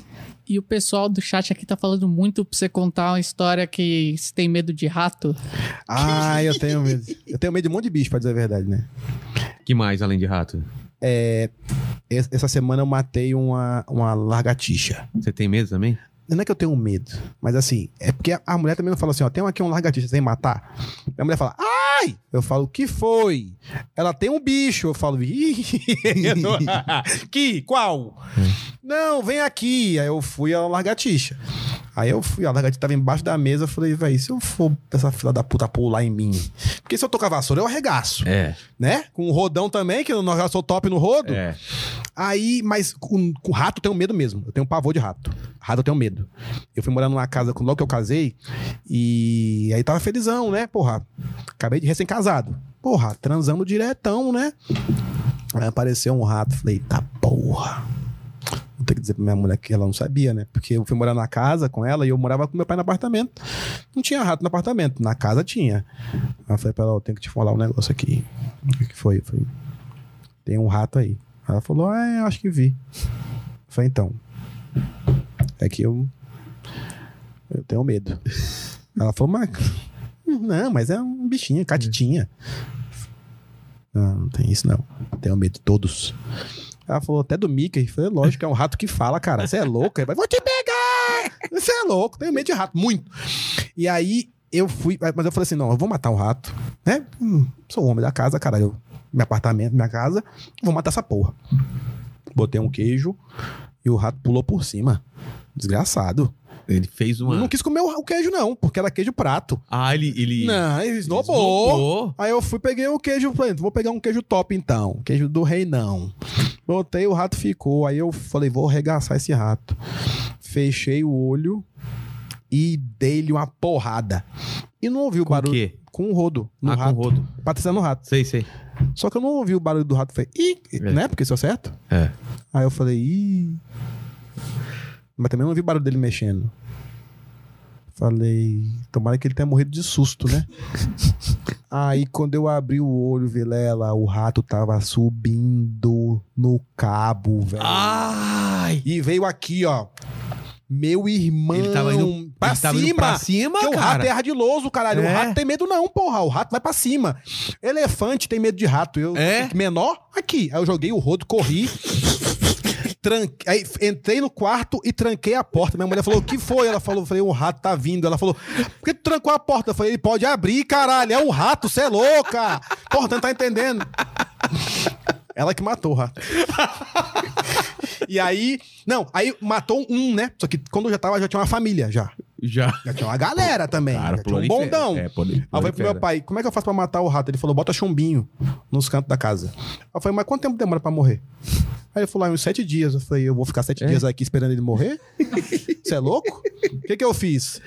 Speaker 3: E o pessoal do chat aqui tá falando muito pra você contar uma história que você tem medo de rato.
Speaker 2: Ai, eu tenho medo. Eu tenho medo de um monte de bicho, pra dizer a verdade, né?
Speaker 1: Que mais além de rato?
Speaker 2: es- essa semana eu matei uma, uma largatixa.
Speaker 1: Você tem medo também?
Speaker 2: Não é que eu tenho medo, mas assim, é porque a- a mulher também não fala assim, ó, tem aqui um largatixa, sem matar? A mulher fala, ai! Eu falo, o que foi? Ela tem um bicho. Eu falo, ih! que? Qual? Não, vem aqui. Aí eu fui a largatixa. Aí eu fui, a largatixa tava embaixo da mesa, eu falei, véi, se eu for essa fila da puta pular em mim? Porque se eu tocar vassoura, eu arregaço,
Speaker 1: É.
Speaker 2: né? Com o rodão também, que eu não eu sou top no rodo.
Speaker 1: É.
Speaker 2: Aí, mas com, com rato eu tenho medo mesmo. Eu tenho um pavor de rato. Rato eu tenho medo. Eu fui morar numa casa com- logo que eu casei. E aí tava felizão, né? Porra, acabei de recém-casado. Porra, transando diretão, né? Aí apareceu um rato. Falei, eita porra. Vou ter que dizer pra minha mulher que ela não sabia, né? Porque eu fui morar na casa com ela e eu morava com meu pai no apartamento. Não tinha rato no apartamento. Na casa tinha. Aí eu falei pra ela, eu tenho que te falar um negócio aqui. O que que foi? Eu falei, tem um rato aí. Ela falou, ah, é, eu acho que vi. Eu falei, então. É que eu. Eu tenho medo. Ela falou, mas. Não, mas é um bichinho, catitinha. Não, não tem isso não. Tenho medo de todos. Ela falou até do Mickey. Eu Falei, lógico, é um rato que fala, cara. Você é louco? Ele vai, vou te pegar! Você é louco, tenho medo de rato, muito. E aí eu fui, mas eu falei assim: não, eu vou matar um rato, né? Hum, sou o homem da casa, caralho. eu- Meu apartamento, minha casa, vou matar essa porra. Botei um queijo e o rato pulou por cima. Desgraçado.
Speaker 1: Ele fez uma.
Speaker 2: Não quis comer o o queijo, não, porque era queijo prato.
Speaker 1: Ah, ele. ele...
Speaker 2: Não, ele esnobou.
Speaker 1: Desnobou.
Speaker 2: Aí eu fui, peguei o queijo, falei, vou pegar um queijo top então, queijo do rei não. Botei, o rato ficou, aí eu falei, vou arregaçar esse rato. Fechei o olho e dei-lhe uma porrada. E não ouvi o
Speaker 1: Com o
Speaker 2: barulho.
Speaker 1: quê?
Speaker 2: Com o rodo no
Speaker 1: ah,
Speaker 2: rato.
Speaker 1: com rodo.
Speaker 2: Patrícia no rato.
Speaker 1: Sei, sei.
Speaker 2: Só que eu não ouvi o barulho do rato. Falei, ih, né? Porque isso é certo.
Speaker 1: É.
Speaker 2: Aí eu falei, ih. Mas também não ouvi o barulho dele mexendo. Falei, tomara que ele tenha morrido de susto, né? Aí quando eu abri o olho, Vilela, o rato tava subindo no cabo, velho.
Speaker 1: Ah! Ai!
Speaker 2: E veio aqui, ó. Meu irmão.
Speaker 1: Ele tava indo
Speaker 2: pra
Speaker 1: ele
Speaker 2: cima.
Speaker 1: tava indo pra cima,
Speaker 2: Porque o
Speaker 1: cara.
Speaker 2: rato é ardiloso, caralho.
Speaker 1: É.
Speaker 2: O rato tem medo não, porra. O rato vai pra cima. Elefante tem medo de rato. Eu,
Speaker 1: É?
Speaker 2: Menor, aqui. Aí eu joguei o rodo, corri. Tranque... Aí f- entrei no quarto e tranquei a porta. Minha mulher falou, o que foi? Ela falou, eu falei, um rato tá vindo. Ela falou, por que tu trancou a porta? Eu falei, ele pode abrir, caralho. É um rato, você é louca. Porra, tu não tá entendendo. Ela que matou o rato. e aí... Não, aí matou um, né? Só que quando eu já tava, já tinha uma família, já.
Speaker 1: Já.
Speaker 2: Já tinha uma galera também. já tinha um
Speaker 1: prolifera.
Speaker 2: bondão.
Speaker 1: É,
Speaker 2: Aí eu falei pro meu pai, como é que eu faço pra matar o rato? Ele falou, bota chumbinho nos cantos da casa. Eu falei, mas quanto tempo demora pra morrer? Aí ele falou, ah, uns sete dias. Eu falei, eu vou ficar
Speaker 1: É?
Speaker 2: sete dias aqui esperando ele morrer? Você é louco? O que que eu fiz?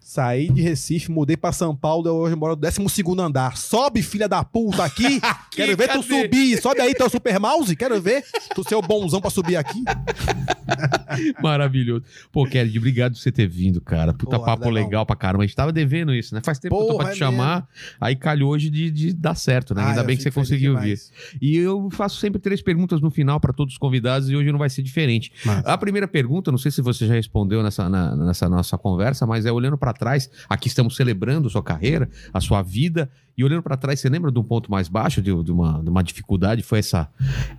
Speaker 2: Saí de Recife, mudei pra São Paulo, eu hoje moro no 12º andar. Sobe, filha da puta, aqui. Quero ver tu
Speaker 1: cadê?
Speaker 2: subir. Sobe aí, teu super mouse. Quero ver tu ser o bonzão pra subir aqui.
Speaker 1: Maravilhoso. Pô, Kelly, obrigado por você ter vindo, cara. Puta
Speaker 2: Pô,
Speaker 1: papo legal.
Speaker 2: legal.
Speaker 1: pra caramba. A gente tava devendo isso, né? Faz tempo que eu tô
Speaker 2: Porra,
Speaker 1: pra te
Speaker 2: é
Speaker 1: chamar. Aí calhou hoje de, de dar certo, né? Ainda
Speaker 2: Ah, eu
Speaker 1: bem que você
Speaker 2: fico feliz
Speaker 1: conseguiu vir.
Speaker 2: demais.
Speaker 1: E eu faço sempre três perguntas no final pra todos os convidados e hoje não vai ser diferente.
Speaker 2: Massa.
Speaker 1: A primeira pergunta, não sei se você já respondeu nessa, na- nessa nossa conversa, mas é olhando pra trás, aqui estamos celebrando sua carreira, a sua vida, e olhando pra trás, você lembra de um ponto mais baixo, de, de uma, de uma dificuldade? Foi essa,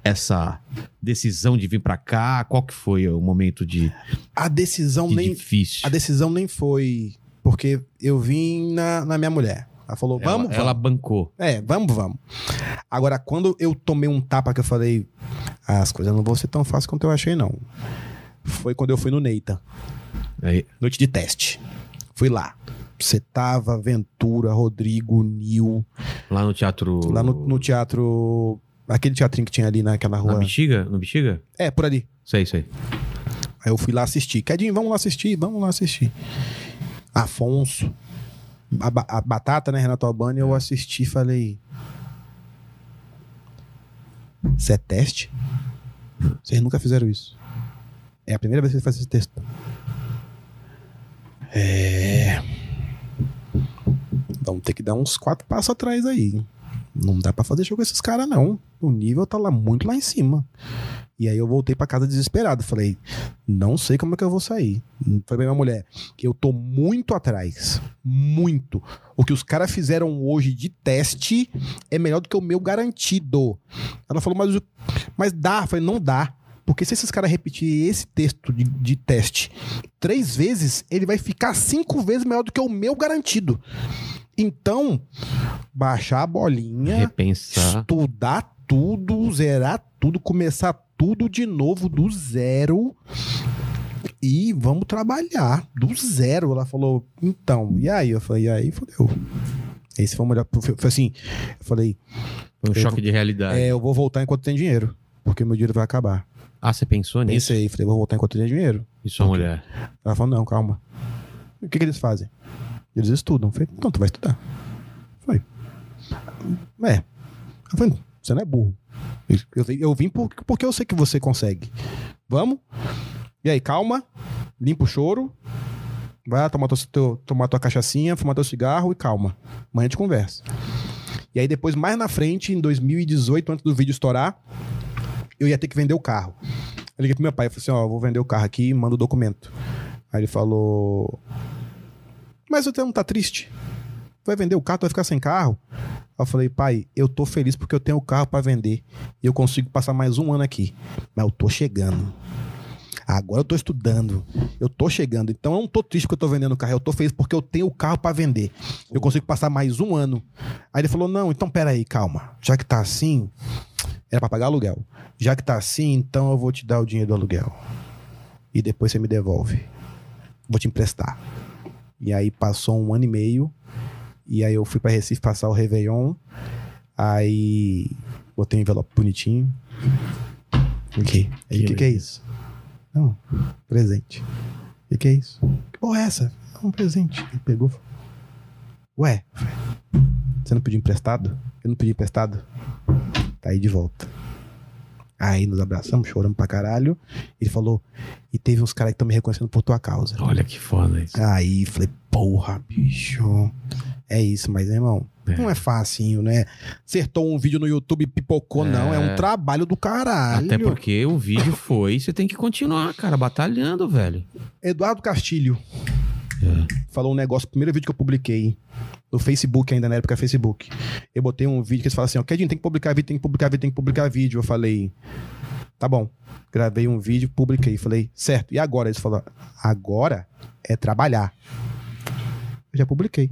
Speaker 1: essa decisão de vir pra cá? Qual que foi o momento de,
Speaker 2: A decisão
Speaker 1: de
Speaker 2: nem
Speaker 1: difícil?
Speaker 2: A decisão nem foi porque eu vim na, na minha mulher. Ela falou,
Speaker 1: Ela-
Speaker 2: vamos,
Speaker 1: Ela
Speaker 2: vamos.
Speaker 1: bancou.
Speaker 2: É, vamos, vamos. Agora, quando eu tomei um tapa que eu falei, "Ah, as coisas não vão ser tão fáceis quanto eu achei, não. Foi quando eu fui no Neita,
Speaker 1: Aí,
Speaker 2: noite de teste. Fui lá. Você tava, Ventura, Rodrigo, Nil,
Speaker 1: lá no teatro...
Speaker 2: lá no, no teatro. Aquele teatrinho que tinha ali naquela
Speaker 1: Na
Speaker 2: rua.
Speaker 1: Bexiga? No Bexiga?
Speaker 2: É, por ali.
Speaker 1: Sei, sei.
Speaker 2: Aí eu fui lá assistir. Cadinho, vamos lá assistir, vamos lá assistir. Afonso, a, ba- a Batata, né, Renato Albani, eu assisti e falei. Isso é teste? Vocês nunca fizeram isso. É a primeira vez que vocês fazem esse texto. É. Vamos ter que dar uns quatro passos atrás aí. não dá pra fazer show com esses caras, não. O nível tá lá muito lá em cima. E aí eu voltei pra casa desesperado. Falei, não sei como é que eu vou sair. Falei pra minha mulher, que eu tô muito atrás. Muito. O que os caras fizeram hoje de teste é melhor do que o meu garantido. Ela falou, mas, o- mas dá. Eu falei, não dá. Porque se esses caras repetirem esse texto de, de teste três vezes, ele vai ficar cinco vezes melhor do que o meu garantido. Então, baixar a bolinha
Speaker 1: Repensar.
Speaker 2: estudar tudo, zerar tudo, começar tudo de novo do zero e vamos trabalhar do zero. Ela falou, então, e aí? Eu falei, e aí, fodeu. Esse foi o melhor. Foi foi assim, eu falei,
Speaker 1: Foi um
Speaker 2: Eu
Speaker 1: choque
Speaker 2: vou-
Speaker 1: de realidade.
Speaker 2: é, eu vou voltar enquanto tem dinheiro, porque meu dinheiro vai acabar.
Speaker 1: Ah, você pensou nisso?
Speaker 2: Pensei, falei, vou voltar enquanto tem dinheiro.
Speaker 1: E sua mulher?
Speaker 2: Ela falou, não, calma. O que, que eles fazem? Eles estudam. Eu falei, então, tu vai estudar. Foi. É. Eu falei, você não é burro. Eu, eu vim por- porque eu sei que você consegue. Vamos? E aí, calma. Limpa o choro. Vai lá tomar tua, teu- tomar tua cachaçinha, fumar teu cigarro e calma. Amanhã a gente conversa. E aí, depois, mais na frente, em 2018, antes do vídeo estourar, eu ia ter que vender o carro. Eu liguei pro meu pai e falei assim: ó, eu vou vender o carro aqui, manda o documento. Aí ele falou: Mas você não tá triste? Vai vender o carro, tu vai ficar sem carro? Aí eu falei, pai, eu tô feliz porque eu tenho o carro pra vender. E eu consigo passar mais um ano aqui. Mas eu tô chegando. Agora eu tô estudando. Eu tô chegando. Então eu não tô triste porque eu tô vendendo o carro. Eu tô feliz porque eu tenho o carro pra vender. Eu consigo passar mais um ano. Aí ele falou: não, então peraí, calma. Já que tá assim, era pra pagar aluguel. Já que tá assim, então eu vou te dar o dinheiro do aluguel. E depois você me devolve vou te emprestar. E aí passou um ano e meio, e aí eu fui pra Recife passar o Réveillon, aí botei um envelope bonitinho. Ok. Aí o que, que é isso? Não, presente. O que, que é isso? Que porra é essa? É um presente. Ele pegou. falou, Ué, você não pediu emprestado? Eu não pedi emprestado? Tá aí de volta. Aí nos abraçamos, choramos pra caralho. Ele falou, e teve uns caras que estão me reconhecendo por tua causa.
Speaker 1: Olha que foda isso.
Speaker 2: Aí falei, porra, bicho. É isso, mas, irmão,
Speaker 1: É.
Speaker 2: não é facinho, né? Acertou um vídeo no YouTube e pipocou, não. É um trabalho do caralho.
Speaker 1: Até porque o vídeo foi, você tem que continuar, cara, batalhando, velho.
Speaker 2: Eduardo Castilho
Speaker 1: É.
Speaker 2: falou um negócio, o primeiro vídeo que eu publiquei no Facebook ainda, na época Facebook. Eu botei um vídeo que eles falam assim, ó, Kedinho, tem que publicar vídeo, tem que publicar vídeo, tem que publicar vídeo. Eu falei, tá bom. Gravei um vídeo, publiquei. Falei, certo, e agora? Eles falaram, agora é trabalhar. Eu já publiquei.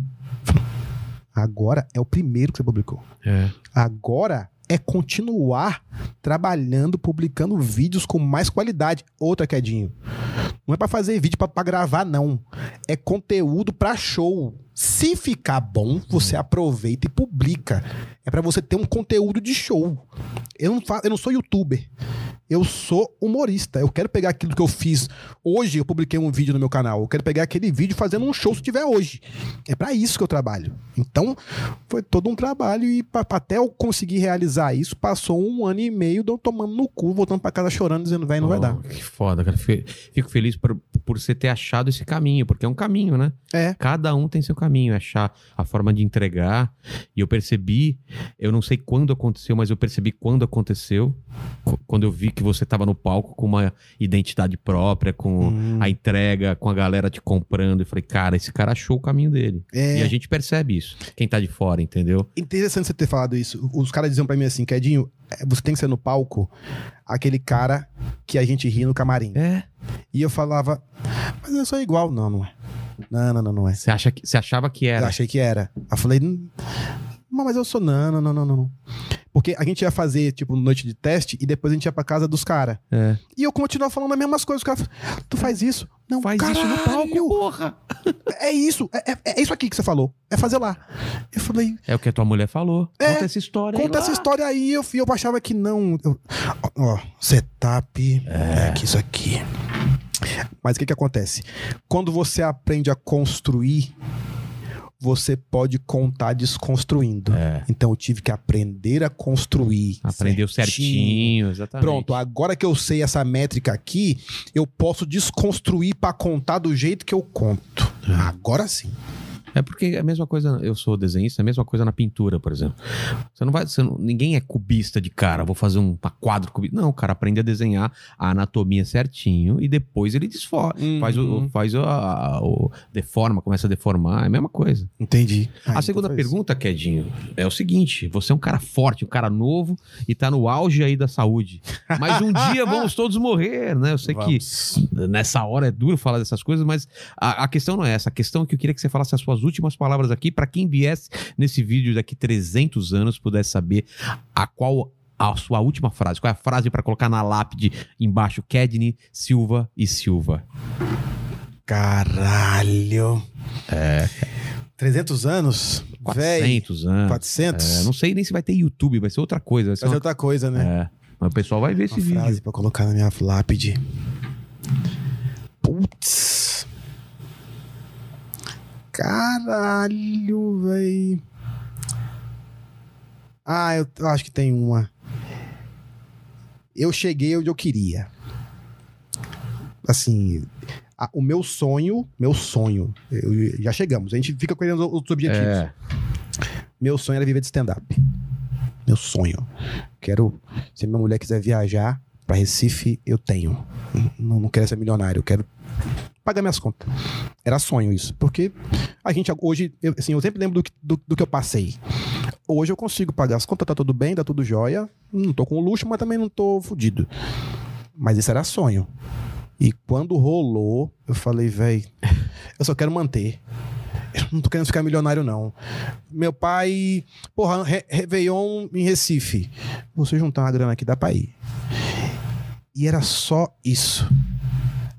Speaker 2: Agora é o primeiro que você publicou.
Speaker 1: É.
Speaker 2: Agora é continuar trabalhando, publicando vídeos com mais qualidade. Outra quedinho. Não é pra fazer vídeo pra pra gravar não. É conteúdo pra show. Se ficar bom, você aproveita e publica. É pra você ter um conteúdo de show. Eu não faço, eu não sou youtuber. Eu sou humorista. Eu quero pegar aquilo que eu fiz hoje, eu publiquei um vídeo no meu canal. Eu quero pegar aquele vídeo fazendo um show se tiver hoje. É pra isso que eu trabalho. Então, foi todo um trabalho e pa- pa- até eu conseguir realizar isso, passou um ano e meio de eu tomando no cu, voltando pra casa chorando, dizendo, velho, não vai
Speaker 1: Oh,
Speaker 2: dar.
Speaker 1: Que foda, cara. Fico, fico feliz por, por você ter achado esse caminho, porque é um caminho, né?
Speaker 2: É.
Speaker 1: Cada um tem seu caminho, achar a forma de entregar. E eu percebi, eu não sei quando aconteceu, mas eu percebi quando aconteceu, co- quando eu vi que você estava no palco com uma identidade própria, com
Speaker 2: Hum,
Speaker 1: a entrega, com a galera te comprando. E falei, cara, esse cara achou o caminho dele.
Speaker 2: é
Speaker 1: E a gente percebe isso, quem tá de fora, entendeu?
Speaker 2: interessante você ter falado isso. Os caras diziam pra mim assim, Quedinho, eh, você tem que ser no palco aquele cara que a gente ri no camarim.
Speaker 1: É.
Speaker 2: E eu falava, mas eu sou igual. Não, não é. Não, não, não, não é.
Speaker 1: Você acha que, você achava que
Speaker 2: Eu
Speaker 1: era.
Speaker 2: achei que era. Aí eu falei, "Não, mas eu sou não, não, não, não, não. Porque a gente ia fazer, tipo, noite de teste e depois a gente ia pra casa dos caras.
Speaker 1: É.
Speaker 2: E eu continuava falando as mesmas coisas. O cara fala, tu faz isso? Não,
Speaker 1: Faz isso no palco, porra.
Speaker 2: É isso, é, é- é isso aqui que você falou. É fazer lá. Eu falei,
Speaker 1: É o que a tua mulher falou.
Speaker 2: É.
Speaker 1: Conta essa história aí Ah,
Speaker 2: Conta
Speaker 1: lá.
Speaker 2: essa história aí, eu, fi- eu achava que não. Eu- ó, setup, é. que isso aqui. Mas o que, que acontece? Quando você aprende a construir, você pode contar desconstruindo.
Speaker 1: É.
Speaker 2: Então eu tive que aprender a construir.
Speaker 1: Aprendeu certinho, exatamente.
Speaker 2: Pronto, agora que eu sei essa métrica aqui,
Speaker 1: Hum.
Speaker 2: eu posso desconstruir pra contar do jeito que eu conto. Agora sim.
Speaker 1: É porque é a mesma coisa, eu sou desenhista, é a mesma coisa na pintura, por exemplo. Você não vai, você não- ninguém é cubista de cara, vou fazer um pa- quadro cubista. Não, o cara aprende a desenhar a anatomia certinho e depois ele desforma, faz,
Speaker 2: Uhum.
Speaker 1: o, faz o, a- o- deforma, começa a deformar, é a mesma coisa.
Speaker 2: Entendi. Ah, então
Speaker 1: a segunda pergunta, Quedinho, é o seguinte, você é um cara forte, um cara novo e tá no auge aí da saúde. Mas um dia vamos todos morrer, né? Eu sei que nessa hora é duro falar dessas coisas, mas a, a questão não é essa. A questão é que eu queria que você falasse as suas últimas palavras aqui para quem viesse nesse vídeo daqui 300 anos pudesse saber a qual a sua última frase. Qual é a frase para colocar na lápide embaixo? Kedney, Silva e Silva.
Speaker 2: Caralho. É. 300 anos? Véi.
Speaker 1: 400 anos.
Speaker 2: 400?
Speaker 1: É, não sei nem se vai ter YouTube, vai ser outra coisa. Vai ser
Speaker 2: Fazer
Speaker 1: uma-
Speaker 2: outra coisa, né?
Speaker 1: É, mas o pessoal vai ver esse
Speaker 2: Uma
Speaker 1: vídeo.
Speaker 2: frase pra colocar na minha lápide. Putz. Caralho, véi. Ah, eu, eu acho que tem uma. Eu cheguei onde eu queria. Assim, a- o meu sonho, meu sonho, eu- já chegamos. A gente fica com outros objetivos.
Speaker 1: É,
Speaker 2: Meu sonho era viver de stand-up. Meu sonho. Quero. Se minha mulher quiser viajar pra Recife, eu tenho. Não, não quero ser milionário, eu quero pagar minhas contas. Era sonho isso. Porque a gente hoje, eu, assim, eu sempre lembro do que, do, do que eu passei. Hoje eu consigo pagar as contas, tá tudo bem, tá tudo jóia. Não tô com luxo, mas também não tô fudido. Mas isso era sonho. E quando rolou, eu falei, véi, eu só quero manter. Eu não tô querendo ficar milionário, não. Meu pai, porra, re Réveillon em Recife. Você juntar uma grana aqui, dá pra ir. E era só isso.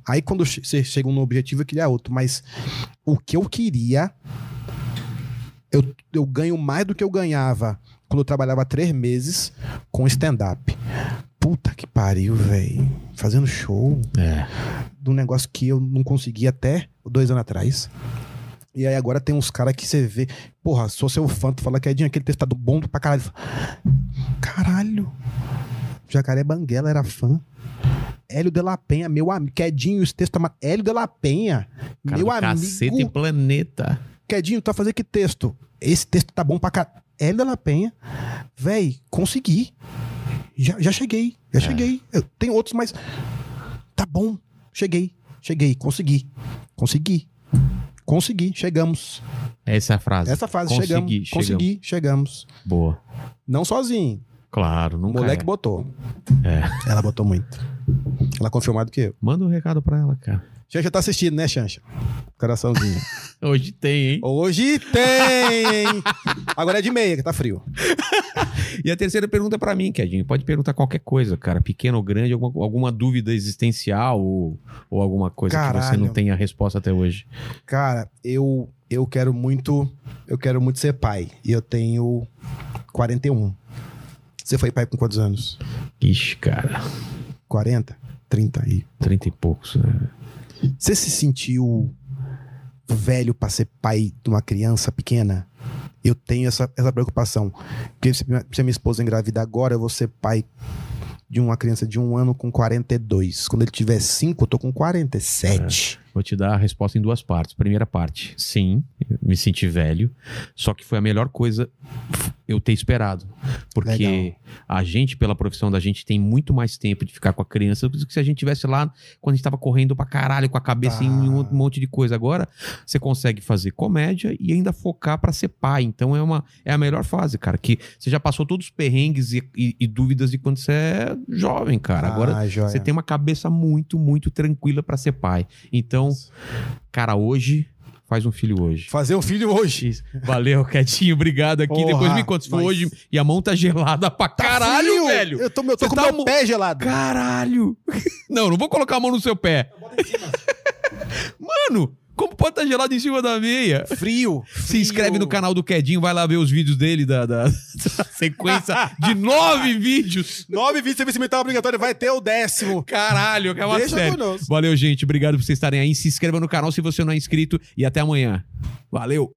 Speaker 2: Aí quando che- você chega no objetivo, eu queria outro. Mas o que eu queria, eu, eu ganho mais do que eu ganhava quando eu trabalhava três meses com stand-up. Puta que pariu, velho. Fazendo show
Speaker 1: é.
Speaker 2: de um negócio que eu não consegui até dois anos atrás. E aí agora tem uns caras que você vê, porra, sou seu fã, tu fala que é de aquele testado bom pra caralho. Caralho. Jacaré Banguela era fã. Hélio de la Penha, meu amigo. Quedinho, esse texto. ama- Hélio de la Penha,
Speaker 1: Cara
Speaker 2: meu
Speaker 1: do
Speaker 2: amigo.
Speaker 1: Caceta e planeta.
Speaker 2: Quedinho, tu vai fazer que texto? Esse texto tá bom pra caralho. Hélio de la Penha, véi, consegui. Já, já cheguei,
Speaker 1: É.
Speaker 2: já cheguei. Eu, tem outros, mas tá bom. Cheguei, cheguei, consegui. Consegui. Consegui, chegamos.
Speaker 1: Essa é a frase.
Speaker 2: Essa fase,
Speaker 1: Consegui,
Speaker 2: chegamos.
Speaker 1: chegamos.
Speaker 2: Consegui, chegamos.
Speaker 1: Boa.
Speaker 2: Não sozinho.
Speaker 1: Claro,
Speaker 2: O
Speaker 1: nunca
Speaker 2: moleque
Speaker 1: é.
Speaker 2: botou.
Speaker 1: É.
Speaker 2: Ela botou muito. Ela confiou mais do que eu.
Speaker 1: Manda um recado pra ela, cara.
Speaker 2: Xancha tá assistindo, né, Xancha? Coraçãozinho.
Speaker 1: Hoje tem, hein?
Speaker 2: Hoje tem! Agora é de meia, que tá frio.
Speaker 1: E a terceira pergunta é pra mim, Quedinho. Pode perguntar qualquer coisa, cara. Pequena ou grande, alguma, alguma dúvida existencial ou, ou alguma coisa que você
Speaker 2: Caralho.
Speaker 1: não tenha resposta até hoje.
Speaker 2: Cara, eu eu quero muito, eu quero muito ser pai. E eu tenho 41. Você foi pai com quantos anos?
Speaker 1: Ixi, cara.
Speaker 2: 40, 30 aí.
Speaker 1: Trinta e poucos, né?
Speaker 2: Você se sentiu velho pra ser pai de uma criança pequena? Eu tenho essa, essa preocupação. Porque se minha, se minha esposa engravidar agora, eu vou ser pai de uma criança de um ano com 42. Quando ele tiver 5, eu tô com 47.
Speaker 1: Vou te dar a resposta em duas partes. Primeira parte, sim, me senti velho. Só que foi a melhor coisa eu ter esperado. Porque
Speaker 2: Legal.
Speaker 1: a gente, pela profissão da gente, tem muito mais tempo de ficar com a criança do que se a gente tivesse lá quando a gente tava correndo pra caralho, com a cabeça em um
Speaker 2: Tá.
Speaker 1: monte de coisa. Agora, você consegue fazer comédia e ainda focar pra ser pai. Então é, uma, é a melhor fase, cara. Que você já passou todos os perrengues e, e- e dúvidas de quando você é jovem, cara. Agora
Speaker 2: Ah, joia.
Speaker 1: você tem uma cabeça muito, muito tranquila pra ser pai. Então, cara, hoje faz um filho hoje.
Speaker 2: Fazer um filho hoje.
Speaker 1: Isso. Valeu, Quietinho. Obrigado aqui.
Speaker 2: Porra,
Speaker 1: Depois me conta se foi
Speaker 2: mas-
Speaker 1: hoje e a mão tá gelada pra caralho,
Speaker 2: frio!
Speaker 1: velho.
Speaker 2: Eu tô, eu tô
Speaker 1: Você
Speaker 2: com
Speaker 1: tá
Speaker 2: meu
Speaker 1: mo-
Speaker 2: pé gelado.
Speaker 1: Caralho. Não, não vou colocar a mão no seu pé. assim. Mano, como pode estar gelado em cima da meia?
Speaker 2: Frio.
Speaker 1: Se inscreve no canal do Quedinho, vai lá ver os vídeos dele da, da- da sequência de nove vídeos.
Speaker 2: Nove vídeos de serviço militar obrigatório, vai ter o décimo.
Speaker 1: Caralho, que é uma
Speaker 2: Deixa
Speaker 1: série.
Speaker 2: conosco.
Speaker 1: Valeu, gente. Obrigado por vocês estarem aí. Se inscreva no canal se você não é inscrito. E até amanhã. Valeu.